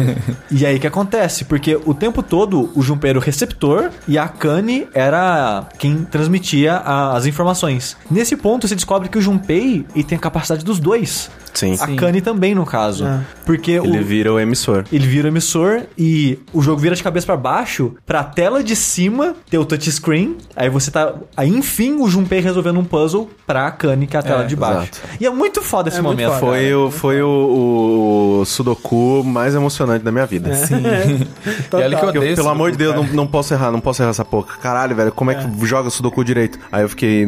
e aí que acontece, porque o tempo todo o Junpei era o receptor e a Kane era quem transmitia a- as informações. Nesse ponto, você descobre que o Junpei ele tem a capacidade dos dois.
Sim.
A Kane também, no caso.
É.
Porque
Ele
o...
vira o emissor.
Ele vira o emissor e o jogo vira de cabeça pra baixo pra tela de cima ter o touchscreen. Aí você tá. Aí enfim o Junpei resolvendo um puzzle pra Kani, que é a tela de baixo.
exato.
E é muito foda esse
muito
momento.
foda.
Foi,
é
o, foi o, o Sudoku mais emocionante da minha vida.
É.
Sim.
É.
E olha que eu
Porque eu,
odeio
pelo
Sudoku,
amor de Deus,
cara.
não, não posso errar, não posso errar essa porca. Caralho, velho, como é, que joga Sudoku direito? Aí eu fiquei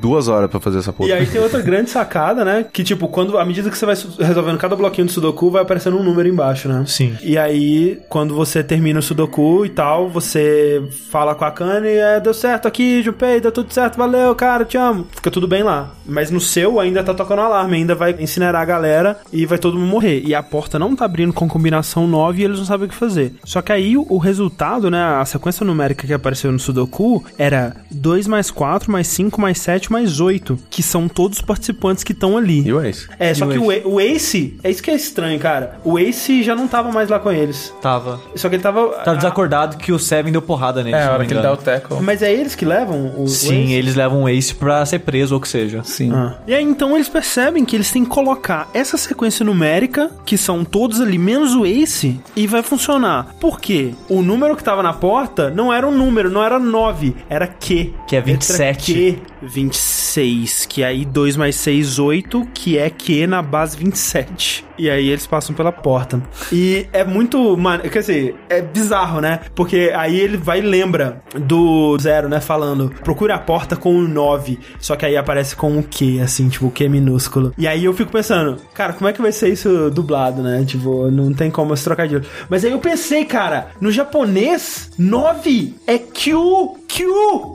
duas horas pra fazer essa porca.
E aí tem outra grande sacada, né? Que, tipo, quando, à medida que você vai su- resolvendo cada bloquinho do Sudoku, vai aparecendo um número embaixo, né?
Sim.
E aí, quando você termina o Sudoku e tal, você fala com a Kane, é, deu certo aqui, Junpei, deu tudo certo, valeu, cara, te amo. Fica tudo bem lá. Mas no seu ainda tá tocando alarme, ainda vai incinerar a galera e vai todo mundo morrer. E a porta não tá abrindo com combinação 9 e eles não sabem o que fazer. Só que aí o o resultado, né, a sequência numérica que apareceu no Sudoku era 2 mais 4 mais 5 mais 7 mais 8, que são todos os participantes que estão ali.
E o Ace?
É, só
E o
que o, A- o Ace, é isso que é estranho, cara. O Ace já não tava mais lá com eles.
Tava.
Só que ele tava.
Tá
a-
desacordado que o Seven deu porrada nele.
É,
se
a
não
hora
me
que ele dá
engano.
o tackle.
Mas é eles que levam o.
Sim,
o Ace?
eles levam o Ace pra ser preso ou o que seja.
Sim.
Ah. E aí, então, eles percebem que eles têm que colocar essa sequência numérica, que são todos ali, menos o Ace, e vai funcionar. Por quê? O número que tava na porta não era um número, não era 9, era Q.
Que é 27.
Letra Q, 26, que é aí 2 mais 6, 8, que é Q na base 27. E aí eles passam pela porta. E é muito, mano, quer dizer, é bizarro, né? Porque aí ele vai e lembra do zero, né? Falando, procura a porta com o 9. Só que aí aparece com o Q, assim, tipo, o Q minúsculo. E aí eu fico pensando, cara, como é que vai ser isso dublado, né? Tipo, não tem como esse trocadilho. Mas aí eu pensei, cara, no japonês, 9 é Q, Q,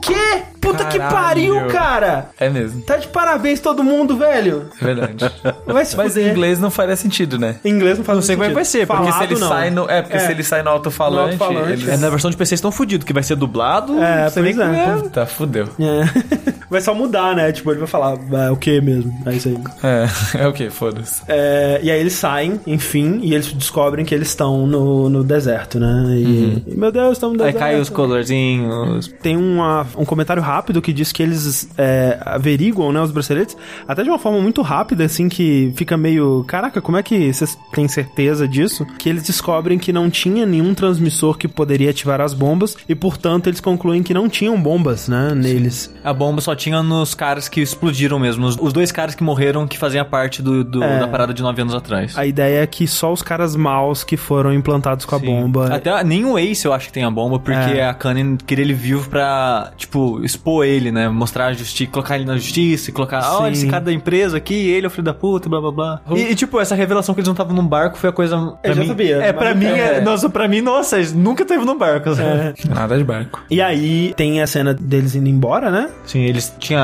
Q. Puta que
Caralho.
pariu, cara!
É mesmo,
Tá de parabéns todo mundo, velho!
é verdade.
Vai se
Mas em
fuder.
inglês não faria sentido, né?
Em inglês não faz Não sei
como é que vai ser, porque
Porque se ele sai no. É, porque
É.
se ele sai no alto-falante.
No alto-falante,
eles-
É, na versão de PC estão fudidos, que vai ser dublado.
É,
não sei nem
pois é.
como
Tá, fudeu.
É. Vai só mudar, né? Tipo, ele vai falar "Ah, o que mesmo. É isso aí.
É, é o que? Foda-se.
É, e aí eles saem, enfim, e eles descobrem que eles estão no, no deserto, né? E, e, meu Deus, estamos no
é. Aí
deserto.
cai os colorzinhos.
Tem uma- um comentário rápido que diz que eles é, averiguam né, os braceletes, até de uma forma muito rápida, assim, que fica meio. Caraca, como é que vocês têm certeza disso? Que eles descobrem que não tinha nenhum transmissor que poderia ativar as bombas, e portanto eles concluem que não tinham bombas, né, neles.
A bomba só tinha nos caras que explodiram mesmo. Os, os dois caras que morreram que faziam parte do, do- da parada de nove anos atrás.
A ideia é que só os caras maus que foram implantados com a bomba.
Até nem o Ace eu acho que tem a bomba, porque
É.
a Kanye queria ele vivo pra, tipo, expor ele, né? Mostrar a justiça, colocar ele na justiça e colocar,
Sim. Uhum.
olha, esse cara da empresa aqui, ele é o filho da puta, blá blá blá. E, e, tipo, essa revelação que eles não estavam num barco foi a coisa. pra
já
mim-
sabia, mas
É, pra
não
mim,
tem-
é-
é.
nossa, pra mim, nossa, eles nunca teve num barco. sabe?
Nada de barco.
E aí tem a cena deles indo embora, né?
Sim, eles tinham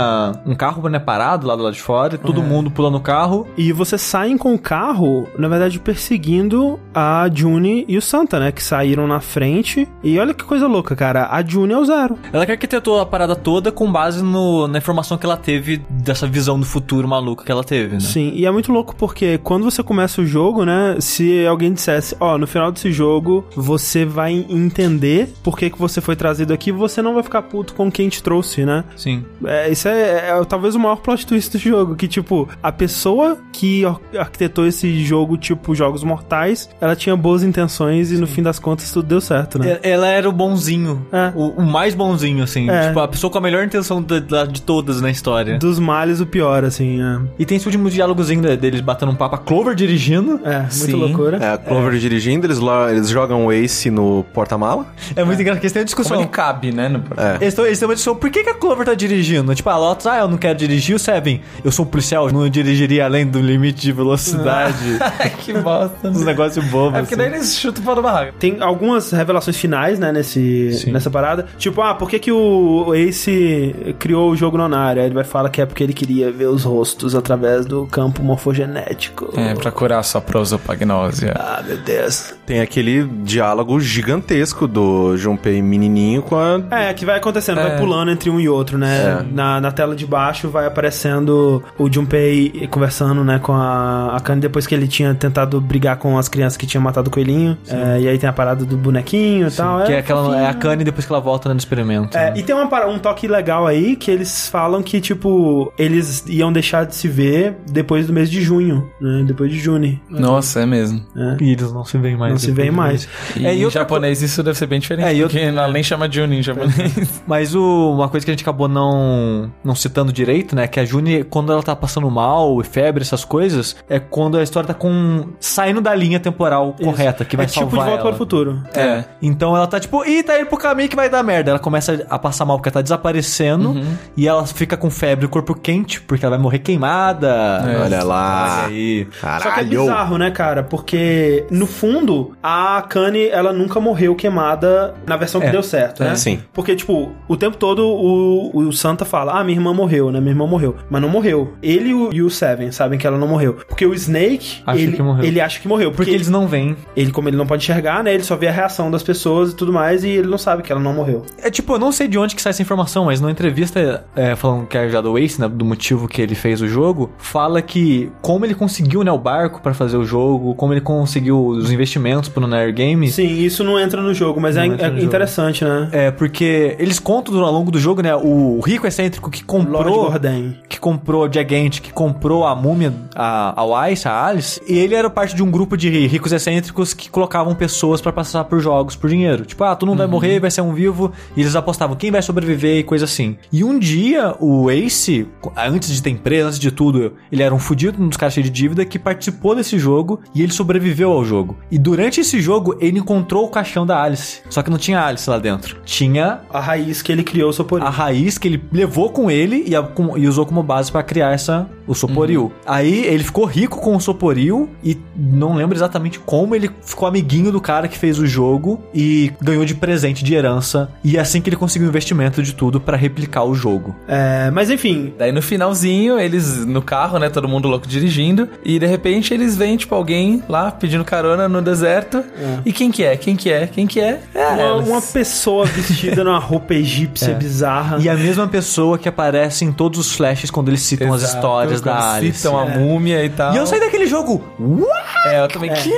um carro né, parado lá do lado de fora, e
É.
todo mundo pulando no carro.
E vocês saem com o carro, na verdade, perseguindo a Juni e o Santa, né? Que saíram na frente. E olha que coisa louca, cara. A Juni é o zero.
Ela que arquitetou a parada toda com base no- na informação que ela teve dessa visão do futuro maluca que ela teve, né?
Sim, e é muito louco porque quando você começa o jogo, né? Se alguém dissesse, ó, no final desse jogo você vai entender por que, que você foi trazido aqui, você não vai ficar puto com quem te trouxe, né?
Sim.
É, isso é, é talvez o maior plot twist do jogo, que tipo, a pessoa que ar- arquitetou esse jogo, tipo Jogos Mortais, ela tinha boas intenções e no fim das contas tudo deu certo, né?
E- Ela era o bonzinho.
É.
O, o mais bonzinho, assim.
É.
Tipo, a pessoa com a melhor intenção da- da- de, todas na história.
Dos males o pior, assim, é.
E tem esse último diálogozinho de- deles batendo um papo, a Clover dirigindo.
É, muito
Sim.
loucura.
É, a Clover dirigindo, eles, lá, eles jogam o Ace no porta-mala.
É, muito engraçado, porque eles têm uma
Como
discussão.
ele cabe, né? No...
É.
Eles têm eles têm uma discussão, por que, que a Clover tá dirigindo? Tipo, a Lotus, ah, eu não quero dirigir, o Seven, eu sou policial, eu não dirigiria além do limite de velocidade.
que bosta.
Uns negócios bobos. assim.
É porque daí eles chutam fora da barraca.
Tem algumas revelações finais, né, nesse,
Sim.
nessa parada. Tipo, ah, por que, que o Ace criou o jogo nonário? Aí ele vai falar que é porque ele queria ver os rostos através do campo morfogenético.
É, pra curar sua prosopagnósia.
Ah, meu Deus.
Tem aquele diálogo gigantesco do Junpei menininho com a...
É, que vai acontecendo, vai
É.
pulando entre um e outro,
É.
né? Na, na tela de baixo vai aparecendo o Junpei conversando, né, com a, a Kanye depois que ele tinha tentado brigar com as crianças que tinham matado o coelhinho. É, e aí tem a parada do bonequinho e tal.
Que é,
é
aquela, é a Kanye depois que ela volta no experimento.
É,
né?
e tem uma para- um toque legal aí que eles falam que, tipo, eles iam deixar de se ver depois do mês de junho, né? Depois de junho.
Nossa, é mesmo.
né? e... eles não se veem mais.
não se vê mais.
E
É, e
em
outra
japonês isso deve ser bem diferente,
É, e
porque ela nem chama de Junin em japonês.
Mas o- uma coisa que a gente acabou não, não citando direito, né? Que a Juni, quando ela tá passando mal, febre, essas coisas, é quando a história tá com. saindo da linha temporal correta, que vai
é tipo de
salvar
volta para o
ela.
futuro.
É.
Então ela tá tipo, ih, tá indo pro caminho que vai dar merda. Ela começa a passar mal porque ela tá desaparecendo
Uhum.
Uhum.
e ela fica com febre, o corpo quente, porque ela vai morrer queimada.
É.
Olha lá.
Olha aí.
Caralho.
Só que é bizarro, né, cara? Porque, no fundo, a Kanye, ela nunca morreu queimada na versão que
É.
deu certo, né?
É, sim.
Porque, tipo, o tempo todo o, o Santa fala, ah, minha irmã morreu, né? Minha irmã morreu. Mas não morreu. Ele e o, e o Seven sabem que ela não morreu. Porque o Snake,
Acha
ele,
que morreu.
ele acha que morreu. Porque,
Porque eles não vêm.
ele, como ele não pode enxergar, né? Ele só vê a reação das pessoas e tudo mais, e ele não sabe que ela não morreu.
É tipo, eu não sei de onde que sai essa informação, mas numa entrevista é, falando que é já do Waste, né, do motivo que ele fez o jogo, fala que como ele conseguiu né, o barco pra fazer o jogo, como ele conseguiu os investimentos pro Nair Game.
Sim, isso não entra no jogo, mas é,
Não entra
é
no jogo.
interessante, né?
É, porque eles contam ao longo do jogo, né? O rico excêntrico que
Lord
comprou.
Gordon.
que comprou a Gigant, que comprou a múmia, a, a Ice, a Alice, e ele era parte de um grupo de ricos excêntricos que colocavam pessoas pra passar por jogos por dinheiro. Tipo, ah, tu não vai morrer, vai ser um vivo, e eles apostavam quem vai sobreviver e coisa assim. E um dia, o Ace, antes de ter empresa, antes de tudo, ele era um fudido, um dos caras cheios de dívida, que participou desse jogo e ele sobreviveu ao jogo. E durante esse jogo, ele encontrou o caixão da Alice. Só que não tinha a Alice lá dentro. Tinha
A raiz que ele criou só por
a raiz que ele levou com ele e, a- com- e usou como base pra criar essa o Soporil. Aí ele ficou rico com o Soporil e não lembro exatamente como ele ficou amiguinho do cara que fez o jogo e ganhou de presente de herança e é assim que ele conseguiu o investimento de tudo pra replicar o jogo.
É, mas enfim,
Daí no finalzinho, eles no carro, né? Todo mundo louco dirigindo. E de repente eles veem, tipo, alguém lá pedindo carona no deserto. E quem que é? Quem que é? Quem que é? É,
uma,
elas.
uma pessoa vestida numa roupa egípcia bizarra.
E a mesma pessoa que aparece em todos os flashes quando eles citam as
Exato,
histórias da
quando
Alice. É.
Citam a múmia e tal.
E eu saí daquele jogo. Uau!
É, eu também. Que?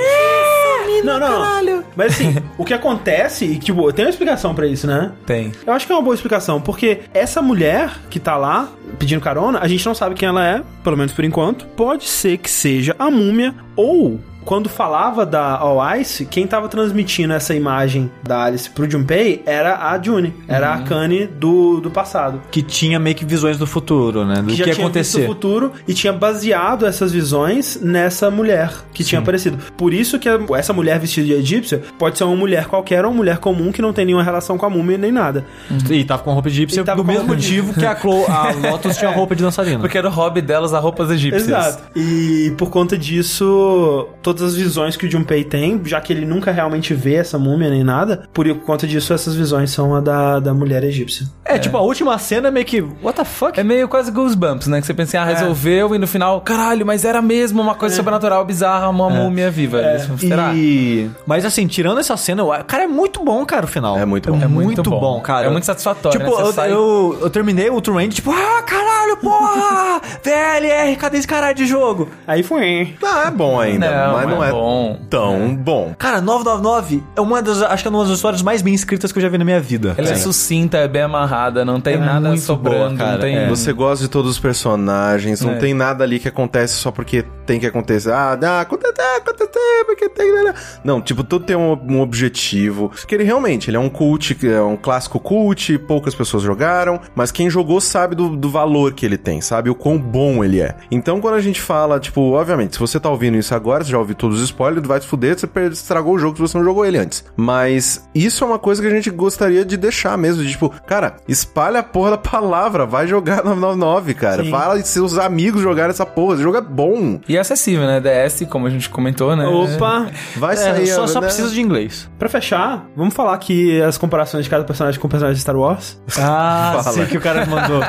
Não, não, não. Mas assim, o que acontece, e tipo, tem uma explicação pra isso, né?
Tem.
Eu acho que é uma boa explicação, porque essa mulher que tá lá pedindo carona, a gente não sabe quem ela é, pelo menos por enquanto. Pode ser que seja a múmia ou. Quando falava da All Ice, quem tava transmitindo essa imagem da Alice pro Junpei era a June, era a Kanye do, do passado.
Que tinha meio que visões do futuro, né? Do que,
já
ia
tinha
acontecer.
visto o futuro e tinha baseado essas visões nessa mulher que tinha aparecido. Por isso que a- essa mulher vestida de egípcia pode ser uma mulher qualquer ou uma mulher comum que não tem nenhuma relação com a múmia nem nada.
E tava com a roupa de egípcia
E tava
do
com a
mesmo
roupa de-
motivo que a, Clo a Lotus tinha roupa de dançarina.
Porque era o hobby delas, as roupas egípcias.
Exato. E por conta disso, todas as visões que o Junpei tem, já que ele nunca realmente vê essa múmia nem nada, por conta disso essas visões são a da, da mulher egípcia.
É, tipo, a última cena é meio que. What the fuck?
É meio quase Goosebumps, né? Que você pensa, ah,
É.
resolveu, e no final, caralho, mas era mesmo uma coisa sobrenatural, bizarra, uma múmia viva. Eles- Será?
É. E... Mas assim, tirando essa cena, eu- cara, é muito bom, cara, o final.
É muito bom.
É muito, bom. cara.
É muito satisfatório,
Tipo,
né? Você
eu,
sai-
eu, eu terminei o Turn End, tipo, ah, caralho, porra! VLR, cadê esse caralho de jogo?
Aí foi.
Ah, é bom ainda,
Não,
mas não é,
bom.
tão bom.
Cara, 999 é uma das. Acho que é uma das histórias mais bem escritas que eu já vi na minha vida. assim.
Ela é
Sim.
sucinta, é bem amarrada, não tem nada
muito
sobrando,
boa, cara.
não tem...
É.
Você gosta de todos os personagens, não
É.
tem nada ali que acontece só porque tem que acontecer. Ah, dá, acontece, ah, acontece, porque tem. né, né. Não, tipo, tudo tem um, um objetivo. Porque ele realmente ele é um cult, é um clássico cult, poucas pessoas jogaram, mas quem jogou sabe do, do valor que ele tem, sabe o quão bom ele é. Então quando a gente fala, tipo, obviamente, se você tá ouvindo isso agora, você já ouviu todos os spoilers, vai se fuder, você per- estragou o jogo se você não jogou ele antes. Mas isso é uma coisa que a gente gostaria de deixar mesmo, de tipo, cara, espalha a porra da palavra, vai jogar 999, cara.
Sim.
Fala de seus amigos jogarem essa porra, esse jogo é bom.
E é acessível, né? DS, como a gente comentou, né?
Opa!
Vai
É,
sair.
só, só
né?
precisa de inglês.
Pra fechar, vamos falar aqui as comparações de cada personagem com o personagem de Star Wars?
Ah,
Fala.
sei que o cara me mandou.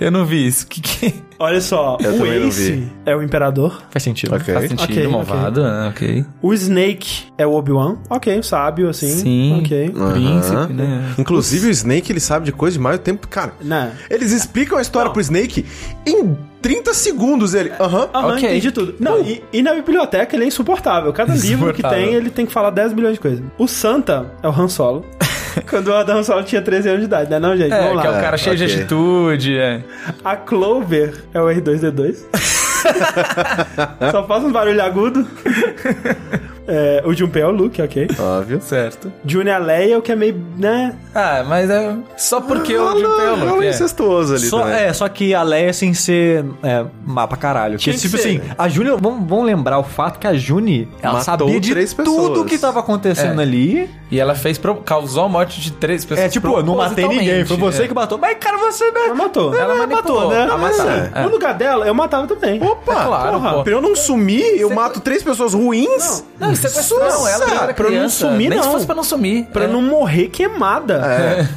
Eu não vi isso. Que que...
Olha só,
Eu também
o
não
Ace
vi.
é o imperador,
Faz sentido.
Ok.
Faz sentido,
Ok, ok.
malvado, né? Ok.
o Snake é o Obi-Wan, ok, o sábio, assim,
Sim.
ok.
Aham.
Príncipe, né?
Inclusive o Snake, ele sabe de coisa demais o tempo, cara.
Né?
Eles explicam a história pro Snake em 30 segundos, ele. Aham.
Aham,
Ok.
entendi tudo. Não, e, e na biblioteca ele é insuportável. Cada livro que
Insuportável.
tem, ele tem que falar 10 milhões de coisas. O Santa é o Han Solo. Quando o Han Solo tinha 13 anos de idade, né não, gente?
É,
Vamos lá.
que é o cara cheio de
ok.
atitude, é.
A Clover é o R2D2. Só faz um barulho agudo. É, o Junpei é o Luke, ok.
Óbvio.
Certo.
Juni Leia é o que é meio, né?
Ah, mas é só porque eu de
Rola-
pelo.
rola
é.
incestuoso ali
Só,
também.
é, só que a Leia sem ser é, má pra caralho. Porque,
Tinha que
tipo
ser,
assim,
velho.
a Júlia, vamos, vamos lembrar o fato que a Juni, ela
Matou
sabia de
três
tudo
pessoas.
que tava acontecendo
É.
ali.
E ela fez pro- causou a morte de três pessoas.
É, tipo, eu não matei ninguém, foi
é.
você que matou. Mas, cara, você, né?
Ela matou.
Ela manipulou,
matou, né?
ela matou,
Assim,
é.
No lugar dela, eu matava também.
Opa!
É claro, pô.
Pra eu não sumir, eu
Você-
mato três pessoas ruins?
Não, não, sequestrou não, ela quando era
pra não
criança.
sumir,
Nem se
não.
fosse pra não sumir.
Pra
É.
não morrer queimada.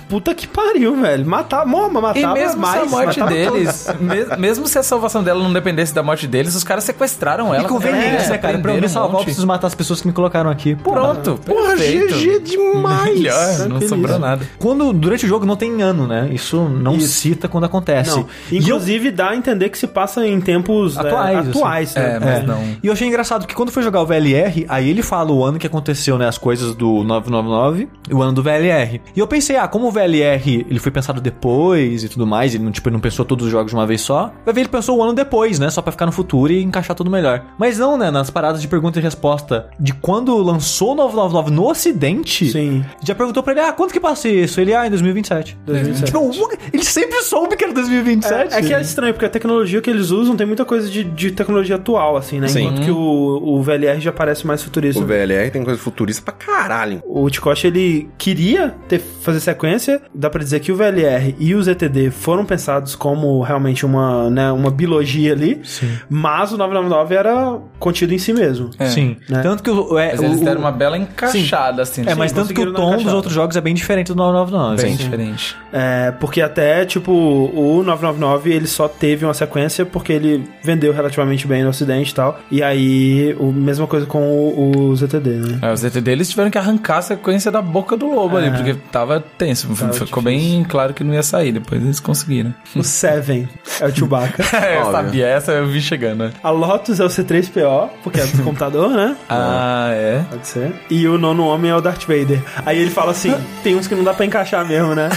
Puta que pariu, velho. Matar, morma,
E
matava
mesmo se
mais.
a morte
matava
deles, mes- mesmo se a salvação dela não dependesse da morte deles, os caras sequestraram ela.
E conveniência,
É,
né, cara? Pra eu
prenderam
me
um
salvar, eu
monte.
preciso matar as pessoas que me colocaram aqui. Pô,
Pronto,
Porra,
perfeito.
GG demais!
Melhor, não
Tranquilíssimo.
sobrou nada.
Quando, durante o jogo, não tem ano, né? Isso não cita quando
é,
acontece.
Não.
E eu
Inclusive, dá a entender que se passa em tempos é,
Atuais, assim.
atuais né?
É, mas
É.
não.
E eu achei engraçado que quando foi jogar o VLR, aí ele fala o ano que aconteceu, né, as coisas do 999 e o ano do VLR. E eu pensei, ah, como o VLR, ele foi pensado depois e tudo mais, ele não, tipo, ele não pensou todos os jogos de uma vez só, vai ver, ele pensou o ano depois, né, só pra ficar no futuro e encaixar tudo melhor. Mas não, né, nas paradas de pergunta e resposta de quando lançou o 999 no ocidente,
Sim.
já perguntou pra ele, ah, quanto que passa isso? Ele, ah, em 2027.
2027.
Tipo, o- ele sempre soube que era 2027.
É, é que é estranho, porque a tecnologia que eles usam tem muita coisa de, de tecnologia atual, assim, né?
Sim.
Enquanto que o, o VLR já parece mais
O
futurista.
VLR tem coisa futurista pra caralho.
O Ticoche, ele queria ter, fazer sequência. Dá pra dizer que o VLR e o ZTD foram pensados como realmente uma, né, uma biologia ali. Mas o 999 era contido em si mesmo.
É.
Sim.
Né?
Tanto que o. É,
Mas eles
o-
deram uma bela encaixada, assim.
É, mas
tipo,
tanto que o
conseguiram dar
tom
uma
dos
encaixada.
outros jogos é bem diferente do 999.
bem
gente.
diferente.
É, porque até, tipo, o 999 ele só teve uma sequência porque ele vendeu relativamente bem no ocidente e tal. E aí, o, mesma coisa com o, o ZTD, né?
É, os ZTD eles tiveram que arrancar a sequência da boca do lobo ali, porque tava tenso. Ficou bem claro que não ia sair, depois eles conseguiram.
O Seven é o Chewbacca.
É, eu
Óbvio.
sabia, essa eu vi chegando, né?
A Lotus é o C3PO, porque é do computador, né?
Ah, é?
Pode ser. E o nono homem é o Darth Vader. Aí ele fala assim: tem uns que não dá pra encaixar mesmo, né?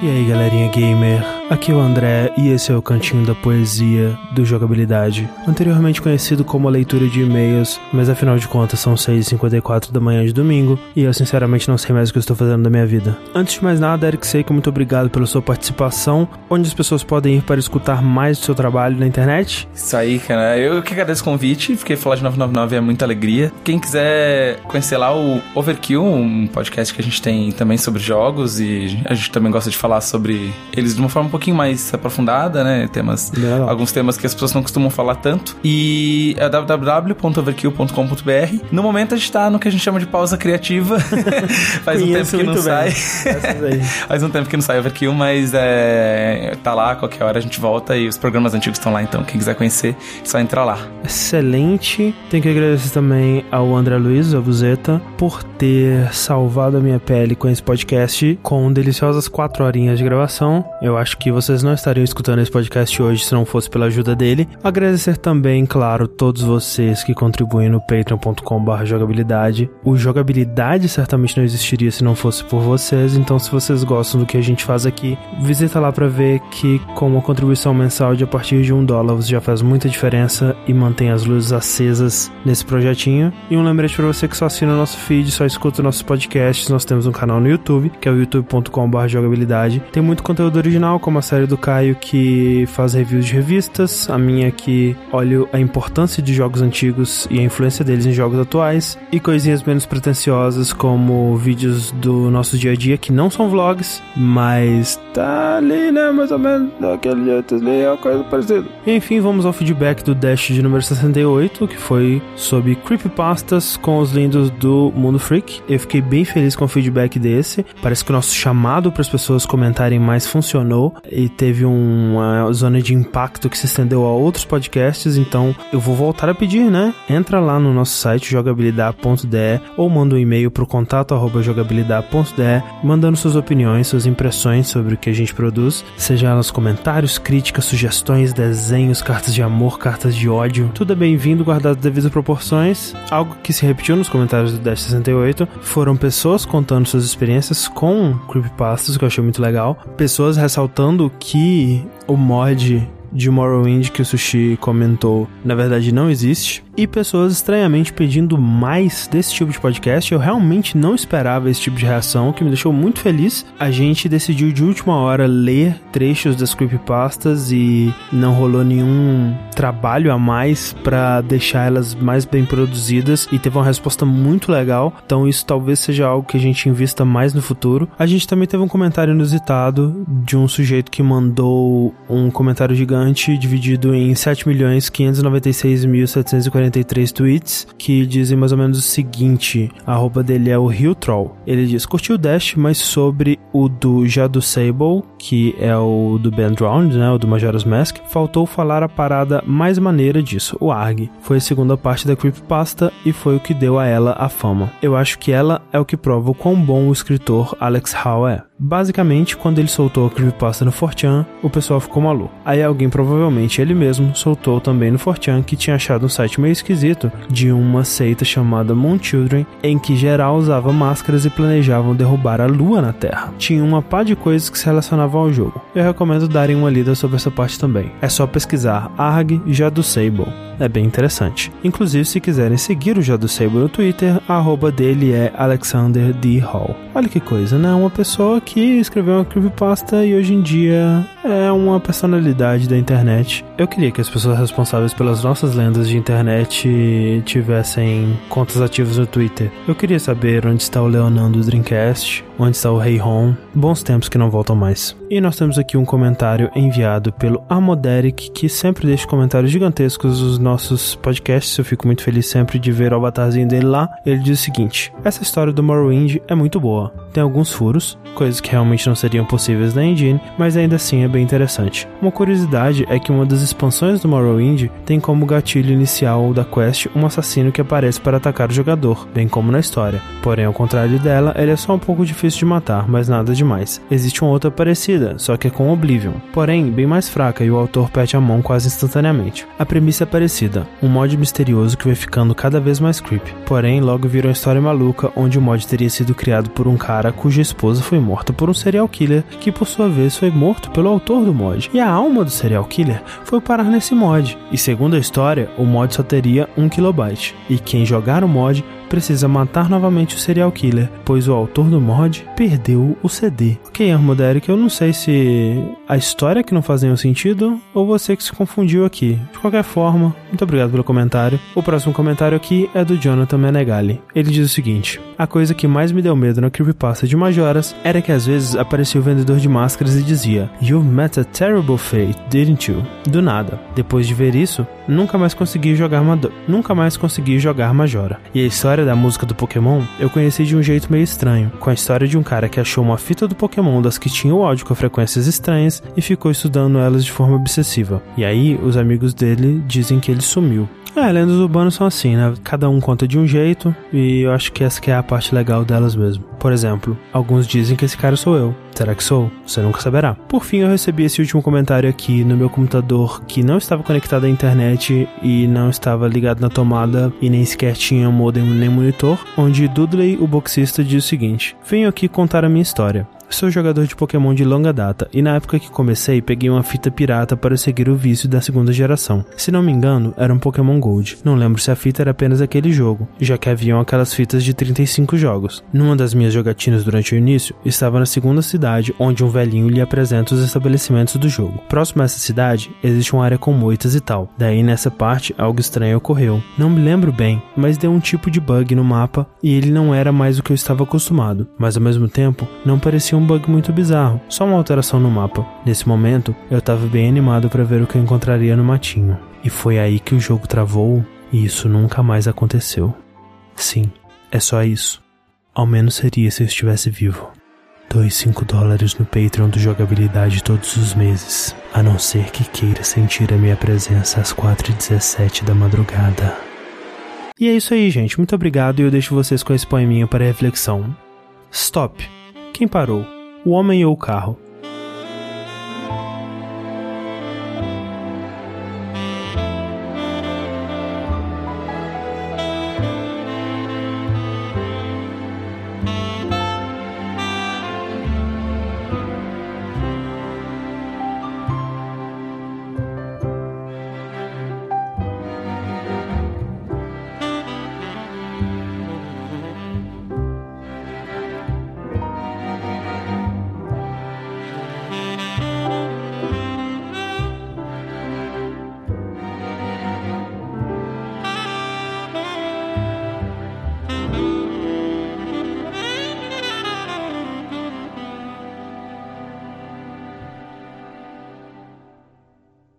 E aí, galerinha gamer? Aqui é o André e esse é o cantinho da poesia do Jogabilidade, anteriormente conhecido como a leitura de e-mails, mas afinal de contas são 6h54 da manhã de domingo e eu sinceramente não sei mais o que eu estou fazendo da minha vida. Antes de mais nada, Eric Seiko, muito obrigado pela sua participação. Onde as pessoas podem ir para escutar mais do seu trabalho na internet?
Isso aí, cara. Eu que agradeço o convite, porque falar de 999 é muita alegria. Quem quiser conhecer lá o Overkill, um podcast que a gente tem também sobre jogos e a gente também gosta de falar sobre eles de uma forma um pouquinho mais aprofundada, né? Temas,
Legal.
alguns temas que as pessoas não costumam falar tanto. E é www.overkill.com.br. No momento a gente tá no que a gente chama de pausa criativa. Faz um tempo
Conheço
que não
muito
sai.
bem. Essas aí.
Faz um tempo que não sai Overkill, mas é, tá lá, qualquer hora a gente volta e os programas antigos estão lá, então quem quiser conhecer, é só entrar lá.
Excelente. Tenho que agradecer também ao André Luiz, a Buzeta, por ter salvado a minha pele com esse podcast, com deliciosas quatro horinhas de gravação. Eu acho que vocês não estariam escutando esse podcast hoje se não fosse pela ajuda dele. Agradecer também, claro, todos vocês que contribuem no patreon.com.br jogabilidade. O jogabilidade certamente não existiria se não fosse por vocês, então se vocês gostam do que a gente faz aqui, visita lá para ver que com uma contribuição mensal de a partir de um dólar você já faz muita diferença e mantém as luzes acesas nesse projetinho. E um lembrete para você que só assina o nosso feed, só escuta nossos podcasts, nós temos um canal no YouTube, que é o youtube.com.br jogabilidade. Tem muito conteúdo original, como a série do Caio que faz reviews de revistas, a minha que olho a importância de jogos antigos e a influência deles em jogos atuais, e coisinhas menos pretensiosas como vídeos do nosso dia a dia que não são vlogs, mas tá ali, né, mais ou menos daquele jeito ali, é uma coisa parecida. Enfim, vamos ao feedback do Dash de número 68, que foi sobre creepypastas com os lindos do Mundo Freak. Eu fiquei bem feliz com o feedback desse. Parece que o nosso chamado para as pessoas comentarem mais funcionou e teve uma zona de impacto que se estendeu a outros podcasts, então eu vou voltar a pedir, né? Entra lá no nosso site jogabilidade.de ou manda um e-mail pro contato arroba jogabilidade.de é, mandando suas opiniões, suas impressões sobre o que a gente produz, seja nos comentários, críticas, sugestões, desenhos, cartas de amor, cartas de ódio. Tudo é bem-vindo, guardado as devidas proporções. Algo que se repetiu nos comentários do Dash 68 foram pessoas contando suas experiências com creepypastas, o que eu achei muito legal. Pessoas ressaltando que o mod de Morrowind que o Sushi comentou, na verdade não existe. E pessoas estranhamente pedindo mais desse tipo de podcast. Eu realmente não esperava esse tipo de reação, o que me deixou muito feliz. A gente decidiu de última hora ler trechos das creepypastas e não rolou nenhum trabalho a mais para deixar elas mais bem produzidas e teve uma resposta muito legal. Então isso talvez seja algo que a gente invista mais no futuro. A gente também teve um comentário inusitado de um sujeito que mandou um comentário gigante dividido em 7.596.743 tweets que dizem mais ou menos o seguinte: a arroba dele é o Rio Troll. Ele diz: "Curtiu o Dash, mas sobre o do já do Sable, que é o do Ben Drowned, né, o do Majora's Mask, faltou falar a parada mais maneira disso, o ARG. Foi a segunda parte da Creepypasta e foi o que deu a ela a fama. Eu acho que ela é o que prova o quão bom o escritor Alex Howe é. Basicamente, quando ele soltou a Creepypasta no 4chan, o pessoal ficou maluco. Aí alguém, provavelmente ele mesmo, soltou também no 4chan que tinha achado um site meio esquisito de uma seita chamada Moon Children, em que geral usava máscaras e planejavam derrubar a lua na Terra. Tinha uma pá de coisas que se relacionavam ao jogo. Eu recomendo darem uma lida sobre essa parte também. É só pesquisar ARG já do Sable. É bem interessante. Inclusive, se quiserem seguir o Já do Sable no Twitter, a arroba dele é Alexander D. Hall. Olha que coisa, né? Uma pessoa que escreveu uma creepypasta e hoje em dia é uma personalidade da internet. Eu queria que as pessoas responsáveis pelas nossas lendas de internet tivessem contas ativas no Twitter. Eu queria saber onde está o Leonardo do Dreamcast, onde está o Rei Ron. Bons tempos que não voltam mais. E nós temos aqui um comentário enviado pelo Amoderic, que sempre deixa comentários gigantescos nos nossos podcasts. Eu fico muito feliz sempre de ver o avatarzinho dele lá. Ele diz o seguinte: Essa história do Morrowind é muito boa. Tem alguns furos, coisas que realmente não seriam possíveis na engine, mas ainda assim é bem interessante. Uma curiosidade é que uma das expansões do Morrowind tem como gatilho inicial da quest um assassino que aparece para atacar o jogador, bem como na história. Porém, ao contrário dela, ele é só um pouco difícil de matar, mas nada demais. Existe uma outra parecida, só que é com Oblivion, porém bem mais fraca e o autor perde a mão quase instantaneamente. A premissa é parecida, um mod misterioso que vai ficando cada vez mais creepy. Porém, logo vira uma história maluca onde o mod teria sido criado por um cara cuja esposa foi morta por um serial killer que por sua vez foi morto pelo autor do mod. E a alma do serial killer foi parar nesse mod. E segundo a história, o mod só teria 1 kilobyte. E quem jogar o mod precisa matar novamente o serial killer, pois o autor do mod perdeu o CD. Ok, Armoderic, eu não sei sei se a história é que não faz nenhum sentido ou você que se confundiu aqui. De qualquer forma, muito obrigado pelo comentário. O próximo comentário aqui é do Jonathan Menegali. Ele diz o seguinte: A coisa que mais me deu medo na creepypasta de Majoras era que às vezes aparecia o vendedor de máscaras e dizia: You met a terrible fate, didn't you? Do nada. Depois de ver isso, nunca mais consegui jogar Mado nunca mais consegui jogar Majora. E a história da música do Pokémon eu conheci de um jeito meio estranho, com a história de um cara que achou uma fita do Pokémon das que tinha o áudio com frequências estranhas e ficou estudando elas de forma obsessiva. E aí os amigos dele dizem que ele sumiu. É, lendas urbanas são assim, né? Cada um conta de um jeito e eu acho que essa que é a parte legal delas mesmo. Por exemplo, alguns dizem que esse cara sou eu. Será que sou? Você nunca saberá. Por fim, eu recebi esse último comentário aqui no meu computador que não estava conectado à internet e não estava ligado na tomada e nem sequer tinha modem nem monitor, onde Dudley, o boxista, diz o seguinte: Venho aqui contar a minha história. Sou jogador de Pokémon de longa data e na época que comecei peguei uma fita pirata para seguir o vício da segunda geração. Se não me engano, era um Pokémon Gold. Não lembro se a fita era apenas aquele jogo, já que haviam aquelas fitas de 35 jogos. Numa das minhas jogatinas durante o início, estava na segunda cidade, onde um velhinho lhe apresenta os estabelecimentos do jogo. Próximo a essa cidade, existe uma área com moitas e tal. Daí nessa parte, algo estranho ocorreu. Não me lembro bem, mas deu um tipo de bug no mapa e ele não era mais o que eu estava acostumado. Mas ao mesmo tempo, não parecia um bug muito bizarro, só uma alteração no mapa. Nesse momento, eu estava bem animado para ver o que eu encontraria no matinho. E foi aí que o jogo travou e isso nunca mais aconteceu. Sim, é só isso. Ao menos seria se eu estivesse vivo. Dois cinco dólares no Patreon do Jogabilidade todos os meses, a não ser que queira sentir a minha presença às 4h17 da madrugada. E é isso aí, gente. Muito obrigado e eu deixo vocês com esse poeminha para reflexão. Stop! Quem parou? O homem ou o carro?